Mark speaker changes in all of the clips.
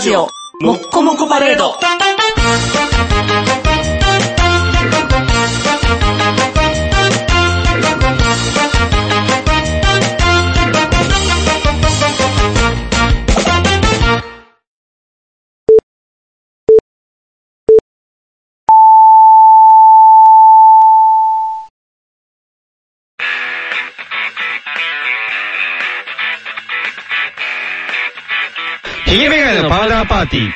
Speaker 1: ジオ、もっこもこパレード。
Speaker 2: ヒゲメガネのパウダーパーティー。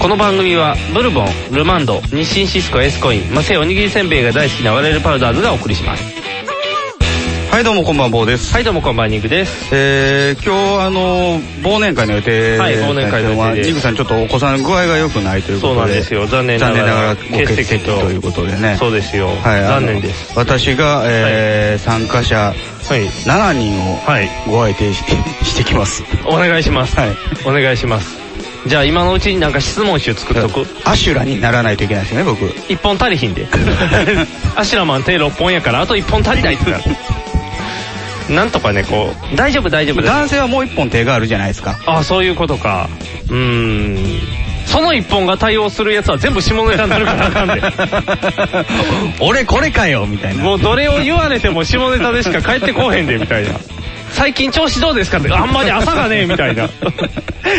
Speaker 3: この番組はブルボンルマンド日清シスコエースコインマセイおにぎりせんべいが大好きな我々パウダーズがお送りします
Speaker 2: はい、どうもこんばんは、坊です。
Speaker 3: はいどうもこんばんにぐです
Speaker 2: えー、今日、あのー、忘年会の予定。
Speaker 3: はい忘年会の予定で
Speaker 2: ジグさん、ちょっとお子さん具合が良くないということ
Speaker 3: そ
Speaker 2: で。
Speaker 3: うなんですよ残念な
Speaker 2: 残
Speaker 3: が
Speaker 2: 念ながら、
Speaker 3: ら
Speaker 2: ご欠席ということでね。
Speaker 3: そうですよ、
Speaker 2: はい、あ
Speaker 3: 残
Speaker 2: の
Speaker 3: 念です
Speaker 2: 私が、えー参加者
Speaker 3: はい
Speaker 2: 7人を
Speaker 3: はい
Speaker 2: ご相手ししてきます。
Speaker 3: お願いします、
Speaker 2: はい。
Speaker 3: お願いしますじゃあ今のうちになんか質問集作っとく
Speaker 2: アシュラにならないといけないですよね、僕。
Speaker 3: 一本足 りひんでアシュラマン手6本やからあと1本足りない ってなるなんとかねこう大丈夫大丈夫です
Speaker 2: 男性はもう一本手があるじゃないです か。
Speaker 3: あそういうことか。うーん。その一本が対応するやつは全部下ネタになるからあかんで。
Speaker 2: 俺これかよみ たいな。
Speaker 3: もうどれを言われても下ネタでしか帰ってこうへんで、みたいな。最近調子どうですかって、あんまり朝がねえ、みたい な。い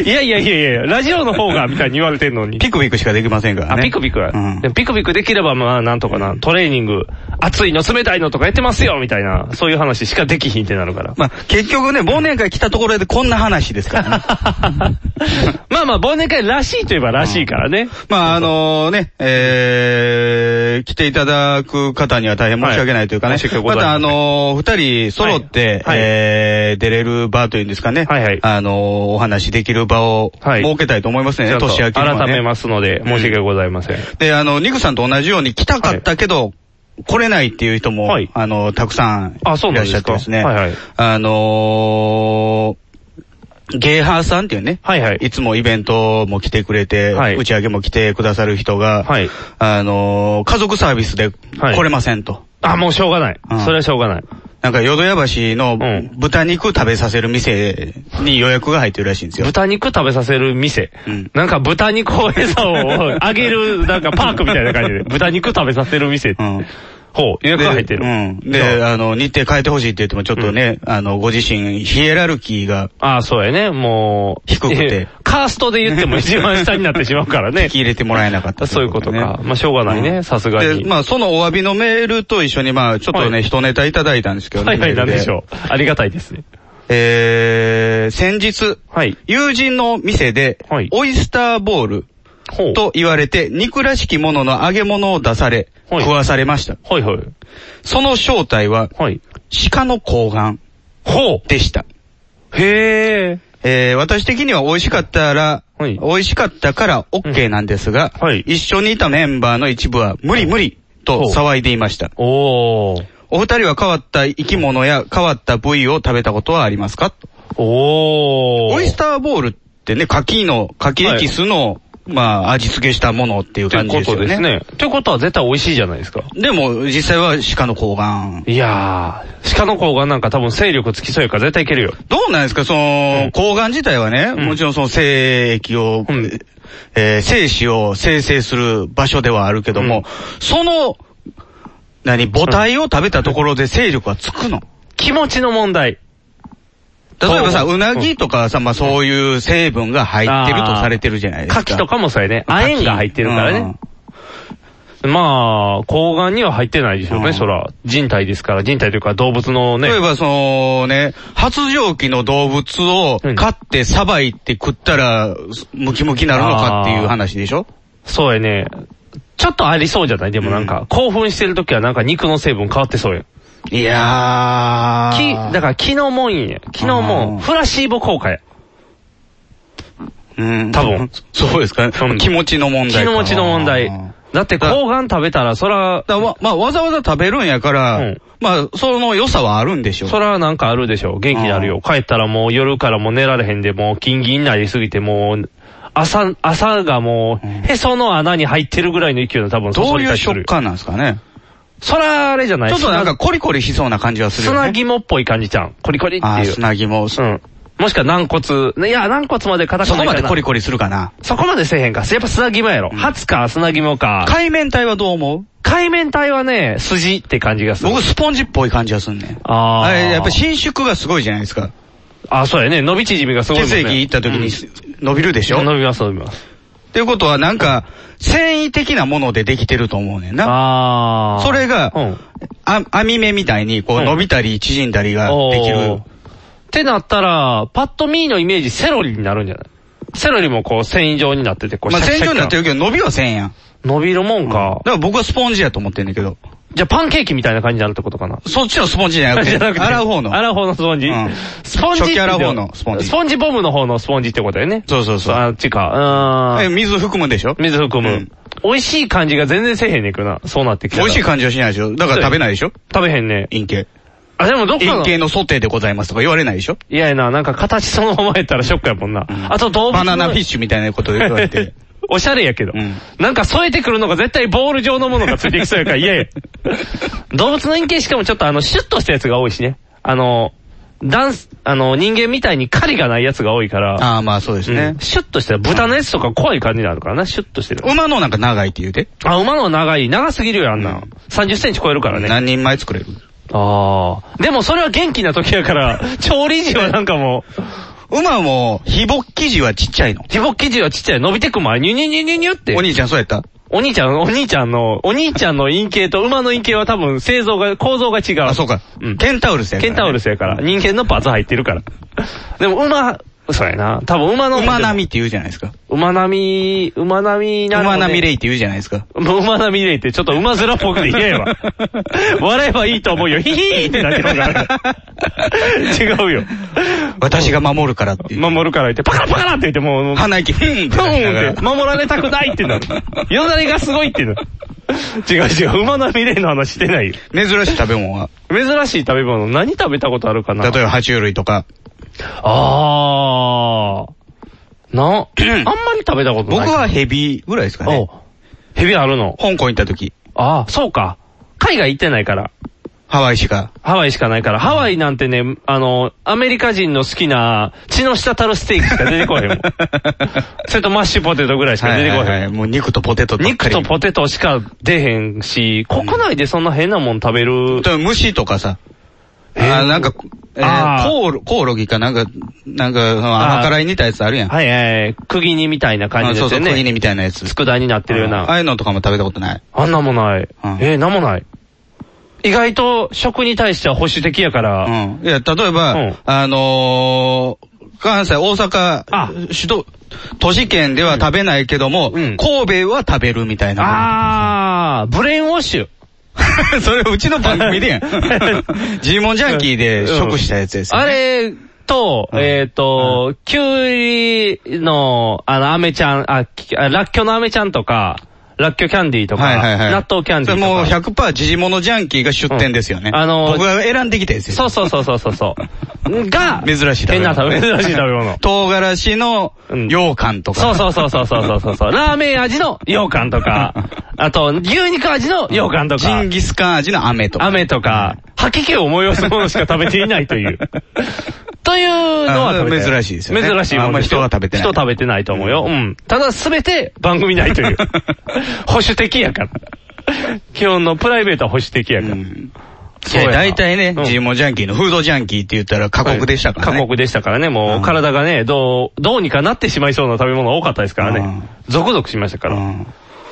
Speaker 3: やいやいやいや、ラジオの方が、みたいに言われてんのに。
Speaker 2: ピクピクしかできませんから
Speaker 3: あ、
Speaker 2: ね。
Speaker 3: ピクピク。
Speaker 2: うん
Speaker 3: で。もピクピクできればまあなんとかな、トレーニング、熱いの冷たいのとかやってますよ、みたいな、そういう話しかできひんってなる から。
Speaker 2: まあ、結局ね、忘年会来たところでこんな話ですからね。
Speaker 3: まあまあ忘年会らしいといえばらしいからね。
Speaker 2: まあ、あのね、えー、来ていただく方には大変申し訳ないというかね。
Speaker 3: はい申し訳ござ
Speaker 2: ま
Speaker 3: いません
Speaker 2: た、あのー二人揃って、
Speaker 3: はいはい
Speaker 2: えー、出れる場というんですかね。
Speaker 3: はいはい
Speaker 2: あのーお話できる場を、
Speaker 3: はい
Speaker 2: 設けたいと思いますね、
Speaker 3: ちょっと
Speaker 2: 年明けには、ね。
Speaker 3: 改めますので、申し訳ございません。
Speaker 2: で、あの、ニグさんと同じように来たかったけど、来れないっていう人も、
Speaker 3: はい
Speaker 2: あの、たくさんいら
Speaker 3: あ
Speaker 2: っ
Speaker 3: そうなんで
Speaker 2: しゃっ
Speaker 3: す
Speaker 2: て
Speaker 3: か
Speaker 2: ですね。
Speaker 3: はいはい
Speaker 2: あのー、ゲーハーさんっていうね、
Speaker 3: はいはい
Speaker 2: つもイベントも来てくれて、
Speaker 3: はい
Speaker 2: 打ち上げも来てくださる人が、
Speaker 3: はい
Speaker 2: あのー、家族サービスで
Speaker 3: はい
Speaker 2: 来れませんと。
Speaker 3: あ、もうしょうがない
Speaker 2: うん。
Speaker 3: それはしょうがない。
Speaker 2: なんか、淀屋橋の
Speaker 3: うん
Speaker 2: 豚肉食べさせる店に予約が入ってるらしいんですよ。
Speaker 3: 豚肉食べさせる店
Speaker 2: うん。
Speaker 3: なんか豚肉を餌をあげる、なんかパークみたいな感じで。豚肉食べさせる店
Speaker 2: う。ん
Speaker 3: ほう、予約が入ってる。
Speaker 2: うん。で、あの、日程変えてほしいって言っても、ちょっとね、あの、ご自身、ヒエラルキーが
Speaker 3: ああ、そうやね。もう。
Speaker 2: 低くて
Speaker 3: えカーストで言っても一番下になってしまうからね
Speaker 2: 聞き。入れてもらえなかった
Speaker 3: そういうこと
Speaker 2: ね
Speaker 3: か。まあ、しょうがないね。さすが
Speaker 2: で、
Speaker 3: に。
Speaker 2: まあ、そのお詫びのメールと一緒に、まあ、ちょっと
Speaker 3: は
Speaker 2: ね、
Speaker 3: い
Speaker 2: 一ネタいただいたんですけどね。
Speaker 3: はいはい、
Speaker 2: メー
Speaker 3: なん
Speaker 2: ル
Speaker 3: でしょう。ありがたいですね。
Speaker 2: えー、先日、
Speaker 3: はい。
Speaker 2: 友人の店で
Speaker 3: はい、
Speaker 2: オイスターボール
Speaker 3: ほう。
Speaker 2: と言われて、肉らしきものの揚げ物を出され、
Speaker 3: はい
Speaker 2: 食わされました。
Speaker 3: はいはい。
Speaker 2: その正体は、
Speaker 3: はい。
Speaker 2: 鹿の睾丸
Speaker 3: ほ
Speaker 2: でした。
Speaker 3: う。へえ。
Speaker 2: えー、私的には美味しかったら、
Speaker 3: はい
Speaker 2: 美味しかったから OK なんですが、
Speaker 3: うんはい
Speaker 2: 一緒にいたメンバーの一部は無理無理と
Speaker 3: ほう
Speaker 2: 騒いでいました。
Speaker 3: おー。
Speaker 2: お二人は変わった生き物や変わった部位を食べたことはありますか
Speaker 3: おー。
Speaker 2: オイスターボールってね、牡蠣の、牡蠣エキスの、まあ、味付けしたものっていう
Speaker 3: とい
Speaker 2: 感
Speaker 3: う
Speaker 2: じ
Speaker 3: こ
Speaker 2: ですよ
Speaker 3: と
Speaker 2: ね。
Speaker 3: ですね。ということは絶対美味しいじゃないですか。
Speaker 2: でも、実際は鹿の睾丸。
Speaker 3: いやー、鹿の甲がなんか多分勢力つきそうやから絶対いけるよ。
Speaker 2: どうなんですかその、睾丸自体はね、
Speaker 3: うん
Speaker 2: もちろんその精液を、
Speaker 3: うん
Speaker 2: えー精子を生成する場所ではあるけども、
Speaker 3: うん
Speaker 2: その、何、母体を食べたところで精力はつくの
Speaker 3: 気持ちの問題。
Speaker 2: 例えばさ、
Speaker 3: そう
Speaker 2: うなぎとかさ、まあそういう成分が入ってるとされてるじゃないですか。
Speaker 3: 牡蠣とかもそうやね。亜
Speaker 2: 牡蠣
Speaker 3: 鉛が入ってるからね。。まあ、睾丸には入ってないでしょう
Speaker 2: うん
Speaker 3: ね、そら。人体ですから、人体というか動物の
Speaker 2: うん
Speaker 3: ね
Speaker 2: 例え。ばそのね、発情期の動物を
Speaker 3: うん
Speaker 2: 飼ってさばいて食ったら、ムキムキなるのかっていう話でしょ
Speaker 3: そうやね。ちょっとありそうじゃないでもなんか、興奮してる時はなんか肉の成分変わってそうやん。
Speaker 2: いや
Speaker 3: き、
Speaker 2: ー。
Speaker 3: だから気のもんや。気のも
Speaker 2: あー
Speaker 3: ん。フラシーボ効果や。
Speaker 2: うん
Speaker 3: 多分。
Speaker 2: そうですかね
Speaker 3: う。ん
Speaker 2: 気持ちの問題
Speaker 3: 気
Speaker 2: か。
Speaker 3: の持ちの問題
Speaker 2: あー。
Speaker 3: だって睾丸食べたら、そら、
Speaker 2: だからわまあ、わざわざ食べるんやから、
Speaker 3: うん
Speaker 2: まあ、その良さはあるんでしょう。
Speaker 3: そらなんかあるでしょ。元気になるよ。帰ったらもう夜からもう寝られへんで、もう金銀になりすぎて、もう、朝、朝がもう、へその穴に入ってるぐらいの勢いの多分そ
Speaker 2: ど
Speaker 3: そうり
Speaker 2: いう
Speaker 3: 立ちす
Speaker 2: 食
Speaker 3: るよ。
Speaker 2: 感なんですかね。
Speaker 3: そらあれじゃない
Speaker 2: ちょっとなんかコリコリしそうな感じはするよ
Speaker 3: 砂
Speaker 2: ね。
Speaker 3: 肝っぽい感じじゃん。コリコリって
Speaker 2: あー
Speaker 3: いう。
Speaker 2: 砂肝。
Speaker 3: うん。もしくは軟骨。ねいや、軟骨まで硬く
Speaker 2: そ
Speaker 3: な
Speaker 2: こ
Speaker 3: いかな。
Speaker 2: までコリコリするかな。
Speaker 3: そこまでせえへんか。やっぱ砂肝やろ。ハツか砂肝か。
Speaker 2: 海面体はどう思う
Speaker 3: 海面体はね、筋って感じがする。
Speaker 2: 僕スポンジっぽい感じがすんねん。
Speaker 3: あ
Speaker 2: あ
Speaker 3: あ。
Speaker 2: れ、やっぱ伸縮がすごいじゃないですか。
Speaker 3: あ、そうやね。伸び縮みがすごい
Speaker 2: 血
Speaker 3: もんね。
Speaker 2: 液行った時に伸びるでしょ
Speaker 3: 伸びます、伸びます。
Speaker 2: っていうことはなんか、繊維的なものでできてると思うねんな。
Speaker 3: ああ。
Speaker 2: それが
Speaker 3: うん。
Speaker 2: あ、網目みたいにこ
Speaker 3: う
Speaker 2: うん伸びたり縮んだりができ
Speaker 3: おー
Speaker 2: る
Speaker 3: っ。てなったら、パッと見のイメージセロリになるんじゃないセロリもこう繊維状になってて、こう
Speaker 2: まあ、
Speaker 3: シャキ
Speaker 2: 線状
Speaker 3: シャキ
Speaker 2: になってるけど伸びはせんやん。
Speaker 3: 伸びるもん
Speaker 2: だ
Speaker 3: か
Speaker 2: か。ら僕はスポンジやと思ってんだけど。
Speaker 3: じゃあパンケーキみたいな感じになるってことかな。
Speaker 2: そっちのスポンジじゃなく
Speaker 3: じ
Speaker 2: て、
Speaker 3: ゃなくて
Speaker 2: 洗う方の。
Speaker 3: 洗う方のスポンジ。
Speaker 2: うん
Speaker 3: スポンジって
Speaker 2: 食器洗う方のスポンジ
Speaker 3: スポンジボムの方のスポンジってことだよね。
Speaker 2: そうそうそう。
Speaker 3: あっちか。う
Speaker 2: え
Speaker 3: ーん。
Speaker 2: 水含むでしょ
Speaker 3: 水含む、
Speaker 2: うん
Speaker 3: 美味しい感じが全然せえへんねんけどな。そうなってきた
Speaker 2: 美
Speaker 3: ら。
Speaker 2: 味しい感じはしないでしょだから食べないでしょ
Speaker 3: 食べへんね。
Speaker 2: 陰形。
Speaker 3: あ、でもどっか
Speaker 2: 陰
Speaker 3: の。
Speaker 2: 形のソテーでございますとか言われないでしょ
Speaker 3: いやいやな、なんか形そのままやったらショックやもんな。
Speaker 2: ん
Speaker 3: あと動物の。
Speaker 2: バナナフィッシュみたいなこと言われ て。
Speaker 3: おしゃれやけど、
Speaker 2: うん
Speaker 3: なんか添えてくるのが絶対ボール状のものがついてきそうやから、い やいや。動物の円形しかもちょっとあの、シュッとしたやつが多いしね。あの、ダンス、あの、人間みたいに狩りがないやつが多いから、
Speaker 2: ああ、まあそうです
Speaker 3: う
Speaker 2: ね
Speaker 3: ん。シュッとしたら豚のやつとか怖い感じになるからな、シュッとしてる。
Speaker 2: 馬のなんか長いって言うて。
Speaker 3: あ、馬の長い、長すぎるよ、あんな、
Speaker 2: うん
Speaker 3: ん。30センチ超えるからね。あ
Speaker 2: 何人前作れる
Speaker 3: あー。でもそれは元気な時やから、調理時はなんかもう、
Speaker 2: 馬も、ひぼっきじはちっちゃいの。
Speaker 3: 自分生地はちっちゃい、伸びてく前、ニュニュニュニュニュって。
Speaker 2: お兄ちゃんそうやった
Speaker 3: お兄ちゃん、お兄ちゃんの、お兄ちゃんの陰形と馬の陰形は多分製造が、構造が違う。
Speaker 2: あ、そうか。
Speaker 3: うん。
Speaker 2: ケンタウルスやから
Speaker 3: ケ
Speaker 2: ね。
Speaker 3: ンタウルスやから。人間のパーツ入ってるから。でも馬、そうやな。多分馬の。
Speaker 2: 馬並みって言うじゃないですか。
Speaker 3: 馬並み、馬並みなのね
Speaker 2: 馬並みレイって言うじゃないですか。
Speaker 3: もう馬並みレイってちょっと馬面っぽくて 言えわ。笑えばいいと思うよ。ヒヒーってなってるから。違うよ。
Speaker 2: 私が守るからっていう。
Speaker 3: 守るから言って、パカラパカラって言ってもう、
Speaker 2: 鼻息、ふんって
Speaker 3: ふ
Speaker 2: なりなが
Speaker 3: ん
Speaker 2: ら
Speaker 3: って、守られたくないってなる。よだれがすごいってなる。違う違う、馬並みレイの話してないよ。
Speaker 2: 珍しい食べ物は。
Speaker 3: 珍しい食べ物、何食べたことあるかな
Speaker 2: 例えば、爬虫類とか。
Speaker 3: あー。な、あんまり食べたことない。
Speaker 2: 僕はヘビぐらいですかね。
Speaker 3: お、ヘビあるの。
Speaker 2: 香港行った時、
Speaker 3: あー、そうか。海外行ってないから。
Speaker 2: ハワイし か。
Speaker 3: ハワイしかないから。ハワイなんてね、あの、アメリカ人の好きな、血の滴るステーキしか出てこへ んもん。それとマッシュポテトぐらいしか出てこへん。
Speaker 2: はいはいはいもう肉とポテトばっか
Speaker 3: 肉
Speaker 2: り
Speaker 3: とポテトしか出へんし、国内でそんな変なもん食べる。
Speaker 2: 例えば虫とかさ。
Speaker 3: えー
Speaker 2: あーなんか、え
Speaker 3: あ
Speaker 2: ー
Speaker 3: ー
Speaker 2: コオロコオロギかなんか、なんか、その
Speaker 3: あー
Speaker 2: 甘辛い煮たやつあるやん。
Speaker 3: はいはいはい。釘煮みたいな
Speaker 2: あ
Speaker 3: 感じ
Speaker 2: そ
Speaker 3: で
Speaker 2: うそう、
Speaker 3: すよね。
Speaker 2: 小稲みたいなやつ。
Speaker 3: 佃煮になってるよう
Speaker 2: あ
Speaker 3: な。
Speaker 2: あいうのとかも食べたことない。
Speaker 3: あんなもない
Speaker 2: うん。
Speaker 3: えー、なんもない。意外と食に対しては保守的やか
Speaker 2: う
Speaker 3: ら。
Speaker 2: ん。いや、例えば、
Speaker 3: うん
Speaker 2: あのー、関西、大阪、
Speaker 3: あ
Speaker 2: 首都、都市圏では食べないけども、
Speaker 3: うん
Speaker 2: 神戸は食べるみたいな。
Speaker 3: あー、ブレインウォッシュ。
Speaker 2: それうちの番組で やん。ジーモンジャンキーで食したやつです、ね
Speaker 3: あれと、
Speaker 2: うん
Speaker 3: えっと、キュウリの、あの、アメちゃん、あ、きあラッキョのアメちゃんとか、ラッキョキャンディーとか、
Speaker 2: はいはいはい。
Speaker 3: 納豆キャンデ
Speaker 2: そ
Speaker 3: ィーとか。
Speaker 2: れもう100%ジジモノジャンキーが出店ですよね。
Speaker 3: うんあのー
Speaker 2: 僕が選んできたやつです
Speaker 3: そ
Speaker 2: よ。
Speaker 3: うそうそうそうそうそう。 が、
Speaker 2: 珍しい食べ
Speaker 3: 変な食
Speaker 2: 物。。
Speaker 3: べ珍しい食べ物
Speaker 2: 唐辛子の
Speaker 3: うん
Speaker 2: 羊羹とか。
Speaker 3: そうそうそうそうそうそうそうそう。ラーメン味の羊羹とか、 あと、牛肉味の羊羹と
Speaker 2: ジ
Speaker 3: か
Speaker 2: ン、ギスカン味の飴とか。
Speaker 3: 雨とか、吐き気を催すものしか食べていないと いう。というのは食べてな
Speaker 2: 珍
Speaker 3: い
Speaker 2: しいですよね
Speaker 3: 珍しいもの
Speaker 2: あんまり人が食べてない
Speaker 3: 人食べてないと思うよ。うん。ただ、すべて番組ないという。 保守的やから。基本のプライベートは保守的やから。
Speaker 2: うん
Speaker 3: そうやな
Speaker 2: 大体ね
Speaker 3: う、ん
Speaker 2: ジーモンジャンキーのフードジャンキーって言ったら過酷でしたからね。
Speaker 3: 過酷でしたからね、も
Speaker 2: うん
Speaker 3: う体がね、どう、どうにかなってしまいそうな食べ物が多かったですから
Speaker 2: う
Speaker 3: ね
Speaker 2: ん。
Speaker 3: ゾクゾクしましたか
Speaker 2: う
Speaker 3: ら。
Speaker 2: ん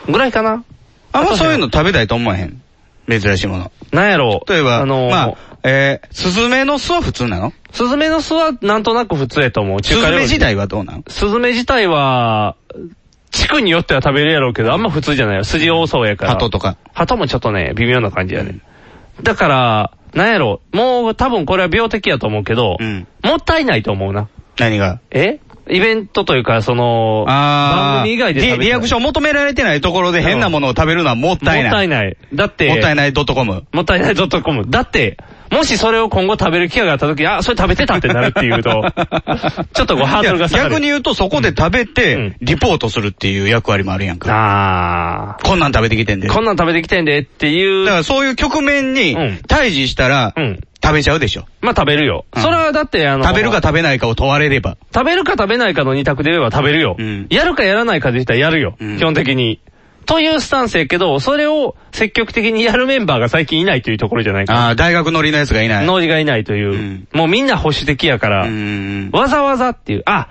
Speaker 3: ぐらいかな
Speaker 2: あんまそういうの食べたいと思わへん。珍しいもの。
Speaker 3: なんやろう。
Speaker 2: 例えば、
Speaker 3: あのー、
Speaker 2: まあ、えー、スズメの巣は普通なの
Speaker 3: スズメの巣はなんとなく普通やと思う。
Speaker 2: ス
Speaker 3: 中華
Speaker 2: ズ
Speaker 3: 料
Speaker 2: メ
Speaker 3: 理
Speaker 2: 自。体はどうなの
Speaker 3: スズメ自体は、地区によっては食べれるやろうけど、あんま普通じゃないよ。筋多そうやから。
Speaker 2: 鳩とか。
Speaker 3: 鳩もちょっとね、微妙な感じやね。だから、なんやろう。もう多分これは病的やと思うけど、
Speaker 2: うん
Speaker 3: もったいないと思うな。
Speaker 2: 何が
Speaker 3: えイベントというか、その、
Speaker 2: あー
Speaker 3: 番組以外で食べ
Speaker 2: リ
Speaker 3: てない
Speaker 2: リアクション求められてないところで変なものを食べるのはもったい
Speaker 3: もった
Speaker 2: ない。
Speaker 3: いない。だって、
Speaker 2: もったい
Speaker 3: ない。
Speaker 2: ない .com。
Speaker 3: もったいない .com。だって、もしそれを今後食べる機会があった時、あ、それ食べてたってなるってい うと、ちょっとこうハードルが下がる。
Speaker 2: 逆に言うと、そこで食べて、リポートするっていう役割もあるやんか。
Speaker 3: あ
Speaker 2: こんなん食べてきてんで。
Speaker 3: ー。こんなん食べてきてんでっていう
Speaker 2: だからそういう局面に
Speaker 3: うん、
Speaker 2: 対峙したら
Speaker 3: うん、
Speaker 2: 食べちゃうでしょ。
Speaker 3: まあ食べるよ。
Speaker 2: うん
Speaker 3: それはだって、あの、
Speaker 2: 食べるか食べないかを問われれば。
Speaker 3: 食べるか食べないかの二択で言えば食べるよ。
Speaker 2: うん
Speaker 3: やるかやらないかで言ったらやるよ。
Speaker 2: うん
Speaker 3: 基本的に。というスタンスやけど、それを積極的にやるメンバーが最近いないというところじゃないか。
Speaker 2: ああ、大学乗りのやつがいない。
Speaker 3: 農事がいないという。もうみんな保守的やか
Speaker 2: う
Speaker 3: ら、
Speaker 2: ーん。
Speaker 3: わざわざっていう。あ、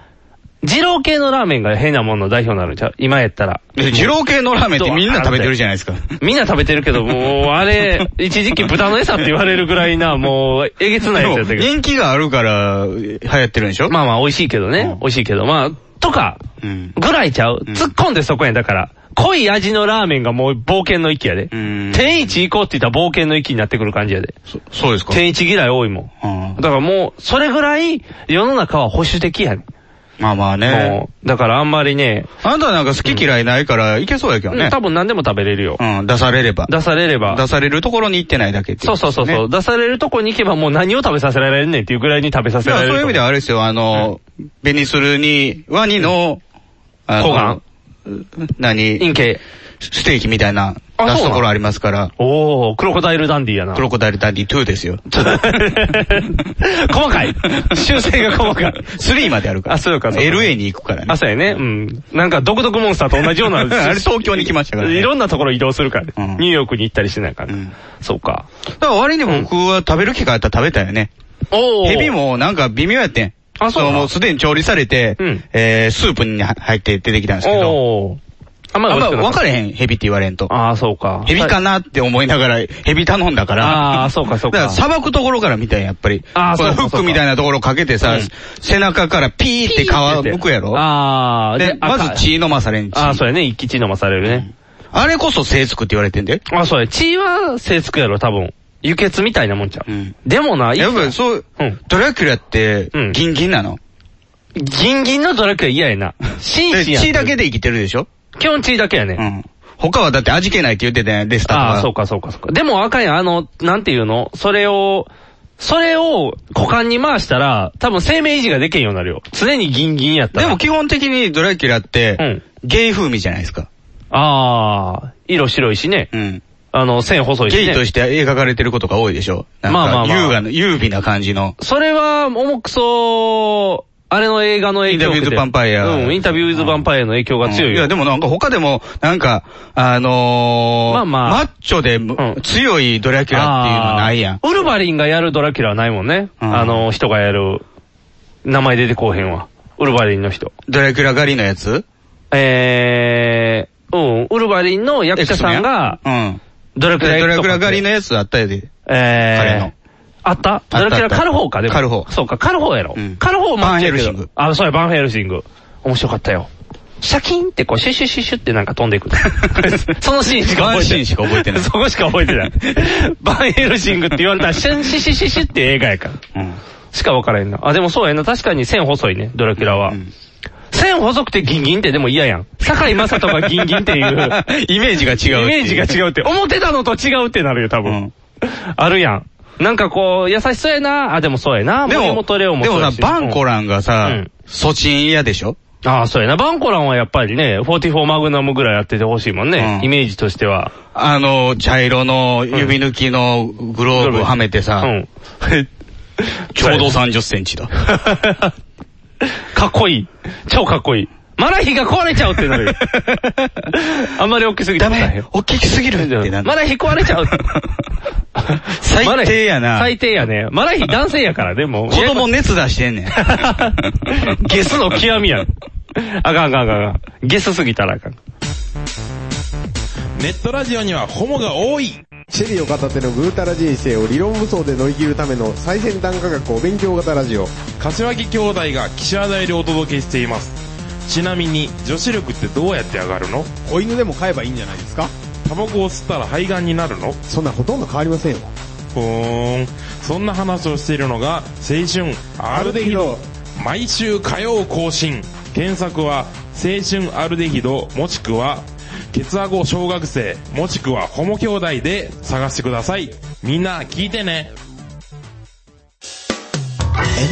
Speaker 3: 二郎系のラーメンが変なものの代表になるんちゃう今やったら。
Speaker 2: え二郎系のラーメンってみんな食べてるじゃないですか。
Speaker 3: みんな食べてるけど、もう、あれ、一時期豚の餌って言われるぐらいな、もう、えげつないやつやった
Speaker 2: でも
Speaker 3: けど。
Speaker 2: 人気があるから、流行ってるんでしょ
Speaker 3: まあまあ、美味しいけど
Speaker 2: う
Speaker 3: ね
Speaker 2: ん。
Speaker 3: 美味しいけど。まあ、とか、
Speaker 2: うん。
Speaker 3: ぐらいちゃう。
Speaker 2: うん
Speaker 3: 突っ込んでそこやん、だから。濃い味のラーメンがもう冒険の域やで。
Speaker 2: うん
Speaker 3: 天一行こうって言ったら冒険の域になってくる感じやで。
Speaker 2: そそうですか。
Speaker 3: 天一嫌い多いもん。
Speaker 2: うん
Speaker 3: だからもう、それぐらい世の中は保守的やね
Speaker 2: まあまあ
Speaker 3: ん。
Speaker 2: ね
Speaker 3: も。う、だからあんまりね、
Speaker 2: あんたなんか好き嫌いないから、いけそうやけどね。
Speaker 3: 多分何でも食べれるよ。
Speaker 2: うん、出されれば。
Speaker 3: 出されれば。
Speaker 2: 出されるところに行ってないだけってい
Speaker 3: そうそうそう
Speaker 2: ね
Speaker 3: そう。出されるとこに行けばもう何を食べさせられんねんっていうぐらいに食べさせ
Speaker 2: だ
Speaker 3: ら
Speaker 2: か
Speaker 3: れ
Speaker 2: らそう
Speaker 3: る
Speaker 2: い
Speaker 3: と
Speaker 2: う意
Speaker 3: 思う。
Speaker 2: 味ではあれですよ、あの、ベニスルに、ワニの、あの
Speaker 3: 小雁
Speaker 2: 何
Speaker 3: 陰茎。
Speaker 2: ステーキみたいな、
Speaker 3: あ
Speaker 2: 出
Speaker 3: そう
Speaker 2: すと
Speaker 3: なの
Speaker 2: ころありますから、
Speaker 3: おー、クロコダイルダンディやな。
Speaker 2: クロコダイルダンディ2ですよ。
Speaker 3: 細かい。修正が細かい。
Speaker 2: 3まであるから。
Speaker 3: あそうかそうか
Speaker 2: LA に行くからね
Speaker 3: あ、。そうやね。うん。なんか、ドクドクモンスターと同じような。
Speaker 2: あれ東京に来ましたからね
Speaker 3: いろんなところ移動するからね、
Speaker 2: うん
Speaker 3: ニューヨークに行ったりしてないからね、
Speaker 2: うん
Speaker 3: そうか。
Speaker 2: だから割に僕は食べる機会あったら食べたよね。
Speaker 3: お
Speaker 2: ヘビ。もなんか微妙やってん。
Speaker 3: あそうなの
Speaker 2: もうすでに調理されて
Speaker 3: うん、
Speaker 2: えースープに入って出てきたんですけど、
Speaker 3: おお。あんまり
Speaker 2: あんま分か
Speaker 3: れ
Speaker 2: れへん、ヘビって言われんと。
Speaker 3: ああ、そうか。
Speaker 2: ヘビかなって思いながら、ヘビ頼んだから。
Speaker 3: あーそうかそうか
Speaker 2: だから、捌くところからみたいな、やっぱり。
Speaker 3: あー
Speaker 2: この
Speaker 3: そうかそう
Speaker 2: フ
Speaker 3: か
Speaker 2: ックみたいなところかけてさ
Speaker 3: うん、
Speaker 2: 背中からピーって皮剥くやろ
Speaker 3: ああ、
Speaker 2: で、まず
Speaker 3: 赤い
Speaker 2: 血飲まされん血。
Speaker 3: ああ、そう
Speaker 2: あ
Speaker 3: やね。一気血飲まされるね。
Speaker 2: れこそ生畜って言われてんで。
Speaker 3: ああ、そうや。血は制服やろ、多分。輸血みたいなもんちゃう。
Speaker 2: うん
Speaker 3: でもな、い
Speaker 2: やっぱりそう
Speaker 3: うん、
Speaker 2: ドラキュラって
Speaker 3: うん、
Speaker 2: ギンギンなの。
Speaker 3: ギンギンのドラクエ嫌やな。心
Speaker 2: で
Speaker 3: 身やん
Speaker 2: 血だけで生きてるでしょ
Speaker 3: 基本血だけやね。
Speaker 2: うん。他はだって味気ないって言ってたやん、レスター
Speaker 3: ああ、そううかそうかそうか。でも赤いあの、なんていうのそれを、それを股間に回したら、多分生命維持ができんようになるよ。常にギンギンやった
Speaker 2: で
Speaker 3: ら。
Speaker 2: も、基本的にドラキュラっ
Speaker 3: う
Speaker 2: て
Speaker 3: ん、
Speaker 2: ゲイ風味じゃないですか。
Speaker 3: ああ、色白いしね。
Speaker 2: うん。
Speaker 3: あの、線細いし
Speaker 2: ゲ
Speaker 3: ね。
Speaker 2: イとして描かれてることが多いでしょ。なんか
Speaker 3: まあまあまあ
Speaker 2: 優雅な、優美な感じの。
Speaker 3: それは、重くそ、あれの映画の影響を受けて
Speaker 2: インタビューズヴァンパイア
Speaker 3: うん、インタビューズヴァンパイアの影響が強い
Speaker 2: うん
Speaker 3: よ。
Speaker 2: いや、でもなんか他でも、なんか、あのー、
Speaker 3: まあまあ
Speaker 2: マッチョで、
Speaker 3: ん
Speaker 2: 強いドラキュラっていうのないやん
Speaker 3: あ。ーウルヴァリンがやるドラキュラはないもんね。
Speaker 2: うん
Speaker 3: あの、人がやる。名前出てこうへんわ。ウルヴァリンの人。
Speaker 2: ドラキュラ狩りのやつ
Speaker 3: えー、うん、ウルヴァリンの役者さんが、
Speaker 2: うん。
Speaker 3: ドラキュ
Speaker 2: ド
Speaker 3: ラ
Speaker 2: ラキュラ狩りの
Speaker 3: ね。
Speaker 2: やつあったやで。
Speaker 3: えー、
Speaker 2: 彼の。
Speaker 3: あったドラキュ
Speaker 2: あ
Speaker 3: ラ
Speaker 2: った
Speaker 3: カルホーか、でも。
Speaker 2: カルフォー
Speaker 3: そうか、カルホーやろ。
Speaker 2: うん
Speaker 3: カルホーマッチやけど
Speaker 2: バンヘルシング
Speaker 3: あ、そうや、バンヘルシング。面白かったよ。シャキーンってこう、シュシュシュシュってなんか飛んでいく。そのシーンしか覚えてない。
Speaker 2: ワンシーンしか覚えてない
Speaker 3: そこしか覚えてない。バンヘルシングって言われたら、シュンシュシュシュシュって映画やから。
Speaker 2: うん。
Speaker 3: しか分からへんな。あ、でもそうやな。確かに線細いね、ドラキュラは。
Speaker 2: うん
Speaker 3: 線細くてギンギンってでも嫌やん。坂井正人がギンギンっていう。
Speaker 2: イメージが違うっていう
Speaker 3: イメージが違うって。思ってたのと違うってなるよ、多分。
Speaker 2: うん
Speaker 3: あるやん。なんかこう、優しそうやな。あ、でもそうやな。
Speaker 2: で
Speaker 3: 森
Speaker 2: も、
Speaker 3: 本レオも
Speaker 2: で
Speaker 3: そう
Speaker 2: も
Speaker 3: や
Speaker 2: さ、
Speaker 3: し
Speaker 2: バンコランがさ
Speaker 3: うん、
Speaker 2: ソチン嫌でしょ
Speaker 3: うんあそうやな。バンコランはやっぱりね、44マグナムぐらいやっててほしいもんね。
Speaker 2: うん
Speaker 3: イメージとしては。
Speaker 2: あの、茶色の指抜きのグローブはめて
Speaker 3: う
Speaker 2: さ、
Speaker 3: ん。
Speaker 2: ちょうど30センチだ。
Speaker 3: かっこいい。超かっこいい。マラヒが壊れちゃうっ てなるよ。あんまり大きすぎて
Speaker 2: ダ
Speaker 3: も
Speaker 2: メ
Speaker 3: 大変。
Speaker 2: 大きすぎるってなる
Speaker 3: マラヒ壊れちゃう。
Speaker 2: 最低やな
Speaker 3: マラヒ最低やね。マラヒ男性やから ね、もう。
Speaker 2: 子供熱出してんねん。
Speaker 3: ゲスの極みやん。あかんあかんあかんあかん。ゲスすぎたらあかん。
Speaker 4: ネットラジオにはホモが多い
Speaker 5: シェリーを片手のぐうたら人生を理論武装で乗り切るための最先端科学お勉強型ラジオ。
Speaker 4: 柏木兄弟が岸和田よりお届けしていますちなみに女子力ってどうやって上がるの
Speaker 5: 子犬でも飼えばいいんじゃないですか
Speaker 4: タバコを吸ったら肺がんになるの
Speaker 5: そんなほとんど変わりませんよ。
Speaker 4: ふーんそんな話をしているのが青春アルデヒド毎週火曜更新検索は青春アルデヒドもしくはケツアゴ小学生もしくはホモ兄弟で探してくださいみんな聞いてね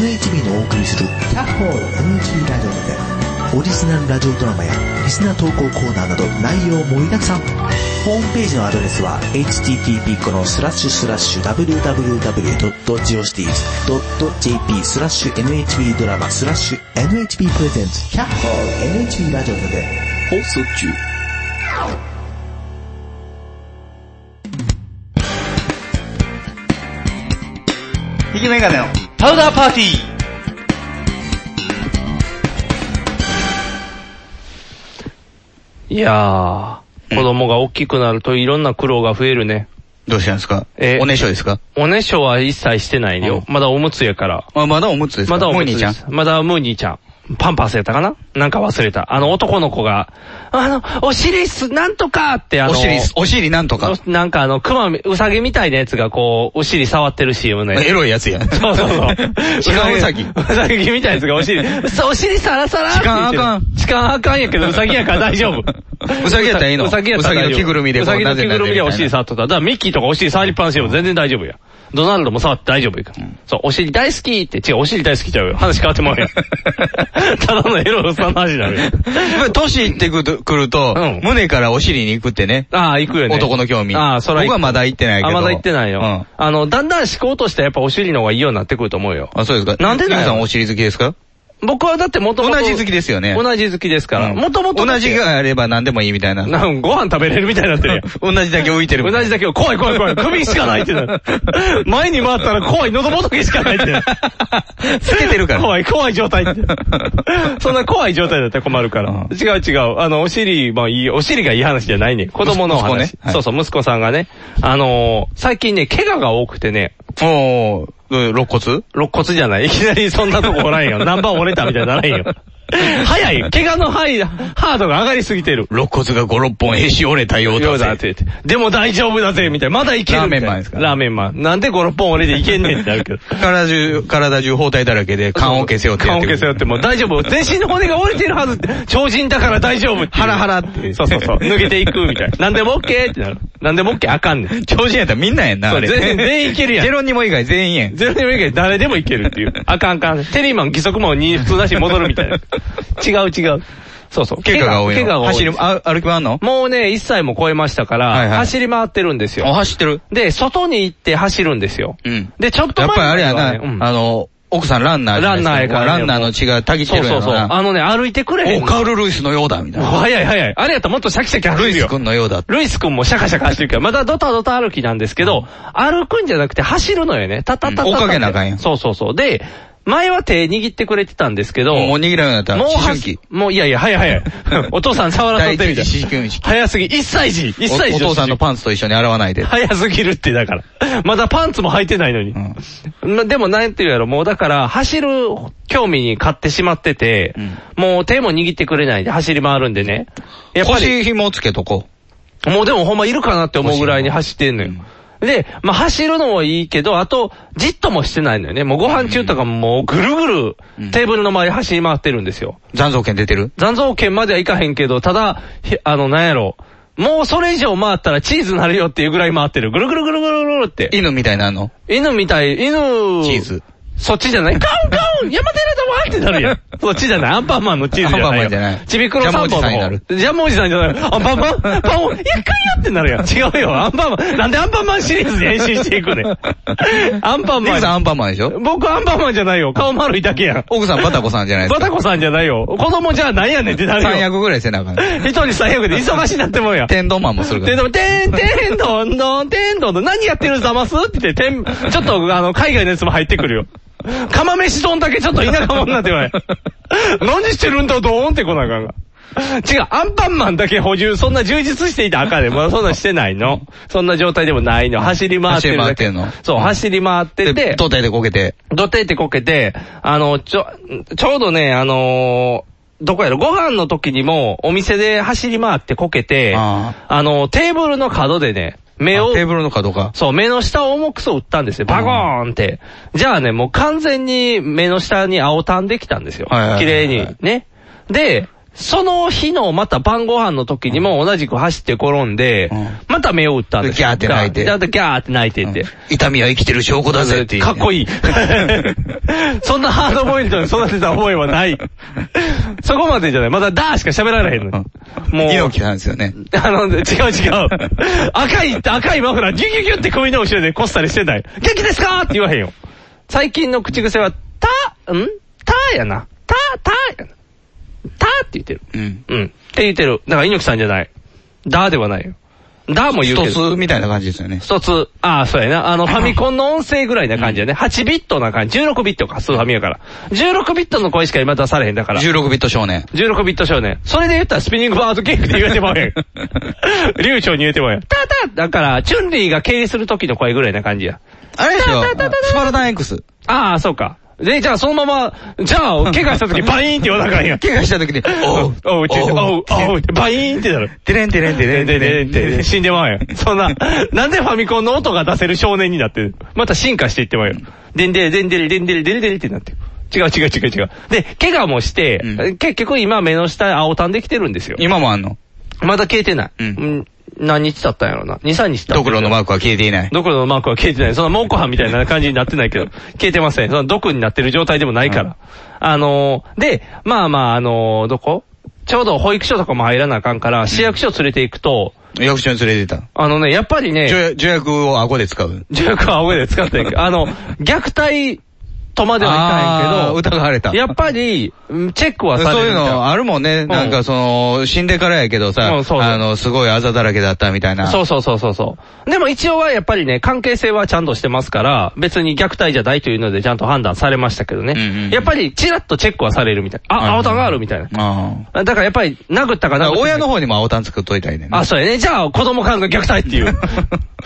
Speaker 6: NHB のお送りする「キャッホール NHB ラジオ」でオリジナルラジオドラマやリスナー投稿コーナーなど内容盛りだくさんホームページのアドレスは http このスラッシュスラッシュ www.geocities.jp スラッシュ NHB ドラマスラッシュ NHB プレゼンツキャッホール NHB ラジオで
Speaker 7: 放送中。
Speaker 2: 引きメガネの。
Speaker 7: パウダーパーティー
Speaker 3: いやー、子供が大きくなるといろんな苦労が増えるね。
Speaker 2: どうしたんですか
Speaker 3: え
Speaker 2: おねしょですか
Speaker 3: おねしょは一切してないよ。まだおむつやから。
Speaker 2: あ、まだおむつですか
Speaker 3: まだお
Speaker 2: もう
Speaker 3: むつ
Speaker 2: 兄
Speaker 3: で
Speaker 2: ちゃん。
Speaker 3: す。まだムーニーちゃん。パンパスやったかななんか忘れた。あの男の子が、あの、お尻す、なんとかってあの、
Speaker 2: お尻、お尻なんとか。
Speaker 3: おなんかあの、クマ、ウサギみたいなやつがこう、お尻触ってる CM のやつ。
Speaker 2: エロいやつ やん。
Speaker 3: そうそうそう。
Speaker 2: 痴漢ウサギ
Speaker 3: うさぎみたいなやつがお尻、嘘お尻サラサラって言って
Speaker 2: 痴
Speaker 3: る
Speaker 2: 漢あかん
Speaker 3: 痴漢あかんやけど、うさぎやから大丈夫。
Speaker 2: うさぎやったらいいの
Speaker 3: うさぎやったら
Speaker 2: うさぎ
Speaker 3: 大丈夫。
Speaker 2: の着ぐるみで
Speaker 3: う
Speaker 2: こう
Speaker 3: さぎの着ぐるみでお
Speaker 2: なぜなぜみたい
Speaker 3: 尻
Speaker 2: な
Speaker 3: 触っとった。だからミッキーとかお尻触りっぱなしでも全然大丈夫や。ドナルドも触って大丈夫やから。そう、お尻大好きって、違う、お尻大好きちゃうよ。話変わっても らうやん。ただのエロおっさんの話になるよ。
Speaker 2: まあ 年いってくるくると、
Speaker 3: うん
Speaker 2: 胸からお尻に行くってね。
Speaker 3: ああ、行くよね。
Speaker 2: 男の興味。
Speaker 3: ああ、そら行く
Speaker 2: 僕はまだ行ってないけど。
Speaker 3: あ、まだ行ってないよ。
Speaker 2: うん
Speaker 3: あの、だんだん思考としてやっぱお尻の方がいいようになってくると思うよ。
Speaker 2: あ、そうですか。
Speaker 3: なんでだよ
Speaker 2: 皆さんお尻好きですか
Speaker 3: 僕はだってもと
Speaker 2: 同
Speaker 3: もと。
Speaker 2: じ好きですよね。
Speaker 3: 同じ好きですから。もともと。
Speaker 2: 同じ。があれば何でもいいみたいな。
Speaker 3: なんご飯食べれるみたいになってるやん。
Speaker 2: 同じだけ浮いてる。
Speaker 3: 同じだけど、怖い怖 い怖い。首しかないってな。前に回ったら怖い、喉仏しかない って。
Speaker 2: つけてるから
Speaker 3: 怖い、怖い状態って。 そんな怖い状態だったら困るから。
Speaker 2: う
Speaker 3: 違う違う。あの、お尻、まあいい、お尻がいい話じゃないね。子供の
Speaker 2: 息子ね
Speaker 3: 話。
Speaker 2: はい
Speaker 3: そうそう、息子さんがね。あのー、最近ね、怪我が多くてね、
Speaker 2: おー、どういう肋骨
Speaker 3: 肋骨じゃない。い きなりそんなとこおらんよ。ナンバー折れたみたいにならんよ。早い。怪我の範囲、ハードが上がりすぎてる。
Speaker 2: 肋骨が5、6本へし折れたようだぜ
Speaker 3: ようだって言って。でも大丈夫だぜ、みたいな。まだいけるみたい
Speaker 2: ラーメン
Speaker 3: な
Speaker 2: マンですから
Speaker 3: ラーメンマン。なんで5、6本俺でいけんねんって なるけど。
Speaker 2: 体中、体中包帯だらけで、缶を消せよってやっ
Speaker 3: 顔
Speaker 2: て
Speaker 3: を
Speaker 2: く
Speaker 3: 消
Speaker 2: る
Speaker 3: せよって、もう大丈夫。全身の骨が折れてるはずって。超人だから大丈夫っていう。
Speaker 2: ハラハラって
Speaker 3: そうそうそう。抜けていくみたいな。なんでも OK ってなる。なんでも OK あかんねん。
Speaker 2: 超人やったらみんなやんな、
Speaker 3: そう
Speaker 2: あれ。
Speaker 3: 全員全員いけるやん
Speaker 2: ジェロニモ以外全員やん。
Speaker 3: ゼロでもいいけど、誰でもいけるっていう。あかんあかん。テリーマン義足もに普通だし戻るみたい な。違う違う。そうそう。
Speaker 2: 怪我が多いの。
Speaker 3: 怪我が多い。
Speaker 2: 走り、あ歩き回んの
Speaker 3: もうね、1歳も超えましたから、
Speaker 2: はいはい
Speaker 3: 走り回ってるんです
Speaker 2: あ、
Speaker 3: よ。
Speaker 2: 走ってる。
Speaker 3: で、外に行って走るんですよ。
Speaker 2: うん
Speaker 3: で、ちょっと
Speaker 2: やっ
Speaker 3: 前
Speaker 2: ぱりあれや
Speaker 3: ま
Speaker 2: な、
Speaker 3: ではねうん
Speaker 2: あの、奥さんランナーじゃないです
Speaker 3: ランナーやからね
Speaker 2: ランナーの血がたぎって
Speaker 3: そう
Speaker 2: る
Speaker 3: そ
Speaker 2: や
Speaker 3: うそ
Speaker 2: ろ
Speaker 3: う。
Speaker 2: な。
Speaker 3: あのね、歩いてくれへん
Speaker 2: お、
Speaker 3: の。
Speaker 2: カール・ルイスのようだ、みたいな。
Speaker 3: 早い早い。あれやったらもっとシャキシャキ走
Speaker 2: ルイ
Speaker 3: る
Speaker 2: ス
Speaker 3: よ。
Speaker 2: 君のようだ。
Speaker 3: ルイス君もシャカシャカ走るけど、まだドタドタ歩きなんですけど、歩くんじゃなくて走るのよね。タタタタタ
Speaker 2: うん追っかけなあかんやん
Speaker 3: そうそうそう。で、前は手握ってくれてたんですけど、
Speaker 2: もう握らなくなった。
Speaker 3: もう
Speaker 2: 思
Speaker 3: は
Speaker 2: 春期。
Speaker 3: もういやいや、早い早い。 お父さん触らさ
Speaker 2: 第
Speaker 3: っ
Speaker 2: 一
Speaker 3: てみ
Speaker 2: 次
Speaker 3: たい。
Speaker 2: 思春期。
Speaker 3: 早すぎ。1歳児 ?1 歳
Speaker 2: おお
Speaker 3: 児
Speaker 2: 父さんのパンツと一緒に洗わないで。
Speaker 3: 早すぎるって、だから。まだパンツも履いてないのに。までも、なんていうやろ、もうだから、走る興味に買ってしまってて、もう手も握ってくれないで走り回るんでね。やっぱり、
Speaker 2: 腰紐つけとこ
Speaker 3: もうでもほんまいるかなって思うぐらいに走ってんのよ。で、まあ、走るのもいいけど、あと、じっともしてないのよね。もうご飯中とかもうぐるぐるテーブルの周り走り回ってるんですよ。
Speaker 2: う。残像券出てる
Speaker 3: 残像圏まではいかへんけど、ただ、へあの、なんやろ。もうそれ以上回ったらチーズなるよっていうぐらい回ってる。ぐるぐるぐるぐるぐるって。
Speaker 2: 犬みたいなの
Speaker 3: 犬みたい、犬。
Speaker 2: チーズ。
Speaker 3: そっちじゃない。カウンカウン山寺だわってなるやん。 そっちじゃない。アンパンマンのチーズじゃないよ。
Speaker 2: アンパンマンじゃない
Speaker 3: ちびくろさん
Speaker 2: ジャムおじさんになる
Speaker 3: ジャムおじさんじゃない。アンパンマン、パンを、ゆっくりよってなるやん。違うよ。アンパンマン。なんでアンパンマンシリーズに変身していく ねん。アンパン
Speaker 2: リ
Speaker 3: マ
Speaker 2: クさんア
Speaker 3: ン。
Speaker 2: ンパンマンでしょ
Speaker 3: 僕アンパンマンじゃないよ。顔丸いだけやん。
Speaker 2: 奥さんバタコさんじゃないです
Speaker 3: バ
Speaker 2: か。
Speaker 3: タコさんじゃないよ。子供じゃないやねんってなるよ。
Speaker 2: 三役ぐらい背中。
Speaker 3: 一人最悪で忙しいなってもんや。
Speaker 2: 天丼マンもするか
Speaker 3: で、
Speaker 2: ら
Speaker 3: で。も、てん、てん、どんどん、てん、どんどん、何やってるざますって言って、てん、ちょっと、あの、海外のやつも入ってくるよ。釜飯丼だけちょっと田舎もんなんて言われ。何してるんだ、どーんってこなあかんが。違う、アンパンマンだけ補充、そんな充実していたらあかんね ん。まだそんなんしてないの。そんな状態でもないの。走り回ってるだけ。
Speaker 2: 走り回ってんの
Speaker 3: そう、走り回って
Speaker 2: で、
Speaker 3: て。
Speaker 2: 胴体でこけて。
Speaker 3: どてってこけて、あの、ちょ、ちょうどね、あのーどこやろ、ご飯の時にも、お店で走り回ってこけて、
Speaker 2: あ
Speaker 3: あの、テーブルの角でね、目
Speaker 2: あ
Speaker 3: を、
Speaker 2: テーブルの角か。
Speaker 3: そう、目の下を重くそ打ったんですよ。バコーンって。じゃあね、もう完全に目の下に青たんできたんですよ。
Speaker 2: はいはいはいはい
Speaker 3: 綺麗に。ね。で、その日のまた晩ご飯の時にも同じく走って転んで
Speaker 2: うん、
Speaker 3: また目を打ったんです
Speaker 2: ギャーって泣いて
Speaker 3: だってギャーって泣いてって。
Speaker 2: 痛みは生きてる証拠だぜっていう。
Speaker 3: かっ こいい。そんなハードポイントに育てた覚えはない。そこまでじゃない。まだダーしか喋られへんのに。もう。
Speaker 2: 猪木なんですよね。
Speaker 3: あの、違う違う。赤い、赤いマフラー、ギュギュギュって首の後ろでこっさりしてない。元気ですかって言わへんよ。最近の口癖は、た、んたやな。た、たやな。たって言ってる。
Speaker 2: うん。
Speaker 3: うん。って言ってる。だから猪木さんじゃない。だではないよ。だも言うけど。
Speaker 2: 一つみたいな感じですよね。
Speaker 3: 一つ、ああ、そうやな。あの、ファミコンの音声ぐらいな感じやね。8ビットな感じ。16ビットか、スーファミやから。16ビットの声しか今出されへんだから。
Speaker 2: 16ビット少年。
Speaker 3: 16ビット少年。それで言ったらスピニングバードゲームって言えてまへん。流暢に言えてまへん。たただから、チュンリーが経営する時の声ぐらいな感じや。
Speaker 2: あれでしょスパルタン X。
Speaker 3: ああ、そうか。で、じゃあそのまま、じゃあ、怪我した時バイーンって言わなあかんやん。
Speaker 2: 怪我した時に、おう、
Speaker 3: おう、ちゅうて、おう、おう、ってバイーンってなる。
Speaker 2: てれんてれんてれ
Speaker 3: で、
Speaker 2: んて
Speaker 3: で、で、
Speaker 2: れんてれ
Speaker 3: で、
Speaker 2: ん。
Speaker 3: 死んでまうやん。そんな、なんでファミコンの音が出せる少年になってるまた進化していってまうよ。でんでれ、でんでれ、でんでれ、でんでれってなってる。違う違う違う違う。で、怪我もして、
Speaker 2: うん
Speaker 3: 結局今目の下青たんできてるんですよ。
Speaker 2: 今もあんの
Speaker 3: まだ消えてない。
Speaker 2: うん
Speaker 3: ん。何日経ったんやろな。2、3日経った。
Speaker 2: ドクロのマークは消えていない。
Speaker 3: ドクロのマークは消えてない。その猛虎犯みたいな感じになってないけど、消えてません。その毒になってる状態でもないから。あのー、で、まあまあ、あのー、どこちょうど保育所とかも入らなあかんから、市役所連れて行くと、
Speaker 2: 役所に連れてた。
Speaker 3: あのね、やっぱりね、
Speaker 2: 助助役を顎で使う。
Speaker 3: 重役は青いで使って んけど、あの、虐待とまではいかへんけど、
Speaker 2: 疑われた。
Speaker 3: やっぱり、うんチェックはされる
Speaker 2: そういう
Speaker 3: みた
Speaker 2: のあるもんね。
Speaker 3: ん
Speaker 2: なんかその、死んでからやけど
Speaker 3: う
Speaker 2: さ
Speaker 3: ん、そうそう
Speaker 2: あの、すごいあざだらけだったみたいな。
Speaker 3: そうそうそうそうそう。でも一応はやっぱりね、関係性はちゃんとしてますから、別に虐待じゃないというのでちゃんと判断されましたけどね。
Speaker 2: うんうんうん
Speaker 3: やっぱりチラッとチェックはされるみたい。
Speaker 2: はい
Speaker 3: あ、青タンがあるみたいな。
Speaker 2: あ
Speaker 3: だからやっぱり殴ったか
Speaker 2: あ。だ
Speaker 3: 殴っ
Speaker 2: から
Speaker 3: て
Speaker 2: 親の方にも青タン作っといたいねんな。
Speaker 3: あ、そうやね。じゃあ、子供からの虐待って いう。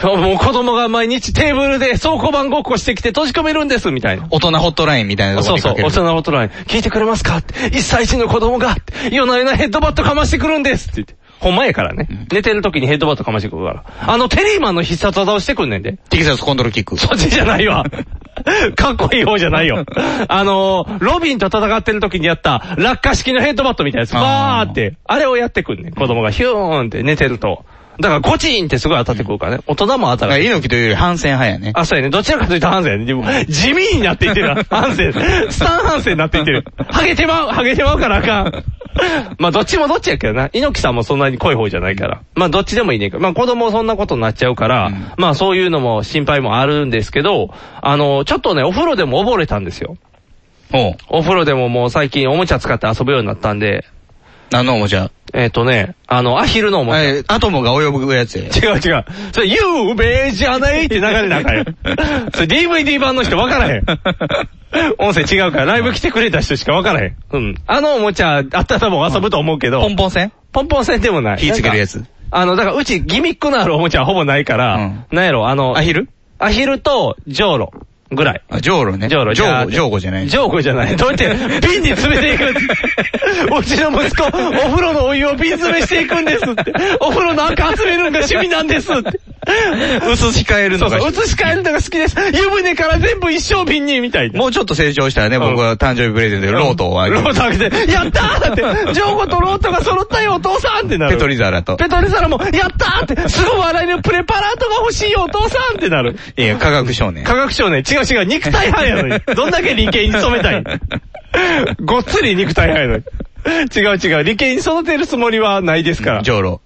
Speaker 3: そうもう子供が毎日テーブルで倉庫番ごっこしてきて閉じ込めるんです、みたいな。
Speaker 2: 大人ホットラインみたいなとこ
Speaker 3: そう
Speaker 2: に
Speaker 3: そう
Speaker 2: か、け
Speaker 3: 大
Speaker 2: る。
Speaker 3: 人の大人に、聞いてくれますかって、1歳児の子供が、って夜な夜なヘッドバットかましてくるんですって言って。ほんまやからね。寝てる時にヘッドバットかましてくるから。あの、テリーマンの必殺技をしてくんねんで。
Speaker 2: テキサスコントロールキック。
Speaker 3: そっちじゃないわ。 かっこいい方じゃないよ。あのー、ロビンと戦ってる時にやった、落下式のヘッドバットみたいなやつ、
Speaker 2: あー
Speaker 3: バーって、あれをやってくんねん。子供がヒューンって寝てると。だから、ゴチンってすごい当たってくるからね。大人も当
Speaker 2: だ
Speaker 3: たる
Speaker 2: から。猪木というより反戦派やね。
Speaker 3: あ、そうやね。どちらかというとハンセンやね。でも地味になっていってるな。ハンセン。スタンハンセンになっていってる。ハゲてまう、ハゲてまうからあかん。まあ、どっちもどっちやけどな。猪木さんもそんなに濃い方じゃないから。まあ、どっちでもいいねんけど。まあ、子供そんなことになっちゃうから、
Speaker 2: ん
Speaker 3: まあ、そういうのも心配もあるんですけど、あの、ちょっとね、お風呂でも溺れたんですよ。
Speaker 2: おう。
Speaker 3: お風呂でももう最近おもちゃ使って遊ぶようになったんで、
Speaker 2: 何のおもちゃ
Speaker 3: えっ、とね、あの、アヒルのおもちゃ。
Speaker 2: え、アトムが泳ぐやつや。
Speaker 3: 違う違う。それ、ゆうべじゃないって流れなん かよ。それ DVD 版の人分からへん。音声違うから、ライブ来てくれた人しか分からへん。うん。あのおもちゃ、あったらもう遊ぶと思うけど、
Speaker 2: ポンポン戦
Speaker 3: ポンポン線でもない。
Speaker 2: 火つけるやつ
Speaker 3: なんかあの、だからうちギミックのあるおもちゃはほぼないか
Speaker 2: う
Speaker 3: ら
Speaker 2: ん、
Speaker 3: なんやろ、あの、
Speaker 2: アヒル
Speaker 3: アヒルとジョーロぐらい。
Speaker 2: あ、ジョーロね。
Speaker 3: ジョーロ
Speaker 2: ジョー
Speaker 3: ー
Speaker 2: ゴ、ジョーゴじゃない。
Speaker 3: ジョーゴじゃない。どうやって、瓶に詰めていくんです。うちの息子、お風呂のお湯を瓶詰めしていくんですって。お風呂の赤集めるのが趣味なんですって。
Speaker 2: 薄控える
Speaker 3: そ
Speaker 2: の
Speaker 3: う
Speaker 2: が
Speaker 3: そう、移し替えるのが好きです。湯船から全部一生瓶に、みたいな。
Speaker 2: もうちょっと成長したらね、僕は誕生日プレゼントでロートをあげ
Speaker 3: ロ
Speaker 2: る。
Speaker 3: ート開けて、やったーって、ジョーゴとロートが揃ったよ、お父さんってなる。
Speaker 2: ペトリザラと。
Speaker 3: ペトリサラも、やったーって、すごい笑えるプレパラートが欲しいよ、お父さんってなる。
Speaker 2: いや、科学少年。
Speaker 3: 科学少年、違う違う、肉体派やのに。どんだけ理系に染めたいごっつり肉体派やのに。違う違う、理系に育てるつもりはないですから。
Speaker 2: ジョーロ。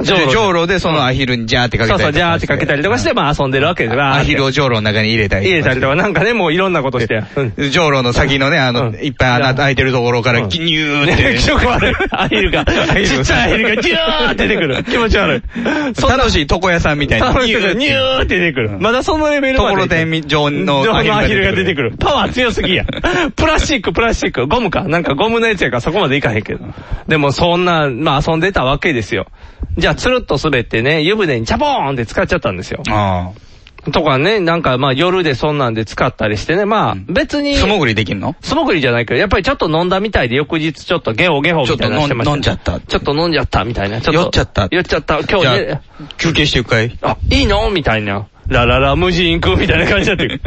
Speaker 3: ジ
Speaker 2: ジョ
Speaker 3: ョー
Speaker 2: ー
Speaker 3: ロ
Speaker 2: ロ。でそのアヒルにジャーってかけ
Speaker 3: そ
Speaker 2: た
Speaker 3: う
Speaker 2: り
Speaker 3: そう、じゃーってかけたりとかして、まあ遊んでるわけでな。
Speaker 2: アヒルをジョーロの中に入れたり。
Speaker 3: 入れたりとか、なんかね、もういろんなことして。うん
Speaker 2: ジョーロの先のね、あ
Speaker 3: うん
Speaker 2: の、いっぱい穴開いてるところからギニュー って
Speaker 3: 気。色悪い。アヒルが、ちっちゃいアヒルがギューって出てくる。気持ち悪い。そん な
Speaker 2: 楽しい床屋さんみたいな。
Speaker 3: 楽しいニューって出てくる。まだそのレベル
Speaker 2: と
Speaker 3: ま
Speaker 2: こ
Speaker 3: で
Speaker 2: ろてん上の
Speaker 3: 上のア
Speaker 2: ア
Speaker 3: ヒ
Speaker 2: ヒ
Speaker 3: ル
Speaker 2: ル
Speaker 3: が
Speaker 2: が出
Speaker 3: 出て
Speaker 2: て
Speaker 3: く
Speaker 2: く
Speaker 3: る
Speaker 2: る。
Speaker 3: パワー強す ぎや。プラスチック、プラスチック。ゴムか。なんかゴムのやつやからそこまでいかへんけど。でもそんな、まあ遊んでたわけですよ。じゃあ、つるっと滑ってね、湯船にチャポーンって使っちゃったんですよ。
Speaker 2: あ
Speaker 3: とかね、なんかまあ夜でそんなんで使ったりしてね、まあ別に
Speaker 2: あ。。素潜りできんの
Speaker 3: 素潜りじゃないけど、やっぱりちょっと飲んだみたいで、翌日ちょっとゲホゲホみたいなのしてましたね
Speaker 2: ちょっと飲ん飲んじゃった
Speaker 3: ちょっと飲んじゃったみたいな。ちょと
Speaker 2: 酔っちゃった
Speaker 3: 酔っちゃった。今
Speaker 2: じゃ
Speaker 3: 日
Speaker 2: あ
Speaker 3: ね、
Speaker 2: 休憩してゆくかい
Speaker 3: あ、いいのみたいな。ラララ 無人君みたいな感じになってる。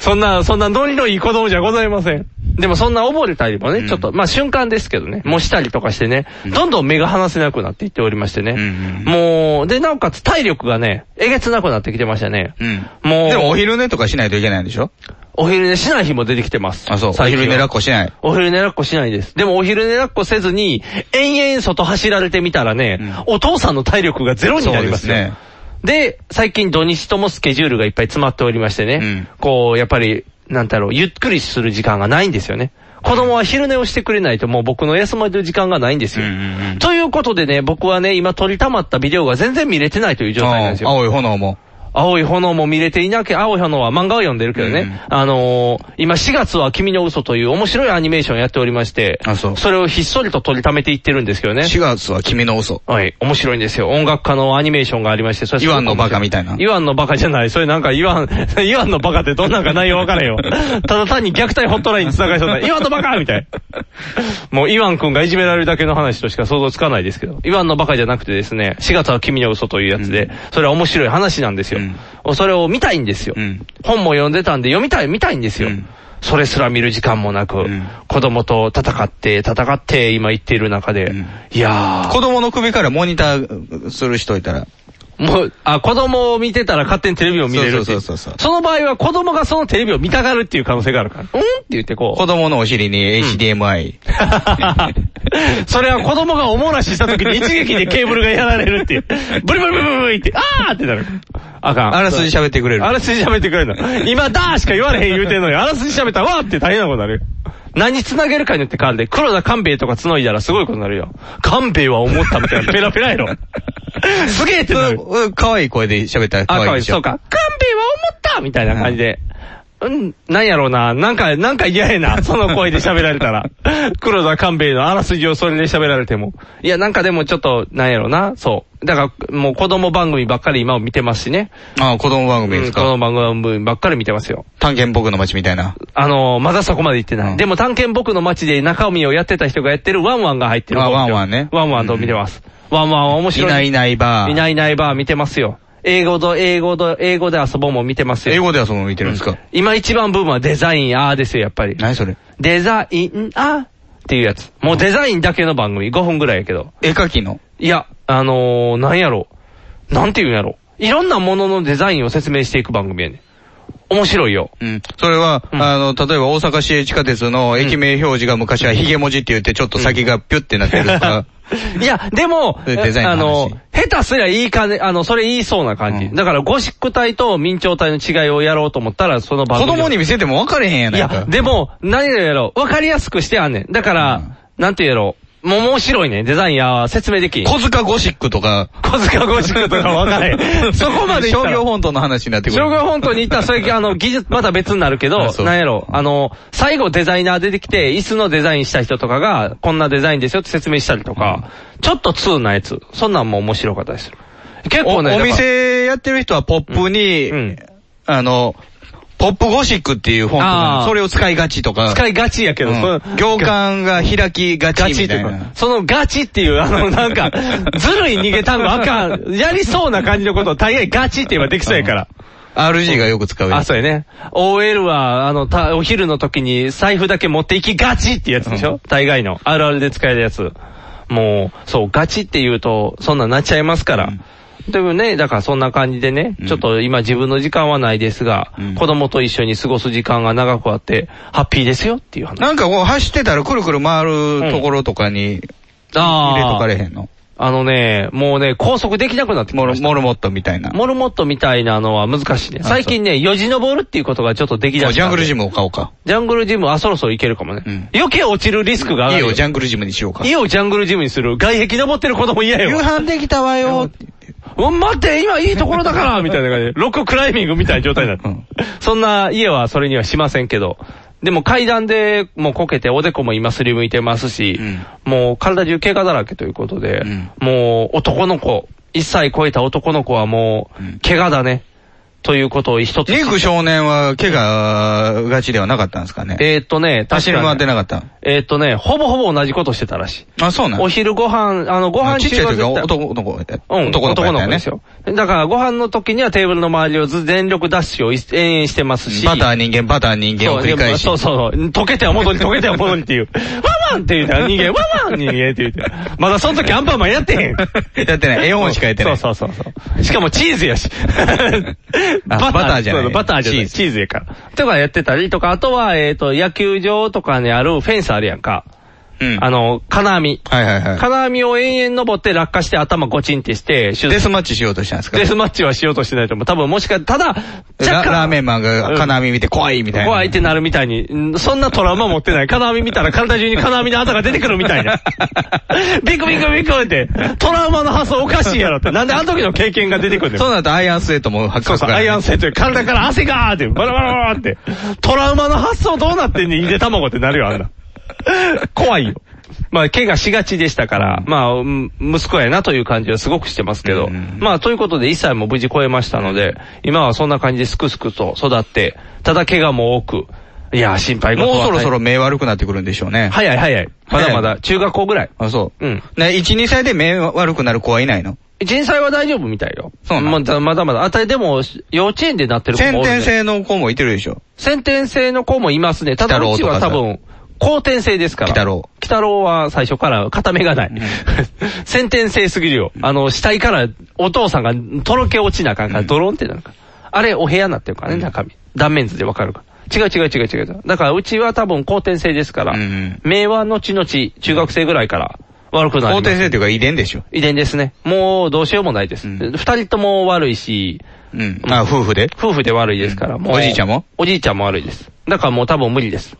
Speaker 3: そんな、そんなノリのいい子供じゃございません。でもそんな溺れたりもね、ちょっと、まあ瞬間ですけどね、もうしたりとかしてね、どんどん目が離せなくなっていっておりましてね、
Speaker 2: ん
Speaker 3: もう、で、なおかつ体力がね、えげつなくなってきてましたね。
Speaker 2: うん。
Speaker 3: もう、
Speaker 2: でもお昼寝とかしないといけないんでしょ
Speaker 3: お昼寝しない日も出てきてます。
Speaker 2: あ、そう。お
Speaker 3: 最近は
Speaker 2: 昼寝抱っこしない。
Speaker 3: お昼寝抱っこしないです。でもお昼寝抱っこせずに、延々外走られてみたらね、お父さんの体力がゼロになりますよ。
Speaker 2: そうで
Speaker 3: で
Speaker 2: すね
Speaker 3: 最近土日ともスケジュールがいっぱい詰まっておりましてね、
Speaker 2: うん
Speaker 3: こう、やっぱり、なんだろう、ゆっくりする時間がないんですよね。子供は昼寝をしてくれないともう僕の休まれる時間がないんですよ。
Speaker 2: うんうんうん
Speaker 3: ということでね、僕はね、今撮りたまったビデオが全然見れてないという状態なんですよ。
Speaker 2: 青い炎も。
Speaker 3: 青い炎も見れていなきゃ、青い炎は漫画を読んでるけどね。あのー、今4月は君の嘘という面白いアニメーションやっておりまして、
Speaker 2: あそう
Speaker 3: れをひっそりと取りためていってるんですけどね。
Speaker 2: 4月は君の嘘。
Speaker 3: はい、面白いんですよ。音楽家のアニメーションがありまして、それすごく
Speaker 2: イワンのバカみたいな
Speaker 3: 面白イワンのバカじゃない。それなんか イワン、イワンのバカってどんなんか内容わ からんよ。ただ単に虐待ホットラインに繋がりそうな、イワンのバカみ たい。もうイワンくんがいじめられるだけの話としか想像つかないですけど、イワンのバカじゃなくてですね、4月は君の嘘というやつで、それは面白い話なんですよ。それを見たいんですよ。
Speaker 2: うん
Speaker 3: 本も読んでたんで読みたい、見たいんですよ。
Speaker 2: うん
Speaker 3: それすら見る時間もなく、
Speaker 2: ん
Speaker 3: 子供と戦って、戦って、今言っている中で、
Speaker 2: ん
Speaker 3: いやー。
Speaker 2: 子供の首からモニターする人いたら。
Speaker 3: もう、あ、子供を見てたら勝手にテレビを見れるってい
Speaker 2: そうそうそうそう
Speaker 3: その場合は子供がそのテレビを見たがるっていう可能性があるから。うんって言ってこ
Speaker 2: 子供のお尻に HDMI。
Speaker 3: う。それは子供がおもらしした時に一撃でケーブルがやられるっていう。ブリブリブリブリって、あーってなる。あかん。
Speaker 2: あらすじ喋ってくれる
Speaker 3: あ。らすじ喋ってくれるの。今、だーしか言われへん言うてんのに、あらすじ喋ったらわーって大変なことになるよ。何繋げるかによって変わるで、黒田勘兵衛とか繋いだらすごいことになるよ。勘兵衛は思ったみたいな、ペラペラやろ。すげえってなる。
Speaker 2: うん可愛い声で喋ったら可
Speaker 3: あ、かわ
Speaker 2: 愛い
Speaker 3: いい。
Speaker 2: でし
Speaker 3: そ
Speaker 2: ょ
Speaker 3: う。か。勘弁は思ったみたいな感じで。うん、なんやろうな。なんか、なんか嫌 やな。その声で喋られたら。黒田勘兵衛のあらすじをそれで喋られても。いや、なんかでもちょっと、なんやろうな。そう。だから、もう子供番組ばっかり今を見てますしね。
Speaker 2: あ、子供番
Speaker 3: う
Speaker 2: 組で
Speaker 3: ん、
Speaker 2: す
Speaker 3: 子
Speaker 2: か。
Speaker 3: 供番組ばっかり見てますよ。
Speaker 2: 探検僕の街みたいな。
Speaker 3: あのー、まだそこまで行ってない。
Speaker 2: うん
Speaker 3: でも探検僕の街で中身をやってた人がやってるワンワンが入ってる。
Speaker 2: あワンワンね
Speaker 3: ワンワンと見てます。ワンワンは面
Speaker 2: い
Speaker 3: 白い。
Speaker 2: ないいないば。
Speaker 3: いないいないばー見てますよ。英語と英語と英語で遊ぼうも見てますよ。
Speaker 2: 英語ではその見てるんですか。
Speaker 3: 今一番ブームはデザインあーですよ、やっぱり。
Speaker 2: 何それ。
Speaker 3: デザインあーっていうやつ。もうデザインだけの番組、5分ぐらいやけど。
Speaker 2: 絵描きの。
Speaker 3: いや、あのー、なんやろ。なんて言うんやろ。いろんなもののデザインを説明していく番組やねん。面白 いよ。
Speaker 2: うん。それは、
Speaker 3: うん
Speaker 2: あの、例えば大阪市営地下鉄の駅名表示が昔はヒゲ文字って言ってちょっと先がピュってなってると か。
Speaker 3: いや、でも、
Speaker 2: えデザインの話
Speaker 3: あの、下手すりゃいいかね、あの、それ言いそうな感じ。
Speaker 2: うん
Speaker 3: だから、ゴシック体と明朝体の違いをやろうと思ったら、その番
Speaker 2: 子
Speaker 3: 組を。
Speaker 2: 供に見せても分かれへんや
Speaker 3: い
Speaker 2: ないか。
Speaker 3: や、でも、何やろ、わかりやすくしてあんねん。だから、なんて言うやろ、もう面白いねん、デザインや説明できん。
Speaker 2: 小塚ゴシックとか。
Speaker 3: 小塚ゴシックとかわからへ ん。そこまで行っ
Speaker 2: 商
Speaker 3: たら
Speaker 2: 業。フォントの話になってくる。
Speaker 3: 商業本島に行ったら、それ、あの、技術、また別になるけど
Speaker 2: あ、そう
Speaker 3: なんやろ、あの、最後デザイナー出てきて、椅子のデザインした人とかが、こんなデザインですよって説明したりとか、ちょっと通なやつ、そんなんも面白かったりする。結
Speaker 2: お
Speaker 3: 構ね、
Speaker 2: お
Speaker 3: だから、
Speaker 2: 店やってる人はポップに、
Speaker 3: うん
Speaker 2: あの、ポップゴシックっていうフォントな
Speaker 3: あー
Speaker 2: のそれを使いがちとか。
Speaker 3: 使いがちやけど、
Speaker 2: うん
Speaker 3: その
Speaker 2: 行間が開きが
Speaker 3: ガ
Speaker 2: ち
Speaker 3: チっ
Speaker 2: み
Speaker 3: て
Speaker 2: た
Speaker 3: い
Speaker 2: いうな
Speaker 3: か。、そのガチっていう、あの、なんか、ずるい逃げ単語あかん。やりそうな感じのことを大概ガチって言えばできそうやから。
Speaker 2: RG がよく使うや
Speaker 3: あ、
Speaker 2: つ。
Speaker 3: そうやね。OL は、あの、た、お昼の時に財布だけ持っていきがちってやつでしょ、大概の。あるあるで使えるやつ。もう、そう、ガチって言うと、そんなんなっちゃいますから。でもね、だからそんな感じでね、ちょっと今自分の時間はないですが、子供と一緒に過ごす時間が長くあって、ハッピーですよっていう話。
Speaker 2: なんかこう走ってたらくるくる回るところとかに入れとかれへんの。
Speaker 3: あのね、もうね、拘束できなくなってき
Speaker 2: モ
Speaker 3: ま
Speaker 2: ル
Speaker 3: した。
Speaker 2: モルモットみたいな。も
Speaker 3: モルモットみたいなのは難しいね。最近ね、よじ登るっていうことがちょっとできだ
Speaker 2: う
Speaker 3: し
Speaker 2: ジ
Speaker 3: た
Speaker 2: ャン
Speaker 3: んで
Speaker 2: グルジムを買おうか。
Speaker 3: ジャングルジム、あ、そろそろいけるかもね。
Speaker 2: うん
Speaker 3: 余計落ちるリスクが上が
Speaker 2: 家
Speaker 3: るよ。
Speaker 2: をジャングルジムにしようか。
Speaker 3: 家をジャングルジムにする。外壁登ってる子供嫌よ。
Speaker 2: 飯できたわよ。
Speaker 3: うん待って、今いいところだからみたいな感 じで、ロッククライミングみたいな状態になる。
Speaker 2: うん
Speaker 3: そんな家はそれにはしませんけど、でも階段でもうこけておでこも今すりむいてますし、
Speaker 2: うん
Speaker 3: もう体中怪我だらけということで、
Speaker 2: うん
Speaker 3: もう男の子、1歳超えた男の子はもう、怪我だね。ということを一つ。
Speaker 2: リンク少年は怪我がちではなかったんですかね
Speaker 3: えーっとね、確
Speaker 2: 走り
Speaker 3: か
Speaker 2: 回って
Speaker 3: に。
Speaker 2: なかった。
Speaker 3: えーっとね、ほぼほぼ同じことしてたらしい。
Speaker 2: あ、そうなん
Speaker 3: お昼ご飯、あの、ご飯
Speaker 2: ちっちゃ
Speaker 3: 中
Speaker 2: い
Speaker 3: は
Speaker 2: 時
Speaker 3: 絶
Speaker 2: は
Speaker 3: 対。
Speaker 2: 男男の子や
Speaker 3: うん、
Speaker 2: 男の子やったよね
Speaker 3: ですよ。だから、ご飯の時にはテーブルの周りをず全力ダッシュを一延々してますし。
Speaker 2: バター人間、バター人間を繰り返し
Speaker 3: そ。うそうそう。溶けては戻り、溶けては戻りって いう。ワンワンって言うて、人間、ワンワン人間って言うて。まだその時アンパンマンやってへん。
Speaker 2: やってない。絵本しかやってない。
Speaker 3: そうそうそうそう。しかもチーズやし。
Speaker 2: あバターじゃない
Speaker 3: そうバターじゃな
Speaker 2: チー
Speaker 3: い。
Speaker 2: ズ
Speaker 3: チーズやから。とかやってたりとか、あとは、えっと、野球場とかにあるフェンスあるやんか。
Speaker 2: うん。
Speaker 3: あの、金網。
Speaker 2: はいはいは
Speaker 3: 金網を延々登って落下して頭ゴチンってして、手
Speaker 2: い。
Speaker 3: 術
Speaker 2: デスマッチしようとしたんですか
Speaker 3: デスマッチはしようとしてないと思う。多分もしか、ただ、
Speaker 2: ララーメン
Speaker 3: ン
Speaker 2: マンが金網見て怖いみたいな。
Speaker 3: 怖いってなるみたいに、んそんなトラウマ持ってない。金網見たら体中に金網の跡が出てくるみたいな。 ビクビクビクって、トラウマの発想おかしいやろって。なんであの時の経験が出てくるんだ
Speaker 2: そう
Speaker 3: よ。
Speaker 2: なるとアイアンスウェットも発
Speaker 3: そ
Speaker 2: 覚
Speaker 3: うそ
Speaker 2: から
Speaker 3: う、
Speaker 2: ね。
Speaker 3: アイアンセットで体から汗がーって、バラバラバラって。トラウマの発想どうなってんねん、ゆで卵ってなるよ、あんな。怖いよ。まあ、怪我しがちでしたから、まあ、うん息子やなという感じはすごくしてますけど、まあ、ということで1歳も無事超えましたので、今はそんな感じですくすくと育って、ただ怪我も多く、いや、心配事は
Speaker 2: もうそろそろ目悪くなってくるんでしょうね。
Speaker 3: 早い早い。まだまだ、中学校ぐらい。
Speaker 2: あ、そう。
Speaker 3: うん。
Speaker 2: ね、1、2歳で目悪くなる子はいないの
Speaker 3: 人災は大丈夫みたいよ。
Speaker 2: そうなん
Speaker 3: まだまだまだ。あたりでも、幼稚園でなってる子も
Speaker 2: 先
Speaker 3: 多いんで
Speaker 2: 天性の子もいてるでしょ。
Speaker 3: 先天性の子もいますね。ただ、
Speaker 2: 北郎
Speaker 3: うち
Speaker 2: と
Speaker 3: は
Speaker 2: かさ
Speaker 3: 多分、後天性ですから。
Speaker 2: 北郎。
Speaker 3: 北郎は最初から固めがない。 先天性すぎるよ。あの、死体からお父さんがとろけ落ちなあかんから、ドロンってなるから。あれ、お部屋になってるからね、中身。断面図でわかるから。違う違う違う違う。だから、うちは多分後天性ですから
Speaker 2: うんうん、
Speaker 3: 名は後々、中学生ぐらいから悪くなり
Speaker 2: 後
Speaker 3: ます
Speaker 2: 天性というか遺伝でしょ。
Speaker 3: 遺伝ですね。もう、どうしようもないです。
Speaker 2: ん
Speaker 3: 二、人とも悪いし、
Speaker 2: うん。あ、夫婦で
Speaker 3: 夫婦で悪いですから、もう。
Speaker 2: おじいちゃんも
Speaker 3: おじいちゃんも悪いです。だからもう多分無理です。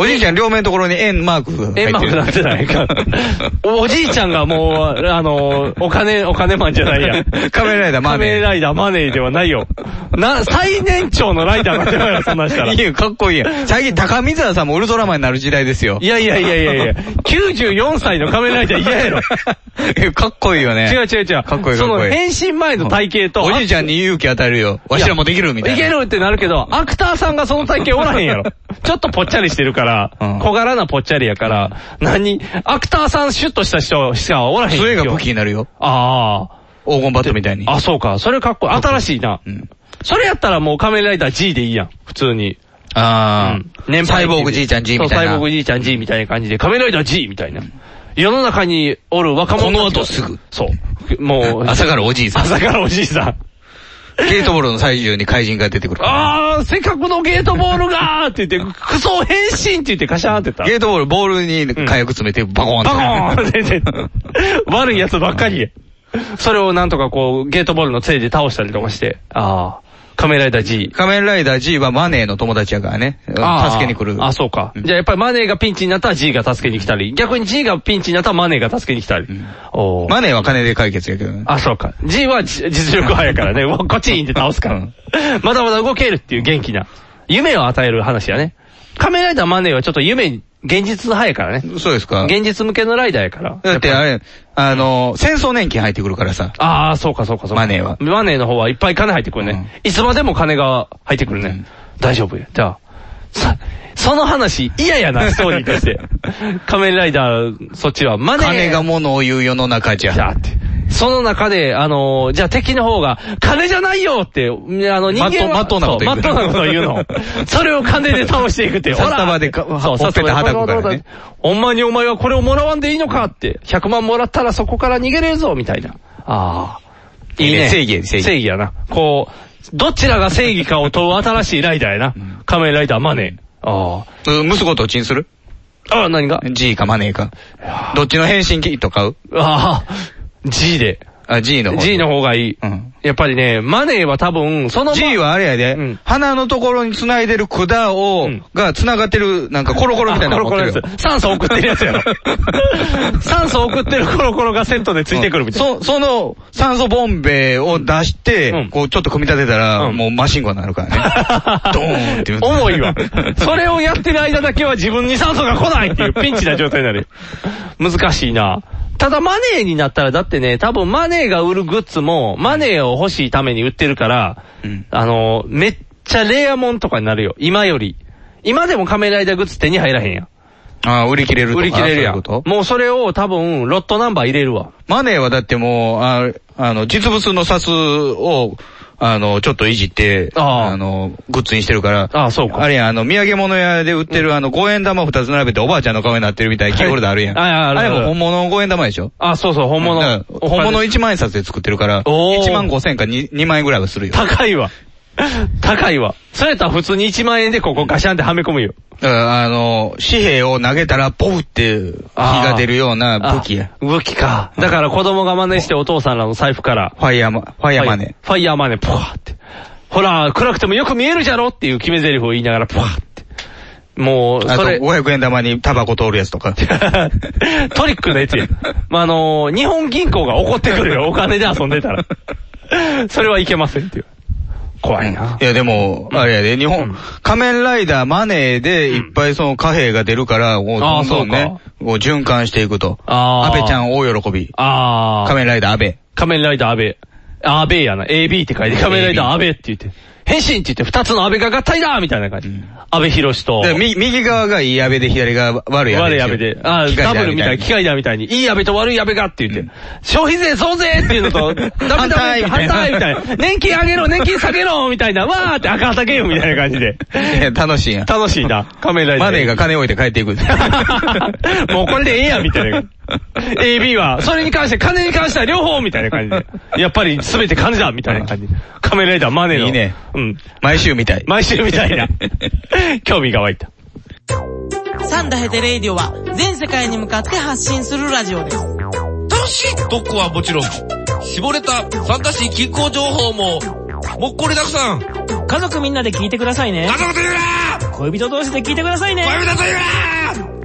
Speaker 2: おじいちゃん両面のところに円マーク入ってる。
Speaker 3: 円幕なってないか。 おじいちゃんがもう、あの、お金、お金マンじゃな いや。
Speaker 2: カメラライダーマ
Speaker 3: マ
Speaker 2: ー
Speaker 3: ネー
Speaker 2: ネ
Speaker 3: ライダー、マネーではないよ。な、最年長のライダーがってないよ、そんなんしたら。
Speaker 2: ー。
Speaker 3: い
Speaker 2: いや、かっこいいやん。最近高見沢さんもウルトラマンになる時代ですよ。
Speaker 3: やいやいやいやいや、94歳の仮面ライダー嫌 やろ。
Speaker 2: えかっこいいよね。
Speaker 3: 違う違う違う。
Speaker 2: かっこいいかっこいい
Speaker 3: その変身前の体型と、
Speaker 2: おじいちゃんに勇気与えるよ。わしらもできるみたいな。
Speaker 3: いけるってなるけど、アクターさんがその体型おらへんや ろ。ちょっとぽっちゃりしてるか
Speaker 2: うん
Speaker 3: ら、小柄なぽっちゃりやから、何、アクターさんシュッとした人しかおらへんよ
Speaker 2: 杖が武器になるよ。
Speaker 3: あ
Speaker 2: 黄金バットみたいに
Speaker 3: あ。。あ、そうか。それかっこいい。新しいな。
Speaker 2: うん
Speaker 3: それやったらもう仮面ライダー G でいいやん。普通に。
Speaker 2: ああ。
Speaker 3: 年
Speaker 2: サ
Speaker 3: 配
Speaker 2: イ
Speaker 3: の
Speaker 2: ボーグじいちゃん G み
Speaker 3: そう
Speaker 2: たい
Speaker 3: サイ
Speaker 2: な
Speaker 3: ボー。グじいちゃん G みたいな感じで、仮面ライダー G みたいな。世の中におる若者
Speaker 2: この後すぐ。
Speaker 3: そう。もう、
Speaker 2: 朝からおじいさん。
Speaker 3: 朝からおじいさん。
Speaker 2: ゲートボールの最中に怪人が出てくる。
Speaker 3: あー、せっかくのゲートボールがーって言って、クソ変身って言ってカシャーンって言った。
Speaker 2: ゲートボール、ボールに火薬詰めて、バコーンって
Speaker 3: バコーンって言って、悪いやつばっかりや。それをなんとかこう、ゲートボールの杖で倒したりとかして、あー、仮面ライダー G。
Speaker 2: 仮面ライダー G はマネーの友達やからね。
Speaker 3: あー
Speaker 2: 助けに来る。
Speaker 3: あ、そうか。
Speaker 2: うん
Speaker 3: じゃあやっぱりマネーがピンチになったら G が助けに来たり、逆に G がピンチになったらマネーが助けに来たり。おー
Speaker 2: マネーは金で解決やけどね。
Speaker 3: あ、そうか。G はじ実力派やか らね。もうこっちにって倒すから。まだまだ動けるっていう元気な。夢を与える話やね。仮面ライダーマネーはちょっと夢、現実派やからね。
Speaker 2: そうですか。
Speaker 3: 現実向けのライダーやから。
Speaker 2: だってあれ、あの、戦争年金入ってくるからさ。
Speaker 3: ああ、そうかそうかそうか。
Speaker 2: マネーは
Speaker 3: マネーの方はいっぱい金入ってくるね。いつまでも金が入ってくるね。大丈夫や。じゃあ、さ、その話嫌やな、ストーリー として。仮面ライダー、そっちは。マネー。
Speaker 2: 金が物を言う世の中じ
Speaker 3: じゃ
Speaker 2: ゃ。
Speaker 3: あって。その中で、あのーじゃあ敵の方が、金じゃないよって、ねあの人間は。
Speaker 2: まっとうまっとうなこと言う
Speaker 3: そうまっとうなこと言う の。それを金で倒していくって。
Speaker 2: 札束
Speaker 3: ほら
Speaker 2: でか
Speaker 3: そう、
Speaker 2: ほっぺた
Speaker 3: 札束で
Speaker 2: 叩くからね
Speaker 3: ほんまにお前はこれをもらわんでいいのかって。100万もらったらそこから逃げれるぞ、みたいな。ああ。いい
Speaker 2: いい
Speaker 3: ね。
Speaker 2: ね正義や正義
Speaker 3: 正義やな。こう、どちらが正義かを問う新しいライダーやな。仮面ライダーマネー。あ
Speaker 2: うん息子とチンする
Speaker 3: あ。ああ、何が
Speaker 2: ?G かマネーか。どっちの変身キット買う
Speaker 3: ああ。G で。
Speaker 2: あ、G の方。
Speaker 3: G の方がいい。
Speaker 2: うん
Speaker 3: やっぱりね、マネーは多分、そのま
Speaker 2: G はあれやで、
Speaker 3: うん
Speaker 2: 鼻のところに繋いでる管を、
Speaker 3: うん
Speaker 2: が繋がってる、なんかコロコロみたいな
Speaker 3: あ
Speaker 2: の
Speaker 3: コ
Speaker 2: 持
Speaker 3: ロ
Speaker 2: って
Speaker 3: コ
Speaker 2: る
Speaker 3: ロ
Speaker 2: よ
Speaker 3: です。酸素送ってるやつやろ。酸素送ってるコロコロがセットでついてくるみたいな。
Speaker 2: そ、その酸素ボンベを出して、
Speaker 3: うん
Speaker 2: こうちょっと組み立てたら、
Speaker 3: うん
Speaker 2: もうマシンガンになる からね。ドーンっていう。
Speaker 3: 重いわ。それをやってる間だけは自分に酸素が来ないっていうピンチな状態になる。難しいな。ただマネーになったらだってね、多分マネーが売るグッズも、マネーを欲しいために売ってるから、あの、めっちゃレアもんとかになるよ。今より。今でも仮面ライダーグッズ手に入らへんやん。
Speaker 2: ああ、売り切れるとか
Speaker 3: 売り切れるや
Speaker 2: そ
Speaker 3: ん
Speaker 2: ういうこと。
Speaker 3: もうそれを多分、ロットナンバー入れるわ。
Speaker 2: マネーはだってもう、ああの、実物のサスを、あの、ちょっといじって、
Speaker 3: ああ
Speaker 2: あの、グッズにしてるから、
Speaker 3: ああそうか
Speaker 2: あれやん、あの、土産物屋で売ってる、あの、五円玉二つ並べておばあちゃんの顔になってるみたいなキーホルダーあるやん。
Speaker 3: はいはいあるあ
Speaker 2: れ
Speaker 3: る
Speaker 2: も本物の五円玉でしょ
Speaker 3: あ、そうそう、本物。
Speaker 2: だから本物1万円札で作ってるから、
Speaker 3: おー
Speaker 2: 1万5千か 2, 万円ぐらいはするよ。だか
Speaker 3: 高いわ。高いわ。それやったら普通に1万円でここガシャンってはめ込むよ。
Speaker 2: ら、あの、紙幣を投げたら、ポフって火
Speaker 3: あー
Speaker 2: が出るような武器や。
Speaker 3: あ。武器か。だから子供が真似してお父さんらの財布から。
Speaker 2: ファイヤーマ、ファイヤーマネー。
Speaker 3: ファイヤーマネー、ポワーって。ほら、暗くてもよく見えるじゃろっていう決め台詞を言いながら、ポワーって。もう、
Speaker 2: あと、
Speaker 3: それ、
Speaker 2: 500円玉にタバコ通るやつとか。
Speaker 3: トリックのやつや。まあ、あのー日本銀行が怒ってくるよ、お金で遊んでたら。それはいけませんっていう。怖いな。
Speaker 2: いやでも、あれやで、日本、仮面ライダーマネーでいっぱいその貨幣が出るから、もう
Speaker 3: あ
Speaker 2: ど
Speaker 3: あ
Speaker 2: んどんね、こう循環していくと。
Speaker 3: あ
Speaker 2: 安
Speaker 3: ー
Speaker 2: 倍ちゃん大喜び。
Speaker 3: あー
Speaker 2: 仮。面ライダー安倍。
Speaker 3: 仮面ライダー安倍。安倍やな。AB って書いて、仮面ライダー安倍って言って。変身って言って、二つの安倍が合体だみたいな感じ。安倍博士と。
Speaker 2: で右右側がいい安倍で左側が悪い安倍
Speaker 3: 悪
Speaker 2: で
Speaker 3: い
Speaker 2: すよ。
Speaker 3: 安倍で。ああ、
Speaker 2: 機械
Speaker 3: ダ
Speaker 2: だ
Speaker 3: ブルみたいな、機械だみたいに。いい安倍と悪い安倍がって言って。消費税増税っていうの と、ダメダメ
Speaker 2: 反対みた
Speaker 3: 反
Speaker 2: いな
Speaker 3: 対みたいな。年金上げろ、年金下げろみたいな。わーって赤旗ゲームみたいな感じで。
Speaker 2: いや楽しいやん。
Speaker 3: 楽しい な。仮面ライダー。
Speaker 2: マネーが金置いて帰っていく。
Speaker 3: もうこれでええやんみたいな。AB は、それに関して、金に関しては両方みたいな感じで。やっぱり全て金だみたいな感じ。仮面ライダー、マネーの。
Speaker 2: いいね
Speaker 3: うん。
Speaker 2: 毎週みたい。
Speaker 3: 毎週みたいな。 興味が湧いた。
Speaker 8: サンダヘテレイディオは全世界に向かって発信するラジオです。
Speaker 9: 楽しい特攻はもちろん、絞れた参加し気候情報も、もっこりたくさん。
Speaker 8: 家族みんなで聞いてくださいね
Speaker 9: な。ぞこと言うな
Speaker 8: 恋人同士で聞いてくださいね。
Speaker 9: 恋人と言うな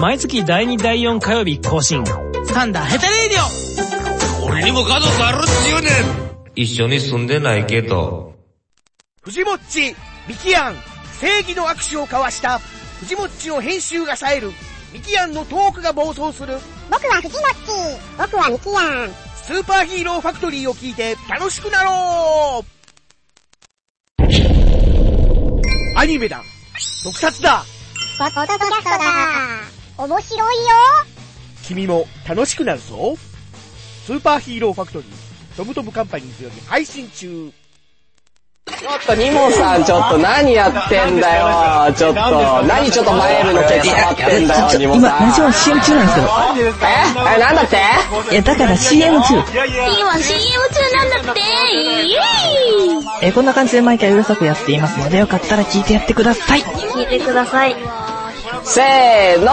Speaker 8: 毎月第2第4火曜日更新。サンダヘテレイディオ
Speaker 9: 俺にも家族あるっちゅうねん一緒に住んでないけど。
Speaker 10: 藤もっち、ミキアン、正義の握手を交わした、藤もっちの編集が冴える、ミキアンのトークが暴走する、
Speaker 11: 僕はフジモッチ僕はミキヤン。
Speaker 10: スーパーヒーローファクトリーを聞いて楽しくなろうアニメだ特撮だ
Speaker 11: ポッドキャストだ。面白いよ。
Speaker 10: 君も楽しくなるぞスーパーヒーローファクトリー、トムトムカンパニーズより配信中
Speaker 1: ちょっとニモさん、ちょっと何やってんだよ。ちょっと、何ちょっと前るの手触ってんだよ、ニモさん。今、ラジオ CM 中なんですけど。ええ、なんだって
Speaker 8: いや、だから CM 中。
Speaker 11: 今 CM 中なんだって。イエー
Speaker 8: えー、こんな感じで毎回うるさくやっていますので、よかったら聞いてやってください。
Speaker 11: イ聞いてください。
Speaker 1: せーの。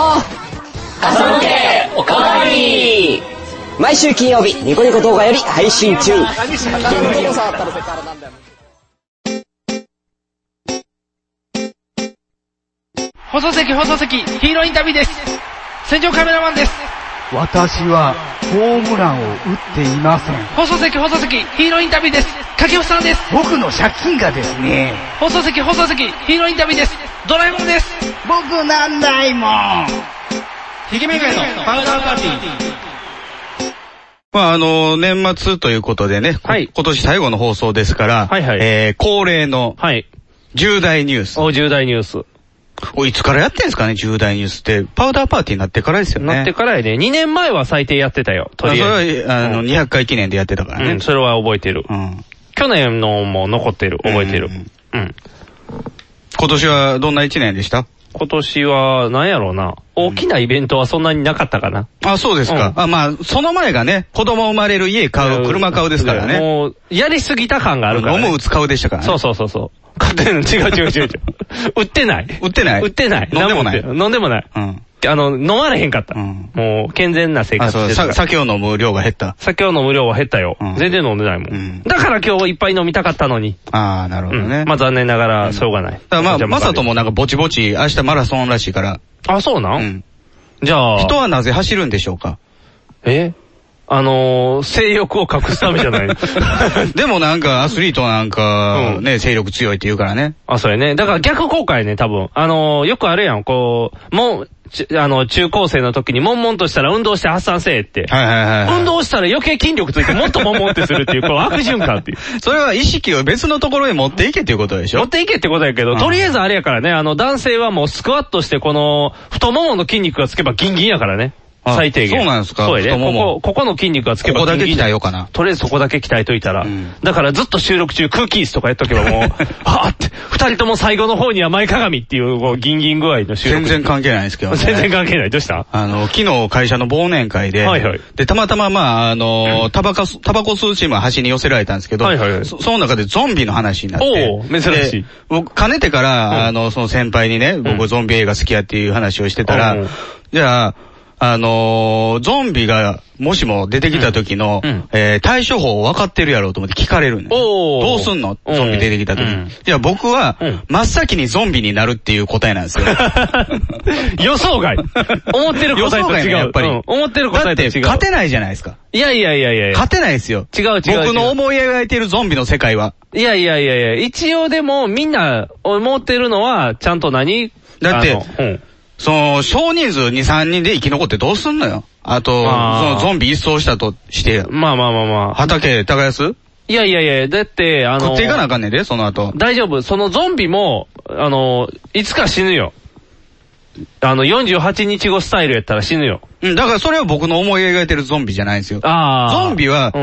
Speaker 1: 朝向け、おかわり毎週金曜日、ニコニコ動画より配信中。ニモさんだったら絶対あれなんだよ。
Speaker 10: 放送席放送席、ヒーローインタビューです戦場カメラマンです
Speaker 1: 私は、ホームランを打っていません。
Speaker 10: 放送席放送席、ヒーローインタビューです掛布さんです
Speaker 1: 僕の借金がですね、
Speaker 10: 放送席放送席、ヒーローインタビューですドラえもんです
Speaker 1: 僕なんないもん。
Speaker 10: ヒゲメガネのパウダーパーティー
Speaker 2: まあ、あの、年末ということでね、こ
Speaker 3: はい
Speaker 2: 今年最後の放送ですから、
Speaker 3: はいはい
Speaker 2: えー、恒例の
Speaker 3: はい。
Speaker 2: 重大ニュース。
Speaker 3: お、重大ニュース。
Speaker 2: おいつからやってんすかね、重大ニュースって。パウダーパーティーになってからですよね。
Speaker 3: なってからやね。2年前は最低やってたよ。とりあえず。
Speaker 2: それは、あの、200回記念でやってたから
Speaker 3: う
Speaker 2: ね
Speaker 3: ん、。それは覚えてる。
Speaker 2: うん。
Speaker 3: 去年のも残ってる。覚えてる。
Speaker 2: うん
Speaker 3: うん。
Speaker 2: 今年はどんな1年でした
Speaker 3: 今年は、なんやろうな。大きなイベントはそんなになかったかな。
Speaker 2: あ、そうですか。
Speaker 3: うん
Speaker 2: あ、まあ、その前がね、子供生まれる家買う、車買うですからね。
Speaker 3: もう、やりすぎた感があるから、ね。
Speaker 2: 飲む打つ買うでしたからね。
Speaker 3: そうそうそうそう。買ってんの違う違う違う違う。売ってない。
Speaker 2: 売ってない
Speaker 3: 売ってない。
Speaker 2: 飲んでもない
Speaker 3: 何売って飲んでもない。
Speaker 2: うん。
Speaker 3: あの、飲まれへんかった。
Speaker 2: うん
Speaker 3: もう、健全な生
Speaker 2: あ、
Speaker 3: 活し
Speaker 2: そ
Speaker 3: て
Speaker 2: う、
Speaker 3: るから
Speaker 2: さ酒を飲む量が減った。
Speaker 3: 酒を飲む量は減ったよ。
Speaker 2: うん
Speaker 3: 全然飲んでないもん,、
Speaker 2: うん
Speaker 3: だから今日いっぱい飲みたかったのに。
Speaker 2: ああ、なるほどね。
Speaker 3: うんまあ残念ながら、しょうがない。
Speaker 2: だからまあ、
Speaker 3: じゃ
Speaker 2: まさと。もなんかぼちぼち、明日マラソンらしいから。
Speaker 3: あ、そうな、
Speaker 2: うんん。
Speaker 3: じゃあ、
Speaker 2: 人はなぜ走るんでしょうか
Speaker 3: えあのー、性欲を隠すためじ ゃない。
Speaker 2: でもなんか、アスリートなんか、ね、勢力強いって言うからね。
Speaker 3: あ、そうやね。だから逆効果やね、多分。あのー、よくあるやん、こう、もう、ちあの、中高生の時に、悶々としたら運動して発散せえって。
Speaker 2: はいはいはい。
Speaker 3: 運動したら余計筋力ついてもっと悶々ってするっていう、こう悪循環っていう。
Speaker 2: それは意識を別のところへ持っていけっていうことでしょ
Speaker 3: 持っていけってことやけど、とりあえずあれやからね、あの、男性はもうスクワットして、この、太ももの筋肉がつけばギンギンやからね。
Speaker 2: あ
Speaker 3: 最低限。
Speaker 2: そうなんですか
Speaker 3: そうや
Speaker 2: 太
Speaker 3: ね。
Speaker 2: もも
Speaker 3: ここ、ここの筋肉がつけば
Speaker 2: ここだけ
Speaker 3: ギンギン
Speaker 2: 鍛えようかな
Speaker 3: とりあえずそこだけ鍛えといたら。だからずっと収録中空気椅子とかやっとけば もう、はぁって、二人とも最後の方には前鏡っていう、こう、ギンギン具合の収
Speaker 2: 全
Speaker 3: 録。
Speaker 2: 然関係ないんですけどね
Speaker 3: 全然関係ない。どうした
Speaker 2: あの、昨日会社の忘年会で、
Speaker 3: はいはい
Speaker 2: で、たまたま、まあ、あの、タバコ、タバコ吸うチームは端に寄せられたんですけど、
Speaker 3: はいはいはい
Speaker 2: そその中でゾンビの話になって、
Speaker 3: おー珍しい
Speaker 2: で。僕、かねてから、あの、その先輩にね、僕ゾンビ映画好きやっていう話をしてたら、じゃあ、あのーゾンビが、もしも出てきた時の、えー対処法分かってるやろうと思って聞かれるね。どうすんのゾンビ出てきた時。いや、僕は、真っ先にゾンビになるっていう答えなんですよ。
Speaker 3: 予想外。思ってる答えと違う
Speaker 2: 予想外ねやっぱり
Speaker 3: うん思ってる 答えと違
Speaker 2: だ
Speaker 3: う
Speaker 2: って勝てないじゃないですか。
Speaker 3: いやいやいやいやいや。
Speaker 2: 勝てないですよ。
Speaker 3: 違う違う違う
Speaker 2: 僕の思い描いてるゾンビの世界は。
Speaker 3: いやいやいやいや、一応でもみんな思ってるのは、ちゃんと何
Speaker 2: だって
Speaker 3: あのうん
Speaker 2: その、少人数2、3人で生き残ってどうすんのよ。あと、
Speaker 3: あー
Speaker 2: そのゾンビ一掃したとして。
Speaker 3: まあまあまあまあ。
Speaker 2: 畑耕す
Speaker 3: いやいやいや、だって、あの、
Speaker 2: 食っていかなあかんねんで、その後。
Speaker 3: 大丈夫。そのゾンビも、あの、いつか死ぬよ。あの、48日後スタイルやったら死ぬよ。
Speaker 2: うん、だからそれは僕の思い描いてるゾンビじゃないんですよ。
Speaker 3: あ
Speaker 2: ゾンビは、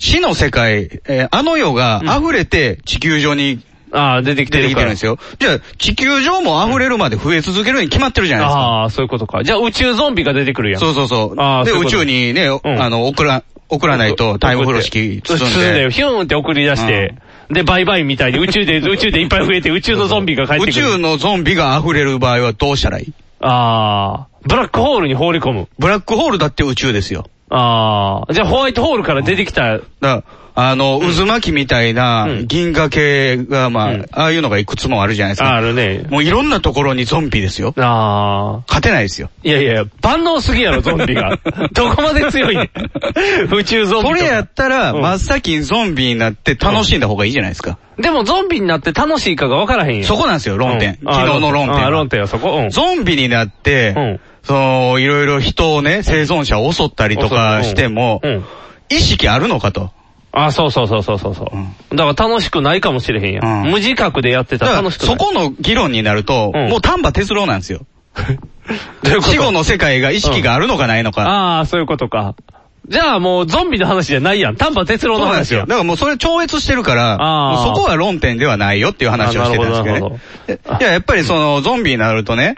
Speaker 2: 死の世界、えーあの世が溢れて地球上に、
Speaker 3: ああ、出てきて
Speaker 2: 出
Speaker 3: る
Speaker 2: てきてるんですよ。じゃあ、地球上も溢れるまで増え続けるに決まってるじゃないですか。
Speaker 3: ああ、そういうことか。じゃあ宇宙ゾンビが出てくるやん。
Speaker 2: そうそうそう。
Speaker 3: あー
Speaker 2: で、
Speaker 3: そういう
Speaker 2: 宇
Speaker 3: こと
Speaker 2: 宙にね、あの、送ら、送らないとタイム風呂式包んで。
Speaker 3: 包んで、ヒューンって送り出して、で、バイバイみたいに宇宙で、宇宙でいっぱい増えて、宇宙のゾンビが帰って
Speaker 2: 宇
Speaker 3: くる。
Speaker 2: 宙のゾンビが溢れる場合はどうしたらいい
Speaker 3: あー、ブラックホールに放り込む。
Speaker 2: ブラックホールだって宇宙ですよ。
Speaker 3: あー、じゃあホワイトホールから出てきた、
Speaker 2: だからあの、渦巻きみたいな銀河系が、まあ、ああいうのがいくつもあるじゃないですか。
Speaker 3: あるね。
Speaker 2: もういろんなところにゾンビですよ。
Speaker 3: あ
Speaker 2: 勝てないですよ。
Speaker 3: いやいや、万能すぎやろ、ゾンビ が。どこまで強いねん宇宙ゾンビと
Speaker 2: そ
Speaker 3: か。
Speaker 2: れやったら、真っ先にゾンビになって楽しんだ方がいいじゃないですか。
Speaker 3: でもゾンビになって楽しいかが分からへんよ。
Speaker 2: そこなんですよ、論点。
Speaker 3: うんあー
Speaker 2: 昨日の論点
Speaker 3: あ
Speaker 2: は。
Speaker 3: ー論点はそこ。うん。
Speaker 2: ゾンビになって、その、いろいろ人をね、生存者を襲ったりとかしても、意識あるのかと。
Speaker 3: あー、そうそうそうそうそうそう。だから楽しくないかもしれへんやん。無自覚でやってた
Speaker 2: だ
Speaker 3: ら
Speaker 2: から
Speaker 3: 楽しくな
Speaker 2: そ
Speaker 3: い。
Speaker 2: この議論になると、もう丹波哲郎なんですよ。 死後の世界が意識があるのかないのか。
Speaker 3: ああ、そういうことか。じゃあもうゾンビの話じゃないやん。丹波哲郎
Speaker 2: そう
Speaker 3: の
Speaker 2: なんで
Speaker 3: 話
Speaker 2: すよ。
Speaker 3: や
Speaker 2: だからもうそれ超越してるから、
Speaker 3: あー
Speaker 2: もうそこは論点ではないよっていう話をしてたんですけ
Speaker 3: あなる
Speaker 2: ど
Speaker 3: ほど
Speaker 2: ね。いや、やっぱりその、ゾンビになるとね、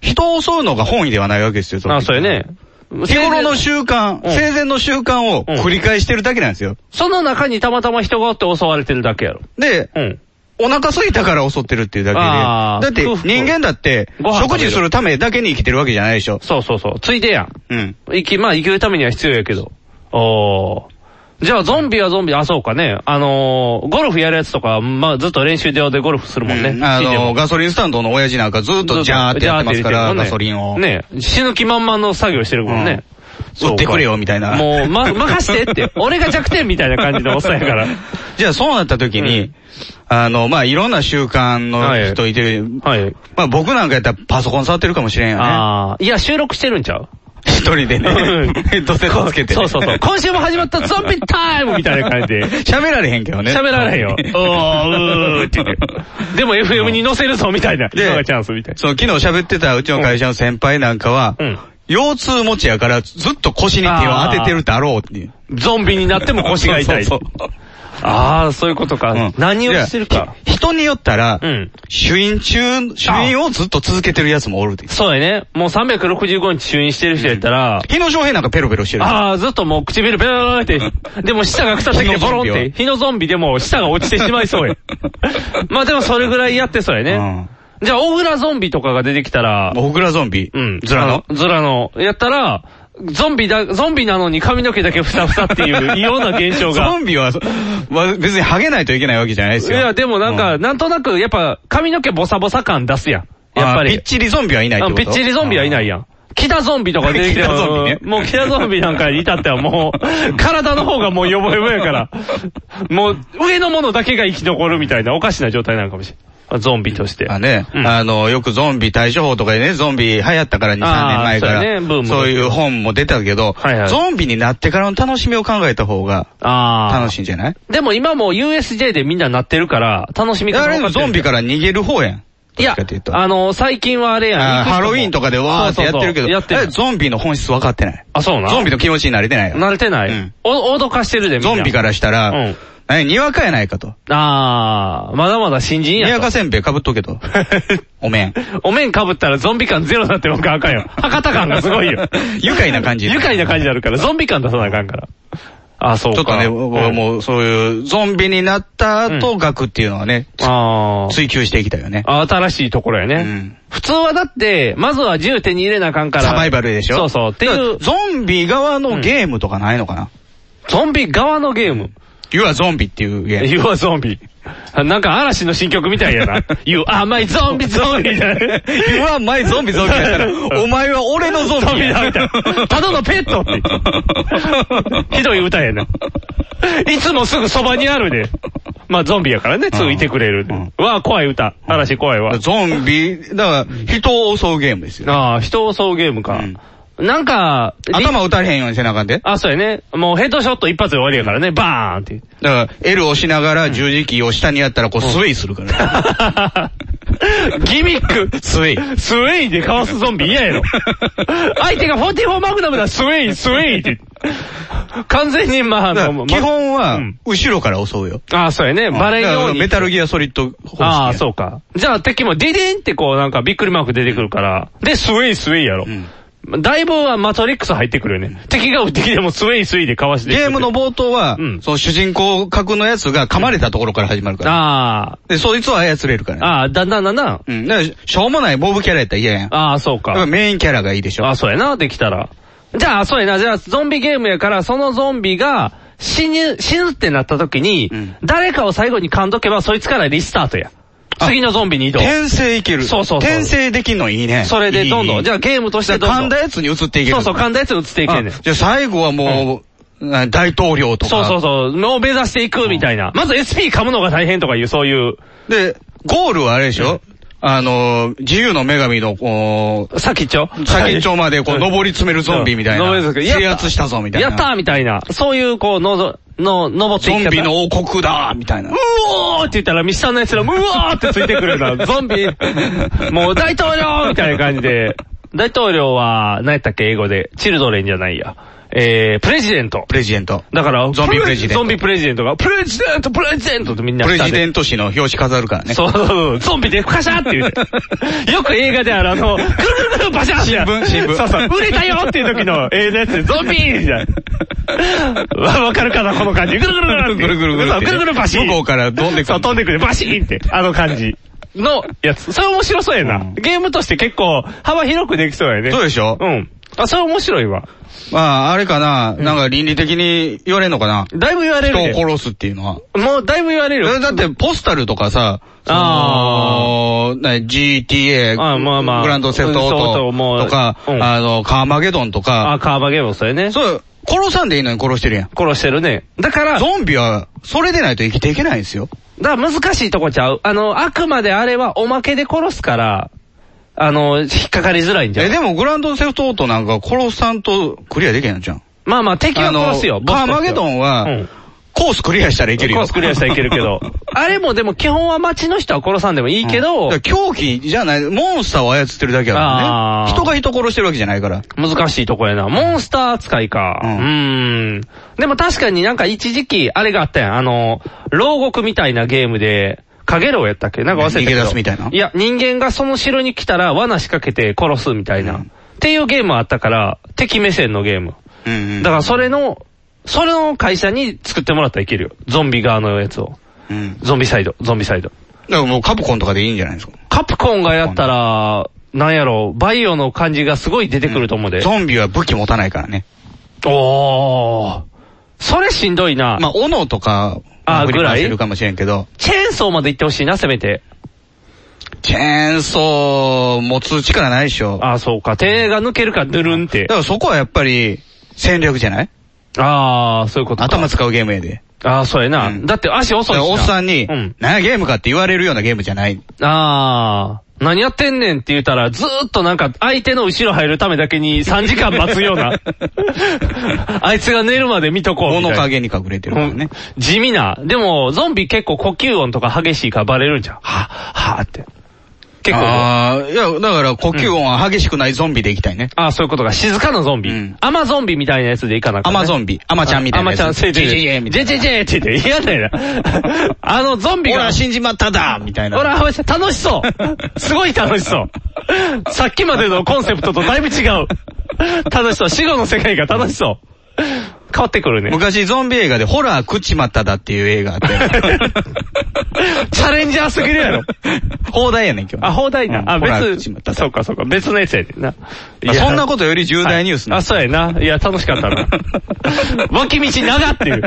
Speaker 2: 人を襲うのが本意ではないわけですよ、ゾンビ
Speaker 3: あそうよね。
Speaker 2: 日頃の習慣、生前の習慣を繰り返してるだけなんですよ。
Speaker 3: その中にたまたま人がおって襲われてるだけやろ。
Speaker 2: で、お腹空いたから襲ってるっていうだけで。
Speaker 3: あ
Speaker 2: だ
Speaker 3: ー
Speaker 2: って
Speaker 3: 空腹
Speaker 2: 人間だって
Speaker 3: ご飯食べ
Speaker 2: 食
Speaker 3: る
Speaker 2: 事するためだけに生きてるわけじゃないでしょ。
Speaker 3: そうそうそう。ついでやん。
Speaker 2: うん。
Speaker 3: 生き、まあ生きるためには必要やけど。おー。じゃあゾンビはゾンビ、あ、そうかね。あのー、ゴルフやるやつとか、まあずっと練習場でゴルフするもんね。
Speaker 2: あ
Speaker 3: 死んでも
Speaker 2: の、ガソリンスタンドの親父なんかずっとジャーってやってますか
Speaker 3: ジャー
Speaker 2: ら、
Speaker 3: って
Speaker 2: ガソリンを。
Speaker 3: ね死ぬ気満々の作業してるもんね。そうか
Speaker 2: 売ってくれよみたいな
Speaker 3: もう、ま、任してって。俺が弱点みたいな感じのおっさんや から。
Speaker 2: じゃあそうなった時に、あの、まあ、いろんな習慣の人いてる。まあ、僕なんかやったらパソコン触ってるかもしれんよね。
Speaker 3: ああ。いや、収録してるんちゃう
Speaker 2: 一人でね、ヘッドセットつけて。
Speaker 3: そうそうそう。今週も始まったゾンビタイムみたいな感 じで。
Speaker 2: 喋られへんけどね。
Speaker 3: 喋られへんよ。おー、うーって言って。でも FM に載せるぞみたいな。
Speaker 2: で
Speaker 3: 今がチャンスみたい
Speaker 2: その昨日喋ってたうちの会社の先輩なんかは、腰痛持ちやからずっと腰に手を当ててるだろうっていう。
Speaker 3: な。ゾンビになっても腰が痛い。
Speaker 2: そう
Speaker 3: ああ、そういうことか。何をしてるか。
Speaker 2: 人によったら、主因中、主因をずっと続けてるやつもおるって。
Speaker 3: そうやね。もう365日就任してる人やったら、
Speaker 2: 日野翔平なんかペロペロしてる。
Speaker 3: ああ、ずっともう唇ベロベロって、でも舌が腐ってきてボロンって、火のゾンビでも舌が落ちてしまいそう や。まあでもそれぐらいやってそうやね。じゃあ、小倉ゾンビとかが出てきたら、
Speaker 2: 小倉ゾンビ。
Speaker 3: うん。
Speaker 2: ズラの
Speaker 3: あズラの。やったら、ゾンビだ、ゾンビなのに髪の毛だけふさふさっ ていう異様な現象が。
Speaker 2: ゾンビは、わ別にハゲないといけないわけじゃないです
Speaker 3: い
Speaker 2: よ。
Speaker 3: や、でもなんか、なんとなく、やっぱ、髪の毛ボサボサ感出すやん。やっぱり。
Speaker 2: あーびっちりゾンビはいないってこと
Speaker 3: あびっちりゾンビはいないやん。北ゾンビとか出てきて
Speaker 2: 北ゾンビね
Speaker 3: もう北ゾンビなんかに至ってはも う、体の方がもうヨボヨボやから、もう上のものだけが生き残るみたいなおかしな状態なのかもしれない。ゾンビとして。
Speaker 2: あね、あの、よくゾンビ対処法とかでね、ゾンビ流行ったから2、3年前か
Speaker 3: あーそうやねブー
Speaker 2: ら、
Speaker 3: ム
Speaker 2: そういう本も出たけど
Speaker 3: はいは、い
Speaker 2: ゾンビになってからの楽しみを考えた方が
Speaker 3: あー
Speaker 2: 楽しいんじゃない
Speaker 3: でも今もう USJ でみんななってるから、楽しみ方
Speaker 2: あ
Speaker 3: 分
Speaker 2: れ
Speaker 3: か
Speaker 2: も
Speaker 3: ってる
Speaker 2: ゾンビから逃げる方やん。
Speaker 3: いや、あの、最近はあれやん。
Speaker 2: あー
Speaker 3: 行く人も
Speaker 2: ハロウィーンとかでわーってやってるけど、
Speaker 3: そうそうそうやって
Speaker 2: あれゾンビの本質分かってない。
Speaker 3: あ、そうな
Speaker 2: ゾンビの気持ちになれてないよ。
Speaker 3: 慣れてない。お、脅かしてるで、みんな
Speaker 2: ゾンビからしたら、
Speaker 3: うん
Speaker 2: 何にわかやないかと。
Speaker 3: あー、まだまだ新人や
Speaker 2: に
Speaker 3: と。
Speaker 2: わかせんべい被っとけ と。お面。
Speaker 3: お面被ったらゾンビ感ゼロになってるのかあかんよ。博多感がすごいよ。
Speaker 2: 愉快な感じ。
Speaker 3: 愉快な感じになるから、ゾンビ感出さなあかんから。あ、そう
Speaker 2: ちょっと
Speaker 3: か。
Speaker 2: ね、僕はもうそういう、ゾンビになった後、学っていうのはね、
Speaker 3: あ
Speaker 2: 追求していきたいよね。
Speaker 3: 新しいところやね。普通はだって、まずは銃手に入れなあかんから。
Speaker 2: サバイバルでしょ
Speaker 3: そうそう。っていう。
Speaker 2: ゾンビ側のゲームとかないのかな、
Speaker 3: ゾンビ側のゲーム
Speaker 2: ?You are zombie っていうゲーム。
Speaker 3: ?You are zombie. なんか嵐の新曲みたいやな。you are my zombie zombie. you
Speaker 2: are my zombie zombie やったら、お前は俺 のゾンビ
Speaker 3: だみたいな。ただのペットって。ひどい歌やな。いつもすぐそばにあるで。まあゾンビやからね、すぐいてくれる。わあ、怖い歌。嵐怖いわ。
Speaker 2: ゾンビ、だから、人を襲うゲームですよ。
Speaker 3: ああ、人を襲うゲームか。なんか、
Speaker 2: 頭打たれへんようにせなあかんで。
Speaker 3: あ、そうやね。もうヘッドショット一発で終わりやからね、バーンって。
Speaker 2: だから、L を押しながら十字キーを下にやったら、こう、スウェイするから。
Speaker 3: ギミック
Speaker 2: スウェ
Speaker 3: イスウェイでかわすゾンビ嫌やろ。 相手が44マグナムだ、スウェイ、スウェイって。完全に、まあ、あ
Speaker 2: だか
Speaker 3: の
Speaker 2: ら基本は
Speaker 3: うん、
Speaker 2: 後ろから襲うよ。
Speaker 3: ああ、そうやね。バレんように。
Speaker 2: メタルギアソリッド方式や。
Speaker 3: ああ、そうか。じゃあ敵もディデンってこうなんかびっくりマーク出てくるから、で、スウェイスウェイやろ。だいぶはマトリックス入ってくるよね。敵が敵でもスウェイスウェイでかわして
Speaker 2: ゲームの冒頭は、
Speaker 3: うん
Speaker 2: その主人公格のやつが噛まれたところから始まるから。
Speaker 3: あ
Speaker 2: で、そいつは操れるからね。
Speaker 3: あ、ああ、だんだんだんだん。
Speaker 2: うん。だから、しょうもないボブキャラやったら嫌やん。
Speaker 3: ああ、そうか。
Speaker 2: やっぱメインキャラがいいでしょ。
Speaker 3: あ、そうやな、できたら。じゃあ、そうやな、じゃあ、ゾンビゲームやから、そのゾンビが、死ぬ、死ぬってなった時に、誰かを最後に噛んどけば、そいつからリスタートや。次のゾンビに移動。
Speaker 2: 転生いける。
Speaker 3: そうそうそう
Speaker 2: 転生できんのいいね。
Speaker 3: それでどんどん
Speaker 2: いい
Speaker 3: じゃあゲームとしてどんどん
Speaker 2: 噛んだやつに移っていける。
Speaker 3: そうそう、噛んだやつに移っていけんねん
Speaker 2: あ。じゃあ最後はもう、な大統領とか。
Speaker 3: そうそうそう、のを目指していくみたいな。まず SP 噛むのが大変とかいう、そういう。
Speaker 2: で、ゴールはあれでしょ、あの、自由の女神の、こう、
Speaker 3: 先っちょ
Speaker 2: 先っちょまでこう、上り詰めるゾンビみたいな。
Speaker 3: うん上り詰める
Speaker 2: 制圧したぞみたいな。
Speaker 3: やったーみたいな。そういう、こう、のぞ、の、登ってい
Speaker 2: ゾ
Speaker 3: き
Speaker 2: ンビ
Speaker 3: 方
Speaker 2: の王国だみたいな。
Speaker 3: うおーって言ったら、ミ下の奴ら、うわーってついてくる よな。ゾンビ、もう大統領みたいな感じで。大統領は、何やったっけ、英語で。チルドレンじゃないや。えー、プレジデント
Speaker 2: プ。レジデント。
Speaker 3: だから、
Speaker 2: ゾンビプレジデント
Speaker 3: ゾンビプレジデントが、プレジデント、プレジデントってみんな
Speaker 2: プレ
Speaker 3: 下
Speaker 2: ジ
Speaker 3: で
Speaker 2: デント氏の表紙飾るからね。
Speaker 3: そうそうそう、ゾンビでカシャーって言うて。よく映画であるあの、ぐるぐるぐるバシャーって。
Speaker 2: 新聞新聞
Speaker 3: そうそう、売れたよっていう時の映画やつで、ゾンビーみたいな。わわかるかな、この感じ。ぐるぐるぐる
Speaker 2: ぐるぐるぐる
Speaker 3: そう
Speaker 2: って
Speaker 3: ぐるぐるバシーン。
Speaker 2: 向こうから飛んでくる
Speaker 3: そう、飛んでくる。バシーンって。あの感じ。のやつ。それ面白そうやな。ゲームとして結構幅広くできそうやね。
Speaker 2: そうでしょ
Speaker 3: うん。あ、それ面白いわ。
Speaker 2: まあ、あれかな、なんか倫理的に言われんのかな
Speaker 3: だいぶ言われる
Speaker 2: 人
Speaker 3: で
Speaker 2: を殺すっていうのは。
Speaker 3: もうだいぶ言われる。
Speaker 2: だって、ポスタルとかさ、そのな GTA、
Speaker 3: あまあまあ
Speaker 2: グランドセフトオ
Speaker 3: そうそう
Speaker 2: ー
Speaker 3: も
Speaker 2: ト
Speaker 3: う
Speaker 2: とか、
Speaker 3: うん
Speaker 2: あの、カーマゲドンと
Speaker 3: あ、
Speaker 2: か、
Speaker 3: カーバーゲームもそうやね。
Speaker 2: そう、殺さんでいいのに殺してるやん。
Speaker 3: 殺してるね。だか ら、
Speaker 2: ゾンビは、それでないと生きていけないんですよ。
Speaker 3: だから難しいとこちゃう。あの、あくまであれはおまけで殺すから、あの、引っかかりづらいんじゃ
Speaker 2: え、
Speaker 3: ん。
Speaker 2: でもグランドセフトオートなんか殺さんとクリアできへんのじゃん。
Speaker 3: まあまあ敵は殺すよ。ボスと
Speaker 2: カー
Speaker 3: しては
Speaker 2: マゲドン
Speaker 3: う
Speaker 2: は
Speaker 3: ん、
Speaker 2: コースクリアしたらいけるよ。
Speaker 3: コースクリアしたらいける けど。あれもでも基本は街の人は殺さんでもいいけど、
Speaker 2: だから狂気じゃない、モンスターを操ってるだけだから
Speaker 3: あ
Speaker 2: ね。
Speaker 3: ー
Speaker 2: 人が人殺してるわけじゃないから。
Speaker 3: 難しいとこやな。モンスター扱いか。う
Speaker 2: うん
Speaker 3: ーん。でも確かになんか一時期、あれがあったやん。あの、牢獄みたいなゲームで、かげろうやったっけなんか忘れたけど。
Speaker 2: 逃げ出すみたいない
Speaker 3: や、人間がその城に来たら罠仕掛けて殺すみたいな。っていうゲームあったから、敵目線のゲーム。
Speaker 2: うん
Speaker 3: だからそれの、それの会社に作ってもらったらいけるよ。ゾンビ側のやつを。
Speaker 2: うん。だか
Speaker 3: ゾンビサイド、ゾンビサイド。
Speaker 2: らもうカプコンとかでいいんじゃないですか。
Speaker 3: カプコンがやったら、なんやろ、バイオの感じがすごい出てくると思うで。
Speaker 2: ゾンビは武器持たないからね。
Speaker 3: おー。それしんどいな。
Speaker 2: まあ、斧とか、
Speaker 3: あー
Speaker 2: 振り回
Speaker 3: ぐらい
Speaker 2: せるかもしれんけど。
Speaker 3: チェーンソーまで行ってほしいな、せめて。
Speaker 2: チェーンソー持つ力ないでしょ。
Speaker 3: あ、そうか。手が抜けるか、ぬるんって。
Speaker 2: だからそこはやっぱり、戦略じゃない
Speaker 3: ああ、そういうことか。
Speaker 2: 頭使うゲームやで。
Speaker 3: ああ、そうやな。うん、だって足遅いし
Speaker 2: おっさんに、うん、何やゲームかって言われるようなゲームじゃない。
Speaker 3: ああ。何やってんねんって言ったら、ずーっとなんか相手の後ろ入るためだけに3時間待つよ うな。あいつが寝るまで見とこうみ
Speaker 2: の影に隠れてるからね、
Speaker 3: うん、地味な。でも、ゾンビ結構呼吸音とか激しいからバレるんじゃん。はぁ、はぁって。
Speaker 2: 結構。ああ、いや、だから呼吸音は激しくないゾンビでいきたいね。
Speaker 3: うん、ああ、そういうことか。静かなゾンビ。うん、アマゾンビみたいなやつでいかなく
Speaker 2: て、ね。アマゾンビ。アマちゃんみたいなやつ。
Speaker 3: アマちゃん、せいじいじいみたいな。じいじいって言って嫌だよな。あのゾンビが。
Speaker 2: ほら、死んじまっただみたいな。
Speaker 3: ほら、楽しそう。すごい楽しそう。さっきまでのコンセプトとだいぶ違う。楽しそう。死後の世界が楽しそう。変わってくるね。
Speaker 2: 昔ゾンビ映画でホラー食っちまっただっていう映画あって。
Speaker 3: チャレンジャーすぎ るやろ。
Speaker 2: 放題やねん今日。
Speaker 3: あ、放題な。うん、あ、別。そうかそうか。別のやつやでな。
Speaker 2: そんなことより重大ニュース
Speaker 3: な、はい、あ、そうやな。いや、楽しかっ たな。脇道長っていう。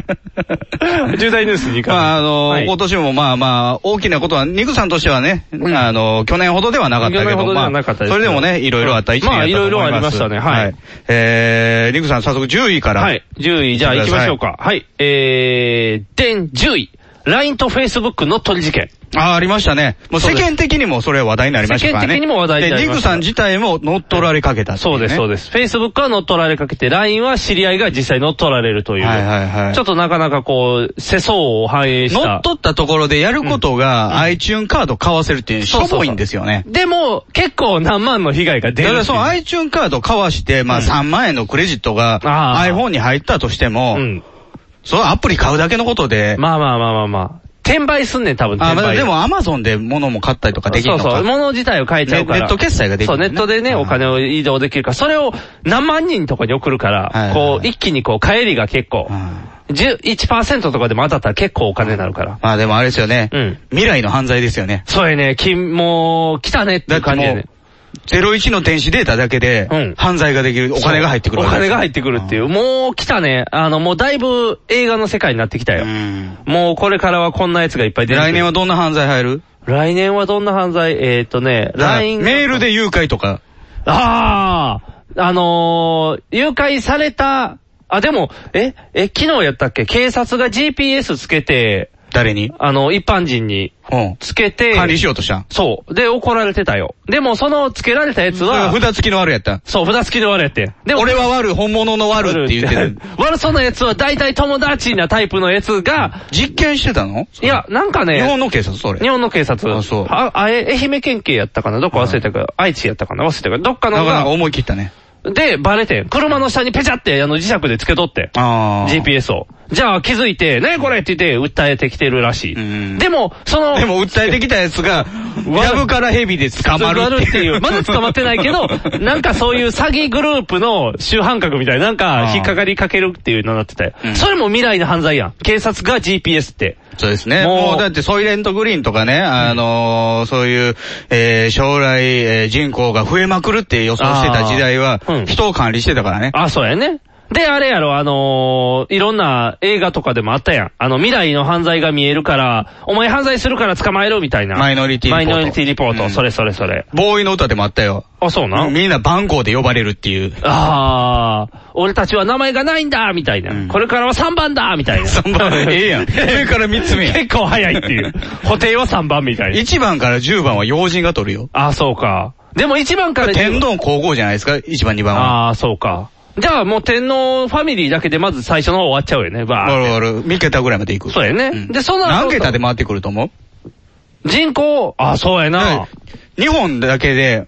Speaker 3: 重大ニュースに行か
Speaker 2: まあ、あのーはい、今年もまあまあ、大きなことは、ニクさんとしてはね、うん、あのー、去年ほどではなかったけど、
Speaker 3: まあ、
Speaker 2: それでもね、いろいろあった一年
Speaker 3: まあ、いろいろありましたね。はい。はい、
Speaker 2: えー、ニクさん早速10位から。
Speaker 3: はい。10位、じゃあ行きましょうか。はい。えー、でん10位。LINE と Facebook 乗っ取り事件。
Speaker 2: ああ、ありましたね。もう世間的にもそれ話題になりましたからね。
Speaker 3: 世間的にも話題にな
Speaker 2: ました。
Speaker 3: り
Speaker 2: で、ニグさん自体も乗っ取られかけた、ね、
Speaker 3: そうです、そうです。Facebook は乗っ取られかけて、LINE は知り合いが実際乗っ取られるという。
Speaker 2: はいはいはい。
Speaker 3: ちょっとなかなかこう、世相を反映した。
Speaker 2: 乗っ取ったところでやることが、うん、iTune カード買わせるっていう、しょぼいんですよね。
Speaker 3: でも、結構何万の被害が出る。
Speaker 2: だからその iTune カード買わして、まあ3万円のクレジットが、iPhone に入ったとしても、うん、そのアプリ買うだけのことで。
Speaker 3: まあまあまあまあまあ。転売すんねん、多分。
Speaker 2: あ、まあ、でもアマゾンで物も買ったりとかできるの
Speaker 3: そうそう、物自体を買えちゃうから。
Speaker 2: ネット決済ができる、
Speaker 3: ね、そう、ネットでね、お金を移動できるから、それを何万人とかに送るから、はいはい、こう、一気にこう、帰りが結構。11%とかでも当たったら結構お金になるから。
Speaker 2: まあでもあれですよね。うん。未来の犯罪ですよね。
Speaker 3: そうやね。金、もう、来たねっていう感じでね。
Speaker 2: 01の電子データだけで、犯罪ができる、お金が入ってくる。
Speaker 3: お金が入ってくるっていう。もう来たね。あの、もうだいぶ映画の世界になってきたよ。もうこれからはこんなやつがいっぱい出て
Speaker 2: 来年はどんな犯罪入る
Speaker 3: 来年はどんな犯罪えー、っとね、LINE。
Speaker 2: メールで誘拐とか。
Speaker 3: あああのー、誘拐された、あ、でも、え、え、昨日やったっけ警察が GPS つけて、
Speaker 2: 誰に
Speaker 3: あの、一般人に。つけて、うん、
Speaker 2: 管理しようとした
Speaker 3: そう。で、怒られてたよ。でも、その、つけられたやつは。
Speaker 2: 札付きの悪やった。
Speaker 3: そう、札付きの悪やって。
Speaker 2: で俺は悪、本物の悪って言って
Speaker 3: た。 悪そうなやつは、大体友達なタイプのやつが。
Speaker 2: 実験してたの
Speaker 3: いや、なんかね。
Speaker 2: 日本の警察、それ。
Speaker 3: 日本の警察。
Speaker 2: あ、そう。
Speaker 3: あ、あえ、愛媛県警やったかなどこ忘れたか、愛知やったかな忘れたかどっかの
Speaker 2: なかなか思い切ったね。
Speaker 3: で、バレて、車の下にペチャって、あの、磁石で付け取って、GPS を。じゃあ気づいて、ねこれって言って、訴えてきてるらしい。でも、そ の、
Speaker 2: でも訴えてきたやつが、ラブからヘビで捕まるっていう。
Speaker 3: っていうまだ捕まってないけど、なんかそういう詐欺グループの主犯格みたいな、なんか引っかかりかけるっていうのになってたよ。うん、それも未来の犯罪やん。警察が GPS って。
Speaker 2: そうですね。もう、もうだってソイレントグリーンとかね、あのー、そういう、えー、将来、えー、人口が増えまくるって予想してた時代は、うん、人を管理してたからね。
Speaker 3: あ、そうやね。で、あれやろ、あのー、いろんな映画とかでもあったやん。あの、未来の犯罪が見えるから、お前犯罪するから捕まえろみたいな。
Speaker 2: マイノリティリポート。
Speaker 3: マイノリティリポート、うん、それそれそれ。
Speaker 2: ボーイの歌でもあったよ。
Speaker 3: あ、そうな。
Speaker 2: みんな番号で呼ばれるっていう。
Speaker 3: ああ、俺たちは名前がないんだみたいな、うん、これからは3番だみたいな。
Speaker 2: 3番え えやん。上から3つ目。
Speaker 3: 結構早いっていう。固定は3番みたいな。
Speaker 2: 1番から10番は要人が取るよ。
Speaker 3: あ、そうか。でも1番から
Speaker 2: 天皇皇后じゃないですか ?1 番2番
Speaker 3: は。ああ、そうか。じゃあもう天皇ファミリーだけでまず最初の方終わっちゃうよね、
Speaker 2: ばあ。あるある。3桁ぐらいまでいく。
Speaker 3: そうやね。うん、で、その後。
Speaker 2: 何桁で回ってくると思
Speaker 3: う人口、あ、そうやな。
Speaker 2: 日本だけで、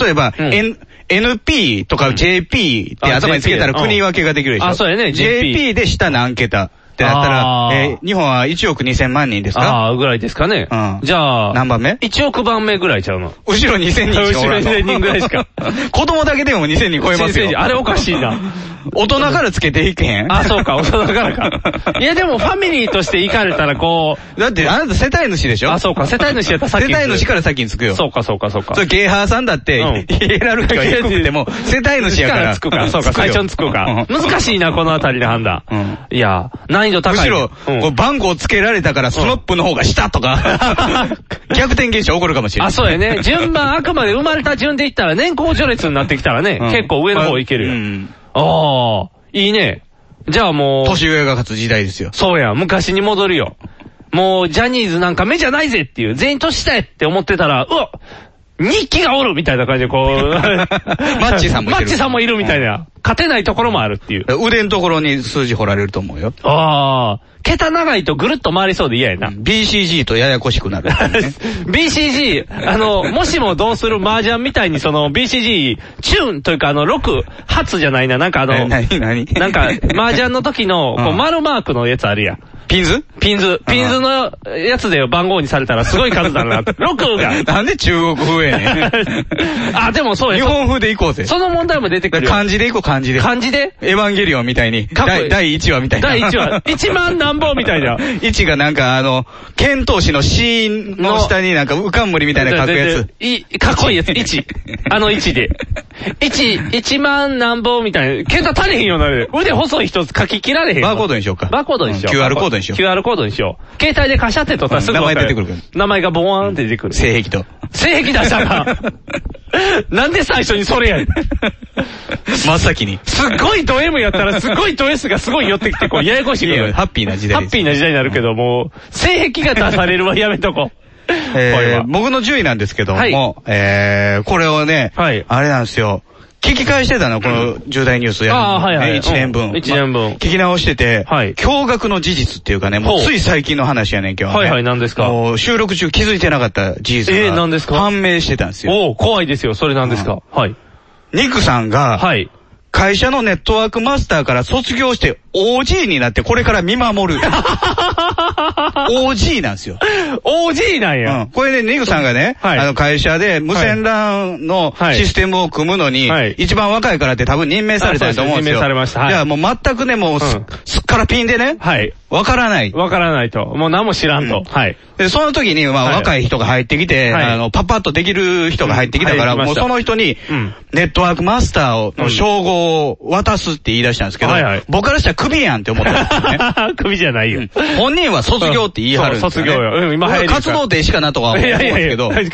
Speaker 2: 例えば、うん、N、NP とか JP って頭につけたら国分けができるでしょ。
Speaker 3: あ、そうやね。
Speaker 2: JP で下何桁。ってなったら、えー、日本は1億2000万人ですか
Speaker 3: ああ、ぐらいですかね。うん。じゃ
Speaker 2: あ、何番目
Speaker 3: ?1 億番目ぐらいちゃうの。
Speaker 2: 後ろ2000人しか
Speaker 3: 後ろ2000人ぐらいしか。
Speaker 2: 子供だけでも2000人超えますよ。
Speaker 3: あれおかしいな。
Speaker 2: 大人からつけていけへん
Speaker 3: あ、そうか、大人からか。いや、でもファミリーとして行かれたらこう。
Speaker 2: だって、あなた世帯主でしょ
Speaker 3: あ、そうか、世帯主やったら先
Speaker 2: 世帯主から先につくよ。
Speaker 3: そうか、そうか、そうか。
Speaker 2: それ、ゲーハーさんだって、ヒエラルキーが低くても、世帯主やから。
Speaker 3: つくか、そうか、最初につくか。難しいな、このあたりの判断。いや、難易度高
Speaker 2: い。むしろ、番号つけられたから、スロップの方が下とか、 逆転現象起こるかもしれない。
Speaker 3: あ、そうやね。 順番、あくまで生まれた順でいったら、年功序列になってきたらね、結構上の方いけるよ。ああ、いいね。じゃあもう。
Speaker 2: 年上が勝つ時代ですよ。
Speaker 3: そうや、昔に戻るよ。もう、ジャニーズなんか目じゃないぜっていう、全員年下やって思ってたら、うわ日記がおるみたいな感じでこ う、
Speaker 2: マッチさんもいる。
Speaker 3: マッチさんもいるみたいな。勝てないところもあるっていう。
Speaker 2: 腕のところに数字掘られると思うよ。
Speaker 3: ああ。桁長いとぐるっと回りそうで嫌やな。
Speaker 2: BCG とややこしくな る、
Speaker 3: BCG、あの、もしもどうする麻雀みたいにその BCG、チューンというかあの、6発じゃないな、なんかあの、
Speaker 2: なになに
Speaker 3: なんか麻雀の時の、こう丸マークのやつあるやん。
Speaker 2: ピンズ
Speaker 3: ピンズ。ピンズのやつで番号にされたらすごい数だ な。6が。
Speaker 2: なんで中国風やねん。
Speaker 3: あ、でもそうや。
Speaker 2: 日本風でいこうぜ。
Speaker 3: その問題も出てくる。
Speaker 2: 漢字でいこう、漢字で。
Speaker 3: 漢字で
Speaker 2: エヴァンゲリオンみたいに。第1話みたいな。
Speaker 3: 第1話。1 万何本みたいな。
Speaker 2: 1がなんかあの、剣闘士のシーンの下になんか浮かんむりみたいな書くやつ。
Speaker 3: い、かっこいいやつ。1。あ の1で。1、1万何本みたいな。剣闘足りへんようになる。腕細い一つ書き切られへん。
Speaker 2: バーコードにしようか。
Speaker 3: バーコードにしよう。
Speaker 2: QR コードにしよう。
Speaker 3: QR コードにしよう。携帯でカシャって取ったらすぐ
Speaker 2: 名前出てくる
Speaker 3: 名前がボワーンって出てくる。
Speaker 2: 性癖と。
Speaker 3: 性癖出し たな。なんで最初にそれやねん。
Speaker 2: 真っ先に。
Speaker 3: すっごいド M やったらすごいド S がすごい寄ってきて、こう、ややこしい
Speaker 2: いハッピーな時代
Speaker 3: ハッピーな時代になるけど、もう、性癖が出されるはやめとこう。
Speaker 2: えー、僕の順位なんですけども、えー、これをね、あれなんですよ。聞き返してたの、この重大ニュースやる。
Speaker 3: ああ、はいはい。
Speaker 2: 1年分。
Speaker 3: 1年分。
Speaker 2: 聞き直してて、驚愕の事実っていうかね、もうつい最近の話やねん、今日
Speaker 3: はいはい、何ですか
Speaker 2: もう収録中気づいてなかった事実が。え、
Speaker 3: 何ですか
Speaker 2: 判明してたんですよ。
Speaker 3: お怖いですよ。それ何ですかはい。
Speaker 2: ニクさんが、はい。会社のネットワークマスターから卒業して OG になってこれから見守 る。OG なんですよ。
Speaker 3: OG なんや。
Speaker 2: うん、これね、ニグさんがね、はい、あの会社で無線 LAN のシステムを組むのに、はい、一番若いからって多分任命されたと思うんですよ。
Speaker 3: 任命されました。
Speaker 2: はい、いや、もう全くね、もうす,、っからピンでね、
Speaker 3: はい。
Speaker 2: わからない。
Speaker 3: わからないと。もう何も知らんと。はい。
Speaker 2: で、その時に、まあ、若い人が入ってきて、あの、パパッとできる人が入ってきたから、もうその人に、ネットワークマスターの称号を渡すって言い出したんですけど、僕からしたら首やんって思ったん ですね。
Speaker 3: 首じゃないよ。
Speaker 2: 本人は卒業って言い張るんです
Speaker 3: よ、ね。卒業よ。今
Speaker 2: 入る。活動停止かなとは思うんですけど。いやいや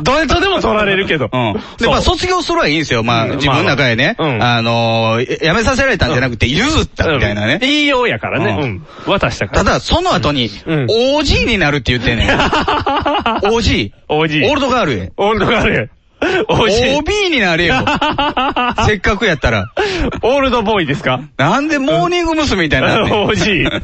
Speaker 3: どれとでも取られるけど。
Speaker 2: うん。で、まあ、卒業するはいいんですよ。まあ、自分の中でね、あの、やめさせられたんじゃなくて、譲ったみたいなね。。
Speaker 3: 言いようやからね。うん。渡したか
Speaker 2: た
Speaker 3: ら
Speaker 2: だ、その後に、OG になるって言ってんねん。OG。
Speaker 3: OG。オー
Speaker 2: ルドガールへ。
Speaker 3: オールドガールへ。
Speaker 2: OB になれよ。せっかくやったら。
Speaker 3: オールドボーイです か
Speaker 2: なんでモーニング娘。みたいになって
Speaker 3: OG。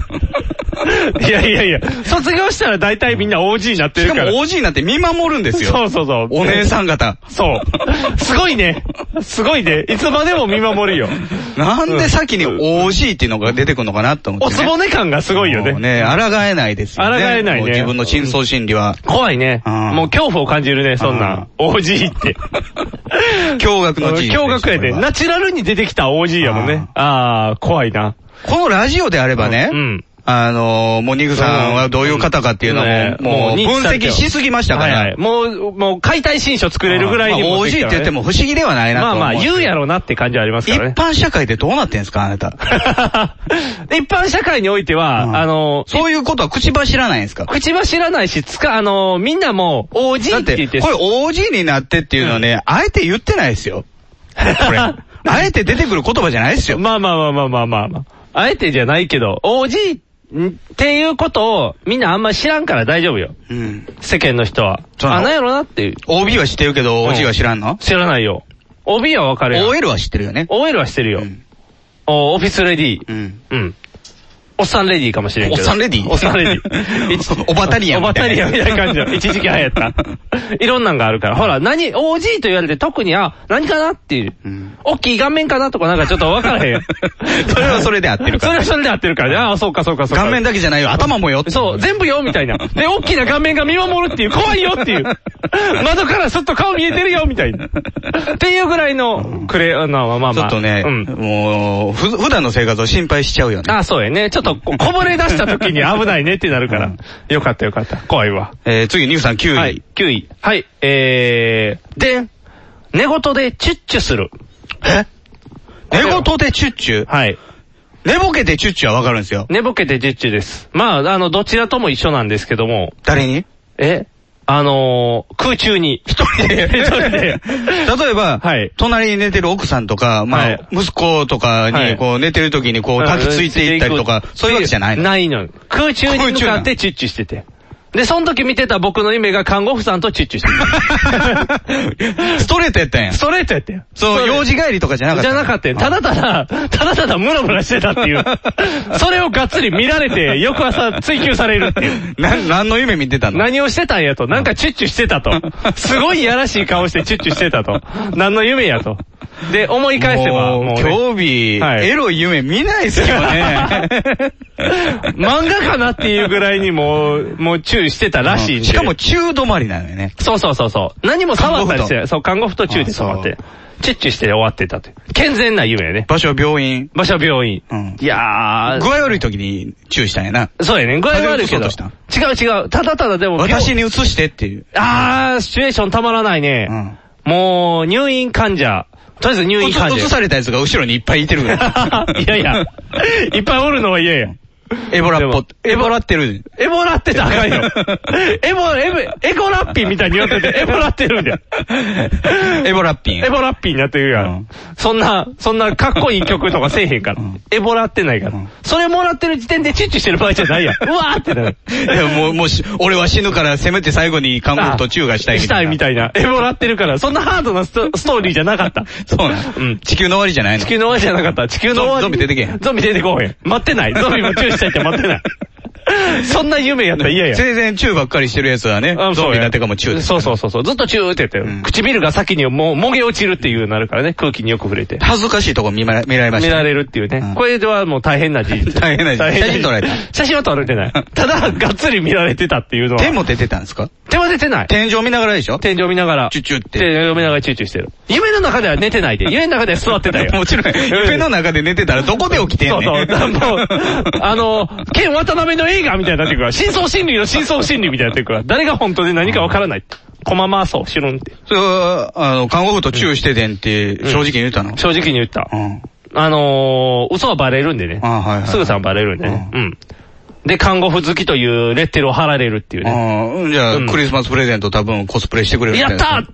Speaker 3: いやいやいや、卒業したら大体みんな OG になってるから。
Speaker 2: しかも OG になって見守るんですよ。
Speaker 3: そうそうそう。
Speaker 2: お姉さん方。
Speaker 3: そう。すごいね。すごいね。いつまでも見守るよ。
Speaker 2: なんで先に OG っていうのが出てくるのかなと思って、
Speaker 3: おつぼね感がすごいよね。
Speaker 2: ね、抗えないですよね。
Speaker 3: 抗えないね。
Speaker 2: 自分の真相心理は。
Speaker 3: 怖いね。もう恐怖を感じるね、そんな。OG って。
Speaker 2: 驚愕の G。
Speaker 3: 驚愕やで。ナチュラルに出てきた OG やもんね。ああ、怖いな。
Speaker 2: このラジオであればね、あの、もうニグさんはどういう方かっていうのも、もう分析しすぎましたから。
Speaker 3: もう、もう解体新書作れるぐらいに。
Speaker 2: まあ、OG って言っても不思議ではないなと
Speaker 3: まあまあ、言うやろうなって感じはありますからね。
Speaker 2: 一般社会でどうなってんすか、あなた。
Speaker 3: 一般社会においては、あの、
Speaker 2: そういうことは口走らないんですか
Speaker 3: 口走らないし、つか、あの、みんなも OG って言って。
Speaker 2: これ OG になってっていうのはね、あえて言ってないですよ。こ れ。あえて出てくる言葉じゃないですよ。
Speaker 3: まあまあまあまあまあまあ。あえてじゃないけど、OG って、っていうことを、みんなあんま知らんから大丈夫よ。うん。世間の人は。あ、なんやろなっていう。
Speaker 2: OB は知ってるけど、OG は知らんの、
Speaker 3: 知らないよ。OB はわかるよ。
Speaker 2: OL は知ってるよね。
Speaker 3: OL は知ってるよ。おオフィスレディ。うん。うん。おっさんレディーかもしれんけど。
Speaker 2: おっさんレディー
Speaker 3: おっさんレディ ー。一
Speaker 2: オバタリアン
Speaker 3: オバ
Speaker 2: み
Speaker 3: タ
Speaker 2: たい
Speaker 3: リ
Speaker 2: な
Speaker 3: アンみたいな感じの。一時期流行 った。いろんなんがあるから。ほら、何、OG と言われて特に、あ、何かなっていう。大きい画面かなとかなんかちょっとわからへん。
Speaker 2: それはそれで合ってるか
Speaker 3: それ
Speaker 2: ら。
Speaker 3: はそれで合ってるからね。ああ、そうかそうかそうか。
Speaker 2: 顔面だけじゃないよ、頭もよって。
Speaker 3: そう、全部よ、みたいな。で、大きな画面が見守るっていう、怖いよっ ていう。窓からすっと顔見えてるよ、みたいな。っていうぐらいの、クレ、あの、まあまあ。
Speaker 2: ちょっとね、
Speaker 3: うん。
Speaker 2: もう、ふ普段の生活を心配しちゃうよね。
Speaker 3: あ、そうやね。ちょっ とこ、こぼれ出した時に危ないねってなるから。よかったよかった。怖いわ。
Speaker 2: えー、次、ニューさん9位。
Speaker 3: はい、9位。はい、えー、でん。寝言でチュッチュする。
Speaker 2: え寝言でチュッチュ
Speaker 3: はい。
Speaker 2: 寝ぼけてチュッチュはわかるんですよ。
Speaker 3: 寝ぼけてチュッチュです。まあ、あの、どちらとも一緒なんですけども、
Speaker 2: 誰に
Speaker 3: えあのー、空中に。一人で。一人 で。
Speaker 2: 例えば、
Speaker 3: はい
Speaker 2: 隣に寝てる奥さんとか、まあ、
Speaker 3: はい
Speaker 2: 息子とか
Speaker 3: はい
Speaker 2: に、こう、寝てる時に、こう、抱きついていったりとか、そういうわけじゃないの。
Speaker 3: ないの。空中に向かってチュッチュしてて。で、その時見てた僕の夢が看護婦さんとチュッチュして る
Speaker 2: ストレートやったんや
Speaker 3: ス。トレートやったよ。
Speaker 2: そう、用事帰りとかじゃなかった。
Speaker 3: じゃなかったよ。ただただ、ただただムラムラしてたって いう。それをがっつり見られて、翌朝追求されるっていう。
Speaker 2: な、何の夢見てたの
Speaker 3: 何をしてたんやと。なんかチュッチュしてたと。すごいやらしい顔してチュッチュしてたと。何の夢やと。で、思い返せば、
Speaker 2: も
Speaker 3: も
Speaker 2: う
Speaker 3: うね
Speaker 2: 興味、
Speaker 3: はい
Speaker 2: エロい夢見ないっすよね。
Speaker 3: 漫画かなっていうぐらいにもう、もう注意してた らしいんで。
Speaker 2: しかも、中止まりなのよね。
Speaker 3: そうそうそうそう。何も触ったりしてない。そう、看護婦と注意で止まって。チュッチュして終わってたって。健全な夢やね。
Speaker 2: 場所は病院。
Speaker 3: 場所は病院。
Speaker 2: うん
Speaker 3: いやー
Speaker 2: 具。合悪い時に注意したんやな。
Speaker 3: そうやね。具合はあるけど。違
Speaker 2: 風邪う
Speaker 3: う違う。ただただでも病
Speaker 2: 私に移してっていう。
Speaker 3: あー、シチュエーションたまらないね。もう、入院患者。とりあえず入
Speaker 2: う
Speaker 3: 院患
Speaker 2: ん。移
Speaker 3: 者。
Speaker 2: 移されたやつが後ろにいっぱいいてるぐらい。
Speaker 3: いやいや。いっぱいおるのは嫌や。
Speaker 2: エボラっぽ
Speaker 3: でも、
Speaker 2: エボラって る。
Speaker 3: エボラってたらあかん よ。エボ、エボ、エコラッピーみたいになって て、エボラってるんだよ。
Speaker 2: エボラッピン。
Speaker 3: エボラッピーになってるやん。そんな、そんなかっこいい曲とかせえへんから。エボラってないから。それもらってる時点でチュッチュしてる場合じゃないやん。うわーってなる。
Speaker 2: いや、もう、もうし、俺は死ぬから、せめて最後に看護婦と中がしたいみ
Speaker 3: したた
Speaker 2: い
Speaker 3: い
Speaker 2: な。
Speaker 3: みたいな。エボラってるから、そんなハードなストストーリーじゃなかった。
Speaker 2: そうなん。
Speaker 3: うん
Speaker 2: 地球の終わりじゃないの
Speaker 3: 地球の終わりじゃなかった。地球の終わり。
Speaker 2: ゾンビゾンビ出てけへん
Speaker 3: ゾンビ出てこへん。待ってない。ゾンビも注意したいって待ってない。そんな夢やったら嫌や。
Speaker 2: 生前中ばっかりしてるやつはね、
Speaker 3: あ
Speaker 2: ゾンビになってかも中
Speaker 3: そうや
Speaker 2: です。
Speaker 3: そうそうそうそう。ずっとチューって言って、唇が先にもう、もげ落ちるっていうなるからね、空気によく触れて。
Speaker 2: 恥ずかしいとこ見ま見られまし
Speaker 3: 見
Speaker 2: た。
Speaker 3: られるっていうね。これではもう大変な事実。
Speaker 2: 大変な事実写真撮られた
Speaker 3: 写真は撮られてない。ただ、がっつり見られてたっていうのは。
Speaker 2: 手、も出てたんですか
Speaker 3: 手は出てない。
Speaker 2: 天井見ながらでしょ
Speaker 3: 天井見ながら。
Speaker 2: チュチュって
Speaker 3: 天井見ながらチューチューしてる。夢の中では寝てないで。夢の中では座ってたよ。
Speaker 2: もちろん、夢の中で寝てたらどこで起きてん
Speaker 3: そう
Speaker 2: ね
Speaker 3: そう。
Speaker 2: ん。
Speaker 3: もう、あの、剣渡辺の映画みたいになってくから、真相心理の真相心理みたいになってくから、誰が本当で何かわからない。コマ回そう、シュルンって。
Speaker 2: それは、あの、看護婦とチューしててんって、正直に言ったの
Speaker 3: 正直に言った。
Speaker 2: うん。
Speaker 3: あのー、嘘はバレるんでね。
Speaker 2: あはいはい
Speaker 3: すぐさんバレるんでね。うん。で、看護婦好きというレッテルを貼られるっていうね。
Speaker 2: うんじゃあ、
Speaker 3: うん
Speaker 2: クリスマスプレゼント多分コスプレしてくれるみ
Speaker 3: や
Speaker 2: た
Speaker 3: っ
Speaker 2: い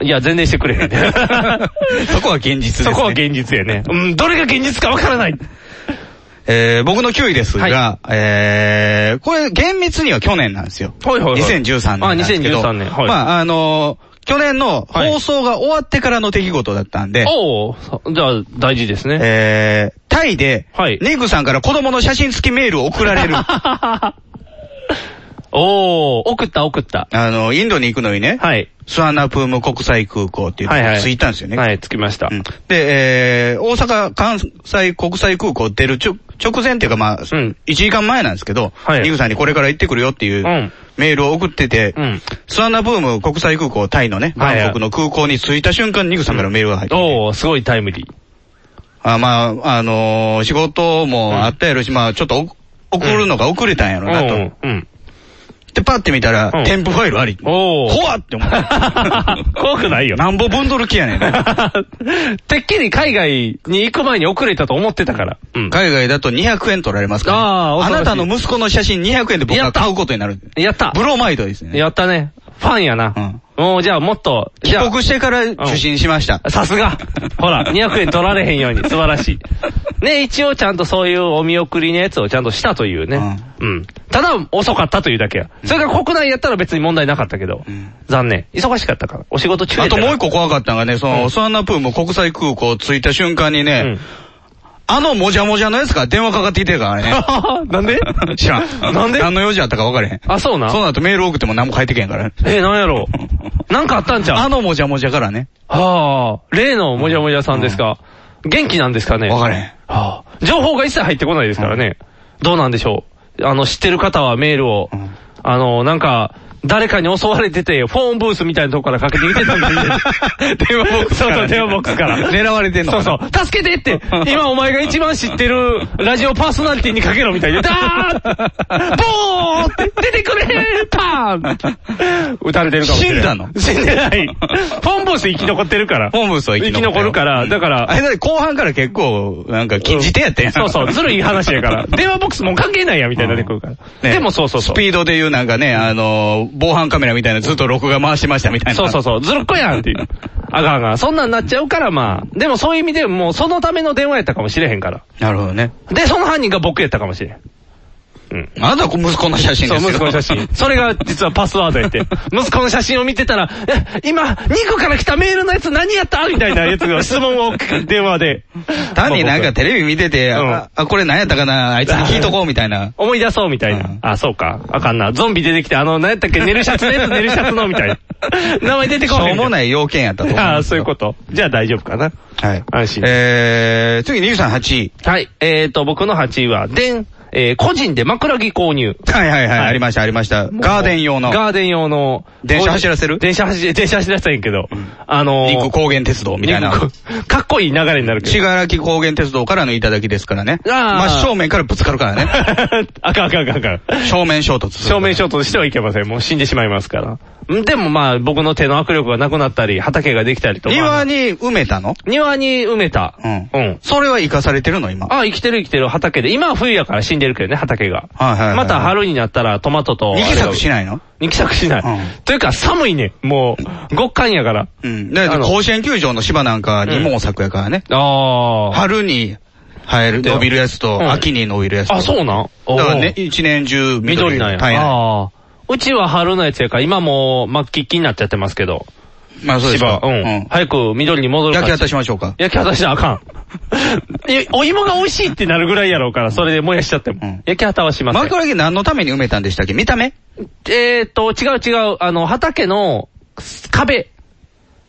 Speaker 3: たーいや、全然してくれへ んね。
Speaker 2: そこは現実です、
Speaker 3: そ
Speaker 2: ね。
Speaker 3: こは現実やね。うん、どれが現実かわからない。
Speaker 2: えー、僕の9位ですが、えー、これ厳密には去年なんですよ。
Speaker 3: はいはいは
Speaker 2: 2013
Speaker 3: い
Speaker 2: 年なんですけど。
Speaker 3: あ2013年はい
Speaker 2: まあ、あのー去年の
Speaker 3: はい
Speaker 2: 放送が終わってからの出来事だったんで、
Speaker 3: おー、じゃあ、大事ですね。
Speaker 2: えー、タイで、
Speaker 3: はい
Speaker 2: ネイクさんから子供の写真付きメールを送られ る。あ
Speaker 3: おー、送った送った。
Speaker 2: の、インドに行くのにね、
Speaker 3: はい。
Speaker 2: スワナプーム国際空港っていうと
Speaker 3: はい
Speaker 2: こ
Speaker 3: はい。
Speaker 2: に着いたんですよね。
Speaker 3: はい、着きました
Speaker 2: う。んで、えー、大阪関西国際空港出るちょ直前っていうかまあ、
Speaker 3: うん
Speaker 2: 1時間前なんですけど、
Speaker 3: はい
Speaker 2: ニグさんにこれから行ってくるよっていう
Speaker 3: うん
Speaker 2: メールを送ってて、
Speaker 3: うん
Speaker 2: スワナブーム国際空港タイのね、
Speaker 3: はいはい
Speaker 2: 韓国の空港に着いた瞬間にニグさんからメールが入ってて、
Speaker 3: おー、すごいタイムリー。
Speaker 2: あまあ、あのー仕事もあったやろし、まあちょっとお送るのが遅れたんや
Speaker 3: う
Speaker 2: ろなと。
Speaker 3: ん、うん。
Speaker 2: で、パッて見たら、
Speaker 3: うん
Speaker 2: 添付ファイルあり。
Speaker 3: おー。
Speaker 2: 怖っって思った。
Speaker 3: 怖く ないよ。
Speaker 2: なんぼ分ドル気やねんな。
Speaker 3: てっきり海外に行く前に遅れたと思ってたから。う ん。
Speaker 2: 海外だと200円取られますから、
Speaker 3: あー
Speaker 2: あ
Speaker 3: 恐ろしい
Speaker 2: なたの息子の写真200円で僕
Speaker 3: やっ
Speaker 2: が
Speaker 3: た
Speaker 2: 買うことになる。
Speaker 3: やった。
Speaker 2: ブロマイドですね。
Speaker 3: やったね。ファンやな。もうじゃあもっと、じ
Speaker 2: 帰
Speaker 3: ゃあ
Speaker 2: 国してから受信しました。
Speaker 3: さすが。 ほら、200円取られへんように、素晴らしい。ね、一応ちゃんとそういうお見送りのやつをちゃんとしたというね。うん。ただ、遅かったというだけや。それが国内やったら別に問題なかったけど。残念。忙しかったから。お仕事中や
Speaker 2: あ
Speaker 3: っ
Speaker 2: と
Speaker 3: たから
Speaker 2: もう一個怖かったのがね、その、スワンナプーム国際空港着いた瞬間にね、あのもじゃもじゃのやつから電話かかってきてるからね。
Speaker 3: なんで
Speaker 2: 知らん。
Speaker 3: なんで
Speaker 2: 何の用事あったか分からへん。
Speaker 3: あ、そうな。
Speaker 2: そうなるとメール送っても何も返ってけんから。
Speaker 3: え、なんや ろう。なんかあったんちゃう
Speaker 2: あのもじゃもじゃから ね。
Speaker 3: はあ、例のもじゃもじゃさんですか。元気なんですかね
Speaker 2: 分からへん。
Speaker 3: はあ、情報が一切入ってこないですからね。どうなんでしょう。あの、知ってる方はメールを。あの、なんか、誰かに襲われてて、フォンブースみたいなとこからかけてきてたん で、電話ボックスから。そうそう、電話ボックスから。
Speaker 2: 狙われてんの
Speaker 3: そうそう、助けてって、今お前が一番知ってるラジオパーソナリティにかけろみたいに、ダーンボーンって出てくれーパーン撃たれてるかもし
Speaker 2: 死
Speaker 3: れない。
Speaker 2: んだ の
Speaker 3: 死んでない。フォンブース生き残ってるから。
Speaker 2: フォンブースは生き残
Speaker 3: 生き残るから、だから
Speaker 2: あ、れだって後半から結構、なんか、禁じ手やったやん。
Speaker 3: そう そう、ずるい話やから。電話ボックスもう関係ないや、みたいになってくるから。
Speaker 2: ね
Speaker 3: でもそうそうそう。
Speaker 2: スピードでいうなんかね、あのー、防犯カメラみたいなずっと録画回してましたみたいな。
Speaker 3: そうそうそう、ずるっこやんっていう。あがんあがん。そんなんなっちゃうからまあ。でもそういう意味でもうそのための電話やったかもしれへんから。
Speaker 2: なるほどね。
Speaker 3: で、その犯人が僕やったかもしれん。うん。
Speaker 2: あなたは息子の写真
Speaker 3: そ
Speaker 2: で
Speaker 3: う、
Speaker 2: すよ。
Speaker 3: 息子の写真。 それが実はパスワードやって。息子の写真を見てたら、え、今、2個から来たメールのやつ何やったみたいなやつが質問を電話で。
Speaker 2: 単になん
Speaker 3: まあ
Speaker 2: か
Speaker 3: 僕
Speaker 2: テレビ見てて、
Speaker 3: うん
Speaker 2: あ、あこれ何やったかな、あいつに聞いとこうみたいな。
Speaker 3: 思い出 そうみたいな。あ、そうか。あかんな。ゾンビ出てきて、あの、何やったっけ、寝るシャツのやつ、寝るシャツの、み たいな。名前出て
Speaker 2: し
Speaker 3: こない。
Speaker 2: ょうも
Speaker 3: い。
Speaker 2: ない要件やったと思う。
Speaker 3: ああ、そういうこと。じゃあ大丈夫かな。
Speaker 2: はい。
Speaker 3: 安心
Speaker 2: えー、次、ニューさん8位。
Speaker 3: はい。えーと、僕の8位は、でん、えー、個人で枕木購入。
Speaker 2: はいはいはい、
Speaker 3: はい
Speaker 2: ありましたありました。ガーデン用の。
Speaker 3: ガーデン用の。
Speaker 2: 電車走らせる
Speaker 3: 電車走 ら、電車走らせんけど。あのー、
Speaker 2: 肉高原鉄道みたいな。
Speaker 3: 肉かっこいい流れになるけ
Speaker 2: 信
Speaker 3: ど。
Speaker 2: 楽高原鉄道からの頂きですからね。
Speaker 3: あー
Speaker 2: 真正面からぶつかるからね。
Speaker 3: あかんあかんあかんあかん。
Speaker 2: 正面衝突する。
Speaker 3: 正面衝突してはいけません。もう死んでしまいますから。んでもまあ、僕の手の握力がなくなったり、畑ができたりとか。
Speaker 2: 庭に埋めたの
Speaker 3: 庭に埋めた。
Speaker 2: うん
Speaker 3: うん。
Speaker 2: それは生かされてるの今。
Speaker 3: あ、生きてる生きてる畑で。今は冬やから死んでるけどね、畑が。
Speaker 2: はいはいはい
Speaker 3: また春になったらトマトと。
Speaker 2: 二期作しない
Speaker 3: の
Speaker 2: の
Speaker 3: 二期作しない。
Speaker 2: うん
Speaker 3: というか寒いね。もう、極寒やから。
Speaker 2: うん。だって
Speaker 3: あの
Speaker 2: 甲子園球場の芝なんか二毛作やからね。
Speaker 3: ああ。
Speaker 2: 春に生える、伸びるやつと、
Speaker 3: うん
Speaker 2: 秋に伸びるやつと。
Speaker 3: あ、そうなん
Speaker 2: だからね、
Speaker 3: おー
Speaker 2: 一年中緑
Speaker 3: 緑なんや。
Speaker 2: はいはい
Speaker 3: ああ。うちは春のやつやから、今もう、末期期になっちゃってますけど。
Speaker 2: まあそうですか
Speaker 3: 芝。うん。早く緑に戻る
Speaker 2: 焼き
Speaker 3: 感
Speaker 2: 果
Speaker 3: じ
Speaker 2: たしましょうか。
Speaker 3: 焼き果たしな あかん。いお芋が美味しいってなるぐらいやろうから、それで燃やしちゃっても。
Speaker 2: うん
Speaker 3: 焼き果たはしません。
Speaker 2: 枕木何のために埋めたんでしたっけ見た目
Speaker 3: えーっと、違う違う、あの、畑のす壁。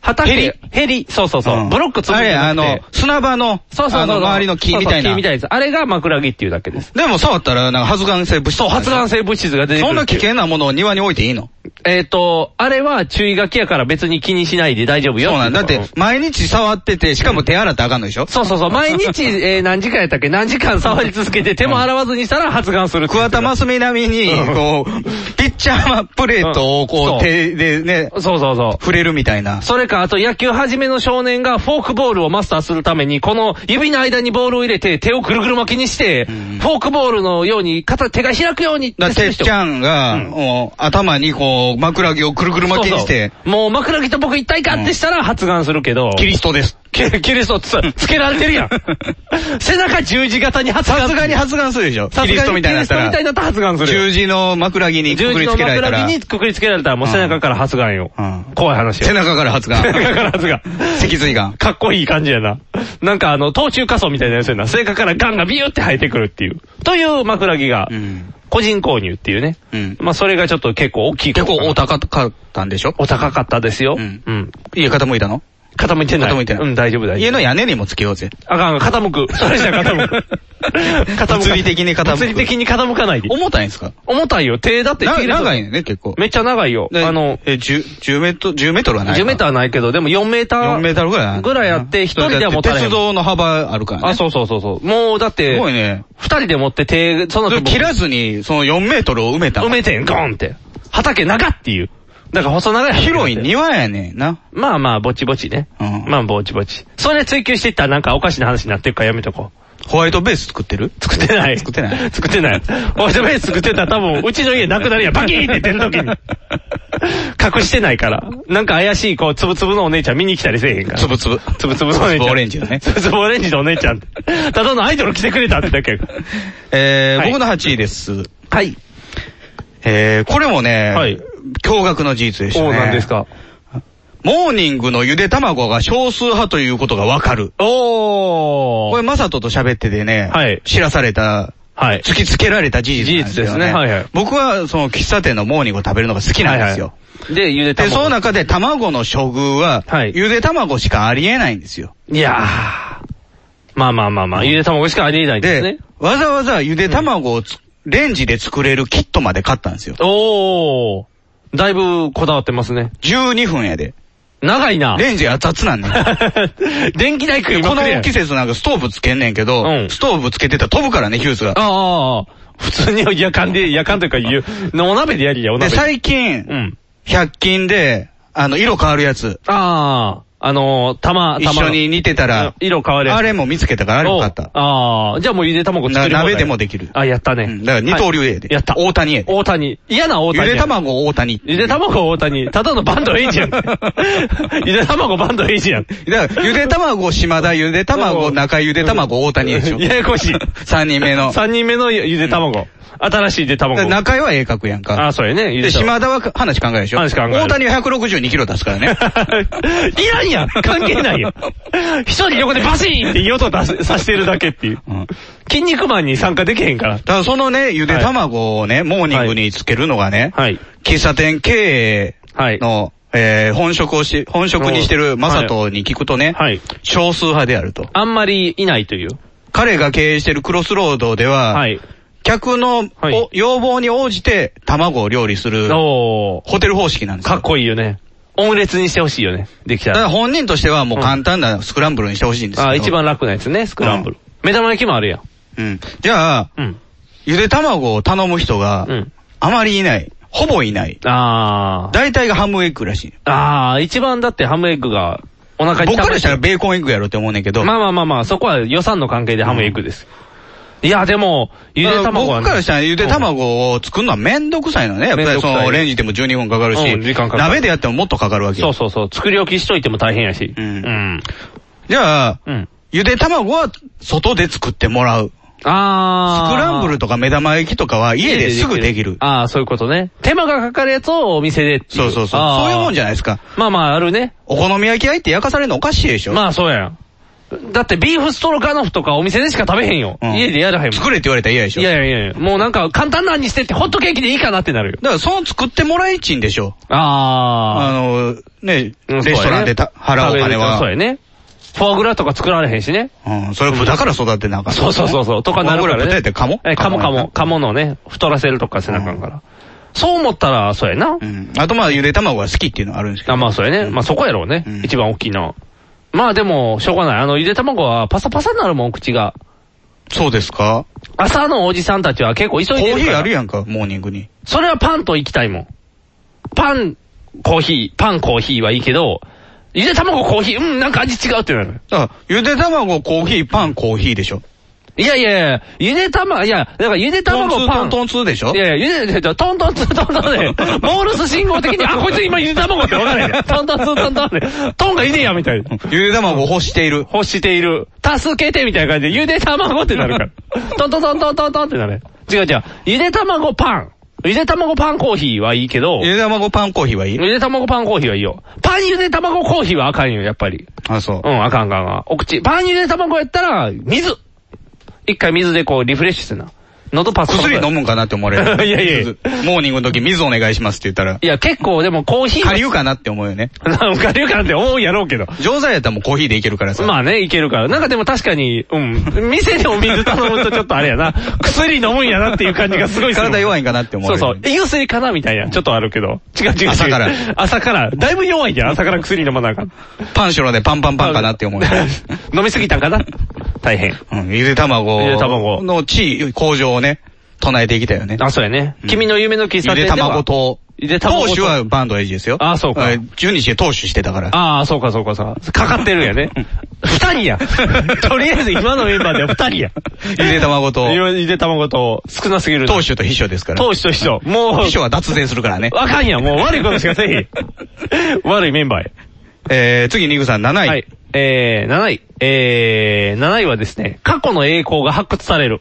Speaker 3: 畑。
Speaker 2: ヘ
Speaker 3: リ。ヘリ。そうそうそう。
Speaker 2: ん
Speaker 3: ブロック作
Speaker 2: あ
Speaker 3: るん
Speaker 2: れ、
Speaker 3: じゃ
Speaker 2: あ
Speaker 3: なくて
Speaker 2: の、砂場の、
Speaker 3: そうそうそう
Speaker 2: あの、
Speaker 3: そう。
Speaker 2: 周りの木みたい
Speaker 3: そうそう
Speaker 2: な
Speaker 3: 木み。たいです。あれが枕木っていうだけです。
Speaker 2: でも触ったら、なんか発がん性物質。
Speaker 3: そう、発がん性物質が出てくる。
Speaker 2: そんな危。険なものを庭に置いていいの
Speaker 3: えーっと、あれは注意書きやから別に気にしないで大丈夫よ。
Speaker 2: そうなんだ。だっ
Speaker 3: い
Speaker 2: て
Speaker 3: とこ、
Speaker 2: 毎日触ってて、しかも手洗ってあかんのでしょ
Speaker 3: そうそうそう。毎日、えー何時間やったっけ何時間触り続けて手も洗わずにしたら発がんす るっていう。
Speaker 2: 桑田真澄並みに、こう、ピッチャープレートを
Speaker 3: うんそ
Speaker 2: こ
Speaker 3: う
Speaker 2: う、手でね、
Speaker 3: そうそうそう。
Speaker 2: 触れるみたいな。
Speaker 3: それか、あと野球始めの少年がフォークボールをマスターするために、この指の間にボールを入れて、手をくるくる巻きにして、フォークボールのように、肩、手が開くように
Speaker 2: だてっちゃ
Speaker 3: ん
Speaker 2: んが、もう頭にこう、枕木をくるくる巻きにして、
Speaker 3: もう枕木と僕一体化ってしたら発がんするけど。
Speaker 2: キリストです。
Speaker 3: キリ、キリストつ、つけられてるや ん。背中十字型に発がん。
Speaker 2: さすがに発がんするでしょ
Speaker 3: さ
Speaker 2: キ
Speaker 3: す
Speaker 2: リ
Speaker 3: が
Speaker 2: スト
Speaker 3: に
Speaker 2: みたいになった
Speaker 3: キリストみたいに
Speaker 2: ら。
Speaker 3: なったら発がんする。
Speaker 2: 十字の枕木にく
Speaker 3: 十
Speaker 2: く
Speaker 3: 字
Speaker 2: り
Speaker 3: の
Speaker 2: つけられた
Speaker 3: 枕
Speaker 2: ら
Speaker 3: 木に、くくりつけられたらもう背中から発がんよ。
Speaker 2: うん
Speaker 3: 怖い話よ。
Speaker 2: 背中から発がん。
Speaker 3: 背中から発がん。
Speaker 2: 脊髄がん。
Speaker 3: かっこいい感じやな。なんかあの、頭中仮想みたいなやつやな。背中からガンがビューって生えてくるっていう。という枕木が、
Speaker 2: ん
Speaker 3: 個人購入っていうね。
Speaker 2: うん
Speaker 3: まあそれがちょっと結構大きい。
Speaker 2: 結構お、高かったんでしょ
Speaker 3: お高かったですよ。
Speaker 2: うん
Speaker 3: うん。
Speaker 2: 家傾いたの
Speaker 3: 傾いてない。
Speaker 2: 傾いてない
Speaker 3: うん、大丈夫大丈夫。
Speaker 2: 家の屋根にもつけようぜ。
Speaker 3: あかん、傾く。それじゃ 傾く。傾く。
Speaker 2: 物理的に傾く
Speaker 3: 物理的に傾かないで。
Speaker 2: 重たいんですか
Speaker 3: 重たいよ。手だって
Speaker 2: な
Speaker 3: 切れそう
Speaker 2: 長いね、結構。
Speaker 3: めっちゃ長いよ。
Speaker 2: で
Speaker 3: あの、
Speaker 2: え、10、10メートル、10メートルはない
Speaker 3: 10メーターはないけど、でも4メーター。
Speaker 2: 4メーターぐらいある
Speaker 3: ぐらいあって、一人では持たれへん
Speaker 2: 鉄道の幅あるからね。
Speaker 3: あ、そうそうそうそう。もうだって、
Speaker 2: すごいね。
Speaker 3: 二人で持って手、その
Speaker 2: それ
Speaker 3: 後
Speaker 2: 切らずに、その4メートルを埋めたの。
Speaker 3: 埋めてん、ゴーンって。畑中っていう。だから細長い。
Speaker 2: 広い。庭やねんな。
Speaker 3: まあまあ、ぼちぼちね。
Speaker 2: うん
Speaker 3: まあ、ぼちぼち。それ追求していったらなんかおかしな話になってるからやめとこう。
Speaker 2: ホワイトベース作ってる
Speaker 3: 作ってない。
Speaker 2: 作ってない
Speaker 3: 作ってない。ホワイトベース作ってたら多分、うちの家なくなるやん。バキーって出るとき に。隠してないから。なんか怪しい、こう、つぶつぶのお姉ちゃん見に来たりせえへんから。
Speaker 2: つぶつぶ。
Speaker 3: つぶつぶのお
Speaker 2: つ
Speaker 3: 姉ちゃん。
Speaker 2: ぶつぶオレンジのね
Speaker 3: つぶつぶオレンジのお姉ちゃんって。ただのアイドル来てくれたって だけやから。
Speaker 2: えー
Speaker 3: はい
Speaker 2: 僕の8位です。
Speaker 3: はい。
Speaker 2: えーこれもね、
Speaker 3: はい
Speaker 2: 驚愕の事実でしたね。
Speaker 3: おうなんですか。
Speaker 2: モーニングのゆで卵が少数派ということがわかる。
Speaker 3: お
Speaker 2: ー。これ、マサトと喋っててね、はい、知らされた、
Speaker 3: はい、
Speaker 2: 突きつけられた事実、
Speaker 3: ね、事実ですね。はいはい、
Speaker 2: 僕は、その、喫茶店のモーニングを食べるのが好きなんですよ。はいはい
Speaker 3: で、ゆで
Speaker 2: 卵。で、その中で卵の処遇は、はい、ゆで卵しかありえないんですよ。
Speaker 3: いやー。まあまあまあまあ、ゆで卵しかありえないんですね。で、
Speaker 2: わざわざゆで卵を、うん、レンジで作れるキットまで買ったんですよ。
Speaker 3: おー。だいぶこだわってますね。
Speaker 2: 12分やで。
Speaker 3: 長いな。
Speaker 2: レンジ熱々なん
Speaker 3: だ。 電気代食い
Speaker 2: この季節なんかストーブつけんねんけど、うん、ストーブつけてたら飛ぶからね、ヒュースが。
Speaker 3: ああ、普通に夜間で、夜間というか、お鍋でやりや、お鍋
Speaker 2: で。で、最近、うん、100均で、あの、色変わるやつ。
Speaker 3: ああ。あのー、玉、
Speaker 2: 玉。一緒に煮てたら、
Speaker 3: 色変わるやつ。
Speaker 2: あれも見つけたから、あれも買った。
Speaker 3: ああ。じゃあもうゆで卵作る
Speaker 2: 鍋でもできる。、
Speaker 3: あ、やったね。うん
Speaker 2: だから二刀流で。
Speaker 3: やった。
Speaker 2: 大谷へ。
Speaker 3: 大谷。嫌な大谷。
Speaker 2: ゆで卵大谷。
Speaker 3: ゆで卵大谷。ただのバンドエ イジやん。ゆで卵バンドエイジやん。
Speaker 2: だから、ゆで卵島田、ゆで卵中、ゆで卵大谷でしょ。
Speaker 3: ややこしい。
Speaker 2: 三人目の。
Speaker 3: 三人目のゆで卵。新しいゆで卵。
Speaker 2: 中井は鋭角やんか。
Speaker 3: あ、そうやね。
Speaker 2: で、島田は話考えるでしょ。
Speaker 3: 話考える。
Speaker 2: 大谷は162キロ出すからね。
Speaker 3: いらんやん関係ないやん一人横でバシーンって音出さしてるだけっていう。うん、筋肉マンに参加できへんから。
Speaker 2: ただそのね、ゆで卵をね、はい、モーニングにつけるのがね、
Speaker 3: はい、
Speaker 2: 喫茶店経営の、はい、えー、本職をし、本職にしてるマサトに聞くとね、
Speaker 3: はい、
Speaker 2: 少数派であると。
Speaker 3: あんまりいないという。
Speaker 2: 彼が経営してるクロスロードでは、はい、客の、はい、要望に応じて卵を料理するホテル方式なんです
Speaker 3: かっこいいよね。オムレツにしてほしいよね。できたら。
Speaker 2: だから本人としてはもう簡単なスクランブルにしてほしいんですけど、
Speaker 3: うん、あ、一番楽なやつね、スクランブル。うん、目玉焼きもあるやん。
Speaker 2: うん。じゃあ、うん、ゆで卵を頼む人が、あまりいない。ほぼいない。
Speaker 3: ああ。
Speaker 2: 大体がハムエッグらしい。
Speaker 3: ああ、一番だってハムエッグがお腹に
Speaker 2: 僕からしたらベーコンエッグやろって思うねんけど。
Speaker 3: まあまあまあまあ、そこは予算の関係でハムエッグです。いや、でも、ゆで卵
Speaker 2: は、ね、僕からしたらゆで卵を作るのはめんどくさいのね。やっぱりその、レンジでも12分かかるし、うん、
Speaker 3: かかる
Speaker 2: 鍋でやってももっとかかるわけ
Speaker 3: そうそうそう。作り置きしといても大変やし。
Speaker 2: うん。うん、じゃあ、うん、ゆで卵は外で作ってもらう。
Speaker 3: あ
Speaker 2: あ。スクランブルとか目玉焼きとかは家ですぐできる。
Speaker 3: ああ、そういうことね。手間がかかるやつをお店で
Speaker 2: そうそうそう。そういうもんじゃないですか。
Speaker 3: まあまあ、あるね。
Speaker 2: お好み焼き焼いて焼かされるのおかしいでしょ。
Speaker 3: まあ、そうやん。だってビーフストロガノフとかお店でしか食べへんよ。うん、家でやらへん
Speaker 2: 作れって言われたら嫌でしょ。
Speaker 3: いやいやいや、もうなんか簡単なんにしてってホットケーキでいいかなってなるよ。
Speaker 2: だからその作ってもらえちんでしょ。
Speaker 3: あ
Speaker 2: あ。あの、ね、レストランで、ね、払うお金は。
Speaker 3: そうやね。フォアグラとか作られへんしね。
Speaker 2: うん、それ豚から育ってなんか、
Speaker 3: ね、そうそうそうそう。とかなるから、
Speaker 2: フォ
Speaker 3: ね。
Speaker 2: アグラ豚やってカモ
Speaker 3: え、カモカモ。カモのね、太らせるとかせなあかんから。うんそう思ったら、そうやな。
Speaker 2: うん。あとまあ、ゆで卵が好きっていうのはあるんですけど。
Speaker 3: あ、まあそうやね。うん、まあそこやろうね。うん、一番大きいのは。まあでも、しょうがない。あの、ゆで卵はパサパサになるもん、口が。
Speaker 2: そうですか
Speaker 3: 朝のおじさんたちは結構急いでる
Speaker 2: コーヒーあるやんか、モーニングに。
Speaker 3: それはパンと行きたいもん。パン、コーヒー、パンコーヒーはいいけど、ゆで卵コーヒー、うん、なんか味違うってなる。
Speaker 2: だから、ゆで卵コーヒー、パンコーヒーでしょ。
Speaker 3: いやいやゆで卵、いや、だからゆで卵
Speaker 2: パン。トンツートンツーでしょ
Speaker 3: いやいや、ゆで、トントンツートントンで、モールス信号的に、あ、こいつ今ゆで卵って分からへん。トントンツートントンで、トンがいねえや、みたいな。
Speaker 2: ゆで卵欲している。
Speaker 3: 欲している。助けて、みたいな感じで、ゆで卵ってなるから。トントントントントントンってなる。違う違う。ゆで卵パン。ゆで卵パンコーヒーはいいけど。
Speaker 2: ゆで卵パンコーヒーはいいゆ
Speaker 3: で卵パンコーヒーはいいよ。パンゆで卵コーヒーはあかんよ、やっぱり。
Speaker 2: あ、そう。
Speaker 3: うん、あかんあかんあお口。パンゆで卵やったら、水。一回水でこうリフレッシュするな。喉パス
Speaker 2: 薬飲むんかなって思われる。
Speaker 3: いやいや
Speaker 2: モーニングの時水お願いしますって言ったら。
Speaker 3: いや結構でもコーヒー。
Speaker 2: 下流かなって思うよね。
Speaker 3: 下流かなって思うやろうけど。
Speaker 2: 錠剤やったらもうコーヒーでいけるからさ。
Speaker 3: まあね、いけるから。なんかでも確かに、うん。店でお水頼むとちょっとあれやな。薬飲むんやなっていう感じがすごい
Speaker 2: 体弱いんかなって思う、
Speaker 3: ね。そうそう。胃薬かなみたいな。ちょっとあるけど。違う違う
Speaker 2: 朝から。
Speaker 3: 朝から。だいぶ弱いじゃん。朝から薬飲まなあかん。
Speaker 2: パンショロでパンパンパンかなって思う、ね。
Speaker 3: 飲みすぎたんかな大変。
Speaker 2: うん。ゆで卵。
Speaker 3: ゆで卵。
Speaker 2: の地位、向上をね、唱えてきたよね。
Speaker 3: あ、そうやね。うん、君の夢の喫茶店では。ゆで
Speaker 2: 卵と。
Speaker 3: ゆで卵
Speaker 2: と。当主はバンドエイジですよ。
Speaker 3: あ、そうか。
Speaker 2: 12日で当主してたから。
Speaker 3: ああ、そうかそうかそうか。かかってるやね。二人や。 とりあえず今のメンバーでは二 人や。
Speaker 2: ゆで卵 と。
Speaker 3: ゆで卵と、少なすぎる。
Speaker 2: 当主と秘書ですから。
Speaker 3: 当主と秘書。も
Speaker 2: う。秘書は脱税するからね。
Speaker 3: わかんや。もう悪いことしかせえへん。 悪いメンバーや。
Speaker 2: えー、次、ニグさん7位。
Speaker 3: はい。えー、7位。えー、7位はですね、過去の栄光が発掘される。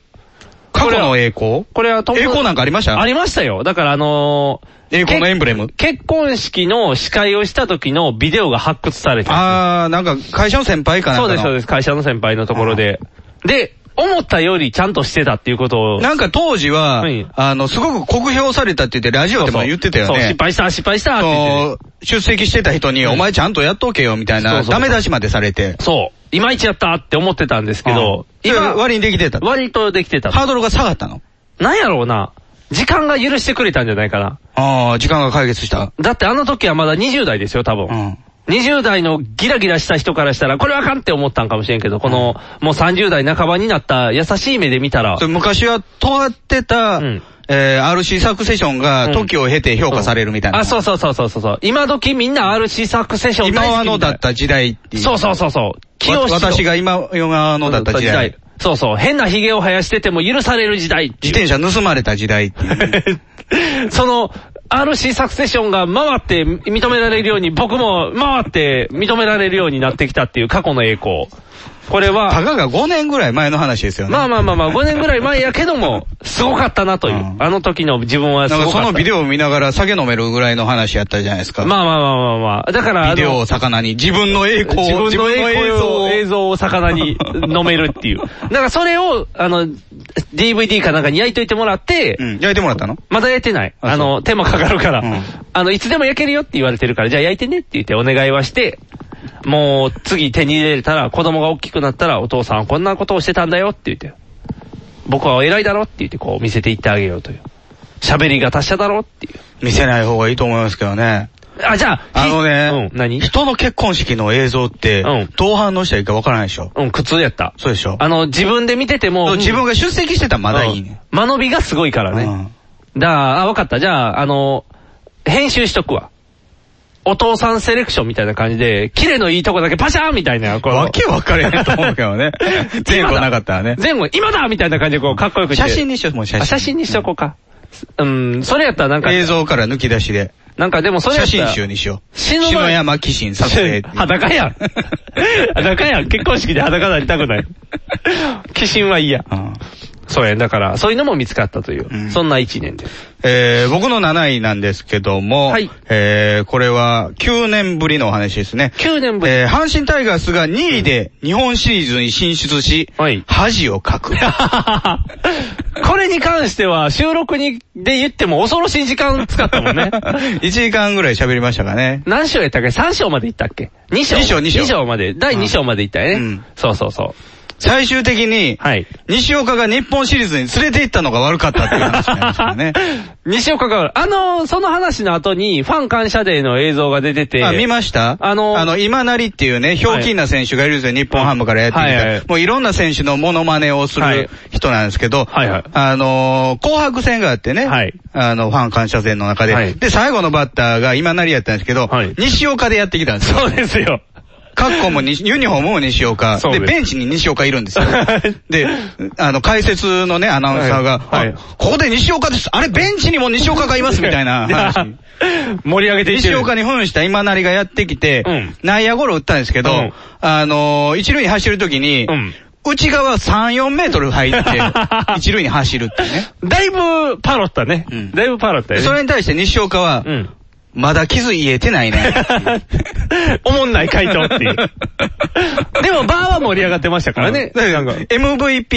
Speaker 2: 過去の栄光
Speaker 3: これは友
Speaker 2: 栄光なんかありました
Speaker 3: ありましたよ。だからあの
Speaker 2: ー、栄光のエンブレム。
Speaker 3: 結婚式の司会をした時のビデオが発掘されて
Speaker 2: あー、なんか会社の先輩かな
Speaker 3: そうですそうです。会社の先輩のところで。で、思ったよりちゃんとしてたっていうことを。
Speaker 2: なんか当時は、
Speaker 3: はい
Speaker 2: あの、すごく酷評されたって言って、ラジオでも言ってたよね。
Speaker 3: そうそうそう失敗した、失敗したって言ってね
Speaker 2: そ。の出席してた人に、お前ちゃんとやっとけよ、みたい
Speaker 3: そ
Speaker 2: な、
Speaker 3: うそう
Speaker 2: ダメ出しまでされて。
Speaker 3: そう。いまいちやったって思ってたんですけ
Speaker 2: う
Speaker 3: ど、
Speaker 2: んそれ割にできてた
Speaker 3: 割とできてた。
Speaker 2: ハードルが下がったの
Speaker 3: なんやろうな。時間が許してくれたんじゃないかな。
Speaker 2: ああ、時間が解決した。
Speaker 3: だってあの時はまだ20代ですよ、多分。20代のギラギラした人からしたら、これあかんって思ったんかもしれんけど、この、もう30代半ばになった優しい目で見たら
Speaker 2: そ、れ昔は、尖ってた、えー RC サクセションが、時を経て評価されるみたいな。
Speaker 3: あ、そうそうそうそうそうそう。今時みんな RC サクセション
Speaker 2: 今
Speaker 3: 大好
Speaker 2: は
Speaker 3: きみ
Speaker 2: の
Speaker 3: たい
Speaker 2: だった時代っていう。
Speaker 3: そうそうそうそう。
Speaker 2: わ
Speaker 3: 清志
Speaker 2: 私が今はのだった時代。。
Speaker 3: そうそう。変な髭を生やしてても許される時代。
Speaker 2: 自転車盗まれた時代っていう。
Speaker 3: その、RC サクセションが回って認められるように、僕も回って認められるようになってきたっていう過去の栄光。これは、
Speaker 2: たかが5年ぐらい前の話ですよね。
Speaker 3: まあまあまあまあ、5年ぐらい前やけども、すごかったなという。あの時の自分はす
Speaker 2: な
Speaker 3: ご
Speaker 2: ん
Speaker 3: か
Speaker 2: か
Speaker 3: った。
Speaker 2: そのビデオを見ながら酒飲めるぐらいの話やったじゃないですか。
Speaker 3: まあまあまあまあまあ。だからあの、
Speaker 2: ビデオを魚に、自分の栄光を、
Speaker 3: 自分の栄光
Speaker 2: を
Speaker 3: を、映像を魚 に飲めるっていう。だからそれを、あの、DVD かなんかに焼いといてもらって、
Speaker 2: 焼いてもらったの
Speaker 3: まだ焼いてない。あの、手間かかるから、あの、いつでも焼けるよって言われてるから、じゃあ焼いてねって言ってお願いはして、もう次手に入れたら、子供が大きくなったら、お父さんはこんなことをしてたんだよって言って、僕は偉いだろって言ってこう見せていってあげようという。喋りが達者だろっていう。
Speaker 2: 見せない方がいいと思いますけどね。
Speaker 3: あ、じゃあ、
Speaker 2: あのね、
Speaker 3: 何
Speaker 2: 人の結婚式の映像って、どう反応したらいいかわからないでしょ。
Speaker 3: うん、苦痛やった。
Speaker 2: そうでしょ。
Speaker 3: あの、自分で見てても、
Speaker 2: 自分が出席してたらまだいいね。
Speaker 3: 間延びがすごいからね。だから、あ、わかった。じゃあ、あの、編集しとくわ。お父さんセレクションみたいな感じで、キレのいいとこだけパシャーンみたいな。わ
Speaker 2: けわかれへんと思うけど ね。前後なかったらね。
Speaker 3: 前後、今だみたいな感じでこう、かっこよくして
Speaker 2: 写真にしよう、もう写
Speaker 3: あ
Speaker 2: 真。
Speaker 3: 写真にしとこうか。うん、それやったらなんか。
Speaker 2: 映像から抜き出しで。
Speaker 3: なんかでもそれや
Speaker 2: 写
Speaker 3: ったら
Speaker 2: 真集にしよう。
Speaker 3: 死ぬ前
Speaker 2: 篠山紀信撮影。
Speaker 3: 裸やん。裸やん。結婚式で裸になりたくない。寄進はいいや。そうやん。だから、そういうのも見つかったという。そんな一年です。
Speaker 2: えー、僕の7位なんですけども、えー、これは9年ぶりのお話ですね。
Speaker 3: 9年ぶ
Speaker 2: り。えー、阪神タイガースが2位で日本シリーズに進出し、恥を かく。
Speaker 3: これに関しては、収録に、で言っても恐ろしい時間使ったも んね。
Speaker 2: 1時間ぐらい喋りましたかね。
Speaker 3: 何章やったっけ ?3 章まで行ったっけ ?2 章。
Speaker 2: 二章二章
Speaker 3: 二まで。第2章まで行ったよね。そうそうそう。
Speaker 2: 最終的に、西岡が日本シリーズに連れて行ったのが悪かったっていう話なんですから ね。
Speaker 3: 西岡が、あのー、その話の後に、ファン感謝デーの映像が出てて。
Speaker 2: あ、見ました
Speaker 3: あのー、
Speaker 2: あの、今成っていうね、ひょうきんな選手がいるんですよ、日本ハムからやってきた。
Speaker 3: はいはい
Speaker 2: もういろんな選手のモノマネをす
Speaker 3: は
Speaker 2: る
Speaker 3: い
Speaker 2: 人なんですけど、
Speaker 3: はい
Speaker 2: あのー、紅白戦があってね、あの、ファン感謝戦の中で、で、最後のバッターが今成やったんですけど、西岡でやってきたんですよ。
Speaker 3: そうですよ。
Speaker 2: カッコも に、ユニフォームも西岡。
Speaker 12: そうで
Speaker 2: で、
Speaker 12: す
Speaker 2: ベンチに西岡いるんですよ。で、あの、解説のね、アナウンサーが、あここで西岡です。あれ、ベンチにも西岡がいますみたい な話。
Speaker 3: 盛り上げていって
Speaker 2: 西
Speaker 3: る
Speaker 2: 岡に扮した今成がやってきて、内野ゴロ打ったんですけど、
Speaker 12: うん
Speaker 2: あのー一塁に走るときに、内側3、4メートル入って、 一塁に走るっていうね。
Speaker 3: だいぶパロったね。だいぶパロったよね。
Speaker 2: それに対して西岡は、まだ傷癒えてないね。
Speaker 3: おもんない回答 っていう。でも、バーは盛り上がってましたからね。なんか
Speaker 2: MVP、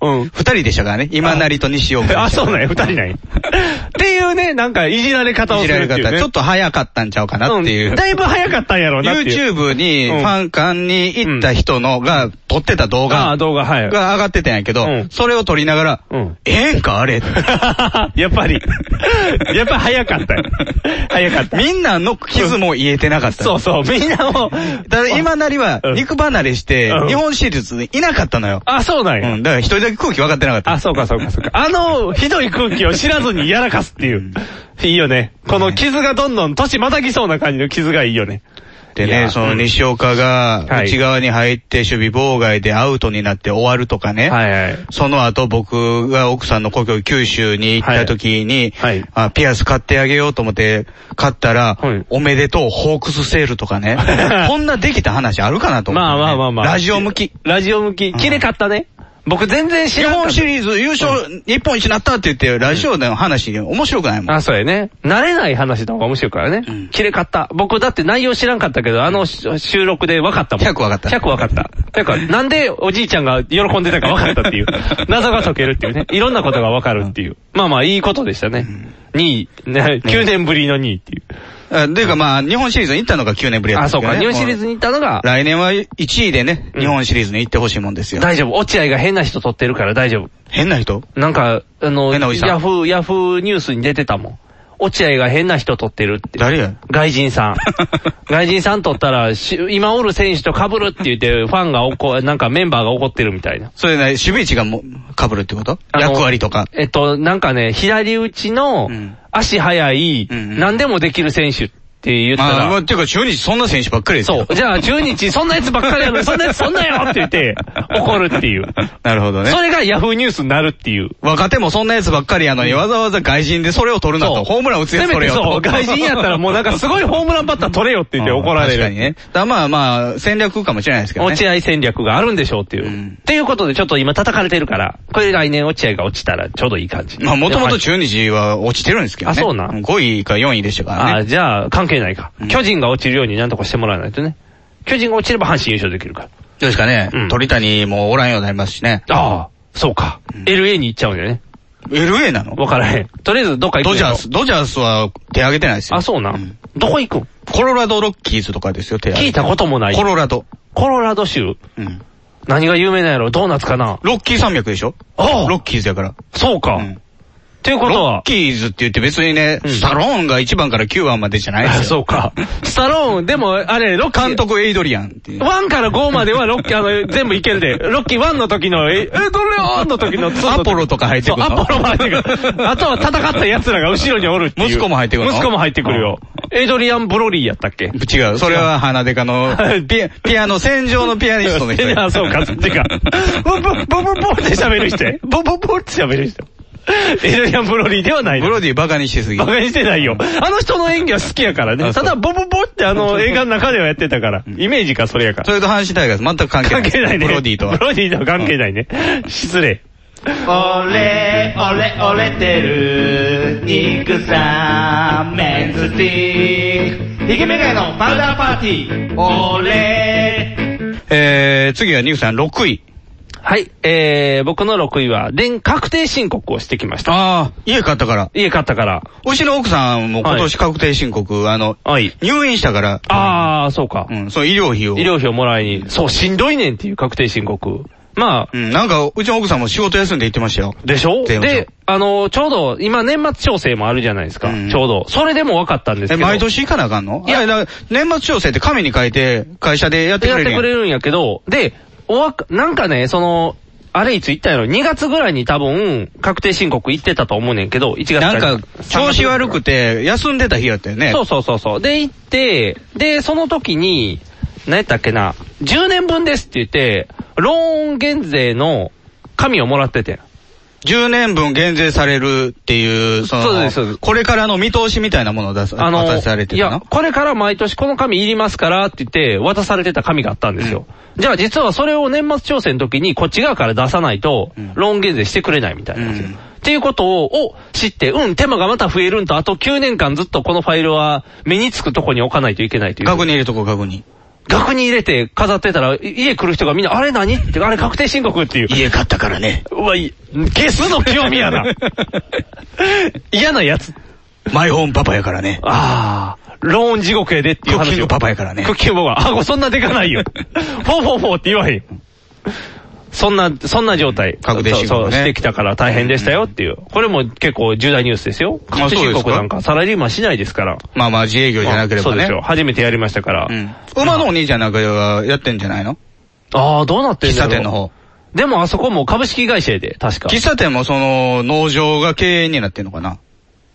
Speaker 2: 二人でしたからね。今成と西岡。
Speaker 3: あ、そうなんや、二人なんや。っていうね、なんか、いじられ方をするっていう、ね。
Speaker 2: ちょっと早かったんちゃうかなっていう。
Speaker 3: だいぶ早かったんやろうなっていう。
Speaker 2: YouTube にフ
Speaker 3: うん
Speaker 2: ァン館に行った人のが撮ってた動画。
Speaker 3: あー動画はい
Speaker 2: が上がってたんやけど、それを撮りながら、ええんかあれ。
Speaker 3: やっぱり。やっぱ早かったよ。早かった。
Speaker 2: みんなの傷も癒えてなかった。
Speaker 3: そうそう、みんなも。
Speaker 2: ただ今なりは肉離れして、日本シリーズにいなかったのよ。
Speaker 3: あ、そうなんや。
Speaker 2: うん、だから一人だけ空気分かってなかった。
Speaker 3: あ、そうかそうかそうか。あの、ひどい空気を知らずにやらかすっていう。いいよね。この傷がどんどん年またぎそうな感じの傷がいいよね。
Speaker 2: で
Speaker 3: いや
Speaker 2: ね、その西岡が
Speaker 3: はい
Speaker 2: 内側に入って守備妨害でアウトになって終わるとかね。その後僕が奥さんの故郷九州に行った時に、あピアス買ってあげようと思って買ったら、おめでとうホークスセールとか ね。こんなできた話あるかなと思って、
Speaker 3: まあまあまあまあ。
Speaker 2: ラジオ向き。
Speaker 3: ラジオ向き。綺麗かったね。僕全然知ら
Speaker 2: 日
Speaker 3: んかった
Speaker 2: 本シリーズ優勝、日本一になったって言って、ラジオでの話、面白くないもん。
Speaker 3: あ、そうやね。慣れない話の方が面白いからね。綺麗かった。僕だって内容知らんかったけど、あのし収録で分かったもん。100分かった。100分かった。てか、なんでおじいちゃんが喜んでたか分かったって いう。謎が解けるっていうね。いろんなことが分かるっていう。まあまあ、いいことでしたね。2位。ね、9年ぶりの2位っていう。
Speaker 2: あていうかまあ、日本シリーズに行ったのが9年ぶりやった
Speaker 3: あ、そうか。日本シリーズに行ったのが、
Speaker 2: 来年は1位でね、日本シリーズに行ってほしいもんですよ。
Speaker 3: 大丈夫。落合が変な人撮ってるから大丈夫。
Speaker 2: 変な人
Speaker 3: なんか、あの、
Speaker 2: 変なおじさん
Speaker 3: ヤフー、ヤフーニュースに出てたもん。落合が変な人撮ってるって。
Speaker 2: 誰や
Speaker 3: 外 人さん。外人さん撮ったら、し今おる選手と被るって言って、ファンが怒、なんかメンバーが怒ってるみたいな。
Speaker 2: それね、守備位置がもう被るってこと
Speaker 3: あの
Speaker 2: 役割とか。
Speaker 3: えっと、なんかね、左打ちの、足速い、何でもできる選手って言った
Speaker 2: まあ、まあ
Speaker 3: ら、
Speaker 2: っていうか中日そんな選手ばっかりです
Speaker 3: そ
Speaker 2: よ。
Speaker 3: う。じゃあ、中日、そんなやつばっかりやのに、そんなやつ、そんなやろって言って、怒るっていう。
Speaker 2: なるほどね。
Speaker 3: それがヤフーニュースになるっていう。
Speaker 2: 若手もそんなやつばっかりやのに、わざわざ外人でそれを取るなと。ホームラン打つやつ
Speaker 3: せ
Speaker 2: そ
Speaker 3: め
Speaker 2: れ
Speaker 3: て
Speaker 2: を
Speaker 3: そう、外人やったらもうなんかすごいホームランバッター取れよって言 って怒られ
Speaker 2: 確
Speaker 3: る。
Speaker 2: かにね。だからまあまあ、戦略かもしれないですけどね。
Speaker 3: 落合戦略があるんでしょうっていう。っていうことでちょっと今叩かれてるから、これ来年落合が落ちたらちょうどいい感じ。
Speaker 2: まあ、もともと
Speaker 3: はい
Speaker 2: 中日は落ちてるんですけどね。
Speaker 3: あそうなん
Speaker 2: 5位か4位でしたからね。
Speaker 3: ああ、じゃあ関係ないか。巨人が落ちるようになんとかしてもらわないとね。巨人が落ちれば阪神優勝できるから。
Speaker 2: どうですかね、
Speaker 3: うん
Speaker 2: 鳥谷もおらんようになりますしね。
Speaker 3: ああ、そうか。LA に行っちゃうんだよね。
Speaker 2: LA なの
Speaker 3: わからへん。とりあえずどっか行く
Speaker 2: ド
Speaker 3: ん
Speaker 2: ジ
Speaker 3: や
Speaker 2: ャ
Speaker 3: ろ
Speaker 2: ース、ドジャースは手挙げてないですよ。
Speaker 3: あ、そうなん。どこ行くん
Speaker 2: コロラドロッキーズとかですよ、手挙
Speaker 3: 聞
Speaker 2: げ
Speaker 3: いたこともない。
Speaker 2: コロラド。
Speaker 3: コロラド州。
Speaker 2: うん。
Speaker 3: 何が有名なんやろドーナツかな
Speaker 2: ロッキー山脈でしょ
Speaker 3: ああ
Speaker 2: ロッキーズやから。
Speaker 3: そうか。っていうこと
Speaker 2: ロ
Speaker 3: は
Speaker 2: ッ、キーズって言って別にね、スタローンが1番から9番までじゃないですよ。
Speaker 3: そうか。スタローン、でも、あれ、ロッキー。
Speaker 2: 監督エイドリアンってい う。
Speaker 3: 1から5まではロッキー、あの、全部いけるで。ロッキー1の時の、え、えどれよの時の2の時
Speaker 2: アポロとか入ってくるの
Speaker 3: そうアポロも入ってくる。あとは戦った奴らが後ろにおるっていう。
Speaker 2: 息子も入ってくるの
Speaker 3: 息子も入ってくるよ。エイドリアン・ブロリーやったっけ
Speaker 2: 違う。それは花デカの、ピア、ピアノ、戦場のピアニストの人。
Speaker 3: あ、そうか、そっちか。ブブブブブって喋る人や。ブブブって喋る人。エイドリアン・ブロリーではな い
Speaker 2: ブ
Speaker 3: の。
Speaker 2: ロディバカにしすぎ。
Speaker 3: バカにしてないよ。あの人の演技は好きやからね。ただ、ボボボってあの映画の中ではやってたから。イメージか、それやから
Speaker 2: そ。れと阪神タイガース全く関係ない。
Speaker 3: 関係ないね。
Speaker 2: ブロディとは
Speaker 3: ブ。ロディとは関係ないね。失礼。
Speaker 13: 俺、俺、俺てる、肉さん、メンズティー。イケメガイのパウダーパーティー。俺、
Speaker 2: えー、次はニューさん6位。
Speaker 3: はい、えー、僕の6位は、連確定申告をしてきました。
Speaker 2: ああ、家買ったから。
Speaker 3: 家買ったから。
Speaker 2: うちの奥さんも今年確定申告、あの、
Speaker 3: はい。
Speaker 2: 入院したから、
Speaker 3: あー、そうか。
Speaker 2: うん、そう医療費を。
Speaker 3: 医療費をもらいに。そう、しんどいねんっていう確定申告。まあ、
Speaker 2: うん、なんか、うちの奥さんも仕事休んで行ってましたよ。
Speaker 3: でしょ
Speaker 2: 電話帳
Speaker 3: で、あのちょうど、今年末調整もあるじゃないですか。ちょうど。それでも分かったんです
Speaker 2: え、
Speaker 3: けど。
Speaker 2: 毎年行かなあかんのいや、だから年末調整って紙に書いて、会社でやってく
Speaker 3: やっ
Speaker 2: れる
Speaker 3: て
Speaker 2: や
Speaker 3: く
Speaker 2: ん
Speaker 3: れるんやけど、で、おわか、なんかね、その、あれいつ言ったんやろ ?2 月ぐらいに多分、確定申告行ってたと思うねんけど、1月らい
Speaker 2: なんか、調子悪くて、休んでた日やったよね。
Speaker 3: そうそうそうそう。で、行って、で、その時に、何やったっけな、10年分ですって言って、ローン減税の紙をもらってて。
Speaker 2: 10年分減税されるっていう、その、
Speaker 3: そうですそうです
Speaker 2: これからの見通しみたいなものを出す、
Speaker 3: あの、
Speaker 2: 渡されて
Speaker 3: い
Speaker 2: るの
Speaker 3: や、これから毎年この紙いりますからって言って、渡されてた紙があったんですよ。じゃあ実はそれを年末調整の時にこっち側から出さないと、ローン減税してくれないみたいなんですよ。っていうことを、を知って、うん、手間がまた増えるんと、あと9年間ずっとこのファイルは目につくとこに置かないといけないという。
Speaker 2: 額に入れとこう、額に。
Speaker 3: 額に入れて飾ってたら、い家来る人がみんな、あれ何って、あれ確定申告っていう。
Speaker 2: 家買ったからね。
Speaker 3: うわ、い消すの興味や な。嫌なやつ。
Speaker 2: マイホームパパやからね。
Speaker 3: ああ、ローン地獄やでっていう話を。
Speaker 2: クッキングパパやからね
Speaker 3: クッキングパパ。あ、これそんなでかない よ。フォーフォーフォーって言わへん。そんな、そんな状態。
Speaker 2: 確定申告ね
Speaker 3: そうそうしてきたから大変でしたよっていう。これも結構重大ニュースですよ。確定申告なんかサラリーマンしないですから。
Speaker 2: まあまあ、自営業じゃなけれ
Speaker 3: そう
Speaker 2: ば
Speaker 3: で
Speaker 2: ね
Speaker 3: す。よ。初めてやりましたから。
Speaker 2: 馬のお兄ちゃんなんかはやってんじゃないの
Speaker 3: ああ、どうなってん
Speaker 2: 喫
Speaker 3: だろ
Speaker 2: 茶
Speaker 3: う
Speaker 2: 店の方。
Speaker 3: でもあそこも株式会社やで、確か。
Speaker 2: 喫茶店もその、農場が経営になってんのかな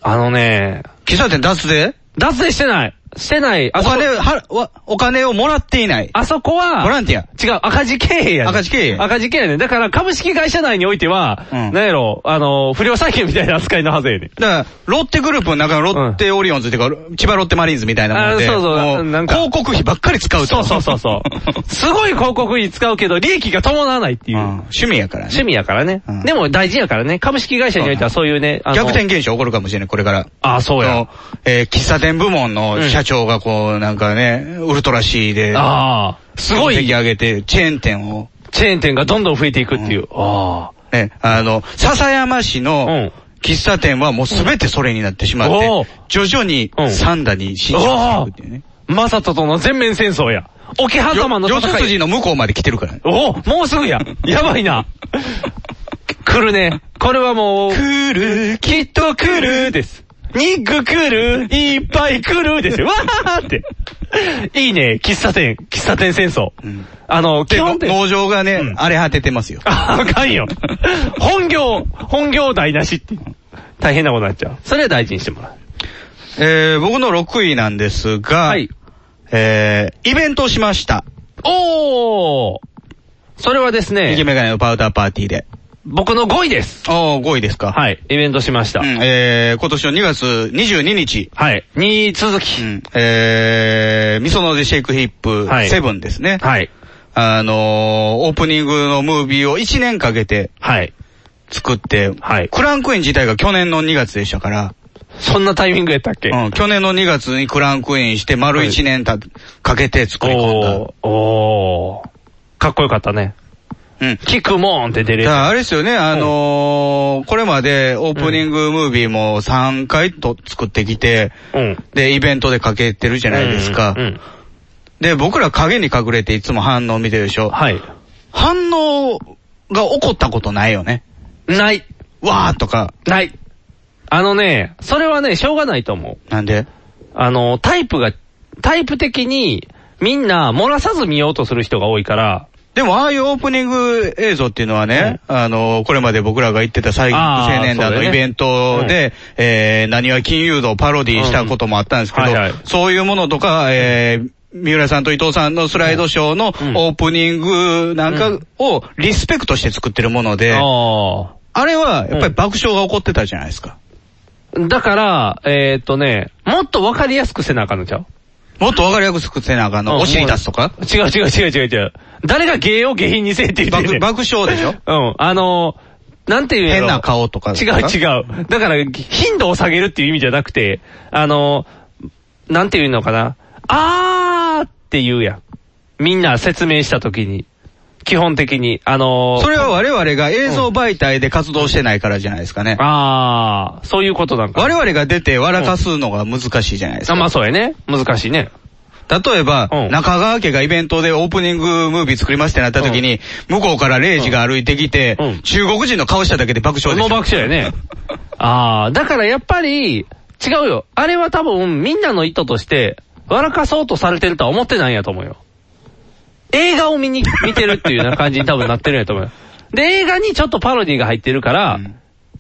Speaker 3: あのね、
Speaker 2: 喫茶店出すぜ
Speaker 3: 脱税してない。してない。
Speaker 2: お金、は、わお金をもらっていない。
Speaker 3: あそこは、
Speaker 2: ボランティア。
Speaker 3: 違う、赤字経営やね
Speaker 2: 赤字経営
Speaker 3: 赤字経営やねだから、株式会社内においては、なんやろ、あの、不良債権みたいな扱いのはずやね
Speaker 2: だから、ロッテグループの中のロッテオリオンズっていうか、千葉ロッテマリーンズみたいなもので、
Speaker 3: あそうそ
Speaker 2: も
Speaker 3: うなんか
Speaker 2: 広告費ばっかり使う
Speaker 3: そ
Speaker 2: と。
Speaker 3: うそうそ うそう。すごい広告費使うけど、利益が伴わないっていう。
Speaker 2: 趣味やからね。
Speaker 3: 趣味やからね。でも大事やからね。株式会社においてはそういうね。あの
Speaker 2: 逆転現象起こるかもしれない、これから。
Speaker 3: あ、そう
Speaker 2: あ
Speaker 3: や
Speaker 2: の。えー喫茶店部門の社長がこう、なんかね、ウルトラ C で、
Speaker 3: ああ。すご
Speaker 2: 席
Speaker 3: い
Speaker 2: 上げて、チェーン店を、
Speaker 3: チェーン店がどんどん増えていくっていう。あ
Speaker 2: ね、あの、笹山市
Speaker 3: あ。う
Speaker 2: の
Speaker 3: ん。
Speaker 2: 喫茶店はもうすべてそれになってしまっ
Speaker 3: うんおー
Speaker 2: て、徐々に
Speaker 3: うん
Speaker 2: 三田に進出していくっていうね。
Speaker 3: マサトとの全面戦争や。桶狭間の
Speaker 2: よ四
Speaker 3: 戦い。
Speaker 2: 筋の向こうまで来てるからね。
Speaker 3: おおもうすぐ や。やばいな。来るね。これはもう。来る、きっと来るです。肉来る、いっぱい来るですよ。わーって。いいね、喫茶店、喫茶店戦争。あの、基
Speaker 2: で、
Speaker 3: 本的に。
Speaker 2: 農場がね、荒れ果ててますよ。
Speaker 3: あ、あかんよ。本業、本業台無しって。大変なことになっちゃう。それは大事にしてもらう。
Speaker 2: えー、僕の6位なんですが、
Speaker 3: はい
Speaker 2: えー、イベントをしました。
Speaker 3: おーそれはです
Speaker 2: イケ
Speaker 3: ね、
Speaker 2: メガネのパウダーパーティーで。
Speaker 3: 僕の5位です。
Speaker 2: おー、5位ですか。
Speaker 3: はい、イベントしました。
Speaker 2: うん、えー、今年の2月22日、
Speaker 3: はい。に続き。
Speaker 2: うん、えー、みそのでシェイクヒップ
Speaker 3: はい
Speaker 2: 7ですね。
Speaker 3: はい。
Speaker 2: あのー、オープニングのムービーを1年かけて
Speaker 3: はい。
Speaker 2: 作って、
Speaker 3: はい
Speaker 2: クランクイン自体が去年の2月でしたから、
Speaker 3: そんなタイミングやったっけ、
Speaker 2: うん、去年の2月にクランクインして丸1年た、かけて作り込んだ。
Speaker 3: おー、おー。かっこよかったね。
Speaker 2: うん。
Speaker 3: キックモーンって出れ
Speaker 2: だ
Speaker 3: る
Speaker 2: か。らあれですよね、あのーこれまでオープニングムービーも3回と作ってきて、
Speaker 3: うん。
Speaker 2: で、イベントでかけてるじゃないですか。
Speaker 3: うんうん。
Speaker 2: で、僕ら影に隠れていつも反応見てるでしょ。
Speaker 3: はい。
Speaker 2: 反応が起こったことないよね。
Speaker 3: ない。
Speaker 2: わーとか。
Speaker 3: ない。あのね、それはね、しょうがないと思う。
Speaker 2: なんで
Speaker 3: あの、タイプが、タイプ的に、みんな漏らさず見ようとする人が多いから、
Speaker 2: でも、ああいうオープニング映像っていうのはね、あの、これまで僕らが言ってた最近
Speaker 3: あー
Speaker 2: 青年団
Speaker 3: そう
Speaker 2: の
Speaker 3: だよ
Speaker 2: イ
Speaker 3: ね
Speaker 2: ベントで、えー、何は金融道をパロディしたこともあったんですけど、
Speaker 3: うんはいはい
Speaker 2: そういうものとか、えー、三浦さんと伊藤さんのスライドショーのオ
Speaker 3: う
Speaker 2: ー
Speaker 3: ん
Speaker 2: プニングなんかをリスペクトして作ってるもので、
Speaker 3: あ
Speaker 2: あれはやっぱり爆笑が起こってたじゃないですか。
Speaker 3: あ。だから、えーっとね、もっとわかりやすくせなあかんのちゃう
Speaker 2: もっとわかりやすくせなあかん
Speaker 3: う
Speaker 2: の、
Speaker 3: ん
Speaker 2: お尻出すと か
Speaker 3: 違う違う違う違う違う。誰が芸を下品にせえって言ってんね
Speaker 2: 爆
Speaker 3: ん
Speaker 2: 爆笑でしょ
Speaker 3: うん、あのー、なんていう
Speaker 2: 変な顔とか
Speaker 3: 違う違う。だから、頻度を下げるっていう意味じゃなくて、あのー、なんていうのかな。あーって言うやん。みんな説明したときに。基本的に。あのー、
Speaker 2: それは我々が映像媒体で活動してないからじゃないですかね。
Speaker 3: あー、そういうことなんか。
Speaker 2: 我々が出て笑かすのが難しいじゃないです
Speaker 3: あ、まあ
Speaker 2: か。
Speaker 3: そうやね。難しいね。
Speaker 2: 例えば
Speaker 3: うん、
Speaker 2: 中川家がイベントでオープニングムービー作りますってなった時に、向こうからレイジが歩いてきて
Speaker 3: うん、
Speaker 2: 中国人の顔しただけで爆笑で
Speaker 3: もう
Speaker 2: しょ
Speaker 3: 爆笑 やね。ああ、だからやっぱり、違うよ。あれは多分、みんなの意図として、笑かそうとされてるとは思ってないんやと思うよ。映画を見に、見てるっていうような感じに多分なってるんやと思うよ。で、映画にちょっとパロディが入ってるから、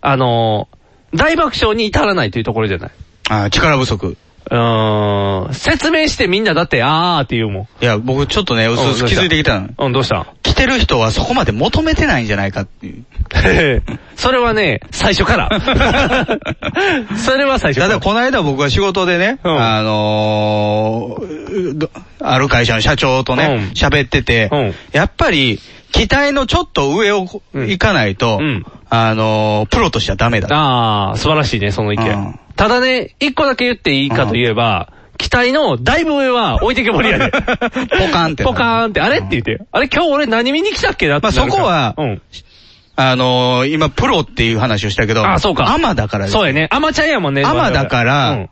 Speaker 3: あのー大爆笑に至らないというところじゃない。
Speaker 2: あー力不足。
Speaker 3: うーん、説明してみんなだって、あーって言うもん。
Speaker 2: いや、僕ちょっとね、うすうす気づいてきたの。
Speaker 3: うん、どうしたん
Speaker 2: 来てる人はそこまで求めてないんじゃないかっていう。
Speaker 3: へへそれはね、最 初から。それは最初
Speaker 2: た
Speaker 3: か
Speaker 2: だ
Speaker 3: ら。
Speaker 2: この間僕は仕事でね、
Speaker 3: うん
Speaker 2: あのーどある会社の社長とね
Speaker 3: うん、
Speaker 2: 喋、ってて、
Speaker 3: うん
Speaker 2: やっぱり、期待のちょっと上をこ
Speaker 3: うん
Speaker 2: 行かないと、
Speaker 3: うん
Speaker 2: あのープロとしてはダメだ。
Speaker 3: ああ、素晴らしいね、その意見。
Speaker 2: うん
Speaker 3: ただね、一個だけ言っていいかと言えば、期待のだいぶ上は置いてけぼりや で。ポ
Speaker 2: カンって
Speaker 3: ポカーンって、あれって言って。あれ今日俺何見に来たっけなってなるから。
Speaker 2: まあそこは
Speaker 3: うん。
Speaker 2: あのー今プロっていう話をしたけど、
Speaker 3: ああ、そうか。
Speaker 2: アマだからです
Speaker 3: そうやね。アマちゃんやもんね。
Speaker 2: アマだから
Speaker 3: うん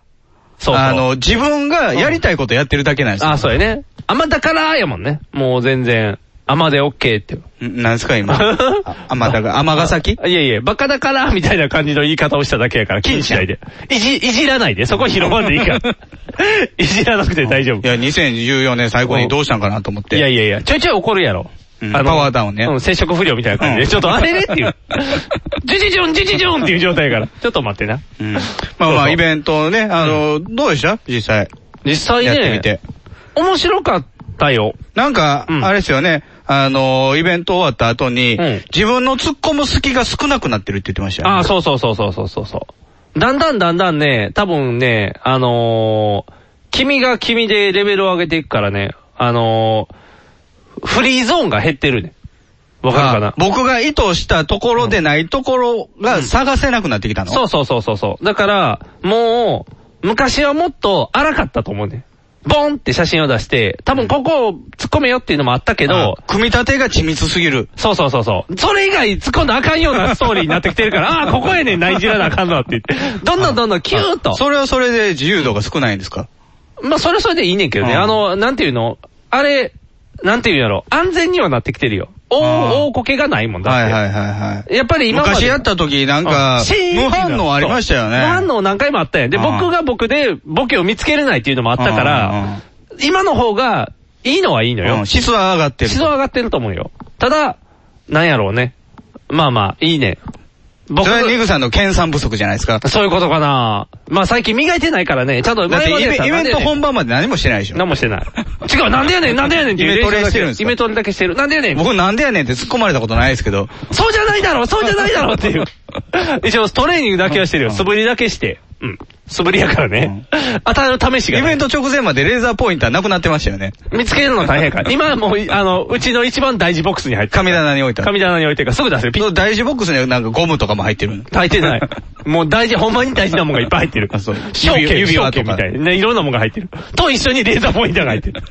Speaker 3: そうそう。
Speaker 2: あのー自分がやりたいことやってるだけなんですよ
Speaker 3: あ、そうやね。アマだからやもんね。もう全然、アマで OK って。
Speaker 2: んなんですか今。 あアマだから、アマが先
Speaker 3: あいえいえ、バカだから、みたいな感じの言い方をしただけやから、気にしな いで。いじ、いじらないで、そこ広まんでいいから。いじらなくて大丈夫
Speaker 2: い。や、2014年最後にどうしたんかなと思って。
Speaker 3: いやいやいや、ちょいちょい怒るやろ。
Speaker 2: うんパワーダウンね
Speaker 3: うん、接触不良みたいな感じ
Speaker 2: う
Speaker 3: で、
Speaker 2: ん
Speaker 3: ちょっとあれれって いう。ジュジュジュン、ジュジュジュンっていう状態やから。ちょっと待ってな。
Speaker 2: うんまあ
Speaker 3: そう
Speaker 2: ま
Speaker 3: そ
Speaker 2: あ、
Speaker 3: う
Speaker 2: イベントね、あのーどうでした実際。
Speaker 3: 実際ね、
Speaker 2: やってみて。
Speaker 3: 面白かったよ。
Speaker 2: なんか、あれですよね。あの、イベント終わった後に、自分の突っ込む隙が少なくなってるって言ってましたよ、
Speaker 3: ね。ああ、そうそうそうそうそうそうそう。だんだんだんだんね、多分ね、あのー、君が君でレベルを上げていくからね、あのー、フリーゾーンが減ってるね。わかるかな
Speaker 2: 僕が意図したところでないところが探せなくなってきたの、
Speaker 3: うんうん、そうそうそうそうだから、もう、昔はもっと荒かったと思うね。ボンって写真を出して、多分ここを突っ込めよっていうのもあったけど、
Speaker 2: 組み立てが緻密すぎる。
Speaker 3: そうそうそうそう。それ以外突っ込んだあかんようなストーリーになってきてるから、 ああ、ここやねん、ないじらなあかんのって言って。どんどんどんどんキューッと。
Speaker 2: それはそれで自由度が少ないんですか
Speaker 3: まあ、それはそれでいいねんけどね。あの、なんていうのあれ、なんていうんやろ安全にはなってきてるよ。大、大こけがないもんだ
Speaker 2: って。はいはいはいはい。
Speaker 3: やっぱり今ま
Speaker 2: 昔やった時なんか、無反応ありましたよね。
Speaker 3: 無反応何回もあったやん。で、僕が僕でボケを見つけれないっていうのもあったから、今の方がいいのはいいのよ。
Speaker 2: 指数は上がってる。
Speaker 3: 指数は上がってると思うよ。ただ、なんやろうね。まあまあ、いいね。
Speaker 2: 僕それはニグさんの研鑽不足じゃないですか。
Speaker 3: そういうことかなまあ最近磨いてないからね、ちゃんと
Speaker 2: だってイベイベント本番まで何もしてないでしょ。
Speaker 3: 何もしてない。違う、なんでやねん、なんでやねんってイ
Speaker 2: メトレしてるんです
Speaker 3: イメトレだけしてる。なんでやねん。
Speaker 2: 僕なんでやねんって突っ込まれたことないですけど。
Speaker 3: そうじゃないだろ、そうじゃないだろっていう。 一応トレーニングだけはしてるよ。素振りだけして。うん。素振りやからね。当たる試しが。
Speaker 2: イベント直前までレーザーポインターなくなってましたよね。
Speaker 3: 見つけるの大変から。 今もう、あの、うちの一番大事ボックスに入って。
Speaker 2: 神棚に置いた。
Speaker 3: 神棚に置いてるからすぐ出せる。
Speaker 2: そう、大事ボックスになんかゴムとかも入ってる。
Speaker 3: 入って ない。もう大事、ほんまに大事なもんがいっぱい入ってる。あ、そう。証券、指輪とか。みたいね、いろんなもんが入ってる。と一緒にレーザーポインターが入って る。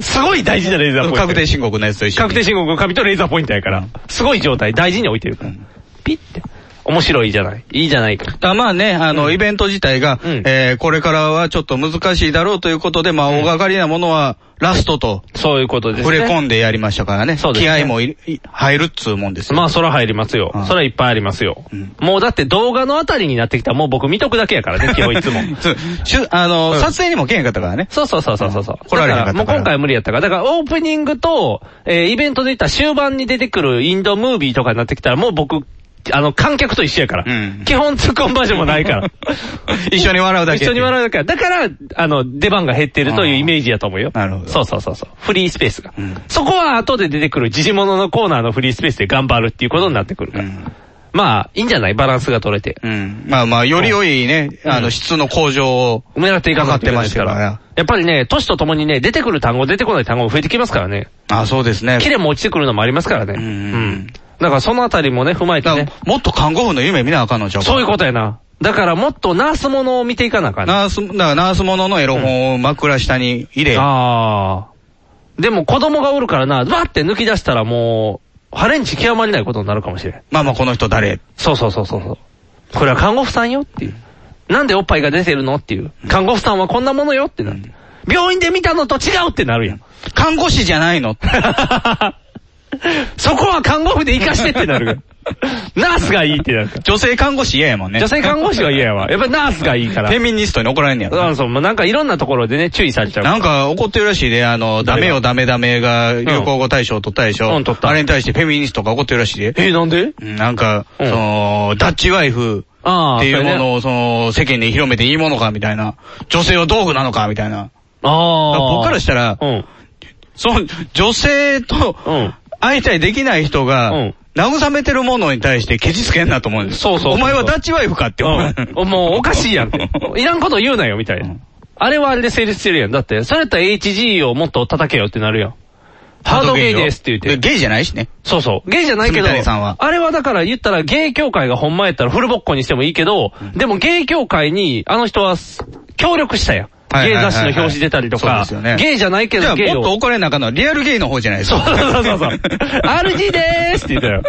Speaker 3: すごい大事なレーザーポインター。
Speaker 2: 確定申告のやつと一緒
Speaker 3: 確定申告の紙とレーザーポインターやから。すごい状態、大事に置いてるから。ピッて。面白いじゃない。いいじゃないか。
Speaker 2: だまあね、あの、うん、イベント自体が、うん、えー、これからはちょっと難しいだろうということで、まあ、大掛かりなものは、ラストと、
Speaker 3: そういうことです
Speaker 2: ね。触れ込んでやりましたからね。そうです、ね、気合も入るっつうもんです
Speaker 3: まあ、そら入りますよ。そらいっぱいありますよ。うん、もうだって動画のあたりになってきたら、もう僕見とくだけや からね、基本いつも。
Speaker 2: しゅあの、撮影にも来へんかったからね。
Speaker 3: そうそうそうそうそう。
Speaker 2: 来られなかった
Speaker 3: もう今回無理やったから。だから、オープニングと、えー、イベントで言った終盤に出てくるインドムービーとかになってきたら、もう僕、あの、観客と一緒やから。うん、基本突っ込む場所もないから。
Speaker 2: 一緒に笑う だけ。
Speaker 3: 一緒に笑うだけ。だから、あの、出番が減ってるというイメージやと思うよ。
Speaker 2: なるほど。
Speaker 3: そうそうそうそう。フリースペースが。うん、そこは後で出てくる時事物のコーナーのフリースペースで頑張るっていうことになってくるから。うんまあ、いいんじゃないバランスが取れて。
Speaker 2: うん。まあまあ、より良いね、あの、質の向上を。
Speaker 3: 狙っていかかってますから。やっぱりね、年とともにね、出てくる単語、出てこない単語も増えてきますからね。
Speaker 2: ああ、そうですね。
Speaker 3: キレも落ちてくるのもありますからね。うん。だからそのあたりもね、踏まえてね。
Speaker 2: もっと看護婦の夢見なあかんのちゃう
Speaker 3: そういうことやな。だからもっとナースものを見ていかなあかん、
Speaker 2: ね、ナース、だからナースもののエロ本を枕下に入れ。うん、
Speaker 3: ああ。でも子供がおるからな、バって抜き出したらもう、ハレンチ極まりないことになるかもしれん。
Speaker 2: まあまあこの人誰
Speaker 3: そうそうそうそう。これは看護婦さんよっていう。なんでおっぱいが出てるのっていう。看護婦さんはこんなものよってなって。うん、病院で見たのと違うってなるやん。
Speaker 2: 看護師じゃないの
Speaker 3: そこは看護婦で生かしてってなる。 ナースがいいってなる。
Speaker 2: 女性看護師嫌やもんね。
Speaker 3: 女性看護師は嫌やわ。やっぱナースがいいから。
Speaker 2: フェミニストに怒られんねや
Speaker 3: ろ。そう、なんかいろんなところでね、注意されちゃう。
Speaker 2: なんか怒ってるらしいで、あの、ダメよダメダメが流行語大賞を取ったでしょ。。
Speaker 3: うん、取った
Speaker 2: あれに対してフェミニストが怒ってるらしいで。
Speaker 3: え、なんで
Speaker 2: なんか、その、ダッチワイフ。っていうものを、その、世間に広めていいものか、みたいな。女性は道具なのか、みたいな。
Speaker 3: ああ。
Speaker 2: 僕からしたら、うん。その、女性と、相対できない人が、慰めてるものに対してケチつけんなと思うんです。
Speaker 3: そうそう
Speaker 2: お前はダッチワイフかって思
Speaker 3: う。もうおかしいやん。 いらんこと言うなよ、みたいな。あれはあれで成立してるやん。だって、それやったら HG をもっと叩けよってなるやん。ハードゲイですって言って
Speaker 2: ゲイじゃないしね。
Speaker 3: そうそう。ゲイじゃないけど、
Speaker 2: さんは
Speaker 3: あれはだから言ったらゲイ協会がほんまやったらフルボッコにしてもいいけど、でもゲイ協会にあの人は協力したやん。ゲイ雑誌の表紙出たりとか、ね、ゲイじゃないけどゲイ
Speaker 2: を。もっと怒れなかのリアルゲイの方じゃないですか。
Speaker 3: そうそうそうそう。RG でーすって言ったよ。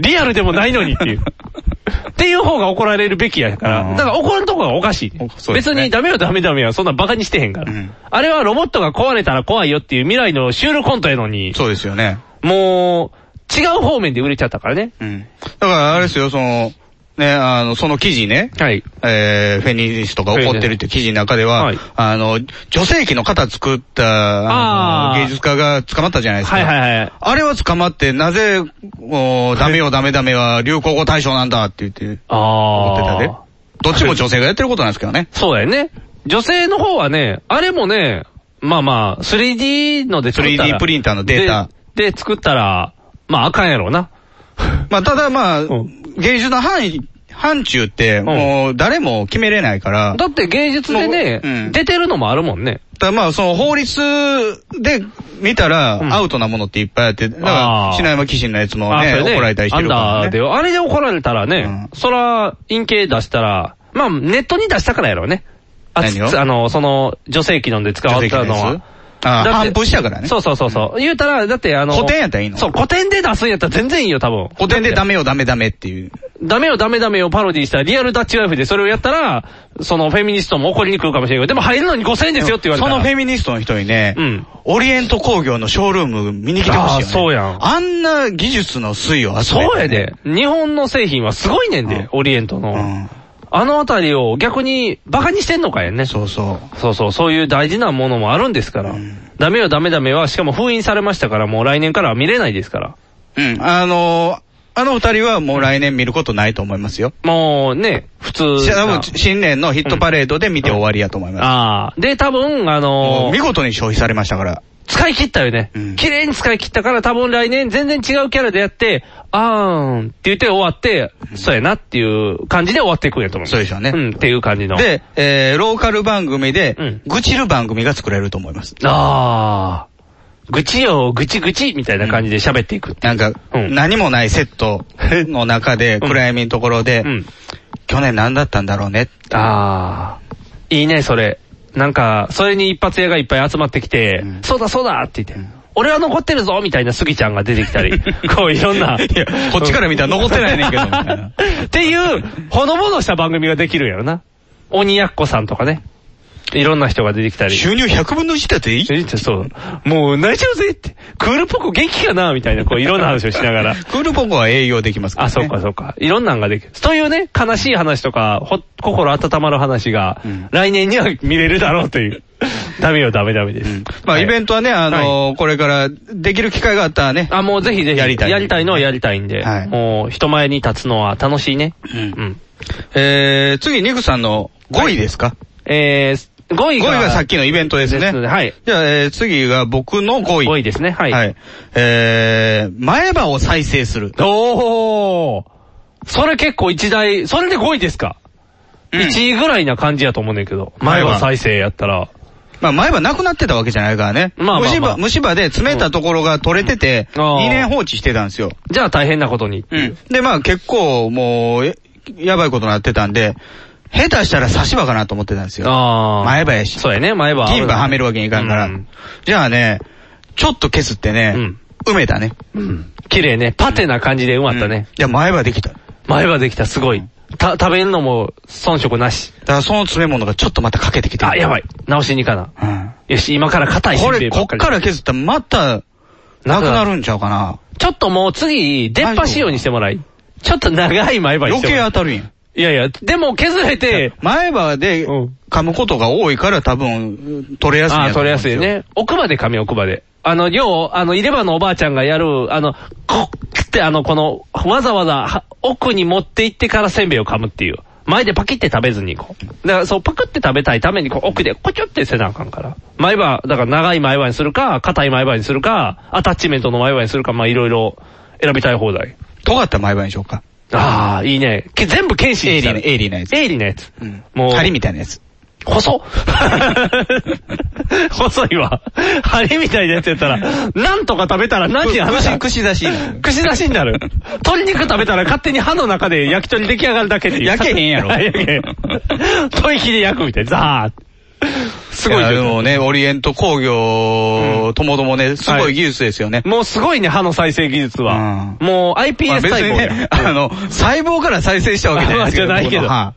Speaker 3: リアルでもないのにっていう。っていう方が怒られるべきやから、だから怒るとこがおかしい。ね、別にダメよダメダメはそんなバカにしてへんから、うん、あれはロボットが壊れたら怖いよっていう未来のシュールコントやの に。
Speaker 2: そうですよね。
Speaker 3: もう、違う方面で売れちゃったからね。
Speaker 2: うん。だからあれですよ、その、ね、あの、その記事ね。
Speaker 3: はい。
Speaker 2: えー、フェニスとか怒ってるって記事の中では、はい、あの、女性器の型作った、あの、芸術家が捕まったじゃないですか。
Speaker 3: はいはいはい。あ
Speaker 2: れは捕まって、なぜ、おダメよダメダメは流行語対象なんだって言って、
Speaker 3: ああ。
Speaker 2: 思ってたで。どっちも女性がやってることなんですけどね。
Speaker 3: そうだよね。女性の方はね、あれもね、まあまあ、3D ので作ったら。
Speaker 2: 3D プリンターのデータ
Speaker 3: で。で作ったら、まああかんやろうな。
Speaker 2: まあただまあ、うん、芸術の範囲、範疇ってもう誰も決めれないから。
Speaker 3: だって芸術でね、うん、出てるのもあるもんね。
Speaker 2: だまあその法律で見たらアウトなものっていっぱいあって、だから品山騎士のやつもね、怒られたりしてるから、ね。あ
Speaker 3: で、あれで怒られたらね、うん、そら、陰形出したら、まあネットに出したからやろうね。あ
Speaker 2: 何
Speaker 3: あの、その、女性器のんで使われたのは。
Speaker 2: ああ、反復したからね。
Speaker 3: そうそうそう。そう言うたら、だってあの、
Speaker 2: 古典やったらいいの
Speaker 3: そう、古典で出すんやったら全然いいよ、多分。
Speaker 2: 古典でダメよ、ダメダメっていう。
Speaker 3: ダメよ、ダメダメをパロディしたら、リアルダッチワイフでそれをやったら、そのフェミニストも怒りに来るかもしれないけど、でも入るのに5000円ですよって言われた
Speaker 2: そのフェミニストの人にね、うん、オリエント工業のショールーム見に来てほしいよ、ね。
Speaker 3: そうやん。
Speaker 2: あんな技術の推移を
Speaker 3: 集め、ね、そうやで。日本の製品はすごいねんで、うん、オリエントの。うんあのあたりを逆に馬鹿にしてんのかよね。
Speaker 2: そうそう。
Speaker 3: そうそう、そういう大事なものもあるんですから。うん、ダメよダメダメは、しかも封印されましたから、もう来年からは見れないですから。
Speaker 2: うん、あのー、あの二人はもう来年見ることないと思いますよ。
Speaker 3: もうね、普通。
Speaker 2: 多分新年のヒットパレードで見て終わりやと思います。うんうん、
Speaker 3: ああ。で、多分、あの
Speaker 2: ー、見事に消費されましたから。
Speaker 3: 使い切ったよね。綺麗に使い切ったから多分来年全然違うキャラでやって、あーんって言って終わって、そうやなっていう感じで終わっていくんやと思う。
Speaker 2: そうでしょうね。
Speaker 3: うん、っていう感じの。
Speaker 2: で、えー、ローカル番組で、愚痴る番組が作れると思います。
Speaker 3: あー。愚痴よ、愚痴愚痴みたいな感じで喋っていく
Speaker 2: なんか、何もないセットの中で、暗闇のところで、去年何だったんだろうね。
Speaker 3: あー。いいね、それ。なんか、それに一発屋がいっぱい集まってきて、うん、そうだそうだって言って、うん、俺は残ってるぞみたいなスギちゃんが出てき たり、こういろんな。い
Speaker 2: や、こっちから見たら残ってないねんけど。
Speaker 3: っていう、ほのぼのした番組ができるやろな。鬼やっこさんとかね。いろんな人が出てきたり。
Speaker 2: 収入100分の1だっていい
Speaker 3: そう。もう泣いちゃうぜって。クールポコ元気かなみたいな、こういろんな話をしながら。
Speaker 2: クールポコは営業できますから、ね、
Speaker 3: あ、そうかそうか。いろんなんができる。そういうね、悲しい話とか、ほ、心温まる話が、うん、来年には見れるだろうという。ダメよ、ダメダメです。うん、
Speaker 2: まあ、イベントはね、あのーはい、これからできる機会があったらね。
Speaker 3: あ、もうぜひぜひ。
Speaker 2: やりたい。
Speaker 3: やりたいのはやりたいんで。はい、もう、人前に立つのは楽しいね。うん。うん、
Speaker 2: えー、次、ニクさんの5位ですか、はい、
Speaker 3: えー、5位
Speaker 2: が。5位がさっきのイベントですね。
Speaker 3: すはい。
Speaker 2: じゃあ、えー、次が僕の5位。
Speaker 3: 5位ですね、はい。
Speaker 2: はい。えー、前歯を再生する。
Speaker 3: おーそれ結構一大、それで5位ですか、うん、?1 位ぐらいな感じやと思うねんけど。前歯再生やったら。
Speaker 2: まあ前歯なくなってたわけじゃないからね。まあまあ、まあ、虫歯、虫歯で詰めたところが取れてて、うん、2年放置してたんですよ。
Speaker 3: じゃあ大変なことに。
Speaker 2: うん。で、まあ結構もう、やばいことになってたんで、下手したら刺し歯かなと思ってたんですよ。
Speaker 3: ああ。
Speaker 2: 前歯やし。
Speaker 3: そうやね、前歯。
Speaker 2: 銀歯はめるわけにいかんから。うん、じゃあね、ちょっと削ってね、うん、埋めたね。
Speaker 3: うん。綺麗ね。パテな感じで埋まったね。
Speaker 2: いや、前歯できた。
Speaker 3: 前歯できた、すごい。た、食べんのも遜色なし。
Speaker 2: だからその詰め物がちょっとまたかけてきて
Speaker 3: あ、やばい。直しにかな。うん。よし、今から硬い
Speaker 2: しこれ、こっから削ったらまた、なくなるんちゃうかな。
Speaker 3: ちょっともう次、出っ歯仕様にしてもらい。ちょっと長い前歯に
Speaker 2: してもらい。余計当たるやん。
Speaker 3: いやいや、でも削れて、
Speaker 2: 前歯で噛むことが多いから多分取れやすい
Speaker 3: ああ、取れやすいね。奥まで噛み奥まで。あの、よう、あの、入れ歯のおばあちゃんがやる、あの、こってあの、この、わざわざ奥に持って行ってからせんべいを噛むっていう。前でパキって食べずにこう。だからそう、パクって食べたいためにこう奥でこちょってせなあかんから。前歯、だから長い前歯にするか、硬い前歯にするか、アタッチメントの前歯にするか、まあいろいろ選びたい放題。
Speaker 2: 尖った前歯にしようか。
Speaker 3: ああ、いいね。全部剣士
Speaker 2: にしたエイリーなやつ。
Speaker 3: エイリーなやつ。
Speaker 2: うん。もう。針みたいなやつ。
Speaker 3: 細 細いわ。針みたいなやつやったら、なんとか食べたら何や
Speaker 2: 話串刺し。
Speaker 3: 串刺しになる。鶏肉食べたら勝手に歯の中で焼き鳥出来上がるだけっていう。
Speaker 2: 焼けへんやろ。
Speaker 3: 焼けへん。吐息で焼くみたい。ザーって。すごい
Speaker 2: でもね、オリエント工業、ともどもね、すごい技術ですよね。
Speaker 3: もうすごいね、歯の再生技術は。もう iPS 細胞
Speaker 2: ね。あの、細胞から再生したわけじゃないです
Speaker 3: けど。じゃないけど。
Speaker 2: な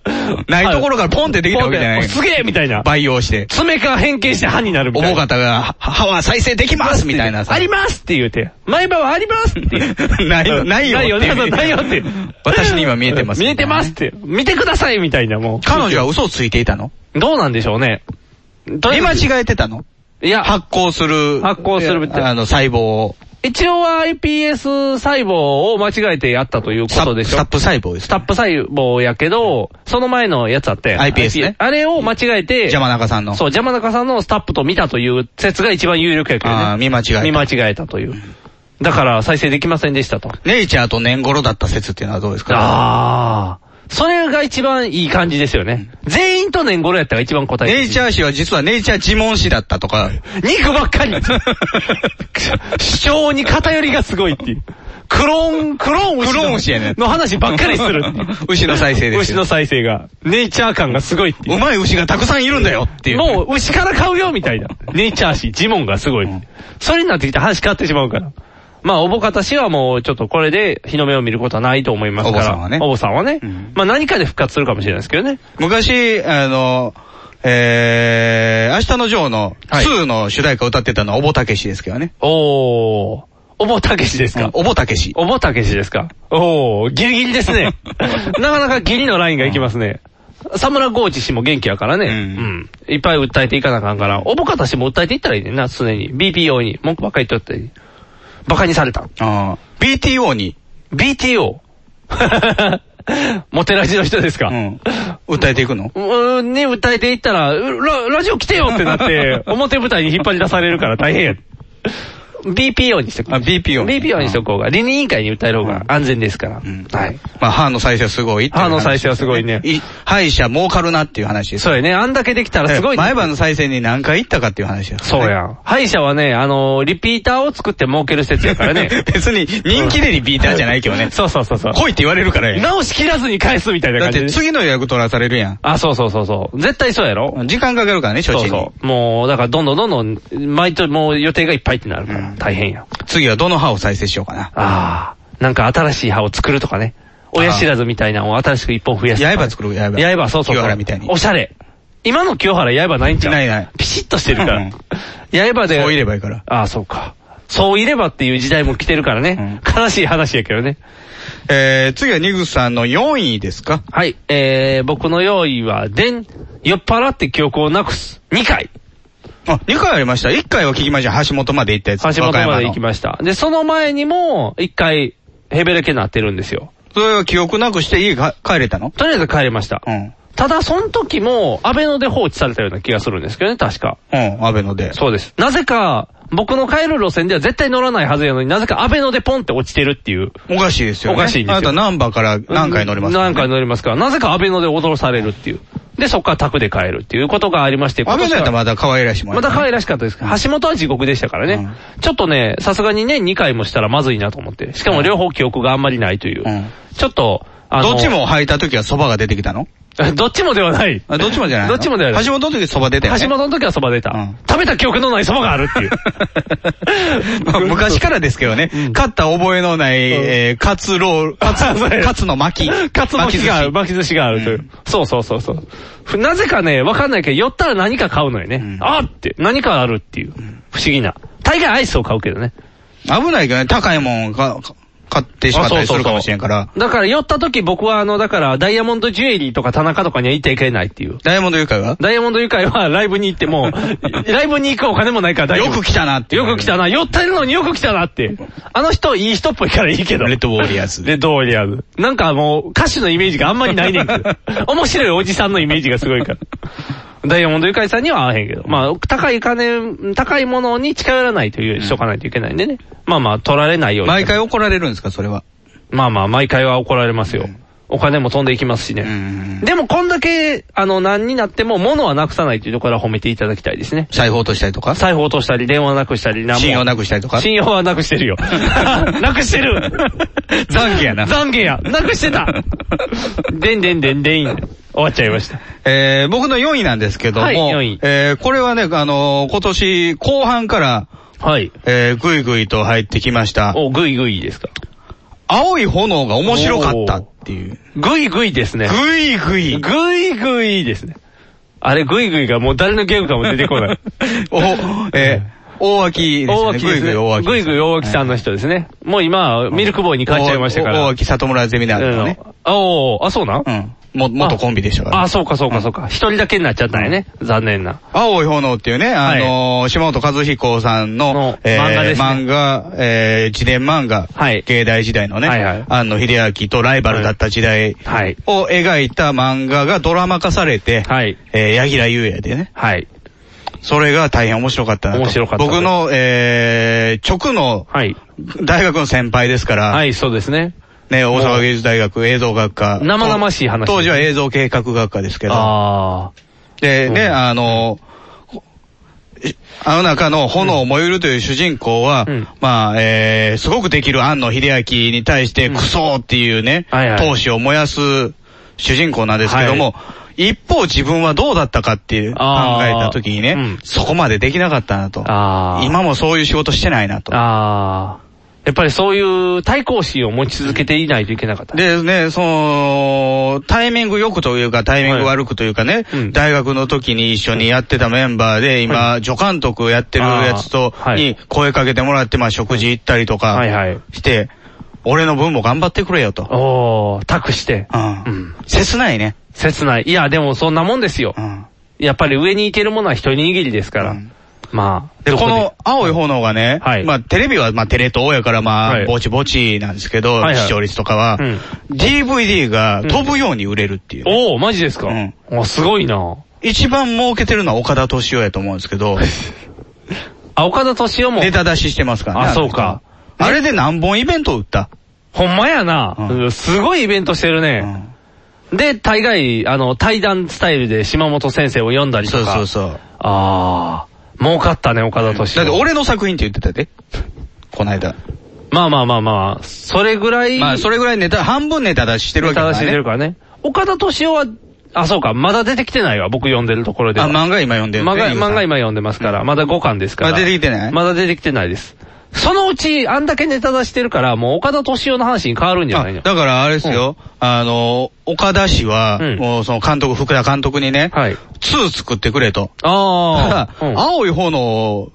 Speaker 2: いところからポンってできたわけじゃない。
Speaker 3: すげえみたいな。
Speaker 2: 培養して。
Speaker 3: 爪から変形して歯になるみたいな。
Speaker 2: 重方が、歯は再生できますみたいな
Speaker 3: ありますって言うて。前歯はありますって
Speaker 2: ないよ、ないよ。
Speaker 3: ないよ、ないよって。
Speaker 2: 私に今見えてます。
Speaker 3: 見えてますって。見てくださいみたいなもう。
Speaker 2: 彼女は嘘をついていたの
Speaker 3: どうなんでしょうね。
Speaker 2: 見間違えてたの
Speaker 3: いや。
Speaker 2: 発光する。
Speaker 3: 発光する
Speaker 2: あの、細胞を。
Speaker 3: 一応は iPS 細胞を間違えてやったということでしょ
Speaker 2: スタップ細胞です。
Speaker 3: スタップ細胞やけど、その前のやつあって。
Speaker 2: iPS ね。
Speaker 3: あれを間違えて。
Speaker 2: 邪魔中さんの。
Speaker 3: そう、邪魔中さんのスタップと見たという説が一番有力やけどね。あ
Speaker 2: あ、見間違えた。
Speaker 3: 見間違えたという。だから再生できませんでしたと。
Speaker 2: ネイチャーと年頃だった説っていうのはどうですか
Speaker 3: ああ。それが一番いい感じですよね。全員と年頃やったら一番答え
Speaker 2: ネイチャー氏は実はネイチャー自問氏だったとか。
Speaker 3: 肉ばっかり主張に偏りがすごいっていう。クローン、クローン
Speaker 2: クローン氏やね。
Speaker 3: の話ばっかりする。
Speaker 2: 牛の再生です。。
Speaker 3: 牛の再生が。ネイチャー感がすごいっていう
Speaker 2: うまい牛がたくさんいるんだよっていう。
Speaker 3: もう牛から買うよみたいな。ネイチャー氏、ジモンがすごい。それになってきて話変わってしまうから。まあ、おぼかた氏はもうちょっとこれで日の目を見ることはないと思いますから。おぼ
Speaker 2: さんはね。
Speaker 3: おぼさんはね。うん、まあ、何かで復活するかもしれないですけどね。
Speaker 2: 昔、あの、えー、明日のジョーの2の主題歌を歌ってたのはおぼたけしですけどね。
Speaker 3: おー。おぼたけしですか、うん、
Speaker 2: おぼたけし。
Speaker 3: おぼたけしですかおー、ギリギリですね。 なかなかギリのラインがいきますね。サムラゴーチ氏も元気やからね。うん。うん、いっぱい訴えていかなあかんから、おぼかた氏も訴えていったらいいねんな、常に。BPO に。文句ばっかり言っとったり。バカにされた。
Speaker 2: ああ。BTO に。
Speaker 3: BTO? モテラジの人ですかうん。
Speaker 2: 歌えていくの
Speaker 3: うん、ね、歌えていったら、ラ、ラジオ来てよってなって、 表舞台に引っ張り出されるから大変や。BPO にしとこう。
Speaker 2: あ、BPO。
Speaker 3: BPO にしとこうが。倫理委員会に歌える方が安全ですから。うん。はい。
Speaker 2: まあ、歯の再生はすごい
Speaker 3: 歯の再生はすごいね。
Speaker 2: 歯医者儲かるなっていう話です。
Speaker 3: そうやね。あんだけできたらすごい。
Speaker 2: 前歯の再生に何回行ったかっていう話です。
Speaker 3: そうや。歯医者はね、あの、リピーターを作って儲ける施設やからね。
Speaker 2: 別に人気でリピーターじゃないけどね。
Speaker 3: そうそうそうそう。
Speaker 2: 来いって言われるから
Speaker 3: 直し切らずに返すみたいな感じ。
Speaker 2: だって次の予約取らされるやん。
Speaker 3: あ、そうそうそうそう。絶対そうやろ。
Speaker 2: 時間かかるからね、処置に。そう
Speaker 3: もう、だからどんどんどんどん、毎年もう予定がいっぱいってなるから。大変や。
Speaker 2: 次はどの歯を再生しようかな。
Speaker 3: ああ。なんか新しい歯を作るとかね。親知らずみたいなのを新しく一本増やす。
Speaker 2: 刃作る、刃。
Speaker 3: 刃、そうそう。
Speaker 2: 清原みたいに。
Speaker 3: おしゃれ。今の清原刃ないんちゃう
Speaker 2: ないない。
Speaker 3: ピシッとしてるから。刃で。
Speaker 2: そういればいいから。
Speaker 3: ああ、そうか。そういればっていう時代も来てるからね。うん、悲しい話やけどね。
Speaker 2: えー、次はニグさんの4位ですか
Speaker 3: はい。えー、僕の4位は、でん、酔っ払って記憶をなくす。2回。
Speaker 2: あ、2回ありました。1回は聞きました。橋本まで行ったやつ。
Speaker 3: 橋本まで行きました。で、その前にも、1回、ヘベレケになってるんですよ。
Speaker 2: それは記憶なくして家帰れたの
Speaker 3: とりあえず帰れました。うん。ただ、その時も、安倍野で放置されたような気がするんですけどね、確か。
Speaker 2: うん、安倍野で。
Speaker 3: そうです。なぜか、僕の帰る路線では絶対乗らないはずやのになぜか安倍野でポンって落ちてるっていう。
Speaker 2: おかしいですよ、ね。
Speaker 3: おかしいんですよ。
Speaker 2: あなた何番から何回乗ります
Speaker 3: か、ね、何回乗りますから、なぜか安倍野で踊されるっていう。で、そこから宅で帰るっていうことがありまして。
Speaker 2: 安倍野やったらまだ可愛らしいもん
Speaker 3: ね。まだ可愛らしかったですけど、橋本は地獄でしたからね。うん、ちょっとね、さすがにね、2回もしたらまずいなと思って。しかも両方記憶があんまりないという。うん、ちょっと、
Speaker 2: あの。どっちも履いた時は蕎麦が出てきたの
Speaker 3: どっちもではない。
Speaker 2: どっちもじゃない。。
Speaker 3: どっちもではない
Speaker 2: 橋本の時そば出たよ、
Speaker 3: ね。橋本の時はそば出た、うん、食べた記憶のないそばがあるっていう。
Speaker 2: まあ、昔からですけどね、うん、勝った覚えのない、うん、えー、カツロール、カツ、 カツの巻き。
Speaker 3: カツ巻きがある、巻き寿司があるという。そうそうそうそう。なぜかね、わかんないけど、寄ったら何か買うのよね。あって、何かあるっていう。不思議な。大概アイスを買うけどね。
Speaker 2: 危ないけどね、高いもんか、買ってしまったりするかもしれんから。
Speaker 3: だから寄った時僕はあの、だからダイヤモンドジュエリーとか田中とかには行っていけないっていう。
Speaker 2: ダイヤモンドユカイは
Speaker 3: ダイヤモンドユカイはライブに行っても、 ライブに行くお金もないから
Speaker 2: よく来たなって。
Speaker 3: よく来たな。寄ってるのによく来たなって。あの人いい人っぽいからいいけど。
Speaker 2: レッドウォーリアーズ。
Speaker 3: レッドウォーリアーズ。なんかもう歌手のイメージがあんまりないねんけど。面白いおじさんのイメージがすごいから。ダイヤモンドユカイさんには合わへんけど。まあ、高い金、高いものに近寄らないという、しとかないといけないんでね。まあまあ、取られないように。
Speaker 2: 毎回怒られるんですか、それは。
Speaker 3: まあまあ、毎回は怒られますよ。お金も飛んでいきますしね。でも、こんだけ、あの、何になっても、物はなくさないというところは褒めていただきたいですね。
Speaker 2: 財布落としたりとか
Speaker 3: 財布落としたり、電話なくしたり、
Speaker 2: 信用なくしたりとか
Speaker 3: 信用はなくして るよ。なくしてる
Speaker 2: 懺悔やな。
Speaker 3: 懺悔や。なくしてたでんでんでんでん。終わっちゃいました。
Speaker 2: えー、僕の4位なんですけども、はい、4位。えー、これはね、あのー、今年後半から、
Speaker 3: はい。
Speaker 2: えー、ぐいぐいと入ってきました。
Speaker 3: お、ぐいぐいですか。
Speaker 2: 青い炎が面白かったっていう。
Speaker 3: ぐいぐいですね。
Speaker 2: ぐいぐい。
Speaker 3: ぐいぐいですね。あれ、ぐいぐいがもう誰のゲームかも出てこない。
Speaker 2: お、えー、大 脇ですね。大脇
Speaker 3: ですね。
Speaker 2: 大
Speaker 3: 脇。ぐいぐい大脇さんの人ですね。もう今、ミルクボーイに変えちゃいましたから。
Speaker 2: 大脇里村ゼミナーとかね。
Speaker 3: あおあ、そうなん
Speaker 2: うん。も、元コンビでしたから、
Speaker 3: ね。あ、そうかそうかそうか。一、人だけになっちゃったんやね。残念な。
Speaker 2: 青い炎っていうね、あのー島本和彦さんの、えー
Speaker 3: 漫画ですね
Speaker 2: 漫画、えー自伝漫画、芸大時代のね、
Speaker 3: はいはい
Speaker 2: 安野秀明とライバルだった時代を描いた漫画がドラマ化されて、えー、柳楽優也でね、それが大変面白かったなと。
Speaker 3: 面白かった
Speaker 2: 僕の、えー、直の、大学の先輩ですから、
Speaker 3: はい、そうですね。
Speaker 2: ね、大阪芸術大学映像学科。
Speaker 3: 生々しい話
Speaker 2: 当時は映像計画学科ですけど。で、ね、あの、いあの中の炎を燃ゆるという主人公は、まあ、えー、すごくできる安野秀明に対して、クソーっていうね、闘志を燃やす主人公なんですけども、一方自分はどうだったかっていう考
Speaker 3: あー
Speaker 2: えた時にね、そこまでできなかったなと。今もそういう仕事してないなと。
Speaker 3: ああ。やっぱりそういう対抗心を持ち続けていないといけなかった。
Speaker 2: でね、その、タイミング良くというか、タイミング悪くというかね、大学の時に一緒にやってたメンバーで、今、助監督やってるやつと、に声かけてもらって、まあ食事行ったりとかして、俺の分も頑張ってくれよと。
Speaker 3: おー、託して。
Speaker 2: うん。切ないね。
Speaker 3: 切ない。いや、でもそんなもんですよ。やっぱり上に行けるものは一握りですから。まあ。
Speaker 2: で、
Speaker 3: ど
Speaker 2: こ
Speaker 3: で
Speaker 2: の青い炎がね、まあテレビはまあテレ東やからまあ、
Speaker 3: はい
Speaker 2: ぼちぼちなんですけど、
Speaker 3: はいはい
Speaker 2: 視聴率とかは、DVD が飛ぶように売れるっていう、
Speaker 3: おー、マジですか、うん、すごいな
Speaker 2: 一番儲けてるのは岡田敏夫やと思うんですけ ど、
Speaker 3: あ、岡田敏夫 も。
Speaker 2: ネタ出ししてますからね。
Speaker 3: あ、そうか。
Speaker 2: あれで何本イベント打った
Speaker 3: ほんまやな、うんすごいイベントしてるね。で、大概、あの、対談スタイルで島本先生を読んだりとか。
Speaker 2: そうそうそう。
Speaker 3: ああ、儲かったね、岡田敏夫。
Speaker 2: だって俺の作品って言ってたで。この間。
Speaker 3: まあまあまあまあ、それぐらい。
Speaker 2: まあ、それぐらいネタ、半分ネタ出ししてるわけだからね
Speaker 3: ネタ出ししてるからね。岡田敏夫は、あ、そうか、まだ出てきてないわ、僕読んでるところでは。
Speaker 2: あ漫画今読んでるね
Speaker 3: 漫画、
Speaker 2: ゆうさん
Speaker 3: 漫画今読んでますから、まだ5巻ですから。
Speaker 2: まだ出てきてない
Speaker 3: まだ出てきてないです。そのうち、あんだけネタ出してるから、もう岡田敏夫の話に変わるんじゃないの
Speaker 2: だからあれですよ、あの、岡田氏は、もうその監督、福田監督にね、2作ってくれと。
Speaker 3: あ
Speaker 2: ただ、青い炎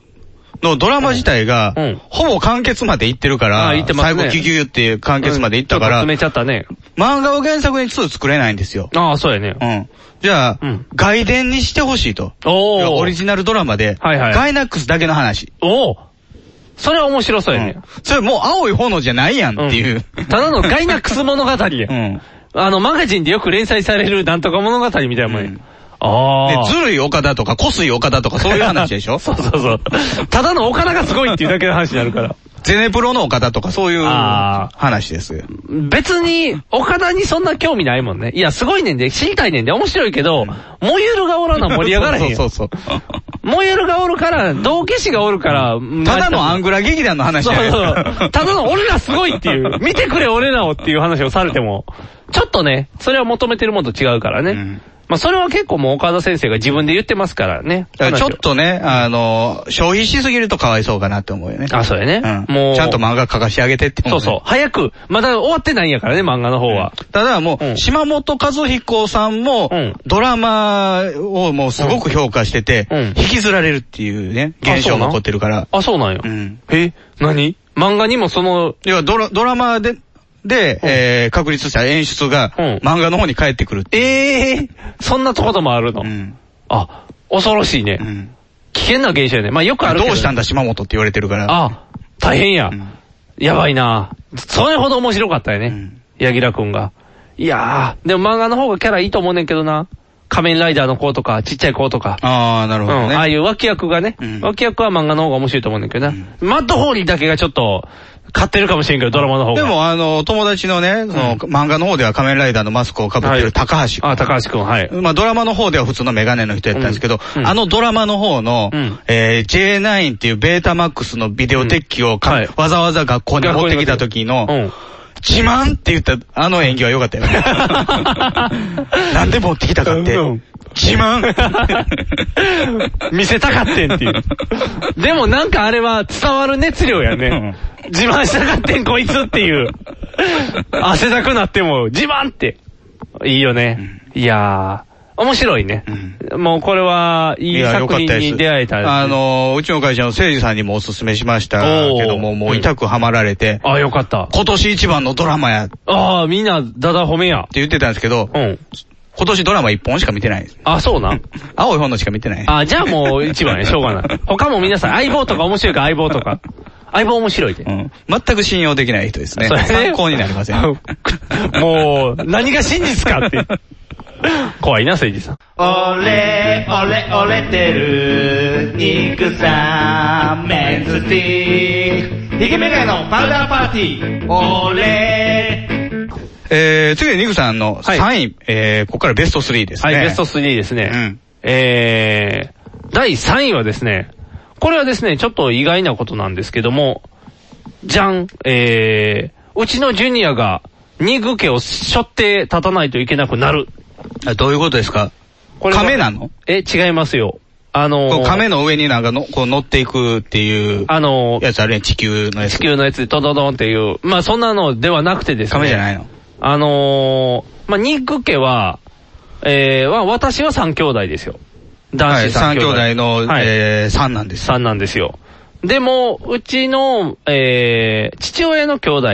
Speaker 2: のドラマ自体が、ほぼ完結までいってるから、
Speaker 3: あ行ってますね
Speaker 2: 最後キュキュキュっていう完結までいったか
Speaker 3: う
Speaker 2: ら、
Speaker 3: んちょっと詰めちゃったね。
Speaker 2: 漫画を原作に2作れないんですよ。
Speaker 3: ああ、そうやね。
Speaker 2: うん。じゃあ、外伝にしてほしいと。
Speaker 3: お
Speaker 2: オリジナルドラマで、
Speaker 3: はい
Speaker 2: ガイナックスだけの話。
Speaker 3: おそれは面白そうやね。
Speaker 2: それもう青い炎じゃないやんっていう。
Speaker 3: ただのガイナックス物語や。あの、マガジンでよく連載されるなんとか物語みたいなもんや。ああ。
Speaker 2: でずるい岡田とか、こすい岡田とか、そういう話でしょ
Speaker 3: そうそうそう。ただの岡田がすごいっていうだけの話になるから。
Speaker 2: ゼネプロの岡田とか、そういう話ですよ。
Speaker 3: 別に、岡田にそんな興味ないもんね。いや、すごいねんで、知りたいねんで、面白いけど、燃ゆるがおらな盛り上がらへん よ。
Speaker 2: そうそう
Speaker 3: 燃ゆるがおるから、道化師がおるから、
Speaker 2: ただのアングラ劇団の話
Speaker 3: そう
Speaker 2: や
Speaker 3: そ
Speaker 2: ね
Speaker 3: うそう。た だの俺らすごいっていう、見てくれ俺らをっていう話をされても、ちょっとね、それは求めてるものと違うからね。まあそれは結構もう岡田先生が自分で言ってますからね。
Speaker 2: だからちょっとね、あの、消費しすぎるとかわいそうかなって思うよね。
Speaker 3: あそうやね
Speaker 2: うん。
Speaker 3: もう
Speaker 2: ちゃんと漫画書かしてあげてって思
Speaker 3: そう
Speaker 2: ね。
Speaker 3: うそう。早く、まだ終わってないんやからね、漫画の方は。
Speaker 2: ただもう、島本和彦さんも、ドラマをもうすごく評価してて、引きずられるっていうね、現象が起こってるから。
Speaker 3: あ、そうなんや。え、何漫画にもその、
Speaker 2: 要はドラドラマで、で、えー確立した演出が、漫画の方に帰ってくるっていう。
Speaker 3: ええそんなとこともあるの。あ、恐ろしいね。危険な現象やね。まあよくあるけど。
Speaker 2: どうしたんだ島本って言われてるから。
Speaker 3: あ、大変や。やばいな。それほど面白かったよね。柳楽くんが。いやー、でも漫画の方がキャラいいと思うねんけどな。仮面ライダーの子とか、ちっちゃい子とか。
Speaker 2: ああ、なるほど
Speaker 3: うん、
Speaker 2: ね。
Speaker 3: ああいう脇役がね、脇役は漫画の方が面白いと思うんだけどな、マッドホーリーだけがちょっと、買ってるかもしれんけど、ドラマの方が。
Speaker 2: で、も、あの、友達のね、その、漫画の方では仮面ライダーのマスクをかぶってる高橋君。
Speaker 3: あ、高橋君、はい。
Speaker 2: まあ、ドラマの方では普通のメガネの人やったんですけど、あのドラマの方の、えー J9 っていうベータマックスのビデオ鉄器をかわざわざ学校に持ってきた時の、自慢って言った、あの演技は良かったよ。 なんで持ってきたかって。自慢
Speaker 3: 見せたかってんっていう。でもなんかあれは伝わる熱量やね。自慢したかってんこいつっていう。汗だくなっても自慢って。いいよね。いやー。面白いね。もうこれは、 いい作品に出会えた。
Speaker 2: あの、うちの会社の誠司さんにもおすすめしましたけども、もう痛くはまられて。
Speaker 3: あ、よかった。
Speaker 2: 今年一番のドラマや。
Speaker 3: ああ、みんな、だだ褒めや。って
Speaker 2: 言ってたんですけど、うん。今年ドラマ一本しか見てないです。
Speaker 3: あ、そうなん
Speaker 2: 青い本のしか見てない。。
Speaker 3: あ、じゃあもう一番ね、しょうがない。他も皆さん、相棒とか面白いか相棒とか。相棒面白いで。うん
Speaker 2: 全く信用できない人ですね。それね参考になりません。
Speaker 3: もう、何が真実かって。怖いな、誠治さん。
Speaker 13: 俺、俺、俺てる、肉さん、メンズティー。ヒゲメガネのパウダーパーティー。俺、
Speaker 2: えー、次はニグさんの3位、はい、えー、ここからベスト3ですね。
Speaker 3: はい、ベスト3ですね。うん、えー、第3位はですね、これはですね、ちょっと意外なことなんですけども、じゃん、えー、うちのジュニアが、ニグ家を背負って立たないといけなくなる。
Speaker 2: あどういうことですかこれ亀なの
Speaker 3: え、違いますよ。あの
Speaker 2: ー、亀の上になんかのこう乗っていくっていう、あのー、やつあるね、地球のやつ。
Speaker 3: 地球のやつでトドドンっていう、まあそんなのではなくてですね。
Speaker 2: 亀じゃないの
Speaker 3: あのー、まあニグ家は、えー、は、私は三兄弟ですよ。
Speaker 2: 男子三兄弟。はい、3兄弟の、はい、えー、三なんです。
Speaker 3: 三なんですよ。でも、うちの、えー、父親の兄弟、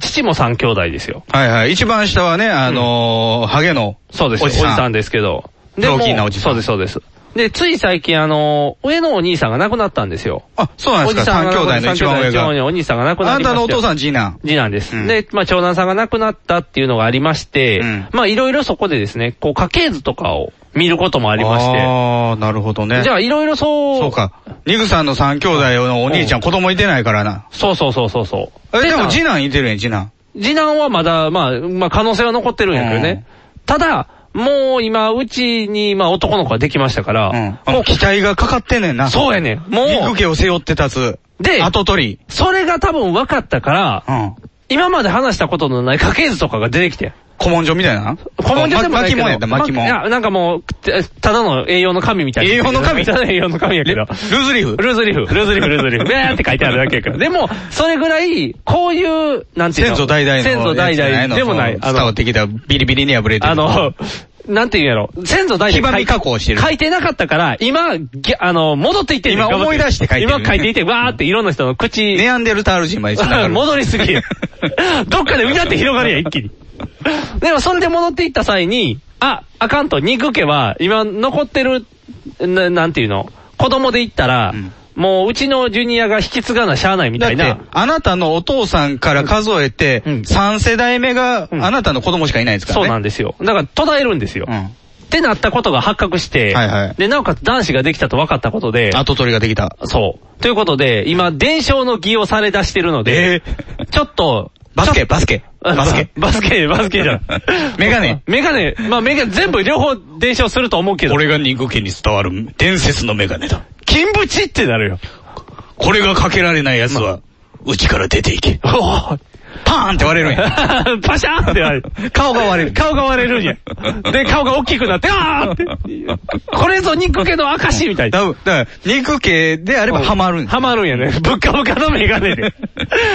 Speaker 3: 父も三兄弟ですよ。
Speaker 2: はいはい。一番下はね、あのー、うん、ハゲの
Speaker 3: そうです
Speaker 2: おじさん。お
Speaker 3: じさんですけど。
Speaker 2: で大きいなおじさ
Speaker 3: ん。そうです、そうです。で、つい最近、あのー、上のお兄さんが亡くなったんですよ。
Speaker 2: あ、そうなんですか。三兄弟の一番上が。
Speaker 3: 上お兄さんが亡くなった。あ
Speaker 2: んたのお父さん次男。
Speaker 3: 次男です、うん、で、まあ、長男さんが亡くなったっていうのがありまして、うん、まあ、いろいろそこでですね、こう、家系図とかを見ることもありまして。
Speaker 2: ああ、なるほどね。
Speaker 3: じゃあ、いろいろそう。
Speaker 2: そうか。ニグさんの三兄弟のお兄ちゃん、うん、子供いてないからな。。
Speaker 3: そうそうそうそうそう
Speaker 2: え、でも次男いてるやん、次男。
Speaker 3: 次男はまだ、まあ、まあ、可能性は残ってるんやけどね。ただ、もう今、うちに、まあ男の子ができましたから、
Speaker 2: うん、もう期待がかかってんねんな。
Speaker 3: そうやねん。もう。
Speaker 2: 肉家を背負って立
Speaker 3: つ。で、
Speaker 2: 後取り。
Speaker 3: それが多分分かったから、うん、今まで話したことのない家系図とかが出てきて。
Speaker 2: 古文書みたいな
Speaker 3: 古文書でもない
Speaker 2: けど。巻物やった、巻物。いや、
Speaker 3: なんかもう、ただの栄養の神みたいな。
Speaker 2: 栄養の神
Speaker 3: ただの栄養の神やけど。ル
Speaker 2: ーズリーフ
Speaker 3: ルーズリーフ、ルーズリーフ、ルー ズリーフ。ベーって書いてあるだけやから。でも、それぐらい、こういう、なんていう
Speaker 2: の。先祖代々の。
Speaker 3: 先祖代々。でもない。
Speaker 2: 伝わってきた、ビリビリに破れてる。
Speaker 3: あの、 なんていうんやろ。先祖
Speaker 2: 々。
Speaker 3: 代
Speaker 2: 黄ばみ加工してる。
Speaker 3: 書いてなかったから、今、あの、戻っていって
Speaker 2: 今思い出して書いてる。
Speaker 3: 今書いていて、わーっていろんな人の口。
Speaker 2: ネアンデルタール人まで
Speaker 3: 繋がる。 戻りすぎ。どっかでうにゃって広 がるやん、一気に。でも、それで戻っていった際に、あ、あかんと、肉家は、今残ってる、ななんていうの、子供で言ったら、うん、もう、うちのジュニアが引き継がなしゃあないみたいな。
Speaker 2: あなたのお父さんから数えて、うん、3世代目が、あなたの子供しかいないですからね。
Speaker 3: そうなんですよ。だから、途絶えるんですよ。うんってなったことが発覚して、はいはい、で、なおかつ男子ができたと分かったことで、
Speaker 2: 後取りができた。
Speaker 3: そう。ということで、今、伝承の儀をされ出してるので、えー、ちょっと、
Speaker 2: バスケ、バスケ。バスケ。
Speaker 3: バスケ、バスケじゃん。
Speaker 2: メガネ。
Speaker 3: メガネ。まあメガネ全部両方伝承すると思うけど。
Speaker 2: これが肉家に伝わる伝説のメガネだ。
Speaker 3: 金縁ってなるよ。
Speaker 2: これがかけられない奴は、うちから出ていけ。パーンって割れるんや。
Speaker 3: パシャーンって割れ
Speaker 2: る。 顔が割れる。
Speaker 3: 顔が割れるんや。で、顔が大きくなって、あーって。これぞ肉家の証みたい
Speaker 2: な。だから、肉家であればハマるん
Speaker 3: ハマるんやね。ぶっかぶかのメガネで。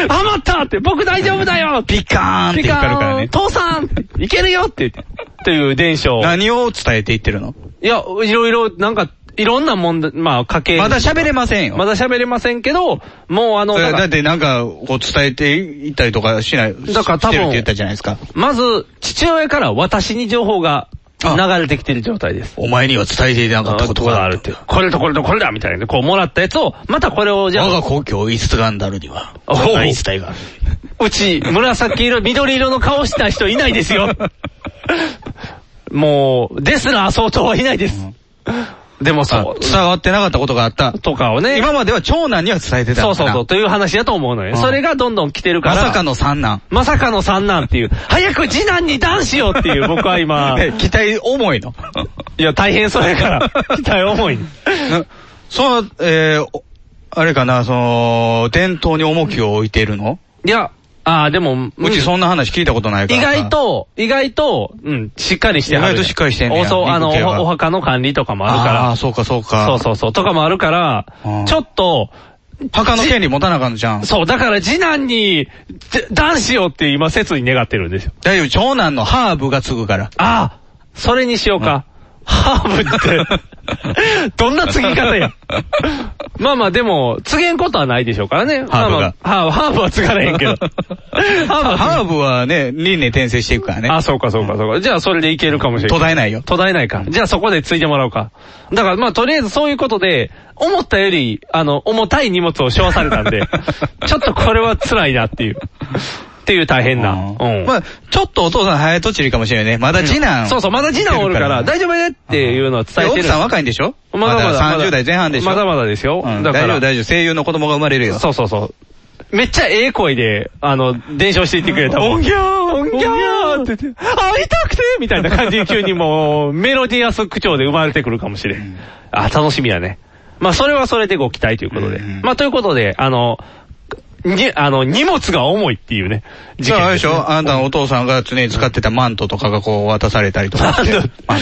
Speaker 3: ハマったって、僕大丈夫だよ
Speaker 2: ピカーンって光るからね。
Speaker 3: 父さんいけるよって言って。という伝承。
Speaker 2: 何を伝えていってるの
Speaker 3: いや、いろいろ、なんか、いろんな問題、まあ、家計。
Speaker 2: まだ喋れませんよ。
Speaker 3: まだ喋れませんけど、もうあの、
Speaker 2: だってなんか、こう伝えていったりとかしない、だから多分、って言ったじゃないですか。
Speaker 3: まず、父親から私に情報が流れてきてる状態です。
Speaker 2: お前には伝えていなかったことがあるって。
Speaker 3: これとこれとこれだみたいな、こうもらったやつを、またこれをじゃあ。
Speaker 2: 我が故郷イスガンダルには、こんな言い伝えがある。
Speaker 3: うち、紫色、緑色の顔した人いないです よ。もう、ですら相当はいないです。でもさ、
Speaker 2: 伝わってなかったことがあった。
Speaker 3: とかをね。
Speaker 2: 今までは長男には伝えてた
Speaker 3: そうそうそう、という話だと思うのよ。それがどんどん来てるから。
Speaker 2: まさかの三男。
Speaker 3: まさかの三男っていう。早く次男に男子よっていう、僕は 今。
Speaker 2: 期待重いの。
Speaker 3: いや、大変そうやから。 期待重い。
Speaker 2: そう、えー、あれかな、その、伝統に重きを置いているの
Speaker 3: いや、ああ、でも、
Speaker 2: うちそんな話聞いたことないから。
Speaker 3: 意外と、意外と、うん、しっかりして
Speaker 2: 意外としっかりしてん
Speaker 3: ねそう、あの、お墓の管理とかもあるから。
Speaker 2: ああ、そうかそうか。
Speaker 3: そうそうそう、とかもあるから、ちょっと、
Speaker 2: 墓の権利持たなあかんじゃん。
Speaker 3: そう、だから次男に、男子よって今、切に願ってるんですよ。
Speaker 2: 大丈夫、長男のハーブが継ぐから。
Speaker 3: ああ、それにしようか。ハーブ ってどんな継ぎ方や。まあまあでも、継げんことはないでしょうからね。
Speaker 2: ハーブが
Speaker 3: まあまあハーブハーブは継がれへんけ ど。
Speaker 2: ハーブはね、輪廻転生していくからね。
Speaker 3: あ、そうかそうかそうか。じゃあそれでいけるかもしれない。
Speaker 2: 途絶えないよ
Speaker 3: 途絶えないか。じゃあそこでついてもらおうか。だからまあとりあえずそういうことで、思ったより、あの、重たい荷物を背負わされたん で、ちょっとこれは辛いなっていう。っていう大変な。うん。
Speaker 2: まあ、ちょっとお父さん早とちりかもしれないね。まだ次男、
Speaker 3: そうそう、まだ次男おるから、大丈夫ねっていうのは伝えてる。
Speaker 2: 奥さん若いんでしょ
Speaker 3: まだま
Speaker 2: ま
Speaker 3: だ。
Speaker 2: だ30代前半でしょ
Speaker 3: まだまだですよ。
Speaker 2: うん
Speaker 3: だ
Speaker 2: 大
Speaker 3: か
Speaker 2: 丈
Speaker 3: ら
Speaker 2: 夫、大丈夫。声優の子供が生まれるよ。
Speaker 3: そうそうそう。めっちゃええ声で、あの、伝承していってくれ た。おんぎゃー、おんぎゃーって言って、会いたくてみたいな感じで急にもう、メロディアス口調で生まれてくるかもしれん。あ、楽しみやね。まあ、それはそれでご期待ということで。まあ、ということで、あの、に、あの、荷物が重いっていうね。
Speaker 2: じゃあ、あれでしょあんたのお父さんが常に使ってたマントとかがこう渡されたりとかして。マン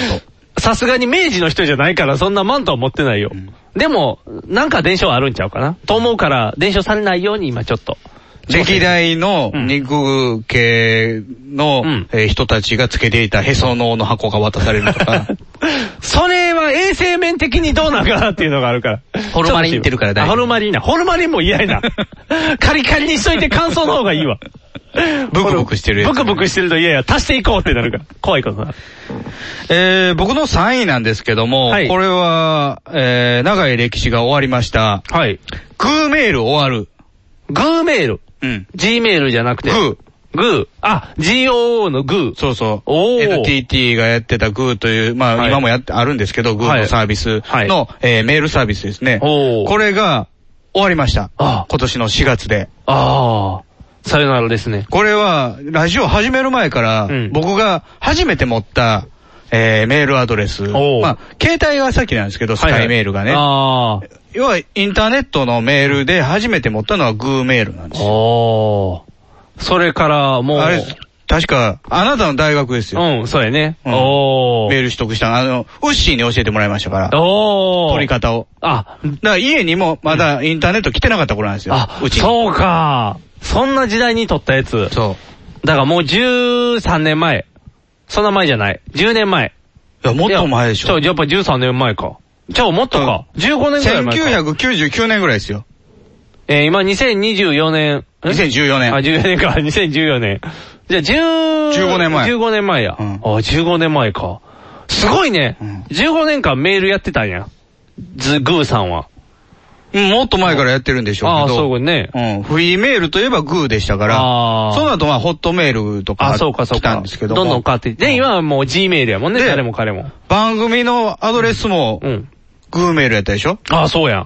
Speaker 2: ト。
Speaker 3: さすがに明治の人じゃないから、そんなマントは持ってないよ。でも、なんか伝承あるんちゃうかなと思うから、伝承されないように今ちょっと。
Speaker 2: 歴代の肉系の、えー人たちがつけていたへその緒の箱が渡されるとか。
Speaker 3: それは衛生面的にどうなんかなっていうのがあるから。
Speaker 2: ホルマリンってるから大
Speaker 3: あ
Speaker 2: 丈夫
Speaker 3: ホルマリンな。ホルマリンも嫌 いな。カリカリにしといて乾燥の方がいいわ。
Speaker 2: ブクブクしてるやつ
Speaker 3: ブクブクしてると嫌や。足していこうってなるから。怖いことなる。
Speaker 2: えー、僕の3位なんですけども、
Speaker 3: はい
Speaker 2: これは、えー、長い歴史が終わりました。
Speaker 3: はい。
Speaker 2: グーメール終わる。
Speaker 3: グーメール。
Speaker 2: うん。
Speaker 3: G メールじゃなくて。
Speaker 2: グー。
Speaker 3: グー。あ、GOO のグー。
Speaker 2: そうそう。
Speaker 3: おー。
Speaker 2: NTT がやってたグーという、まあ、
Speaker 3: はい
Speaker 2: 今もやって、あるんですけど、グーのサービスの、
Speaker 3: はい
Speaker 2: えーメールサービスですね。
Speaker 3: おー
Speaker 2: これが終わりました。
Speaker 3: あ
Speaker 2: 今年の4月で。
Speaker 3: ああ。さよならですね。
Speaker 2: これは、ラジオ始める前から、僕が初めて持った、えーメールアドレス。
Speaker 3: おー
Speaker 2: まあ、携帯が先なんですけど、ス
Speaker 3: はい
Speaker 2: カ
Speaker 3: は
Speaker 2: イ
Speaker 3: い
Speaker 2: メールがね。
Speaker 3: ああ。
Speaker 2: 要は、インターネットのメールで初めて持ったのはグーメールなんですよ。
Speaker 3: おー。それから、もう。
Speaker 2: あれ、確か、あなたの大学ですよ。
Speaker 3: うん、そうやね。
Speaker 2: うん
Speaker 3: おー。
Speaker 2: メール取得したのあの、ウッシーに教えてもらいましたから。
Speaker 3: おー。
Speaker 2: 取り方を。
Speaker 3: あ、
Speaker 2: だから家にもまだインターネット来てなかった頃なんですよ。
Speaker 3: あ、
Speaker 2: うちに。
Speaker 3: そうか。そんな時代に撮ったやつ。そう。だからもう13年前。そんな前じゃない。10年前。
Speaker 2: いや、もっと前でし
Speaker 3: ちょ、
Speaker 2: ょ。
Speaker 3: やっぱ13年前か。ちょ、もっとか。15年ぐらい前か。
Speaker 2: 1999年ぐらいですよ。
Speaker 3: えー、今2024年。え
Speaker 2: 2014年
Speaker 3: あ、14年か。2014年。 じゃあ、10
Speaker 2: 15年前
Speaker 3: 15年前や。あ、15年前か。すごいね。15年間メールやってたんや。ズ、グーさんは。
Speaker 2: うんもっと前からやってるんでしょうけど。
Speaker 3: ああ、そうね。
Speaker 2: うん。フリーメールといえばグーでしたから、
Speaker 3: あー
Speaker 2: その後はホットメールとか
Speaker 3: あ、そうか、そう
Speaker 2: 来
Speaker 3: か。
Speaker 2: たんですけども
Speaker 3: どんどん変わっていって。で、今はもう G メールやもんね、
Speaker 2: で
Speaker 3: 誰も彼も。
Speaker 2: 番組のアドレスも、グーメールやったでしょ
Speaker 3: あ、そうや。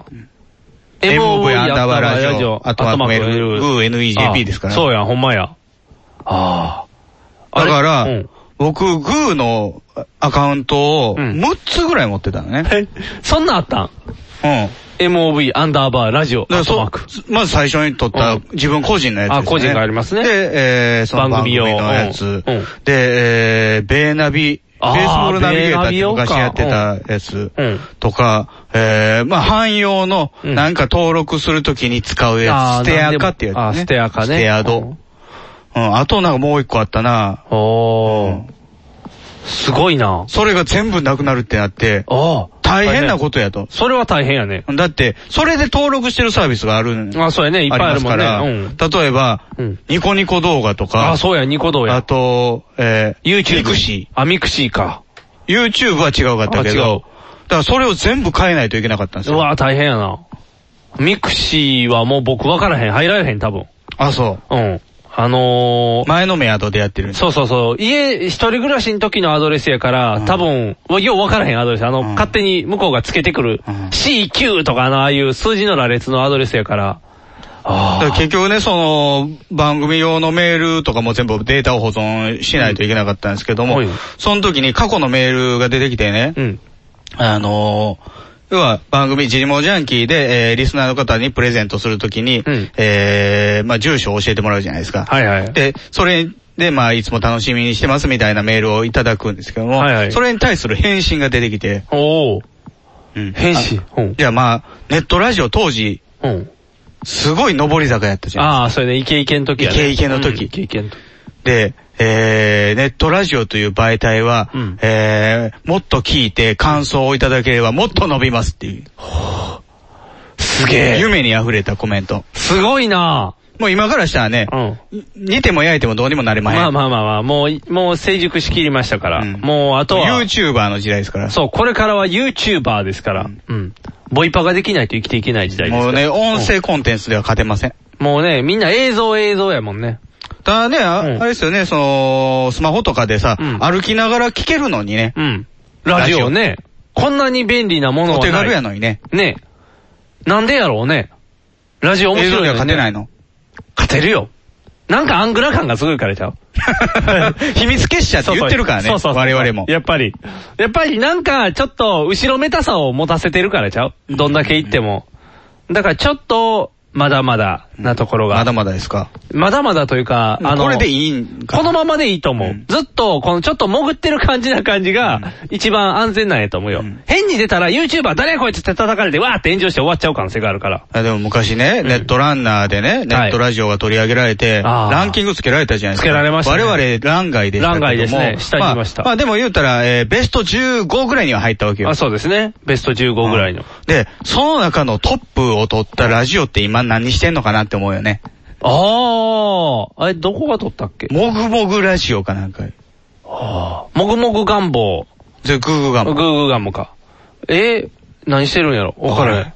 Speaker 2: MOV アンダーバーラジオ、あとはメール、グー NEJP ですから。
Speaker 3: あそうや、ほんまや。あ
Speaker 2: だから、僕、グーのアカウントを6つぐらい持ってたのね。
Speaker 3: そんなんあったん
Speaker 2: うん。
Speaker 3: MOV アンダーバーラジオ、ア
Speaker 2: だから
Speaker 3: ット
Speaker 2: そ
Speaker 3: マーク。
Speaker 2: まず最初に撮った自分個人のやつです、ね。
Speaker 3: あ個人がありますね
Speaker 2: で、えー、その
Speaker 3: 番
Speaker 2: 番
Speaker 3: 組
Speaker 2: 組
Speaker 3: 用
Speaker 2: のやつ。で、えー、ベーナビ、ベ
Speaker 3: あー
Speaker 2: ースボールナビゲーターって
Speaker 3: ベーナビ用か
Speaker 2: 昔やってたやつとか、えー、まあ、汎用の、なんか登録するときに使うや
Speaker 3: あー
Speaker 2: つ、ステアカってやつね。
Speaker 3: なんでもあーステアカね
Speaker 2: ステアド。うん、あとなんかもう一個あったな。
Speaker 3: おー。すごいな。
Speaker 2: それが全部なくなるってなって、
Speaker 3: あ
Speaker 2: 大変なことやと。
Speaker 3: それは大変やね。
Speaker 2: だって、それで登録してるサービスがあるん
Speaker 3: あ、そうやね、いっぱいあるもんね。
Speaker 2: あ
Speaker 3: う
Speaker 2: り
Speaker 3: ん。
Speaker 2: ますから、例えば、ニコニコ動画とか、
Speaker 3: あ、そうや、ニコ動や。
Speaker 2: あと、えー、
Speaker 3: YouTube
Speaker 2: ミクシ
Speaker 3: あ、ミクシーか。
Speaker 2: ー。YouTube は違うかったけ
Speaker 3: あ違う
Speaker 2: ど、だからそれを全部変えないといけなかったんです
Speaker 3: う
Speaker 2: よ。
Speaker 3: わ、大変やな。ミクシーはもう僕分からへん。入られへん、多分。
Speaker 2: あ、そ
Speaker 3: うん。あのー、
Speaker 2: う。前のメアドでやってるんです
Speaker 3: そうそうそう。家、一人暮らしの時のアドレスやから、多分、わよう分からへんアドレス。あの、勝手に向こうがつけてくる。CQ とかあの、ああいう数字の羅列のアドレスやから。
Speaker 2: だから結局ね、その、番組用のメールとかも全部データを保存しないといけなかったんですけども、その時に過去のメールが出てきてね、あのー、要は番組ジリモジャンキーで、えーリスナーの方にプレゼントするときに、えーまあ住所を教えてもらうじゃないですか。
Speaker 3: はいはい。
Speaker 2: で、それで、まあ、いつも楽しみにしてますみたいなメールをいただくんですけども、
Speaker 3: はいはい
Speaker 2: それに対する返信が出てきて、
Speaker 3: おお。
Speaker 2: うん、
Speaker 3: 返信
Speaker 2: あじゃあまあ、ネットラジオ当時、
Speaker 3: うん。
Speaker 2: すごい上り坂やったじゃん。
Speaker 3: ああ、それね、イケイケの時やね。
Speaker 2: イケイケの時
Speaker 3: うんイケイケの時。
Speaker 2: で、えー、ネットラジオという媒体は、うん、えー、もっと聞いて感想をいただければもっと伸びますっていう。は
Speaker 3: あ、すげ
Speaker 2: え。夢に溢れたコメント。
Speaker 3: すごいな
Speaker 2: もう今からしたらね、うん、煮ても焼いてもどうにもなれまへん。
Speaker 3: まあまあまあまあ、もう、もう成熟しきりましたから。うん、もうあとは。
Speaker 2: YouTuber の時代ですから。
Speaker 3: そう、これからは YouTuber ですから。うん。うん、ボイパができないと生きていけない時代です
Speaker 2: もうね、音声コンテンツでは勝てません。
Speaker 3: もうね、みんな映像映像やもんね。
Speaker 2: ただね、あ,、れですよね、その、スマホとかでさ、歩きながら聞けるのにね。
Speaker 3: うん。ラジオね。こんなに便利なものは
Speaker 2: お手軽やのにね。
Speaker 3: ね。なんでやろうね。ラジオ面白い、ね。映像
Speaker 2: では勝てないの
Speaker 3: 勝てるよ。なんかアングラ感がすごいからちゃう。
Speaker 2: 秘密結社って言ってるからね。そうそう我々も。
Speaker 3: やっぱり。やっぱりなんかちょっと後ろめたさを持たせてるからちゃう。どんだけ言っても。だからちょっと、まだまだなところが。
Speaker 2: まだまだですか。
Speaker 3: まだまだというか、
Speaker 2: あの、これでいいん
Speaker 3: このままでいいと思う。うん、ずっと、このちょっと潜ってる感じな感じが、一番安全なんやと思うよ。うん、変に出たら YouTuber 誰こいつって叩かれてわーって炎上して終わっちゃう可能性があるから。
Speaker 2: あでも昔ね、ネットランナーでね、うん、ネットラジオが取り上げられて、はい、ランキングつけられたじゃないですか。
Speaker 3: つけられました、ね。
Speaker 2: 我々欄外でしたけども。
Speaker 3: 欄外ですね。下にいました。
Speaker 2: まあ、まあ、でも言うたら、えー、ベスト15ぐらいには入ったわけよ。
Speaker 3: あ、そうですね。ベスト15ぐらいの。
Speaker 2: で、その中のトップを取ったラジオって今何してんのかなって思うよね。
Speaker 3: ああ、あれ、どこが撮ったっけ
Speaker 2: もぐもぐラジオかなんか。
Speaker 3: ああ、もぐもぐ願望。
Speaker 2: じゃ、グーグー願望。
Speaker 3: グーグー願望か。えー、何してるんやろわからへん。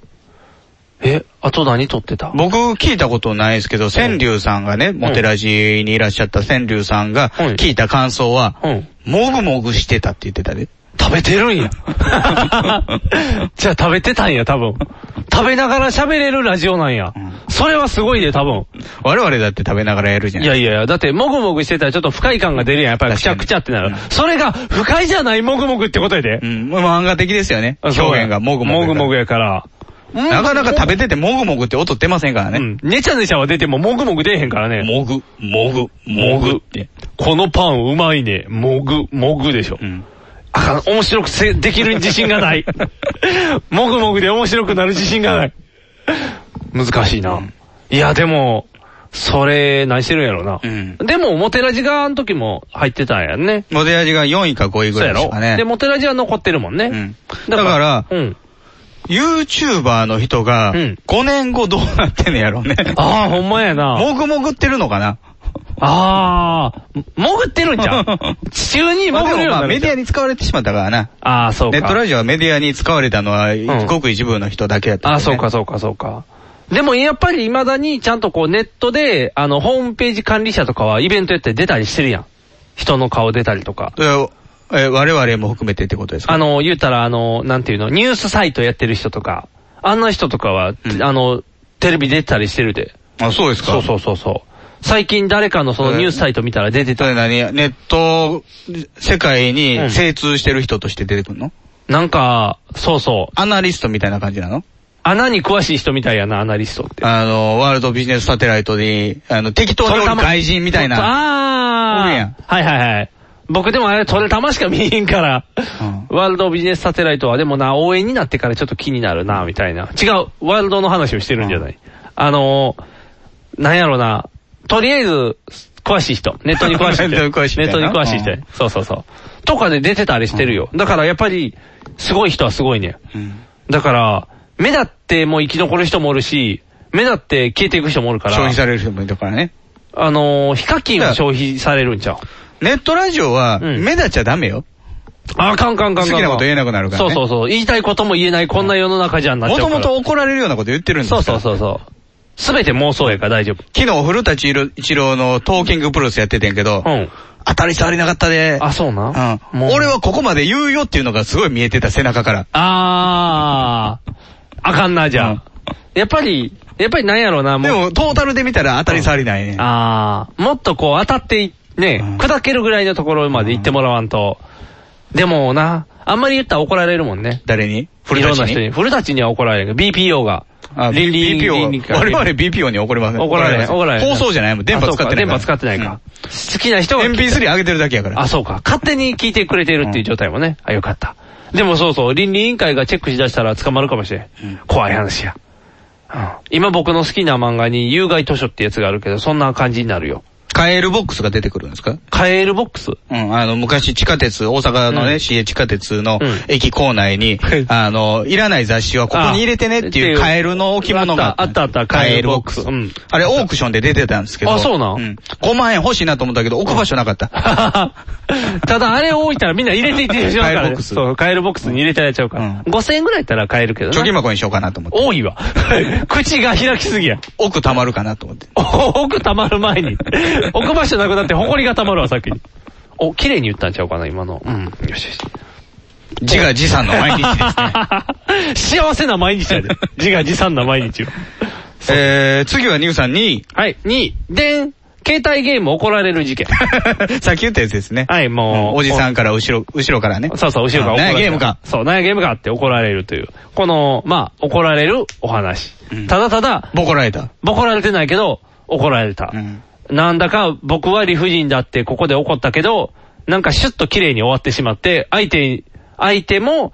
Speaker 3: え、あと何撮ってた
Speaker 2: 僕聞いたことないですけど、川柳さんがね、モテラジにいらっしゃった川柳さんが、聞いた感想は、もぐもぐしてたって言ってたで。
Speaker 3: 食べてる んや。じゃあ食べてたんや、多分。食べながら喋れるラジオなんや。うん、それはすごいで、多分。
Speaker 2: 我々だって食べながらやるじゃ
Speaker 3: ないいやいやいや、だってもぐもぐしてたらちょっと不快感が出るやん。やっぱりくちゃくちゃってなる。うん、それが不快じゃないもぐもぐってことやで。
Speaker 2: うん。漫画的ですよね。表現がもぐも
Speaker 3: ぐ。もぐもぐやから。
Speaker 2: なかなか食べててもぐもぐって音出ませんからね。うん。
Speaker 3: ねちゃねちゃは出てももぐもぐ出えへんからね。
Speaker 2: もぐ、もぐ、もぐって。
Speaker 3: このパンうまいね。もぐ、もぐでしょ。うん。あかん、面白くせ、できる自信がない。 もぐもぐで面白くなる自信がない。難しいな。いや、でも、それ、何してるんやろな。うん、でも、モテラジがあの時も入ってたんやね。
Speaker 2: モテラジが4位か5位ぐらいですかね。
Speaker 3: で、モテラジは残ってるもんね。うん、
Speaker 2: だから、うん、YouTuber の人が、5年後どうなってんのやろうね。
Speaker 3: ああ、ほんまやな。
Speaker 2: もぐもぐってるのかな。
Speaker 3: ああ、潜ってるん じゃん。地中に潜るようにまあ
Speaker 2: メディアに使われてしまったからな。
Speaker 3: ああ、そうか。
Speaker 2: ネットラジオはメディアに使われたのは、ごく一部の人だけやった、
Speaker 3: ね、ああ、そうか、そうか、そうか。でもやっぱり未だにちゃんとこうネットで、あの、ホームページ管理者とかはイベントやって出たりしてるやん。人の顔出たりとか。
Speaker 2: え、我々も含めてってことですか
Speaker 3: あの、言うたらあの、なんていうの、ニュースサイトやってる人とか、あんな人とかは、うん、あの、テレビ出たりしてるで。
Speaker 2: あ、そうですか
Speaker 3: そうそうそうそう。最近誰かのそのニュースサイト見たら出てた。
Speaker 2: 何ネット、世界に精通してる人として出てくんの、。
Speaker 3: うん、なんか、そうそう
Speaker 2: アナリストみたいな感じなの
Speaker 3: 穴に詳しい人みたいやな、アナリストって。
Speaker 2: あの、ワールドビジネスサテライトで、あの、適当に外人みたいな。
Speaker 3: ああはいはいはい。僕でもあれ、取れ玉しか見えんから、うん、ワールドビジネスサテライトはでもな、応援になってからちょっと気になるな、みたいな。違う、ワールドの話をしてるんじゃない。うん、あの、なんやろな、とりあえず、詳しい人。ネットに詳し い人。ネットに詳しい人。ネットに詳しい人。そうそうそう。とかで出てたりしてるよ。だからやっぱり、すごい人はすごいね。うん、だから、目立ってもう生き残る人もおるし、目立って消えていく人もおるから。
Speaker 2: 消費される人もいるからね。
Speaker 3: あのー、ヒカキンは消費されるんちゃう
Speaker 2: ネットラジオは、目立っちゃダメよ。
Speaker 3: うん、あ、カンカンカンカン。
Speaker 2: 好きなこと言えなくなるから、
Speaker 3: ね、そうそうそう。言いたいことも言えない、こんな世の中じゃんなっちゃ
Speaker 2: も
Speaker 3: う
Speaker 2: ともと怒られるようなこと言ってるんです
Speaker 3: そうそうそうそう。すべて妄想やから大丈夫。
Speaker 2: 昨日、古田一郎のトーキングプロレスやっててんけど、うん、当たり障りなかったで。
Speaker 3: あ、そうな。
Speaker 2: うん。もう俺はここまで言うよっていうのがすごい見えてた、背中から。
Speaker 3: あー。あかんな、じゃあ。うん、やっぱり、やっぱりなんやろうな、
Speaker 2: もう。でも、トータルで見たら当たり障りないね。うん、
Speaker 3: あー。もっとこう、当たってね、砕けるぐらいのところまで行ってもらわんと。でもな、あんまり言ったら怒られるもんね。
Speaker 2: 誰に
Speaker 3: 古田に。いろんな人に。古田には怒られる。BPO が。
Speaker 2: あ、BPO。我々 BPO に怒りません。。
Speaker 3: 怒られない。怒られない
Speaker 2: 放送じゃないもん。電波使ってない。
Speaker 3: 電波使ってないか。好きな人が。
Speaker 2: MP3 上げてるだけやから。
Speaker 3: あ、そうか。勝手に聞いてくれてるっていう状態もね。あ、よかった。でもそうそう、倫理委員会がチェックしだしたら捕まるかもしれん。怖い話や。今僕の好きな漫画に有害図書ってやつがあるけど、そんな感じになるよ。
Speaker 2: カエルボックスが出てくるんですか
Speaker 3: カエルボックス
Speaker 2: うん、あの、昔地下鉄、大阪のね、市営地下鉄の駅構内に、あの、いらない雑誌はここに入れてねっていうカエルの置物が
Speaker 3: あったあった、
Speaker 2: カエルボックス。
Speaker 3: うん。
Speaker 2: あれオークションで出てたんですけど。
Speaker 3: あ、そうなん
Speaker 2: ん。5万円欲しいなと思ったけど、置く場所なかった。
Speaker 3: ただあれを置いたらみんな入れていってしまう
Speaker 2: カエル
Speaker 3: から、ね。
Speaker 2: ボックス
Speaker 3: そう、カエルボックスに入れてやっちゃうから。5000円ぐらいやったら買えるけどね。
Speaker 2: 貯金箱にしようかなと思って。
Speaker 3: 多いわ。 口が開きすぎや。
Speaker 2: 奥溜まるかなと思って。
Speaker 3: 奥溜まる前 に。置く場所なくなって埃が溜まるわ、先に。お、綺麗に言ったんちゃうかな、今の。うん。よしよし。
Speaker 2: 自画自賛の毎日ですね。
Speaker 3: 幸せな毎日 やで。自画自賛な毎日は。
Speaker 2: えー、次はニューさん2位。
Speaker 3: はい、2位。でん、携帯ゲーム怒られる事件。
Speaker 2: さっき言ったやつですね。
Speaker 3: はい、もう。
Speaker 2: おじさんから後ろ、後ろからね。
Speaker 3: そうそう、後ろから怒られる。
Speaker 2: 何やゲームか。
Speaker 3: そう、何やゲームかって怒られるという。この、まあ、怒られるお話。ただただ、
Speaker 2: ボコられた。
Speaker 3: ボコられてないけど、怒られた。なんだか僕は理不尽だってここで怒ったけど、なんかシュッと綺麗に終わってしまって、相手に、相手も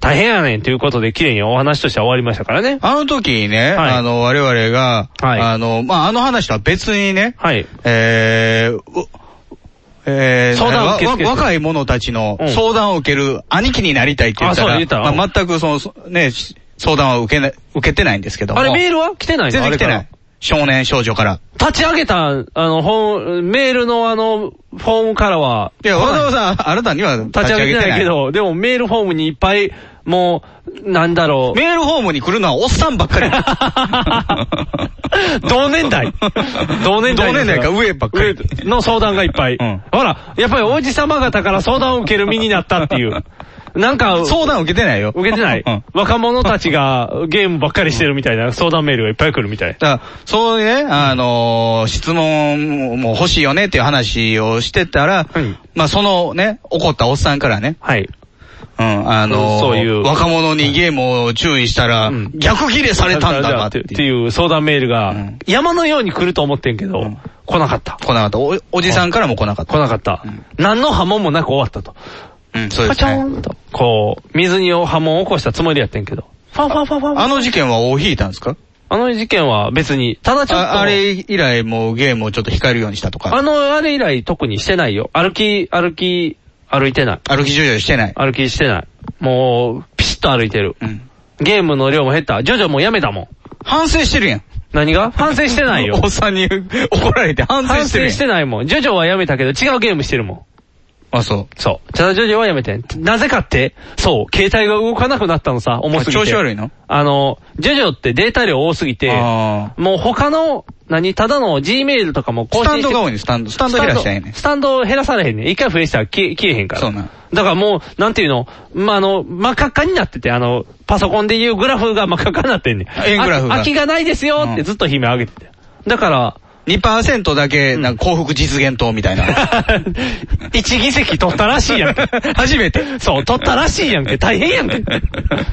Speaker 3: 大変やねんということで綺麗にお話としては終わりましたからね。
Speaker 2: あの時にね、
Speaker 3: はい
Speaker 2: あの、我々が、
Speaker 3: はい
Speaker 2: あの、まあ、あの話とは別にね、
Speaker 3: はい。
Speaker 2: えー、うえー
Speaker 3: 相談を受け付けて
Speaker 2: わわ若い者たちの
Speaker 3: うん
Speaker 2: 相談を受ける兄貴になりたいって言った
Speaker 3: あそう
Speaker 2: ら、
Speaker 3: 言った
Speaker 2: まあ、全くその、そね、し相談は受けな、受けてないんですけども。
Speaker 3: あれメールは来てないの
Speaker 2: 全然来て
Speaker 3: あ
Speaker 2: な
Speaker 3: れ
Speaker 2: い。少年少女から。
Speaker 3: 立ち上げた、あの、本、メールのあの、フォームからは。
Speaker 2: いや、わざわざ、あなたには
Speaker 3: 立ち上げてないけ。ど、でもメールフォームにいっぱい、もう、なんだろう。
Speaker 2: メールフォームに来るのはおっさんばっかり。
Speaker 3: 同年代。同年代。
Speaker 2: 同年代か上ばっかり。
Speaker 3: の相談がいっぱい。ほら、やっぱり王子様方から相談を受ける身になったっていう。なんか、
Speaker 2: 相談受けてないよ。
Speaker 3: 受けてない。若者たちがゲームばっかりしてるみたいな相談メールがいっぱい来るみたい。
Speaker 2: だから、そういうね、あのー質問も欲しいよねっていう話をしてたら、まあそのね、怒ったおっさんからね、
Speaker 3: はい。
Speaker 2: うん、あのー
Speaker 3: そういう
Speaker 2: 若者にゲームを注意したら、逆切れされたんだか
Speaker 3: っ
Speaker 2: ってて。
Speaker 3: いう相談メールが、山のように来ると思ってんけど、来なかった。
Speaker 2: 来なかった。お、おじさんからも来なかった。
Speaker 3: 来なかった。何の波紋もなく終わったと。
Speaker 2: うん、そうで
Speaker 3: カチ
Speaker 2: す
Speaker 3: ョ
Speaker 2: ね。
Speaker 3: ーンと。こう、水に波紋を起こしたつもりやってんけど。ファンファンファンファン。
Speaker 2: あの事件は尾を引いたんですか
Speaker 3: あの事件は別に、ただちょっと。
Speaker 2: ああれ以来もうゲームをちょっと控えるようにしたとか。
Speaker 3: あの、あれ以来特にしてないよ。歩き、歩き、歩いてない。
Speaker 2: 歩き徐々してない。
Speaker 3: 歩きしてない。もう、ピシッと歩いてる。ゲームの量も減った。ジョジョもうやめたもん。
Speaker 2: 反省してるやん。
Speaker 3: 何が反省してな
Speaker 2: 。
Speaker 3: いよ
Speaker 2: おっさんに怒られて反省
Speaker 3: 反
Speaker 2: してる
Speaker 3: 省
Speaker 2: や
Speaker 3: し
Speaker 2: ん。
Speaker 3: てないもん。ジョジョはやめたけど違うゲームしてるもん。
Speaker 2: あ、そう。
Speaker 3: そう。ただジョジョはやめてん。なぜかって、そう、携帯が動かなくなったのさ、重すぎて。
Speaker 2: 調子悪いの
Speaker 3: あの、ジョジョってデータ量多すぎて、もう他の、何、ただの Gmail とかも
Speaker 2: ス
Speaker 3: 更
Speaker 2: タン
Speaker 3: 新して
Speaker 2: ドが多いね、スタンド。スタンド減らしたらええねん。
Speaker 3: スタンド減らされへんねん。一回増やしたら消え消えへんから。
Speaker 2: そうなん
Speaker 3: だからもう、なんていうの、まあ、あの、真っ赤っかになってて、あの、パソコンでいうグラフが真っ赤っかになってんねん。
Speaker 2: 円グラフが
Speaker 3: あ空きがないですよってずっと悲鳴上げてて。だから、
Speaker 2: 2%だけ、なんか幸福実現党み たいな。
Speaker 3: 一議席取ったらしいやんけ。
Speaker 2: 初めて。
Speaker 3: そう、取ったらしいやんけ。大変やんけ。っ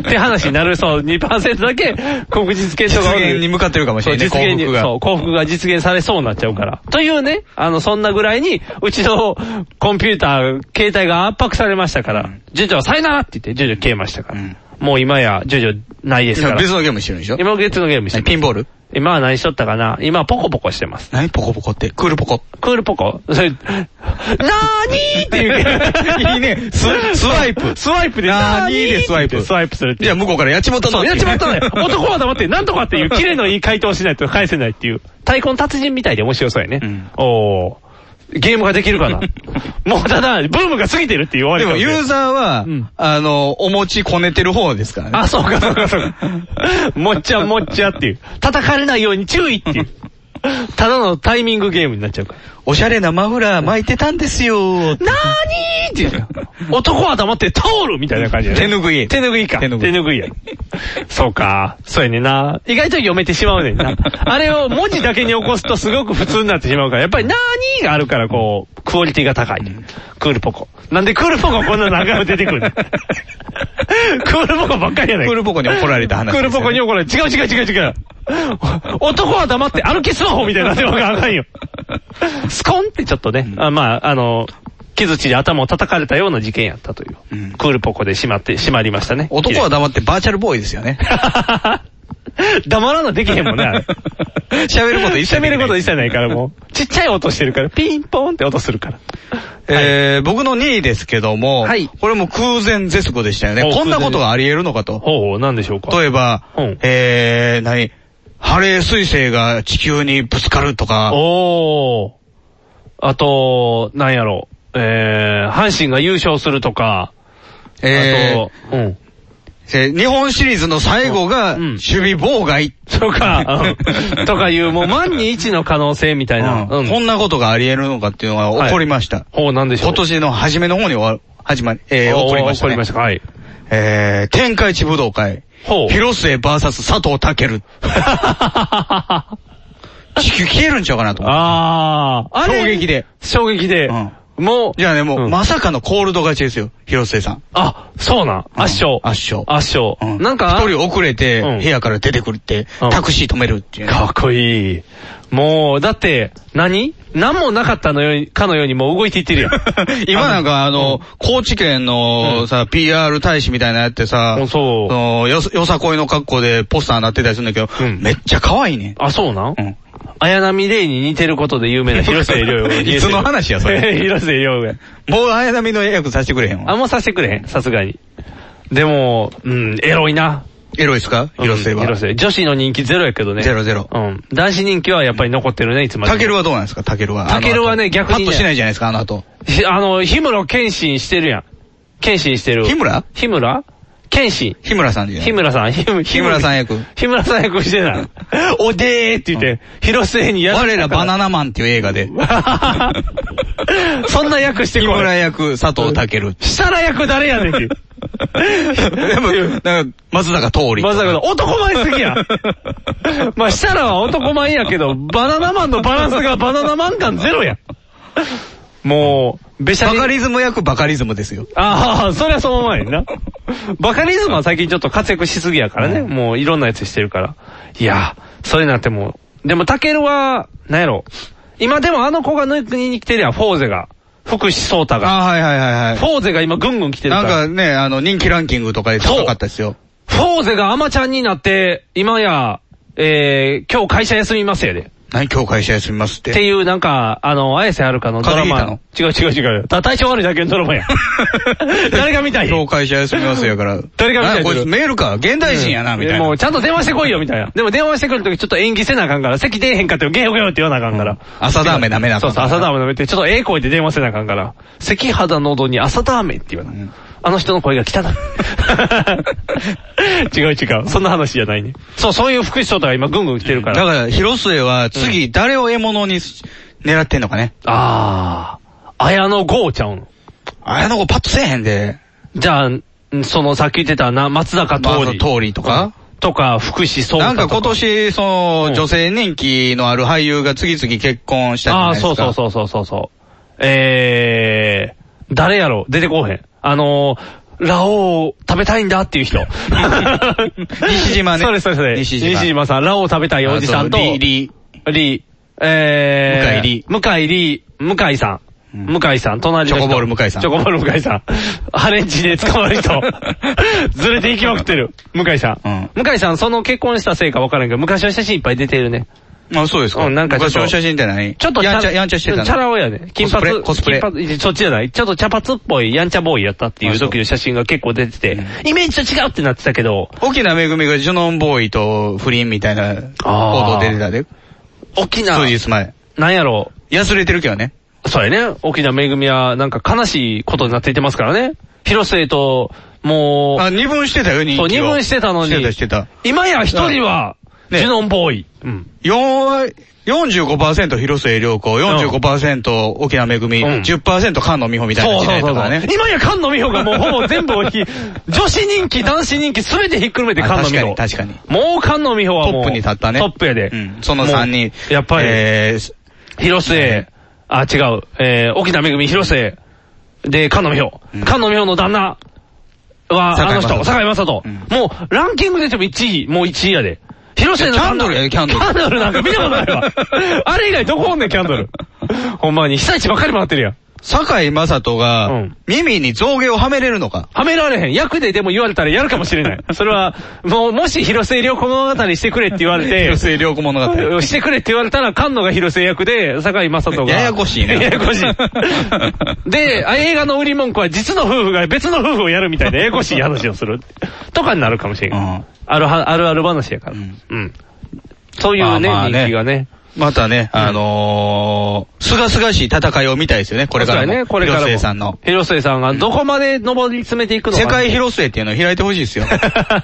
Speaker 3: て話になる、そう、2%だけ、国実現とか
Speaker 2: 実現に向かってるかもしれないね
Speaker 3: そう実現に
Speaker 2: 幸福が
Speaker 3: そう、幸福が実現されそうになっちゃうから。というね、あの、そんなぐらいに、うちのコンピューター、携帯が圧迫されましたから、ジョジョはさよならって言って、ジョジョ消えましたから。もう今や、ジョジョないですから。
Speaker 2: 今別のゲームしてるんでしょ
Speaker 3: 今別のゲームしてます
Speaker 2: ピンボール
Speaker 3: 今は何しとったかな今はポコポコしてます。
Speaker 2: 何ポコポコ って。クールポコ。
Speaker 3: クールポコそれ、なーにーって い
Speaker 2: い
Speaker 3: う。
Speaker 2: いね。ス スワイプ。
Speaker 3: スワイプで
Speaker 2: なーにーでスワイプ。
Speaker 3: スワイプするっていう
Speaker 2: じゃあ向こうからやっちまった
Speaker 3: そ
Speaker 2: の
Speaker 3: う、やっちまった のよ。男は黙って、なんとか っていう、綺麗のいい回答をしないと返せないっていう、太鼓の達人みたいで面白そうやね。おーゲームができる かなもうただ、ブームが過ぎてるって言われ
Speaker 2: で
Speaker 3: て
Speaker 2: もユーザーは、あの、お餅こねてる方ですからね。
Speaker 3: あ、そうか、そうか、そうか。もっちゃもっちゃっていう。叩かれないように注意っていう。ただのタイミングゲームになっちゃうから。
Speaker 2: おしゃれなマフラー巻いてたんですよ。
Speaker 3: なーにーって言うの男は黙ってタオルみたいな感じだね
Speaker 2: 手ぬぐい。
Speaker 3: 手ぬぐいか。手ぬぐい。や。そうか。そうやねんな。意外と読めてしまうねんな。あれを文字だけに起こすとすごく普通になってしまうから、やっぱりなーにーがあるからこう、クオリティが高い。クールポコ。なんでクールポコこんな長く出てくる のクールポコばっかりやない
Speaker 2: クールポコに怒られた話ですよね。
Speaker 3: クールポコに怒られ違う違う違う違う。男は黙って歩きスマホみたいになってわかんないよ。 スコンってちょっとね、あまあ、あの、傷地で頭を叩かれたような事件やったという。クールポコで閉まって、閉まりましたね。
Speaker 2: 男は黙ってバーチャルボーイですよね。
Speaker 3: 黙らなできへんもんね、あ れ。
Speaker 2: 喋ること一切
Speaker 3: 喋ること一切ないからもう。ちっちゃい音してるから、ピンポーンって音するから。
Speaker 2: えー僕の2位ですけども、これも空前絶後でしたよね。こんなことがあり得るのかと。
Speaker 3: ほうほう、なんでしょうか。
Speaker 2: 例えば、えー、何ハレー彗星が地球にぶつかるとか。
Speaker 3: おー。あと、なんやろう。えー、阪神が優勝するとか。
Speaker 2: えー、
Speaker 3: あと、うん。
Speaker 2: えー日本シリーズの最後が、守備妨害。
Speaker 3: とか、 とかいう、もう万に一の可能性みたいな。うん
Speaker 2: こんなことがあり得るのかっていうのが起こりました。
Speaker 3: ほう、なんでしょう。
Speaker 2: 今年の初めの方に終わる、始まり、えー、
Speaker 3: おー
Speaker 2: 起こりました、ね。
Speaker 3: 起こりましたかはい。
Speaker 2: えー、天下一武道会。
Speaker 3: ほう。
Speaker 2: 広末 VS 佐藤健。地球消えるんちゃうかなと思って。
Speaker 3: ああれ
Speaker 2: 衝撃で。
Speaker 3: 衝撃で。もう。
Speaker 2: じゃあね、もう、まさかのコールド勝ちですよ、広末さん。
Speaker 3: あ、そうなん。圧勝。
Speaker 2: 圧勝。
Speaker 3: 圧勝。なんか、
Speaker 2: 一人遅れて、部屋から出てくるって、タクシー止めるっていうね。
Speaker 3: かっこいい。もう、だって、何何もなかったのように、かのようにもう動いていってるやん。
Speaker 2: 今なんかあの、高知県のさ、PR 大使みたいなやってさ、
Speaker 3: そう
Speaker 2: のよ、よさこいの格好でポスターなってたりするんだけど、めっちゃ可愛いね。
Speaker 3: あ、そうなんうん。綾波レイに似てることで有名な広末涼
Speaker 2: いつの話やそれ
Speaker 3: 広末涼が。
Speaker 2: もう綾波の役させてくれへんわ。
Speaker 3: あ、もうさせてくれへん、さすがに。でも、うん、エロいな。
Speaker 2: エロいですか広末は。
Speaker 3: うん広末。女子の人気ゼロやけどね。
Speaker 2: ゼロゼロ。
Speaker 3: うん。男子人気はやっぱり残ってるね、いつまでも。
Speaker 2: タケルはどうなんですかタケルは。
Speaker 3: タケルはね
Speaker 2: あの後
Speaker 3: 逆にね
Speaker 2: パッとしないじゃないですか、あの後。
Speaker 3: ひあの、日村謙信してるやん。謙信してる。
Speaker 2: 日村
Speaker 3: 日村謙信。
Speaker 2: 日村さんじゃない
Speaker 3: 日村さん、ひむ
Speaker 2: 日村さん役。
Speaker 3: 日村さん役し てない。おでーって言って、広末にや
Speaker 2: 我らバナナマンっていう映画で。
Speaker 3: そんな役して
Speaker 2: 日
Speaker 3: こ
Speaker 2: 村
Speaker 3: い。
Speaker 2: 役、佐藤健。
Speaker 3: 設楽役誰やねんっていう。
Speaker 2: でも、なんか、松坂桃李。
Speaker 3: まさかの、男前すぎ やん。まあ、設楽は男前やけど、バナナマンのバランスがバナナマン感ゼロやん。もう、べしゃ
Speaker 2: バ
Speaker 3: り。
Speaker 2: カリズム役バカリズムですよ。
Speaker 3: ああ、それはその前にな。バカリズムは最近ちょっと活躍しすぎやからね。もういろんなやつしてるから。いやー、それなってもう。でも、タケルは、なんやろ。今でもあの子が抜国に来てるやん、フォーゼが。福士蒼太が。
Speaker 2: あ、はいはいはいはい。
Speaker 3: フォーゼが今ぐんぐん来てるか
Speaker 2: なん
Speaker 3: ら。
Speaker 2: かね、あの、人気ランキングとかで高かったですよ。
Speaker 3: フォーゼがアマちゃんになって、今や、えー、今日会社休みますやで。
Speaker 2: 何今日会社休みますっ
Speaker 3: って
Speaker 2: て。
Speaker 3: いう、なんか、あの、綾瀬はるかのドラマ。違う違う違う。ただ体調悪いだけのドラマ や。誰が見たい
Speaker 2: 今日会社休みますやから。
Speaker 3: 誰が見たい
Speaker 2: なんこいつメールか、現代人やな、みたいな。
Speaker 3: もうちゃんと電話してこいよ、みたいな。でも電話してくるときちょっと演技せなあかんから、席出えへんかって、ゲヨゲヨって言わなあかんから。
Speaker 2: 朝ダーメンダメなあか
Speaker 3: そうん
Speaker 2: から
Speaker 3: そう、朝ダーメン舐めて、ちょっとええ声で電話せなあかんから、咳肌喉に朝ダーメンって言わない。あの人の声が汚い。違う違う。そんな話じゃないね。そう、そういう福祉相とが今ぐんぐん来てるから。
Speaker 2: だから、広末は次、誰を獲物にし狙ってんのかね。
Speaker 3: あー、綾野剛ちゃうの。
Speaker 2: あれの子パッとせえへんで。
Speaker 3: じゃあ、んそのさっき言ってたな、松坂
Speaker 2: まあ
Speaker 3: 桃
Speaker 2: その
Speaker 3: 李。
Speaker 2: 通りとか。
Speaker 3: とか、福祉相
Speaker 2: なん
Speaker 3: 太
Speaker 2: か
Speaker 3: とか。
Speaker 2: 今年、その、女性人気のある俳優が次々結婚したじゃ
Speaker 3: あ
Speaker 2: ないです
Speaker 3: あ、
Speaker 2: か。
Speaker 3: そうそうそうそうそうそう。えー、誰やろ出てこうへん。あのー、ラオウ食べたいんだっていう人。
Speaker 2: 西島ね
Speaker 3: それそれそれ。
Speaker 2: 西島
Speaker 3: さん、ラオウ食べたいおじさんと、
Speaker 2: あそうリリ
Speaker 3: リ
Speaker 2: 向
Speaker 3: え
Speaker 2: 井リ
Speaker 3: ー、向井リー、向井さん。向井さん、隣の人。
Speaker 2: チョコボール向井さん
Speaker 3: チョコボール向井さん。ハレンチで捕まる 人。ずれていきまくってる。向井さん。向井さん、その結婚したせいかわからんけど、昔の写真いっぱい出てるね。
Speaker 2: あ、そうですか。
Speaker 3: うんなんかちょっ
Speaker 2: 昔
Speaker 3: と
Speaker 2: の写真って何
Speaker 3: ちょっと
Speaker 2: やんちゃ、
Speaker 3: チャ
Speaker 2: やんちゃしてたの
Speaker 3: チャラ男やね。金髪。
Speaker 2: コスプレコスプ
Speaker 3: 金髪そっちじゃない。ちょっと茶髪っぽいやんちゃボーイやったっていう時の写真が結構出てて、イメージと違うってなってたけど、
Speaker 2: 沖縄めぐみがジュノンボーイと不倫みたいな報道出てたで。
Speaker 3: 沖縄
Speaker 2: 数、日前。
Speaker 3: なんやろ、
Speaker 2: やすれてるけどね。
Speaker 3: そうやね。沖縄めぐみはなんか悲しいことになっていってますからね。広末と、も
Speaker 2: あ、二分してたよ、人気
Speaker 3: そ
Speaker 2: を
Speaker 3: う二分してたのに
Speaker 2: してた、してた。
Speaker 3: う、今や一人は、
Speaker 2: ね
Speaker 3: ジュノンボーイ。うん。
Speaker 2: 4割、45%広末涼子、45%沖縄めぐみ、10%菅野美穂みたいな時代だからね。
Speaker 3: 今や菅野美穂がもうほぼ全部を ひ、女子人気、男子人気、すべてひっくるめて
Speaker 2: あ
Speaker 3: 菅野
Speaker 2: 確
Speaker 3: 美
Speaker 2: か
Speaker 3: 穂
Speaker 2: に、。確かに。
Speaker 3: もう菅野美穂
Speaker 2: ト
Speaker 3: はもう。
Speaker 2: ップに立ったね。
Speaker 3: トップやで。
Speaker 2: うんその3人。
Speaker 3: やっぱり
Speaker 2: えー、
Speaker 3: 広末、あ、違う、えー、沖縄めぐみ広末、で、菅野美穂。菅野美穂の旦那は、
Speaker 2: 堺
Speaker 3: あの
Speaker 2: 雅
Speaker 3: 人、
Speaker 2: 人
Speaker 3: 坂井正人。もう、ランキングで言っても1位、もう1位やで。広末の
Speaker 2: キャ
Speaker 3: 旦
Speaker 2: ン
Speaker 3: 那。
Speaker 2: ドルやで、キャンドル。
Speaker 3: キャン ドルなんか見たことないわ。あれ以外どこおんねん、キャンドル。ほんまに、被災地ばっかり回ってるやん。
Speaker 2: 堺雅人が、耳に象牙をはめれるのか。
Speaker 3: はめられへん。役ででも言われたらやるかもしれない。 それは、もう、もし広末良子物語してくれって言われて、
Speaker 2: 広末良子物語。
Speaker 3: してくれって言われたら、菅野が広末役で、堺雅人が。
Speaker 2: ややこしいね。
Speaker 3: ややこ しい。で、映画の売り文句は実の夫婦が別の夫婦をやるみたいで、ややこしい話をする。とかになるかもしれない。あるは、あるある話やから。うん。うん、そういうね、まあ、人気がね。
Speaker 2: またね、あのー、すがすがしい戦いを見たいですよね、これからも。
Speaker 3: ね、これから
Speaker 2: 広末さんの。
Speaker 3: 広末さんがどこまで上り詰めていくのか、
Speaker 2: 世界広末っていうのを開いてほしいですよ。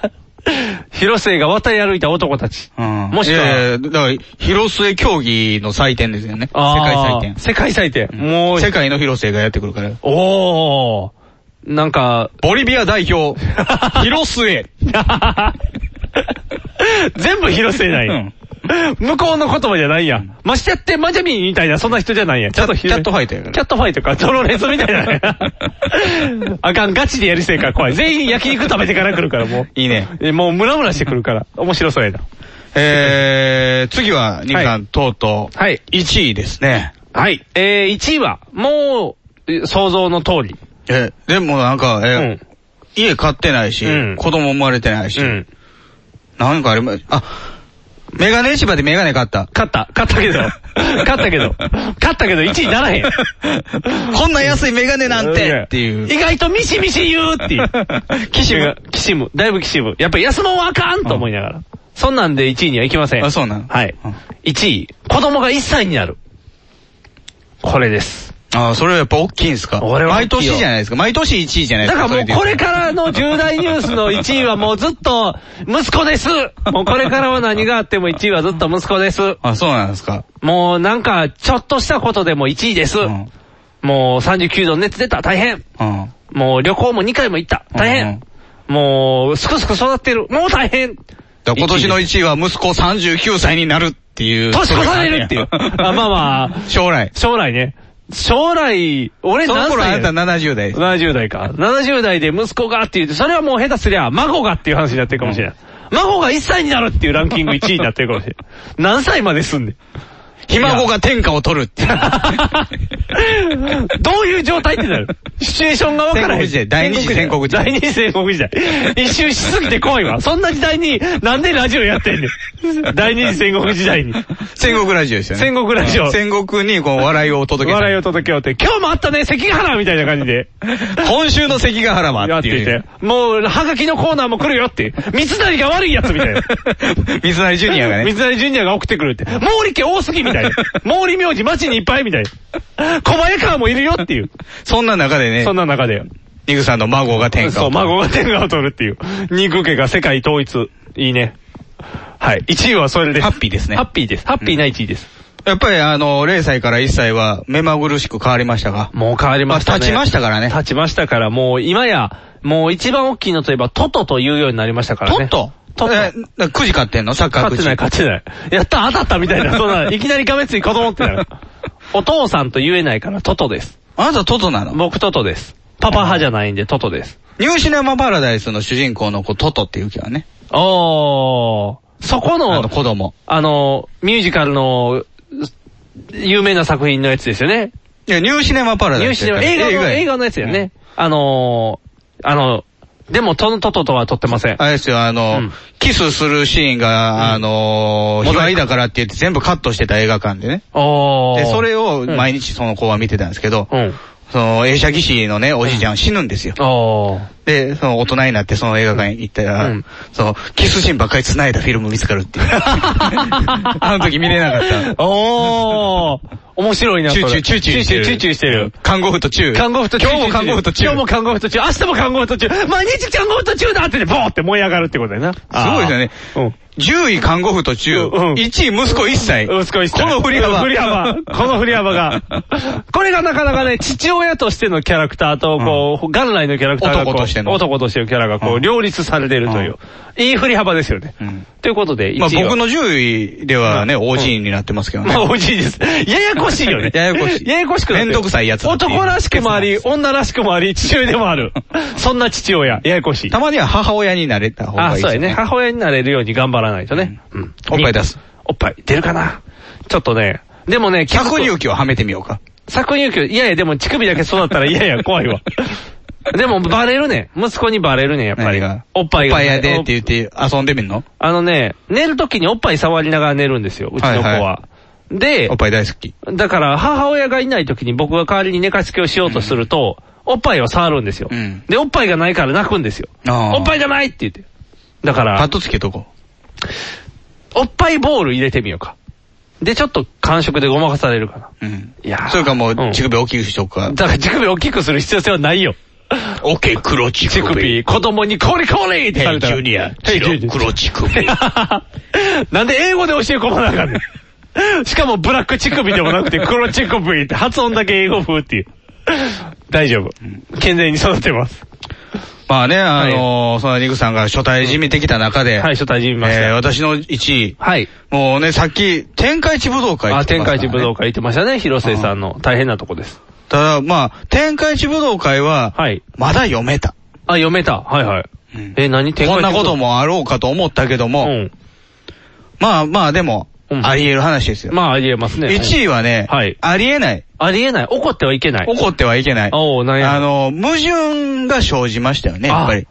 Speaker 3: 広末が渡り歩いた男たち。うん、もしくは。
Speaker 2: えー、だから、広末競技の祭典ですよね。世界祭典。
Speaker 3: 世界祭典。も
Speaker 2: う。世界の広末がやってくるから。
Speaker 3: おー。なんか、
Speaker 2: ボリビア代表、広末。
Speaker 3: 全部広末ない。うん向こうの言葉じゃないやん。ましちゃってマジャミンみたいな、そんな人じゃないやん。
Speaker 2: ちょっとキャットファイトや
Speaker 3: から。キャットファイトか、ドロレスみたいな。 あかん、ガチでやりせえから怖い。全員焼肉食べてから来るから、もう。
Speaker 2: いいね。
Speaker 3: もうムラムラしてくるから。面白そうやな。
Speaker 2: えー、次は、ニカさん、とうとう。はい。1位ですね。
Speaker 3: はい。えー、1位は、もう、想像の通り。
Speaker 2: え、でもなんか、え、家買ってないし、子供生まれてないし。なんかあれも、あ、メガネ市場でメガネ買った。
Speaker 3: 買った。買ったけ ど。買ったけど。買ったけど1位ならへん。
Speaker 2: こんな安いメガネなんてっていう。
Speaker 3: 意外とミシミシ言うっ ていう。
Speaker 2: キシム。
Speaker 3: キシム。だいぶキシム。やっぱ安物はあかんと思いながら。そんなんで1位にはいきません。
Speaker 2: あ、そうなの
Speaker 3: はい。1位。子供が1歳になる。これです。
Speaker 2: ああ、それはやっぱ大きいんですか俺は。毎年じゃないですか。毎年1位じゃないです
Speaker 3: か。だからもうこれからの重大ニュースの1位はもうずっと、息子 ですもうこれからは何があっても1位はずっと息子です。
Speaker 2: あ、そうなんですか。
Speaker 3: もうなんか、ちょっとしたことでも1位です。うん、もう39度熱出た、大変。うん、もう旅行も2回も行った、大変。うん、もう、すくすく育ってる、もう大変。
Speaker 2: 今年の1位は息子39歳になるっていう。
Speaker 3: 年越されるって いう。あ、まあま
Speaker 2: あ。将来。
Speaker 3: 将来ね。将来、俺何歳その頃
Speaker 2: あなた70代。
Speaker 3: 70代か。70代で息子がっていう、それはもう下手すりゃ、孫がっていう話になってるかもしれない。うん、孫が1歳になるっていうランキング1位になってるかもし れない。何歳まで住んで。
Speaker 2: ひ孫が天下を取るって。
Speaker 3: どういう状態って なるシチュエーションがわからない。
Speaker 2: 第二次戦国時代。
Speaker 3: 第二次戦国時代。一周しすぎて怖いわ。そんな時代に、なんでラジオやってんねん。第二次戦国時 代に。
Speaker 2: 戦国ラジオですよね。
Speaker 3: 戦国ラジオ。
Speaker 2: 戦国にこう笑いをお届け
Speaker 3: 笑いを届けようって。今日もあったね、関ヶ原みたいな感じで。
Speaker 2: 今週の関ヶ原は
Speaker 3: やっていて。もう、はがきのコーナーも来るよって。 三成が悪いやつみたいな。
Speaker 2: 三成ジュニアが ね。
Speaker 3: 三成ジュニアが送ってくるって。毛利家多すぎみたいな。 毛利名字街にいっぱいみたいな。小早川もいるよっていう。
Speaker 2: そんな中でね。
Speaker 3: そんな中で。
Speaker 2: ニグさんの孫が天下
Speaker 3: を取る。そう、孫が天下を取るっていう。ニグ家が世界統一。いいね。はい。1位はそれです。
Speaker 2: ハッピーですね。
Speaker 3: ハッピーです。ハッピーな1位です。
Speaker 2: やっぱりあの、0歳から1歳は目まぐるしく変わりましたが。
Speaker 3: もう変わりましたね。
Speaker 2: 立ちましたからね。
Speaker 3: 立ちましたから、もう今や、もう一番大きいのといえばトトというようになりましたからね。
Speaker 2: トトえ、くじ買ってんのサッカー
Speaker 3: くじ。勝ってない、勝ってない。やった、当たったみたいな、そん な、いきなりがめつい子供ってなる。お父さんと言えないから、トトです。
Speaker 2: あなたトトなの
Speaker 3: 僕トトです。パパ派じゃないんで、トトです。
Speaker 2: ニューシネマパラダイスの主人公の子、トトっていう気はね。
Speaker 3: おー。そこの、
Speaker 2: あの子供。
Speaker 3: あの、ミュージカルの、有名な作品のやつですよね。
Speaker 2: いや、ニューシネマパラダ
Speaker 3: イス。ニューシネマ、映画の、映画のやつよね。うん、あのー、あの、でも、トントトとは撮ってません。
Speaker 2: あれですよ、あの、うん、キスするシーンが、あの、卑猥だからって言って全部カットしてた映画館でね。で、それを毎日その子は見てたんですけど、うん、その、映写技師のね、おじいちゃん死ぬんですよ。 で、その大人になってその映画館行ったら、うん、その、キスシーンばっかり繋いだフィルム見つかる っていう。あの時見れなかった。
Speaker 3: おー。面白いな、
Speaker 2: チューチュー、チューチューしてる。
Speaker 3: チューチューしてる。
Speaker 2: 看護婦とチュー。
Speaker 3: 看護婦とチュー。
Speaker 2: 今日も看護婦とチュー。
Speaker 3: 今日も看護婦とチュー。明日も看護婦とチュー。毎日看護婦とチューだってね、ボーって燃え上がるってことだよな。す
Speaker 2: ごいですよね。10位看護婦と中、1位息子1歳。
Speaker 3: 息子1歳。
Speaker 2: この振り幅。
Speaker 3: 振り幅。この振り 幅が。これがなかなかね、父親としてのキャラクターと、こう、元来のキャラクターが
Speaker 2: 男としての。
Speaker 3: 男としてのキャラが、こう、両立されてるという。いい振り幅ですよね。ということで、
Speaker 2: まあ僕の10位ではね、OG になってますけどね。
Speaker 3: まあ OG です。ややこしいよ ね。
Speaker 2: ややこしい。
Speaker 3: ややこしく
Speaker 2: なめんどくさいやつ。
Speaker 3: 男らしくもあり、女らしくもあり、父親でも ある。そんな父親。ややこしい。
Speaker 2: たまには母親になれた方がいいです
Speaker 3: ね。母親になれるように頑張らないとね。
Speaker 2: うん。おっぱい出す。
Speaker 3: おっぱい出るかなちょっとね、でもね、
Speaker 2: 脚勇気をはめてみようか。
Speaker 3: 作品言うけど、いやいや、でも乳首だけ育ったら、いやい や、怖いわ。でも、バレるねん。息子にバレるねん、やっぱり。おっぱいが。
Speaker 2: おっぱいやでって言って遊んでみんの
Speaker 3: あのね、寝るときにおっぱい触りながら寝るんですよ、うちの子は。
Speaker 2: はいは
Speaker 3: で、
Speaker 2: おっぱい大好き。
Speaker 3: だから、母親がいないときに僕が代わりに寝かしつけをしようとすると、おっぱいを触るんですよ、で、おっぱいがないから泣くんですよ。
Speaker 2: あー
Speaker 3: おっぱいじゃないって言って。だから、
Speaker 2: パッとつけとこ
Speaker 3: おっぱいボール入れてみようか。で、ちょっと感触でごまかされるかな。
Speaker 2: う。うん。
Speaker 3: いやー
Speaker 2: それかもう
Speaker 3: うん、
Speaker 2: 乳首大きくしとくか。
Speaker 3: だから乳首大きくする必要性はないよ。
Speaker 2: オッケー、黒乳
Speaker 3: 乳首、子供にこれこれってされたら。
Speaker 2: ヘイジュニア
Speaker 3: ヘイジュニア
Speaker 2: 黒乳首。
Speaker 3: なんで英語で教え込まなあかんねん。しかもブラック乳首でもなくて黒乳首って発音だけ英語風っていう。大丈夫。健全に育てます。
Speaker 2: まあね、あのー、そのニグさんが初対じみてきた中で、
Speaker 3: はい、初対人見ました。
Speaker 2: えー私の1位。
Speaker 3: はい。
Speaker 2: もうね、さっき、天下一武道会
Speaker 3: あ、
Speaker 2: って言
Speaker 3: 天
Speaker 2: ってますからね
Speaker 3: 下一武道会行ってましたね、広末さんの。大変なとこです。
Speaker 2: ただ、まあ、天下一武道会は、まだ読めた。
Speaker 3: あ、読めた。はいはい。え、何天下
Speaker 2: こん
Speaker 3: 一武道
Speaker 2: なこともあろうかと思ったけども、まあまあでも、あり得る話ですよ。
Speaker 3: まあ、ありえますね。
Speaker 2: 1位はね、ありえない。
Speaker 3: ありえない。怒ってはいけない。
Speaker 2: 怒ってはいけない。
Speaker 3: おうなんや
Speaker 2: あの、矛盾が生じましたよね、やっぱり。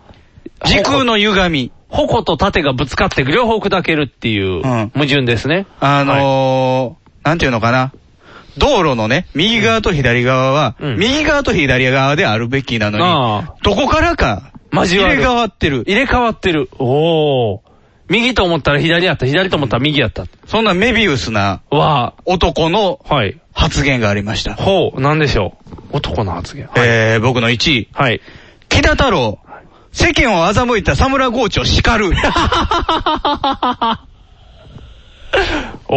Speaker 2: 時空の歪み。
Speaker 3: 矛と盾がぶつかって両方砕けるっていう矛盾ですね。
Speaker 2: あのー、なんていうのかな。道路のね、右側と左側は、右側と左側であるべきなのに、どこからか、
Speaker 3: 交わる
Speaker 2: 入れ替わってる。
Speaker 3: 入れ替わってる。おお。右と思ったら左やった、左と思ったら右やった。
Speaker 2: そんなメビウスな
Speaker 3: わ
Speaker 2: 男の
Speaker 3: はい。
Speaker 2: 発言がありました。
Speaker 3: ほう、なんでしょう。男の発言。
Speaker 2: えー、僕の1位。
Speaker 3: はい。
Speaker 2: 木田太郎。世間を欺いたサムラゴーチを叱 る。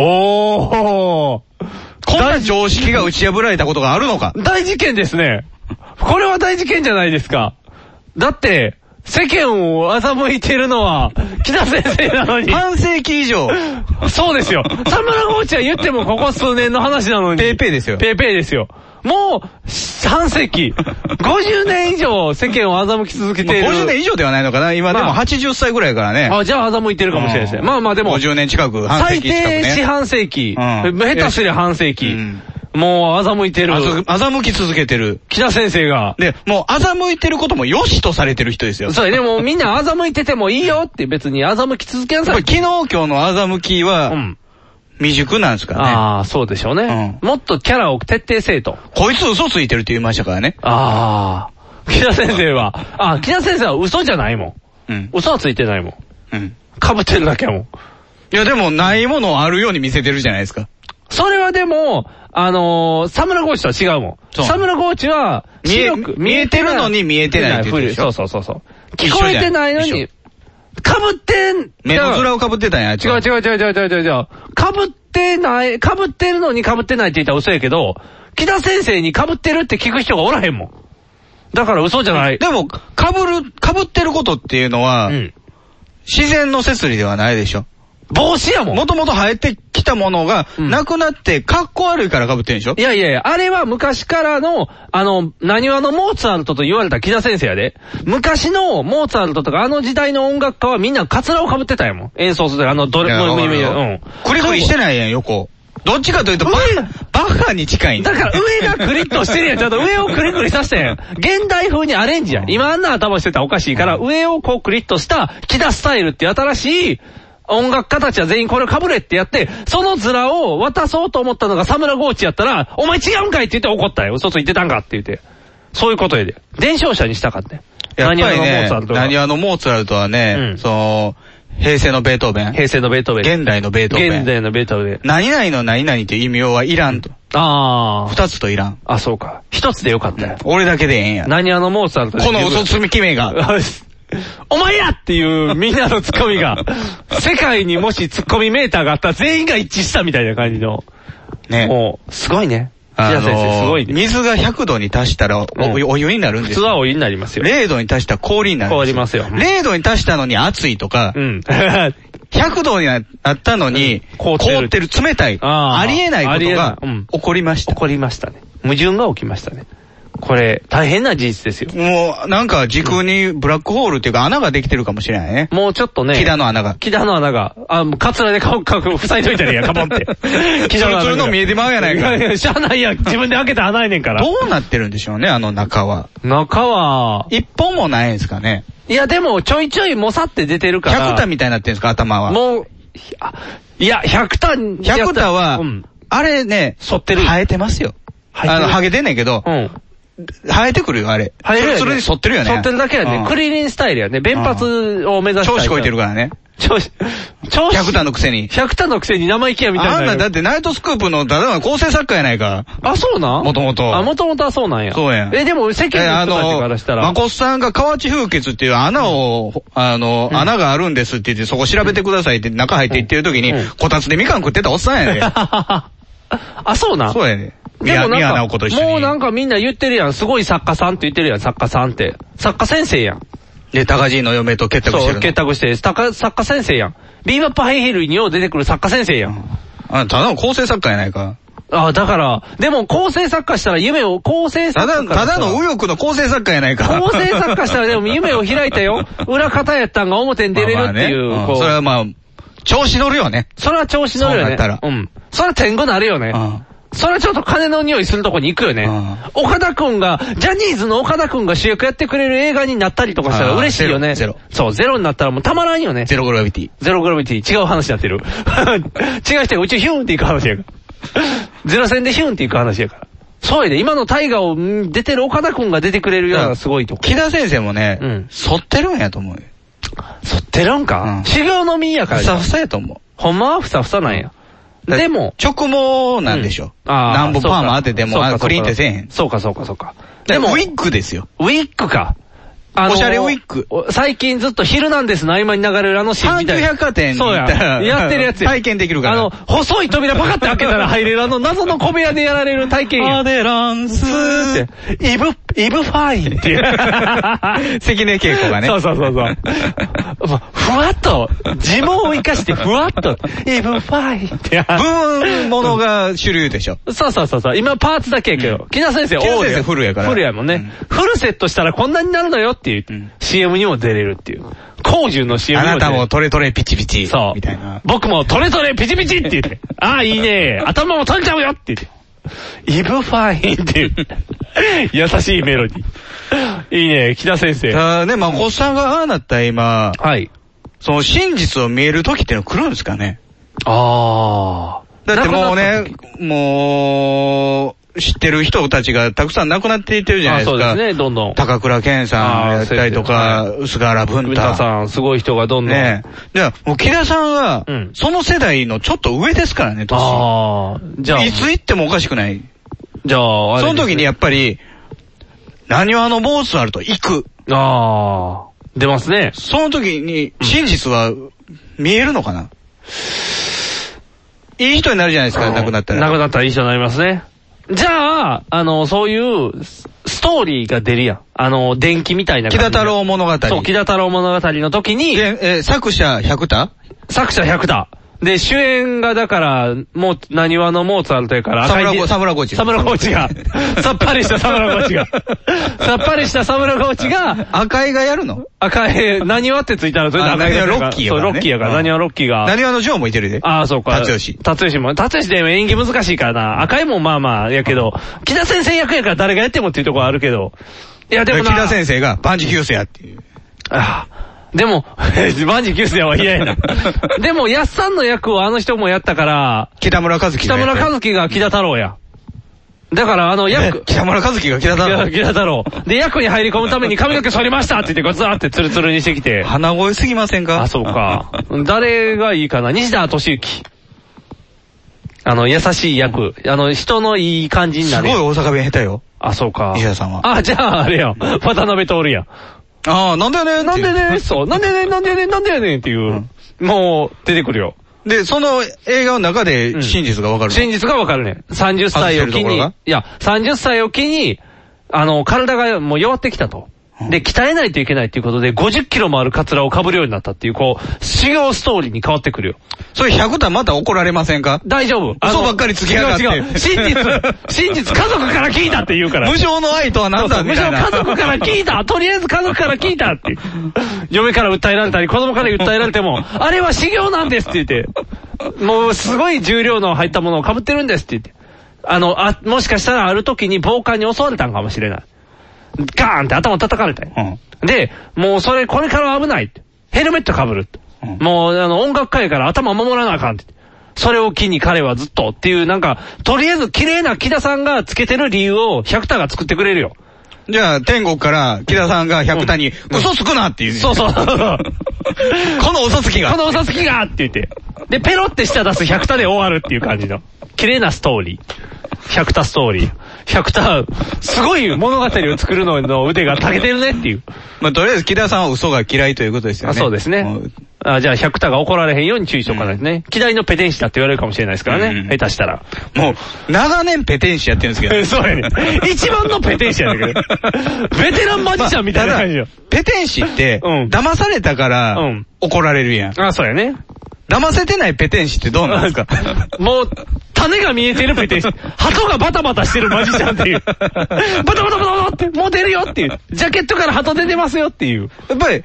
Speaker 3: おー。
Speaker 2: こんな常識が打ち破られたことがあるの か。
Speaker 3: 大事件ですね。これは大事件じゃないですか。だって、世間を欺いてるのは、北先生なの に。
Speaker 2: 半世紀以 上。
Speaker 3: そうですよ。サムラゴーチは言ってもここ数年の話なのに。ペー
Speaker 2: ペーですよ
Speaker 3: ペーペーですよ。もう、半 世紀。50年以上世間を欺き続け
Speaker 2: まあ
Speaker 3: ている。
Speaker 2: 50年以上ではないのかな今で
Speaker 3: ま
Speaker 2: も
Speaker 3: あ
Speaker 2: 80歳ぐらいからね。
Speaker 3: あ、じゃあ欺いてるかもしれないですね。
Speaker 2: うん
Speaker 3: まあまあでも。
Speaker 2: 50年近く、半世
Speaker 3: 最
Speaker 2: 紀近く
Speaker 3: 低
Speaker 2: ね。
Speaker 3: 四半世紀。
Speaker 2: うん
Speaker 3: 下手すりゃ半世紀。もう欺いてる
Speaker 2: あ。ず欺き続けてる。
Speaker 3: 北先生が。
Speaker 2: で、もう欺いてることも良しとされてる人ですよ。
Speaker 3: そう、でもみんな欺いててもいいよって別に欺き続けな
Speaker 2: やっ
Speaker 3: さ
Speaker 2: ぱ
Speaker 3: い
Speaker 2: り。昨日今日の欺きは、未熟なんですからね。
Speaker 3: ああ、そうでしょうね。もっとキャラを徹底せえと。
Speaker 2: こいつ嘘ついてるって言いましたからね。
Speaker 3: ああ。木田先生は、あ、木田先生は嘘じゃないもん。
Speaker 2: うん
Speaker 3: 嘘はついてないもん。
Speaker 2: うん。
Speaker 3: かぶってるだけやもん。
Speaker 2: いやでもないものをあるように見せてるじゃないですか。
Speaker 3: それはでも、あのー、サムラゴーチとは違うもん。
Speaker 2: そう
Speaker 3: サムラゴーチは、
Speaker 2: 見え
Speaker 3: 視力
Speaker 2: 見えてる
Speaker 3: ない
Speaker 2: のに見えてないって言ってるでしょ
Speaker 3: ふりそうそうそうそう。聞こえてないの
Speaker 2: 一緒じ
Speaker 3: に
Speaker 2: ゃ、
Speaker 3: かぶってん、
Speaker 2: 目の面を被ってたんや、違
Speaker 3: 違う違う違う違う違う違う違う。かぶってない、かぶってるのにかぶってないって言ったら嘘やけど、木田先生にかぶってるって聞く人がおらへんもん。だから嘘じゃない。
Speaker 2: でも、被る、被ってることっていうのは、自然の摂理ではないでしょ。
Speaker 3: 帽子やもん。
Speaker 2: もともと生えてきたものが、なくなって、格好悪いから被ってるんでしょ
Speaker 3: いやいやいや、あれは昔からの、あの、何わのモーツァルトと言われた木田先生やで。昔のモーツァルトとかあの時代の音楽家はみんなカツラを被ってたやもん。演奏する時あのド
Speaker 2: い
Speaker 3: レ、
Speaker 2: や
Speaker 3: もう
Speaker 2: わかるよ
Speaker 3: うん。
Speaker 2: クリクリしてないやん、横。どっちかというと、ババッハに近いん
Speaker 3: だから上がクリッとしてるやん。ちゃんと上をクリクリさせたやん。現代風にアレンジやん。今あんな頭してたらおかしいから、上をこうクリッとした木田スタイルっていう新しい音楽家たちは全員これを被れってやって、そのズラを渡そうと思ったのがサムラゴーチやったら、お前違うんかいって言って怒ったよ。嘘ついてたんかって言って。そういうことやで。伝承者にしたかったよ。
Speaker 2: やっぱり
Speaker 3: 何々のモー
Speaker 2: ね
Speaker 3: ツァル、トが
Speaker 2: 何あのモーツァルトはね、その、平成のベートーベン。
Speaker 3: 平成のベートーベン。
Speaker 2: 現代のベートーベン。
Speaker 3: 現代のベートーベン。
Speaker 2: 何々の何々っていう意味用はいらんと。
Speaker 3: ああ。
Speaker 2: 二つといらん。
Speaker 3: あ、そうか。一つでよかったよ。
Speaker 2: 俺だけでええんや。
Speaker 3: 何あのモーツァルト
Speaker 2: この嘘つみ決めが。
Speaker 3: お前やっていうみんなのツッコミ が、世界にもしツッコミメーターがあったら全員が一致したみたいな感じの。
Speaker 2: ね。
Speaker 3: もう、すごいね。
Speaker 2: あの
Speaker 3: 平先生すごい
Speaker 2: ー、
Speaker 3: ね
Speaker 2: 水が100度に達したらお
Speaker 3: うん
Speaker 2: お湯になるんで
Speaker 3: 普
Speaker 2: す
Speaker 3: 通
Speaker 2: よ。
Speaker 3: はお湯になりますよ。
Speaker 2: 0度に達したら氷になるん
Speaker 3: 凍
Speaker 2: です
Speaker 3: り
Speaker 2: よ。
Speaker 3: ますよ。
Speaker 2: 0度に達したのに熱いとか、
Speaker 3: うん。
Speaker 2: 100度になったのに、凍ってる冷たい、
Speaker 3: あー
Speaker 2: ありえない
Speaker 3: あり
Speaker 2: こ
Speaker 3: え
Speaker 2: と
Speaker 3: な
Speaker 2: が
Speaker 3: いうん
Speaker 2: 起こりました。
Speaker 3: 起こりましたね。矛盾が起きましたね。これ、大変な事実ですよ。
Speaker 2: もう、なんか時空にブラックホールっていうか穴ができてるかもしれないね。
Speaker 3: もうちょっとね。
Speaker 2: 木田の穴が。
Speaker 3: 木田の穴が。あ、もうカツラで顔、顔、塞いといたらいいや、カポンって。
Speaker 2: 木田の穴。それの見えてまうやないか。
Speaker 3: いやしゃあないや、自分で開けた穴やねんから。
Speaker 2: どうなってるんでしょうね、あの中は。
Speaker 3: 中は、
Speaker 2: 一本もないんですかね。
Speaker 3: いや、でも、ちょいちょいもさって出てるから。
Speaker 2: 100タみたいになってるんですか、頭は。
Speaker 3: もう、いや、100タ
Speaker 2: 100タは、うん、あれね、
Speaker 3: 反ってる。
Speaker 2: 生えてますよ。あの、ハゲてんねんけど、うん生えてくるよ、あれ。
Speaker 3: 生えるよ、ね。
Speaker 2: それに沿ってるよね。
Speaker 3: 沿ってるだけやね。クリリンスタイルやね。弁髪を目指して。
Speaker 2: 調子こいてるからね。
Speaker 3: 調子、調
Speaker 2: 子。100タのくせに。
Speaker 3: 100タのくせに生意気やみたいな。
Speaker 2: あんな、だってナイトスクープの、ただの構成作家やないか。
Speaker 3: あ、そうなん
Speaker 2: もともと。
Speaker 3: あ、もともとはそうなんや。
Speaker 2: そうやん。
Speaker 3: え、でも世 間の人たちからしたら。
Speaker 2: マコスさんが河内風穴っていう穴を、あの、穴があるんですって言って、そこ調べてくださいって中入っていってる時に、こたつでみかん食ってたおっさんやね。
Speaker 3: あ、そうなん
Speaker 2: そうやね。
Speaker 3: でもなんか、もうなんかみんな言ってるやん。すごい作家さんって言ってるやん、作家さんって。作家先生やん。
Speaker 2: で、高人の嫁と結託してる。
Speaker 3: そう、結託して、作家先生やん。ビーバップハイヒルによう出てくる作家先生やん。
Speaker 2: あ、ただの構成作家やないか。
Speaker 3: ああ、だから、でも構成作家したら夢を、構成作
Speaker 2: 家ただ、ただの右翼の構成作家やないか。
Speaker 3: 構成作家したら でも夢を開いたよ。裏方やったんが表に出れるっていう。まあまあ
Speaker 2: ね、うそれはまあ、調子乗るよね。
Speaker 3: それは調子乗るよね。
Speaker 2: そうなった
Speaker 3: ら。うん。それは天狗なるよね。うんそれはちょっと金の匂いするとこに行くよね。岡田くんが、ジャニーズの岡田くんが主役やってくれる映画になったりとかしたら嬉しいよね。
Speaker 2: ゼロ。
Speaker 3: そう、ゼロになったらもうたまらんよね。
Speaker 2: ゼログラビティ。
Speaker 3: ゼログラビティ。違う話になってる。 違う人がうちヒューンって行く話やから。ゼロ戦でヒューンって行く話やから。そうやで、今の大河を出てる岡田くんが出てくれるようなすごいとこ。
Speaker 2: 木田先生もね、うん、反ってるんやと思うよ。
Speaker 3: 反ってるんか、うん、修行の身やから。
Speaker 2: ふさふさやと思う。
Speaker 3: ほんまはふさふさなんや。でも。
Speaker 2: 直毛なんでしょ。うん、ああ。なんぼパーマ当てても、クリーンってせえへん。
Speaker 3: そうか、そうか、そうか。
Speaker 2: でも、ウィッグですよ。
Speaker 3: ウィッグか。
Speaker 2: あのー、おしゃれウィッグ。
Speaker 3: 最近ずっとヒルナンデスの合間に流れるあのシーンみたい
Speaker 2: な。阪急百貨店に行
Speaker 3: ったら、やってるやつ
Speaker 2: 体験できるから。
Speaker 3: あの、細い扉パカって開けたら入れ るあの謎の小部屋でやられる体験や。
Speaker 2: アデランスー
Speaker 3: って、イブ、イブファインって いう。
Speaker 2: 関根稽古がね。
Speaker 3: そうそう そうそう。ふわっと、呪文を生かしてふわっと、イブファインって。ブ
Speaker 2: ーンものが主流でしょ。
Speaker 3: そうそうそうそう。今パーツだけやけど、木田先生、
Speaker 2: 木田先生フルやから。
Speaker 3: フルやもんね。フルセットしたらこんなになるのよ。っていう、うん、CM にも出れるっていう。工獣の CM
Speaker 2: あなたもトレトレピチピチ。。
Speaker 3: そう
Speaker 2: みたいな。
Speaker 3: 僕もトレトレピチピチって言って。 ああ、いいね。頭も取れちゃうよって言って。イブファインっていう。 優しいメロディー。いいね、木田先生。
Speaker 2: ああ、ね、まあ、おさんがああなった今。
Speaker 3: はい。
Speaker 2: その真実を見える時っての来るんですかね。あ。
Speaker 3: あ
Speaker 2: だってもうね、もう、知ってる人たちがたくさん亡くなっていってるじゃないですか。
Speaker 3: そうですね、どんどん。
Speaker 2: 高倉健さんやったりとか、薄川原文太。
Speaker 3: さん、すごい人がどんどん。
Speaker 2: ねじゃあ、もう木田さんは、うん、その世代のちょっと上ですからね、
Speaker 3: 年。ああ、
Speaker 2: じゃあ。いつ行ってもおかしくない。
Speaker 3: じゃ
Speaker 2: あ、
Speaker 3: あ、
Speaker 2: ね、その時にやっぱり、何をあの坊主あると行く。
Speaker 3: ああ、出ますね。
Speaker 2: その時に、真実は見えるのかな、いい人になるじゃないですか、亡くなったら。
Speaker 3: 亡くなったらいい人になりますね。じゃあ、あの、そういうストーリーが出るやん。あの、電気みたいな
Speaker 2: 木田太郎物語。
Speaker 3: そう、木田太郎物語の時に。
Speaker 2: で、えー、作者100田
Speaker 3: 作者100田。で、主演がだから、もう、何話のモーツァルトやから、
Speaker 2: サムラコ、サムラコーチ。
Speaker 3: サムラコーチが、 さっぱりしたサムラコーチが、さっぱりしたサムラコーチが、
Speaker 2: 赤いがやるの
Speaker 3: 赤い、何話ってついたら、それ赤い
Speaker 2: がロッキーや
Speaker 3: から、ロッキーやから、何話ロッキーが。
Speaker 2: 何話のジョーもいてるで。
Speaker 3: ああ、そうか。
Speaker 2: 達吉。
Speaker 3: 達吉も、達吉で演技難しいからな。赤いもまあまあ、やけど、木田先生役やから誰がやってもっていうとこあるけど。いや、でも
Speaker 2: 木田先生が、万事休世やっていう。
Speaker 3: ああ。でも、 マジキュースでは嫌 やな。でも、やっさんの役をあの人もやったから、
Speaker 2: 北村和樹
Speaker 3: 北村和樹が木田太郎や。だから、あの、役、
Speaker 2: 北村和樹が木田太郎。
Speaker 3: 木田太郎。で、役に入り込むために髪の毛剃りましたって言って、ガツーってツルツルにしてきて。
Speaker 2: 鼻声すぎませんか
Speaker 3: あ、そうか。 誰がいいかな西田敏行。あの、優しい役。あの、人のいい感じになる。
Speaker 2: すごい大阪弁下手よ。
Speaker 3: あ、そうか。
Speaker 2: 西田さんは。
Speaker 3: あ、じゃあ、あれや。渡辺徹や。
Speaker 2: ああ、なんだよね、
Speaker 3: なんでね、そう、なんでね、なんでね、なんでやねんっていう、うん、もう、出てくるよ。
Speaker 2: で、その映画の中で真実がわかる、うん、
Speaker 3: 真実がわかるね。30歳を機に、いや、30歳を機に、あの、体がもう弱ってきたと。で、鍛えないといけないっていうことで、50キロもあるカツラを被るようになったっていう、こう、修行ストーリーに変わってくるよ。
Speaker 2: それ100段また怒られませんか
Speaker 3: 大丈夫。
Speaker 2: 嘘ばっかりつきやがって。
Speaker 3: 違う違う。真 実、真実、家族から聞いたって言うから。
Speaker 2: 無償の愛とは何だ
Speaker 3: 無
Speaker 2: みた
Speaker 3: 償
Speaker 2: いな。
Speaker 3: 家族から聞いたとりあえず家族から聞いたっていう。嫁から訴えられたり、子供から訴えられても、 あれは修行なんですって言って。もう、すごい重量の入ったものを被ってるんですって言って。あの、あ、もしかしたらある時に暴漢に襲われたんかもしれない。ガーンって頭叩かれたよ。で、もうそれ、これから危ないって。ヘルメット被るって。もう、あの、音楽界から頭守らなあかんって。それを機に彼はずっとっていう、なんか、とりあえず綺麗な木田さんがつけてる理由を百田が作ってくれるよ。
Speaker 2: じゃあ、天国から、木田さんが百田に、嘘つくなって言う。
Speaker 3: そう そう。こ
Speaker 2: の嘘つきが。
Speaker 3: この嘘つきがって言って。で、ペロって舌出す百田で終わるっていう感じの。綺麗なストーリー。百田ストーリー。百田、すごい物語を作るのの腕が長けてるねっていう。
Speaker 2: まあ、とりあえず木田さんは嘘が嫌いということですよ
Speaker 3: あ
Speaker 2: ね。
Speaker 3: そうですね。あじゃあ、百田が怒られへんように注意しとかないとね。嫌いのペテン師だって言われるかもしれないですからね。下手したら。
Speaker 2: もう、長年ペテン師やってるんですけど。
Speaker 3: そう やね。一番のペテン師やねんけど。ベテランマジシャンみたいな感じよ。
Speaker 2: ペテン師って、騙されたから、怒られるやん。
Speaker 3: あ、そうやね。
Speaker 2: 騙せてないペテン師ってどうなんですか
Speaker 3: もう、種が見えてるペテン師。鳩がバタバタしてるマジシャンっていう。バタバタバタバタって、もう出るよっていう。ジャケットから鳩出てますよっていう。
Speaker 2: やっぱり、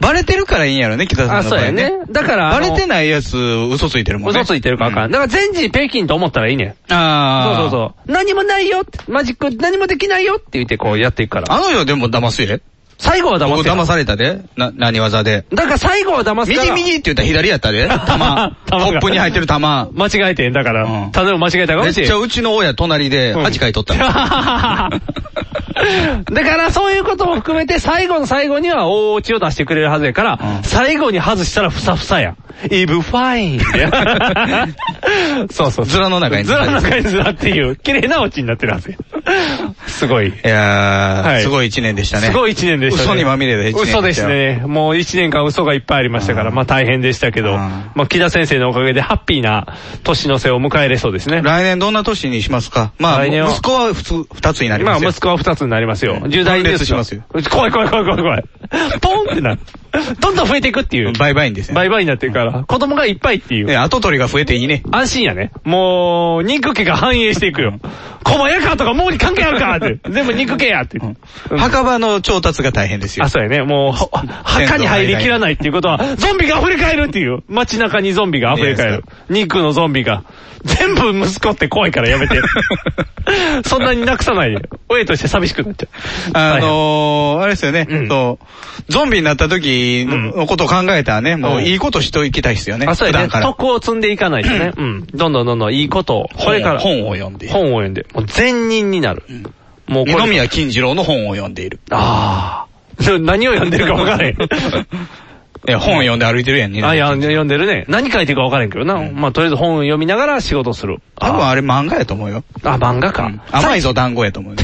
Speaker 2: バレてるからいいんやろね、北さんの場合、ね。
Speaker 3: あそうやねだからあ
Speaker 2: バ
Speaker 3: の
Speaker 2: レてないやつ、嘘ついてるもんね。
Speaker 3: 嘘ついてるかあかん。だから全治北京と思ったらいいねん。
Speaker 2: あ
Speaker 3: そ
Speaker 2: ー
Speaker 3: うそうそう。何もないよってマジック何もできないよって言ってこうやっていくから。
Speaker 2: あの世でも騙すよ。
Speaker 3: 最後は騙す
Speaker 2: 僕
Speaker 3: よ
Speaker 2: 騙されたで。な、何技で。
Speaker 3: だから最後は騙すから。
Speaker 2: 右右って言ったら左やったで。
Speaker 3: 玉。
Speaker 2: コップに入ってる玉。
Speaker 3: 間違えてん、だから。例えば間違えたか
Speaker 2: め
Speaker 3: も
Speaker 2: っ
Speaker 3: し
Speaker 2: ち
Speaker 3: れ
Speaker 2: ゃ
Speaker 3: ん。
Speaker 2: うちの親隣で8回取ったの。
Speaker 3: だからそういうことも含めて最後の最後には大落ちを出してくれるはずやから、最後に外したらふさふさや。イブファ イン。そうそう。
Speaker 2: ズラの中に
Speaker 3: ずらの中にずらっていう、綺麗なオチになってるはずや。すごい。い
Speaker 2: やー、
Speaker 3: はい
Speaker 2: すごい1年でしたね。
Speaker 3: すごい一年でしたね。
Speaker 2: 嘘にまみれで一年
Speaker 3: 嘘でした
Speaker 2: よ。
Speaker 3: ね。もう一年間嘘がいっぱいありましたから、まあ大変でしたけど、まあ木田先生のおかげでハッピーな年の瀬を迎えれそうですね。
Speaker 2: 来年どんな年にしますかまあ、
Speaker 3: 来年は
Speaker 2: 息子は普通、2つになり
Speaker 3: ま
Speaker 2: ま
Speaker 3: あ
Speaker 2: すよ。
Speaker 3: 息子は二つになりますよ。重大ニ
Speaker 2: 断
Speaker 3: ュース
Speaker 2: 裂しますよ。
Speaker 3: 怖い怖い怖い怖い怖い。ポンってなる。どんどん増えていくっていう。
Speaker 2: バイバイですね。
Speaker 3: 倍々になってるから、子供がいっぱいっていう。
Speaker 2: ね、後取りが増えていいね。
Speaker 3: 安心やね。もう、肉毛が繁栄していくよ。小早川とかもうに関係あるかって。全部肉毛やって。
Speaker 2: 墓場の調達が大変ですよ。
Speaker 3: あ、そうやね。もう、ほ墓に入りきらないっていうことは、ゾンビが溢れ返るっていう。街中にゾンビが溢れ返る。肉のゾンビが。全部息子って怖いからや めて。そんなになくさないで。親として寂しくなっちゃう。
Speaker 2: あのー、あれですよね、そう、ゾンビになった時のことを考えたらね、もういいことしといきたいですよね。
Speaker 3: あ、そう
Speaker 2: 普
Speaker 3: やね。
Speaker 2: 段から。
Speaker 3: 徳を積んでいかないとね。うん。どんどんどんどんいいことを。これから。
Speaker 2: 本を読んで。
Speaker 3: 本を読んで。もう善人になる。もうこれ
Speaker 2: 二宮金次郎の本を読んでいる。
Speaker 3: ああ。 それ何を読んでるか分から へん。
Speaker 2: いや、本を読んで歩いてるやん、二宮
Speaker 3: あ、いや、読んでるね。何書いてるか分からへんけどな。まあ、とりあえず本読みながら仕事する。
Speaker 2: 多分あれ漫画やと思うよ。
Speaker 3: あ、漫画か。
Speaker 2: 甘いぞ団子やと思うよ。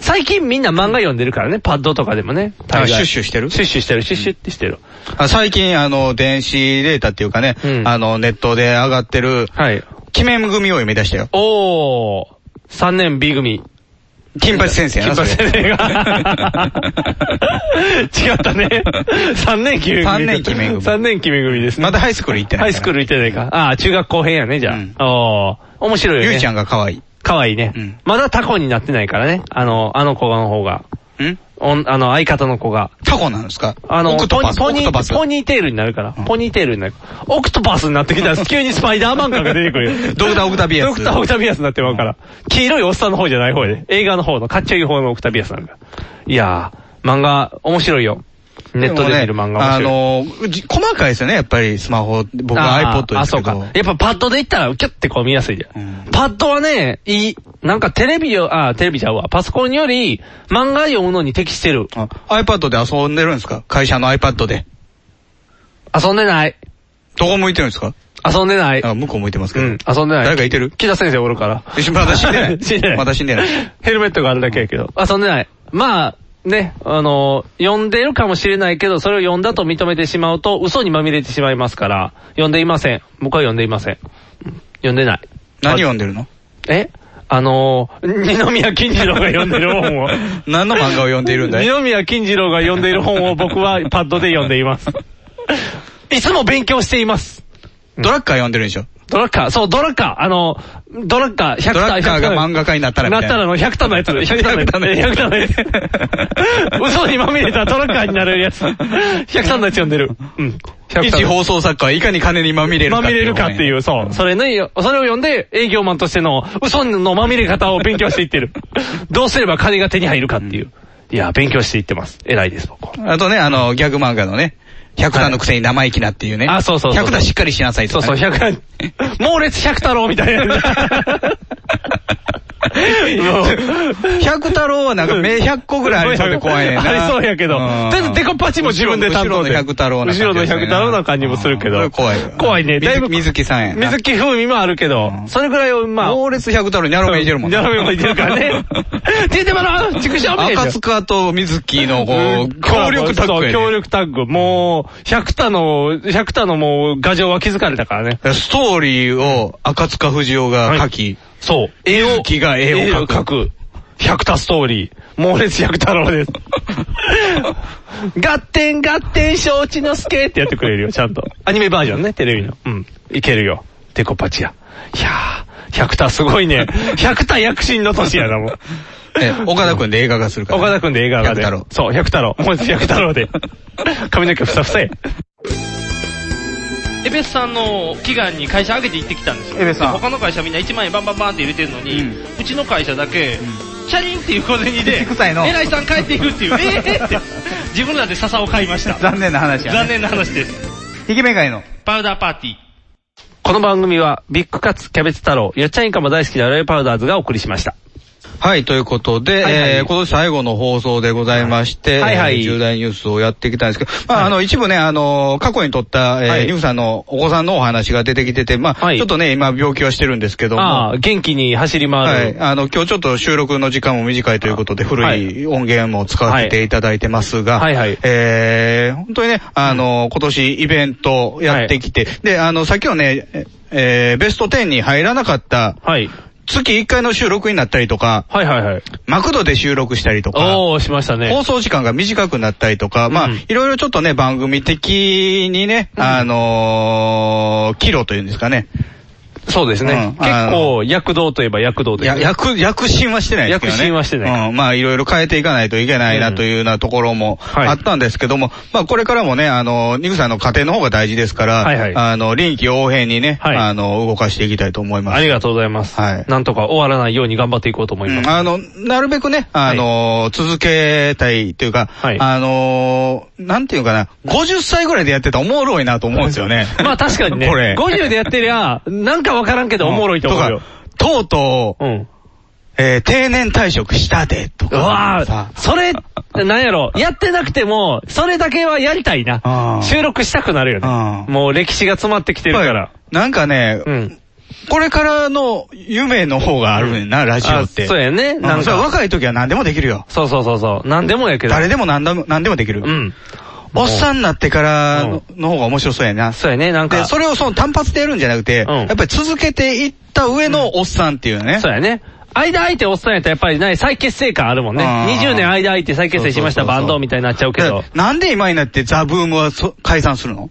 Speaker 3: 最近みんな漫画読んでるからね、パッドとかでもね。
Speaker 2: あシュッ
Speaker 3: ュ
Speaker 2: シュしてる
Speaker 3: シュッシュしてる、シュッシュってしてる。
Speaker 2: あ最近、あの、電子データっていうかね、あの、ネットで上がってる、
Speaker 3: はい。
Speaker 2: 鬼面組を読み出したよ。
Speaker 3: おー、3年 B 組。
Speaker 2: 金八先生や
Speaker 3: 金
Speaker 2: な
Speaker 3: 八先生が。違ったね。3年決め組。
Speaker 2: 三年鬼面組
Speaker 3: 3年決め組ですね。
Speaker 2: まだハイスクール行ってない。
Speaker 3: ハイスクール行ってないか。ああ、中学校編やね、じゃあ。おー、面白いよね。
Speaker 2: ゆいちゃんが可愛い。
Speaker 3: 可愛いね、まだタコになってないからね。あの、あの子の方が。
Speaker 2: ん
Speaker 3: おんあの、相方の子が。
Speaker 2: タコなんですか
Speaker 3: あの、
Speaker 2: オクト
Speaker 3: ポ
Speaker 2: パ
Speaker 3: ニ
Speaker 2: ス
Speaker 3: ポ
Speaker 2: オ
Speaker 3: ニ
Speaker 2: クトパス。
Speaker 3: ポニーテールになるから。ポニーテールになる。オクトパスになってきたら急にスパイダーマン感が出てくるよ
Speaker 2: ドクターオクタビアス
Speaker 3: ドクターオクタビアスになってまうから。黄色いおっさんの方じゃない方やで。映画の方の、かっちょいい方のオクタビアスなんだ。いやー、漫画、面白いよ。ネットで見る漫画面
Speaker 2: あ
Speaker 3: 白い。
Speaker 2: のー、じ細かいですよね、やっぱりスマホ。僕は
Speaker 3: あ
Speaker 2: iPod で
Speaker 3: ー
Speaker 2: すけ
Speaker 3: あ、そう
Speaker 2: ど
Speaker 3: か。。やっぱパッドでいったら、キュッてこう見やすいじゃん。パッドはね、いい。なんかテレビよ、あー、テレビちゃうわ。パソコンより、漫画読むのに適してる。
Speaker 2: iPad で遊んでるんですか会社の iPad で。
Speaker 3: 遊んでない。
Speaker 2: どこ向いてるんですか
Speaker 3: 遊んでない。
Speaker 2: あ、向こう向いてますけど。
Speaker 3: 遊んでない。
Speaker 2: 誰かいてる
Speaker 3: 木田先生おるから。
Speaker 2: まだ死んでない
Speaker 3: 死んでない。
Speaker 2: まだ死んでない。
Speaker 3: ヘルメットがあるだけやけど。遊んでない。まあ、ね、あのー、読んでるかもしれないけど、それを読んだと認めてしまうと、嘘にまみれてしまいますから、読んでいません。僕は読んでいません。うん読んでない。
Speaker 2: 何読んでるの
Speaker 3: えあのー、二宮金次郎が読んでる本を。
Speaker 2: 何の漫画を読んでいるんだい
Speaker 3: 二宮金次郎が読んでいる本を僕はパッドで読んでい ます。いつも勉強しています。
Speaker 2: ドラッカー読んでるんでしょ
Speaker 3: ドラッカー、そう、ドラッカー、あの、ドラッカー、100
Speaker 2: ドラッカーが
Speaker 3: 100
Speaker 2: 漫画家になったらみ
Speaker 3: なった
Speaker 2: いな
Speaker 3: たらの100タのやつ。100タのやつ。100タのやつ。嘘にまみれたドラッカーになれるやつ。100タのやつ読んでる。うん。100
Speaker 2: 一放送作家はいかに金にまみれるか
Speaker 3: ま
Speaker 2: って
Speaker 3: み
Speaker 2: い
Speaker 3: れ
Speaker 2: う
Speaker 3: る
Speaker 2: 本ね。
Speaker 3: かっていう、そう。それね、それを読んで、営業マンとしての嘘のまみれ方を勉強していってる。どうすれば金が手に入るかっていう。いや、勉強していってます。偉いです、僕は。
Speaker 2: あとね、あの、ギャグ漫画のね、100段のくせに生意気なっていうね。
Speaker 3: あそうそうそう
Speaker 2: 100段しっかりしなさい
Speaker 3: そ
Speaker 2: と
Speaker 3: う
Speaker 2: か
Speaker 3: そう、
Speaker 2: ね、
Speaker 3: 100段、猛烈百太郎みたい な。
Speaker 2: 100太郎はなんか目100個ぐらいありそうで怖いねんな。
Speaker 3: ありそうやけど。
Speaker 2: ん
Speaker 3: だってデコパチも自分で担当
Speaker 2: 後
Speaker 3: で。
Speaker 2: ろの100太郎な感じ
Speaker 3: 後ろの100太郎な感じもするけど。怖い。怖いね。だいぶ。
Speaker 2: 水木さんやな。
Speaker 3: 水木風味もあるけど、それぐらいを、まあ。
Speaker 2: 猛烈100太郎にャロメいてるもん
Speaker 3: ニ
Speaker 2: な
Speaker 3: ャロメもいてるか らね。出てもらう畜生みたいな。
Speaker 2: 赤塚と水木のこう、協力タッグやね
Speaker 3: そう協力タッグ。もう、百田の、百田のもう、画像は気づかれたからね。
Speaker 2: ストーリーを赤塚不二夫が書き、
Speaker 3: そう。
Speaker 2: 絵を。木が絵を描く。
Speaker 3: く。百田ストーリー。猛烈百太郎です。合点合点承知の助ってやってくれるよ、ちゃんと。アニメバージョンね、テレビの。うん。いけるよ。デコパチや。いやー、百田すごいね。百田躍進の年やな、もう。
Speaker 2: え岡田くんで映画化するから。
Speaker 3: 岡田くんで映画がで。
Speaker 2: 百太郎
Speaker 3: そう、百太郎。もう百太郎で。髪の毛ふさふさや。エベスさんの祈願に会社上げて行ってきたんですよ。
Speaker 14: エベスさん
Speaker 3: で他の会社みんな1万円バンバンバンって入れてるのに、うちの会社だけ、チャリンっていう小銭で、
Speaker 14: 臭いの
Speaker 3: 偉いさん帰っていくっていう、えー、って、自分らで笹を買い ました。
Speaker 14: 残念な話やね
Speaker 3: 残念な話です。
Speaker 14: イケメン界の。
Speaker 3: パウダーパーティー。この番組は、ビッグカツ、キャベツ太郎、よっちゃんいかも大好きなライパウダーズがお送りしました。
Speaker 2: はい、ということで、えー今年最後の放送でございまして、
Speaker 3: はいはい
Speaker 2: えー重大ニュースをやってきたんですけど、まあ、あの、一部ね、あの、過去に撮った、えーニュースさんのお子さんのお話が出てきてて、まあ、ちょっとね、今病気はしてるんですけども、
Speaker 3: ああ、元気に走り
Speaker 2: は
Speaker 3: 回
Speaker 2: い。
Speaker 3: る。
Speaker 2: あの、今日ちょっと収録の時間も短いということで、古い音源も使わせていただいてますが、えー本当にね、あの、今年イベントやってきて、で、あの、さっきのね、ええーベスト10に入らなかった、月1回の収録になったりとか、マクドで収録したりとか、
Speaker 3: おー、しましたね。
Speaker 2: 放送時間が短くなったりとか、まあ、いろいろちょっとね、番組的にね、あのー、キロというんですかね。
Speaker 3: そうですね。
Speaker 2: うんあ
Speaker 3: 結構、躍動といえば躍動です、
Speaker 2: や、躍、躍進はしてないですけどね。。
Speaker 3: 躍進はしてない
Speaker 2: うん、まあいろいろ変えていかないといけないなというようなところもあったんですけども、まあこれからもね、あの、ニグさんの家庭の方が大事ですから、
Speaker 3: はいはい
Speaker 2: あの、臨機応変にね、あの、動かしていきたいと思います。
Speaker 3: ありがとうございます。なんとか終わらないように頑張っていこうと思います。。
Speaker 2: あの、なるべくね、あの、続けたいというか、あの、なんていうかな、50歳ぐらいでやってたらおもろいなと思うんですよね
Speaker 3: まあ確かに ね、
Speaker 2: これ。
Speaker 3: 50でやってりゃ、なんかわからんけどおもろいと思うよ。
Speaker 2: とうと
Speaker 3: う、
Speaker 2: えー定年退職したで、と
Speaker 3: う
Speaker 2: か。
Speaker 3: わあそれ、なんやろ、やってなくても、それだけはやりたいな。収録したくなるよね。もう歴史が詰まってきてるから。
Speaker 2: なんかね、これからの夢の方があるねんな、ラジオって。
Speaker 3: あそうやね
Speaker 2: ん
Speaker 3: なんか
Speaker 2: それは若い時は何でもできるよ。
Speaker 3: そうそうそうそう。何でもやけど。
Speaker 2: 誰でも何でも、何でもできる。
Speaker 3: うん。
Speaker 2: おっさんになってからのの方が面白そうやな。
Speaker 3: そうやね、なんか
Speaker 2: で、それをその単発でやるんじゃなくて、やっぱり続けていった上のおっさんっていうね。
Speaker 3: そうやね。間空いておっさんやったらやっぱりね、再結成感あるもんね。20年間空いて再結成しましたバンドみたいになっちゃうけど。
Speaker 2: なんで今になってザ・ブームはそ解散するの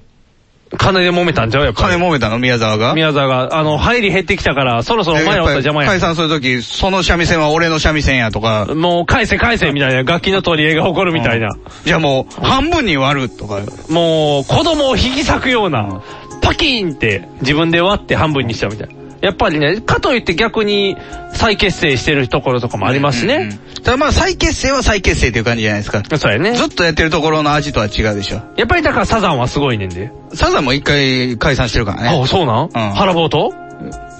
Speaker 3: 金で揉めたんちゃうやっぱ
Speaker 2: 金揉めたの宮沢が
Speaker 3: 宮沢が、あの、入り減ってきたから、そろそろお前らおったら邪魔や。
Speaker 2: 解散するとき、その三味線は俺の三味線やとか。
Speaker 3: もう返せ返せみたいな、楽器の取り合いが起こるみたいな。
Speaker 2: じゃあもう、半分に割るとか。
Speaker 3: もう、子供を引き裂くような、パキーンって自分で割って半分にしちゃうみたいな。やっぱりね、かといって逆に再結成してるところとかもありますしね。
Speaker 2: ただまあ再結成は再結成という感じじゃないですか。
Speaker 3: そうやね。
Speaker 2: ずっとやってるところの味とは違うでしょ。
Speaker 3: やっぱりだからサザンはすごいねんで。
Speaker 2: サザンも一回解散してるからね。
Speaker 3: あ、そうなん、ハラボート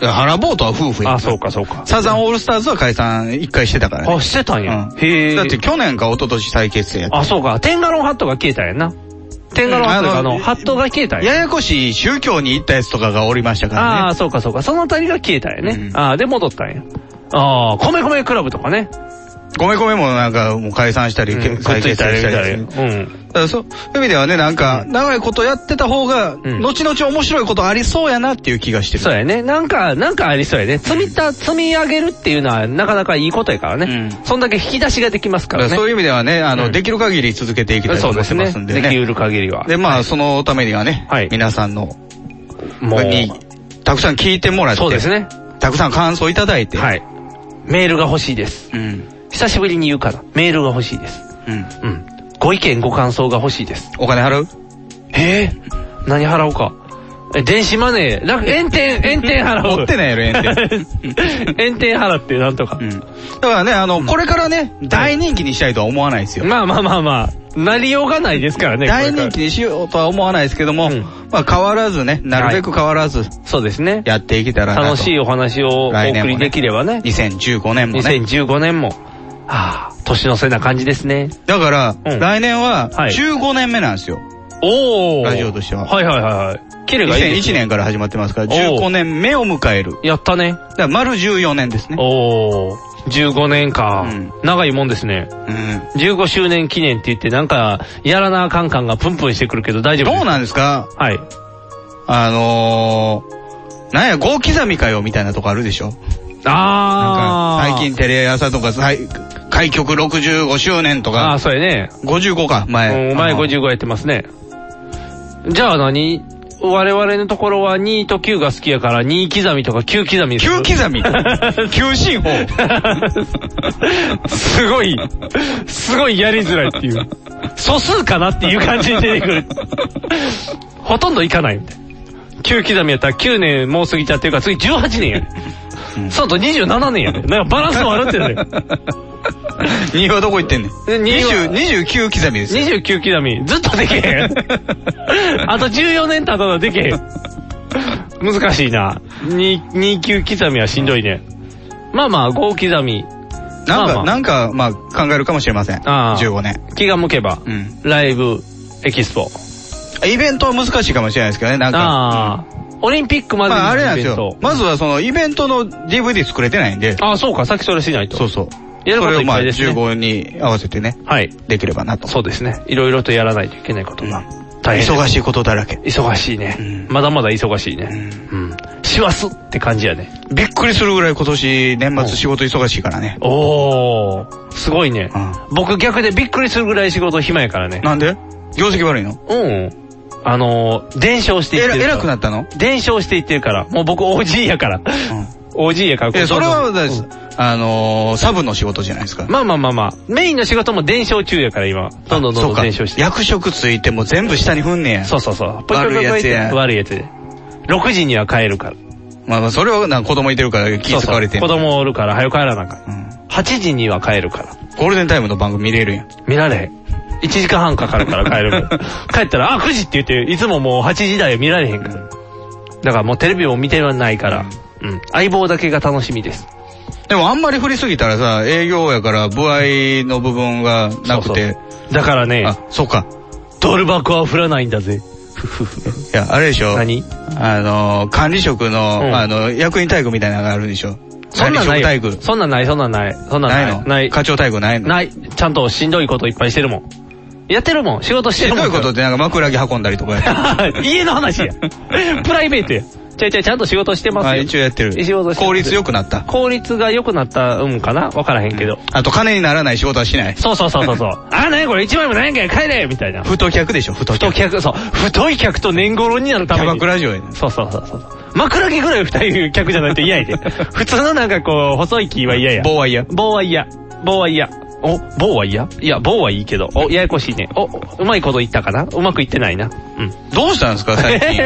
Speaker 2: ハラボートは夫婦や。
Speaker 3: あ、そうかそうか。
Speaker 2: サザンオールスターズは解散一回してたからね。
Speaker 3: あ、してたんや。
Speaker 2: へだって去年か一昨年再結成やった。
Speaker 3: あ、そうか。テンガロンハットが消えたんやんな。テンガロンハットがあの、ハットが消えたんや。
Speaker 2: ややこしい宗教に行ったやつとかがおりましたからね。
Speaker 3: ああ、そうかそうか。そのあたりが消えたんやね。ああ、で戻ったんや。ああ、米米クラブとかね。
Speaker 2: ごめごめもなんか、もう解散したり、
Speaker 3: うん
Speaker 2: 解決したり
Speaker 3: くっついたり
Speaker 2: ですねだからそうそういう意味ではね、なんか、長いことやってた方が、後々面白いことありそうやなっていう気がしてる。
Speaker 3: そうやね。なんか、なんかありそうやね。積みた、積み上げるっていうのは、なかなかいいことやからね。そんだけ引き出しができますか
Speaker 2: だからら
Speaker 3: ね。
Speaker 2: そういう意味ではね、あ
Speaker 3: う
Speaker 2: の、
Speaker 3: ん
Speaker 2: できる限り続けていきたいと思ってますんでね。
Speaker 3: そうですねできる限りは
Speaker 2: で、まあ、そのためにはね、皆さんの、
Speaker 3: もう
Speaker 2: に、たくさん聞いてもらって、
Speaker 3: そうですね。
Speaker 2: たくさん感想いただいて、
Speaker 3: はい。メールが欲しいです。久しぶりに言うから、メールが欲しいです。うん。ご意見、ご感想が欲しいです。
Speaker 2: お金払う
Speaker 3: えー、何払おうか。え、電子マネー、楽、炎天、炎天払う。
Speaker 2: 持ってないやろ炎
Speaker 3: 天。 炎天払って、なんとか。
Speaker 2: だからね、あの、これからね、大人気にしたいとは思わないですよ。
Speaker 3: まあまあまあまあ、なりようがないですからね。
Speaker 2: 大人気にしようとは思わないですけども、まあ変わらずね、なるべく変わらず、
Speaker 3: そうですね。
Speaker 2: やっていけたらなと
Speaker 3: 楽しいお話をお
Speaker 2: 来年
Speaker 3: 送
Speaker 2: もね
Speaker 3: りできればね。
Speaker 2: 2015年もね。
Speaker 3: 2015年も。はあ、年の瀬な感じですね。
Speaker 2: だから、来年は
Speaker 3: はい
Speaker 2: 15年目なんですよ。
Speaker 3: おお。
Speaker 2: ラジオとしては。
Speaker 3: はいはいはいはい。キレがいいです
Speaker 2: 2001
Speaker 3: ね
Speaker 2: 年から始まってますから、
Speaker 3: おー
Speaker 2: 15年目を迎える。
Speaker 3: やったね。だ
Speaker 2: から丸14年ですね。
Speaker 3: おお。15年か、長いもんですね。うん。15周年記念って言って、なんか、やらなあかん感がプンプンしてくるけど大丈夫
Speaker 2: どうなんですか
Speaker 3: はい。
Speaker 2: あのー、なんや、5刻みかよ、みたいなとこあるでしょ
Speaker 3: あ
Speaker 2: ー。なんか、最近テレ朝とか、最開局65周年とか。
Speaker 3: ああ、そうやね。
Speaker 2: 55か、前。
Speaker 3: お前
Speaker 2: あの
Speaker 3: 55やってますね。じゃあ何我々のところは2と9が好きやから2刻みとか9刻みにする。
Speaker 2: 9刻み
Speaker 3: ?9 進法すごい、すごいやりづらいっていう。素数かなっていう感じに出てくる。ほとんどいかないみたいな。9刻みやったら9年もう過ぎちゃってるから次18年や。そうと27年やで。なんかバランス悪ってるね。
Speaker 2: 新はどこ行ってんねん。
Speaker 3: 20
Speaker 2: 29刻みです
Speaker 3: よ。29刻み。ずっとできへん。あと14年経ったらできへん。難しいな。に29刻みはしんどいね。まあまあ、5刻み。
Speaker 2: なんか、
Speaker 3: まあまあ
Speaker 2: なんか、まあ、考えるかもしれません。
Speaker 3: ああ
Speaker 2: 15年。
Speaker 3: 気が向けば、ライブ、エキスポ。
Speaker 2: イベントは難しいかもしれないですけどね、なん
Speaker 3: か。オリンピックまでに
Speaker 2: まあ、あれなんです
Speaker 3: イベン
Speaker 2: よ
Speaker 3: ト。
Speaker 2: まずはその、イベントの DVD 作れてないんで。
Speaker 3: ああ、そうか、さっきそれしないと。
Speaker 2: そうそう。
Speaker 3: やること
Speaker 2: それをまあ、
Speaker 3: いっぱいですね
Speaker 2: 15に合わせてね。
Speaker 3: はい。
Speaker 2: できればなと。
Speaker 3: そうですね。いろいろとやらないといけないことが。大変。
Speaker 2: 忙しいことだらけ。
Speaker 3: 忙しいね。まだまだ忙しいね。うん。師走って感じやね。
Speaker 2: びっくりするぐらい今年、年末仕事忙しいからね。
Speaker 3: おー、すごいね。僕逆でびっくりするぐらい仕事暇やからね。
Speaker 2: なんで業績悪いの
Speaker 3: うん。あのー、伝承していってるから。
Speaker 2: えら偉くなったの
Speaker 3: 伝承していってるから。もう僕 OG やから。OG やから。
Speaker 2: え、それは、
Speaker 3: うん
Speaker 2: あのー、サブの仕事じゃないですか。
Speaker 3: まあまあまあまあ。メインの仕事も伝承中やから今。どんどんどんどん伝承して。
Speaker 2: 役職ついても全部下に踏んねや。
Speaker 3: そうそうそう。ポイポイポ
Speaker 2: 悪
Speaker 3: イ
Speaker 2: い
Speaker 3: ポ
Speaker 2: や
Speaker 3: イっ
Speaker 2: つ
Speaker 3: て
Speaker 2: や。
Speaker 3: 悪いやつで。6時には帰るから。
Speaker 2: まあまあ、それはなんか子供いてるから気使われてん
Speaker 3: そう
Speaker 2: の
Speaker 3: そう子供おるから早く帰らなあかん。8時には帰るから。
Speaker 2: ゴールデンタイムの番組見れるやん。
Speaker 3: 見られへん。1時間半かかるから帰る から。帰ったら、あ、9時って言って、いつももう8時台は見られへんから。だからもうテレビも見てはないから、うん。相棒だけが楽しみです。
Speaker 2: でもあんまり振りすぎたらさ、営業やから部合の部分がなくて。
Speaker 3: だからね。
Speaker 2: あ、そうか。
Speaker 3: ドル箱は振らないんだぜ。
Speaker 2: いや、あれでしょ。
Speaker 3: 何
Speaker 2: あのー、管理職の、
Speaker 3: うん
Speaker 2: あの、役員待遇みたいなのがあるでしょ。
Speaker 3: そんなんないよ
Speaker 2: 管理職待遇。
Speaker 3: そんなんない、そんなんない。そんなん
Speaker 2: な
Speaker 3: ないい。
Speaker 2: の課長待遇ないの
Speaker 3: ない。ちゃんとしんどいこといっぱいしてるもん。やってるもん。仕事してる
Speaker 2: ど
Speaker 3: も。
Speaker 2: うんいうことってなんか枕木運んだりとかやって
Speaker 3: 家の話 や。プライベートや。ちゃいちゃいちゃんと仕事して ます
Speaker 2: あ
Speaker 3: よ。
Speaker 2: 一応やってる。
Speaker 3: 仕事してます
Speaker 2: 効率良くなった。
Speaker 3: 効率が良くなった、うんかなわからへんけど。
Speaker 2: あと金にならない仕事はしない。
Speaker 3: そうそうそうそうそう。 あ、なにこれ一枚もないんかい帰れみたいな。
Speaker 2: 太客でしょ、太客。
Speaker 3: 太客、そう。太い客と年頃になるために。キャバクラ
Speaker 2: 嬢や
Speaker 3: そうそうそうそう。枕木ぐらい太い客じゃないと嫌やで。 普通のなんかこう、細い木は嫌や。
Speaker 2: 棒は嫌。
Speaker 3: 棒は嫌。棒は嫌。お、棒は嫌いや、棒はいいけど。お、ややこしいね。お、うまいこと言ったかなうまくいってないな。 うん。
Speaker 2: どうしたんですか、最 近。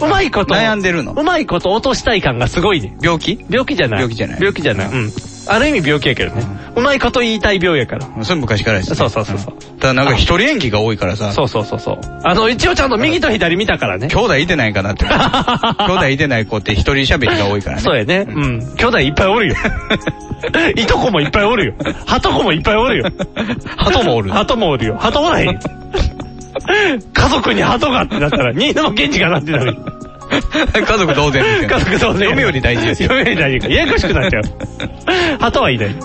Speaker 3: うまいこと。
Speaker 2: 悩んでるの
Speaker 3: うまいこと落としたい感がすごいね。
Speaker 2: 病気
Speaker 3: 病気じゃない。
Speaker 2: 病気じゃない
Speaker 3: 病気じゃない。うん。ある意味病気やけどね。うまいこと言いたい病やから。
Speaker 2: それ昔からです、ね。
Speaker 3: そうそうそうそう。
Speaker 2: ただなんか一人演技が多いからさ。
Speaker 3: そうそうそうそう。あの、一応ちゃんと右と左見たからね。
Speaker 2: 兄弟いてないかなって 思う。兄弟いてない子って一人喋りが多いからね。
Speaker 3: そうやね。うん。兄弟いっぱい おるよ。いとこもいっぱいおるよ。はとこもいっぱいおるよ。は
Speaker 2: ともおる。
Speaker 3: はともおるよ。はとおらへん。家族に鳩がってなったら、新沼源氏がなって なる。
Speaker 2: 家族同然ですよね
Speaker 3: 家族同然。
Speaker 2: 嫁より大事ですよ
Speaker 3: 嫁より大事やからややこしくなっちゃう。鳩はいない。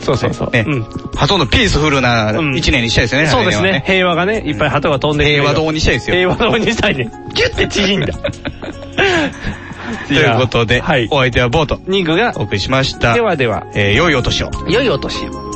Speaker 2: そうそうそう。ね。鳩のピースフルな一年にしたいですよね。
Speaker 3: そうですね。平和がね、いっぱい鳩が飛んで
Speaker 2: 平和堂にしたいですよ。
Speaker 3: 平和堂にしたいね。ギュッて縮んだ。
Speaker 2: ということで、お相手はボート。
Speaker 3: ニングが
Speaker 2: お送りしました。
Speaker 3: ではでは。
Speaker 2: えー、良いお年を。
Speaker 3: 良いお年を。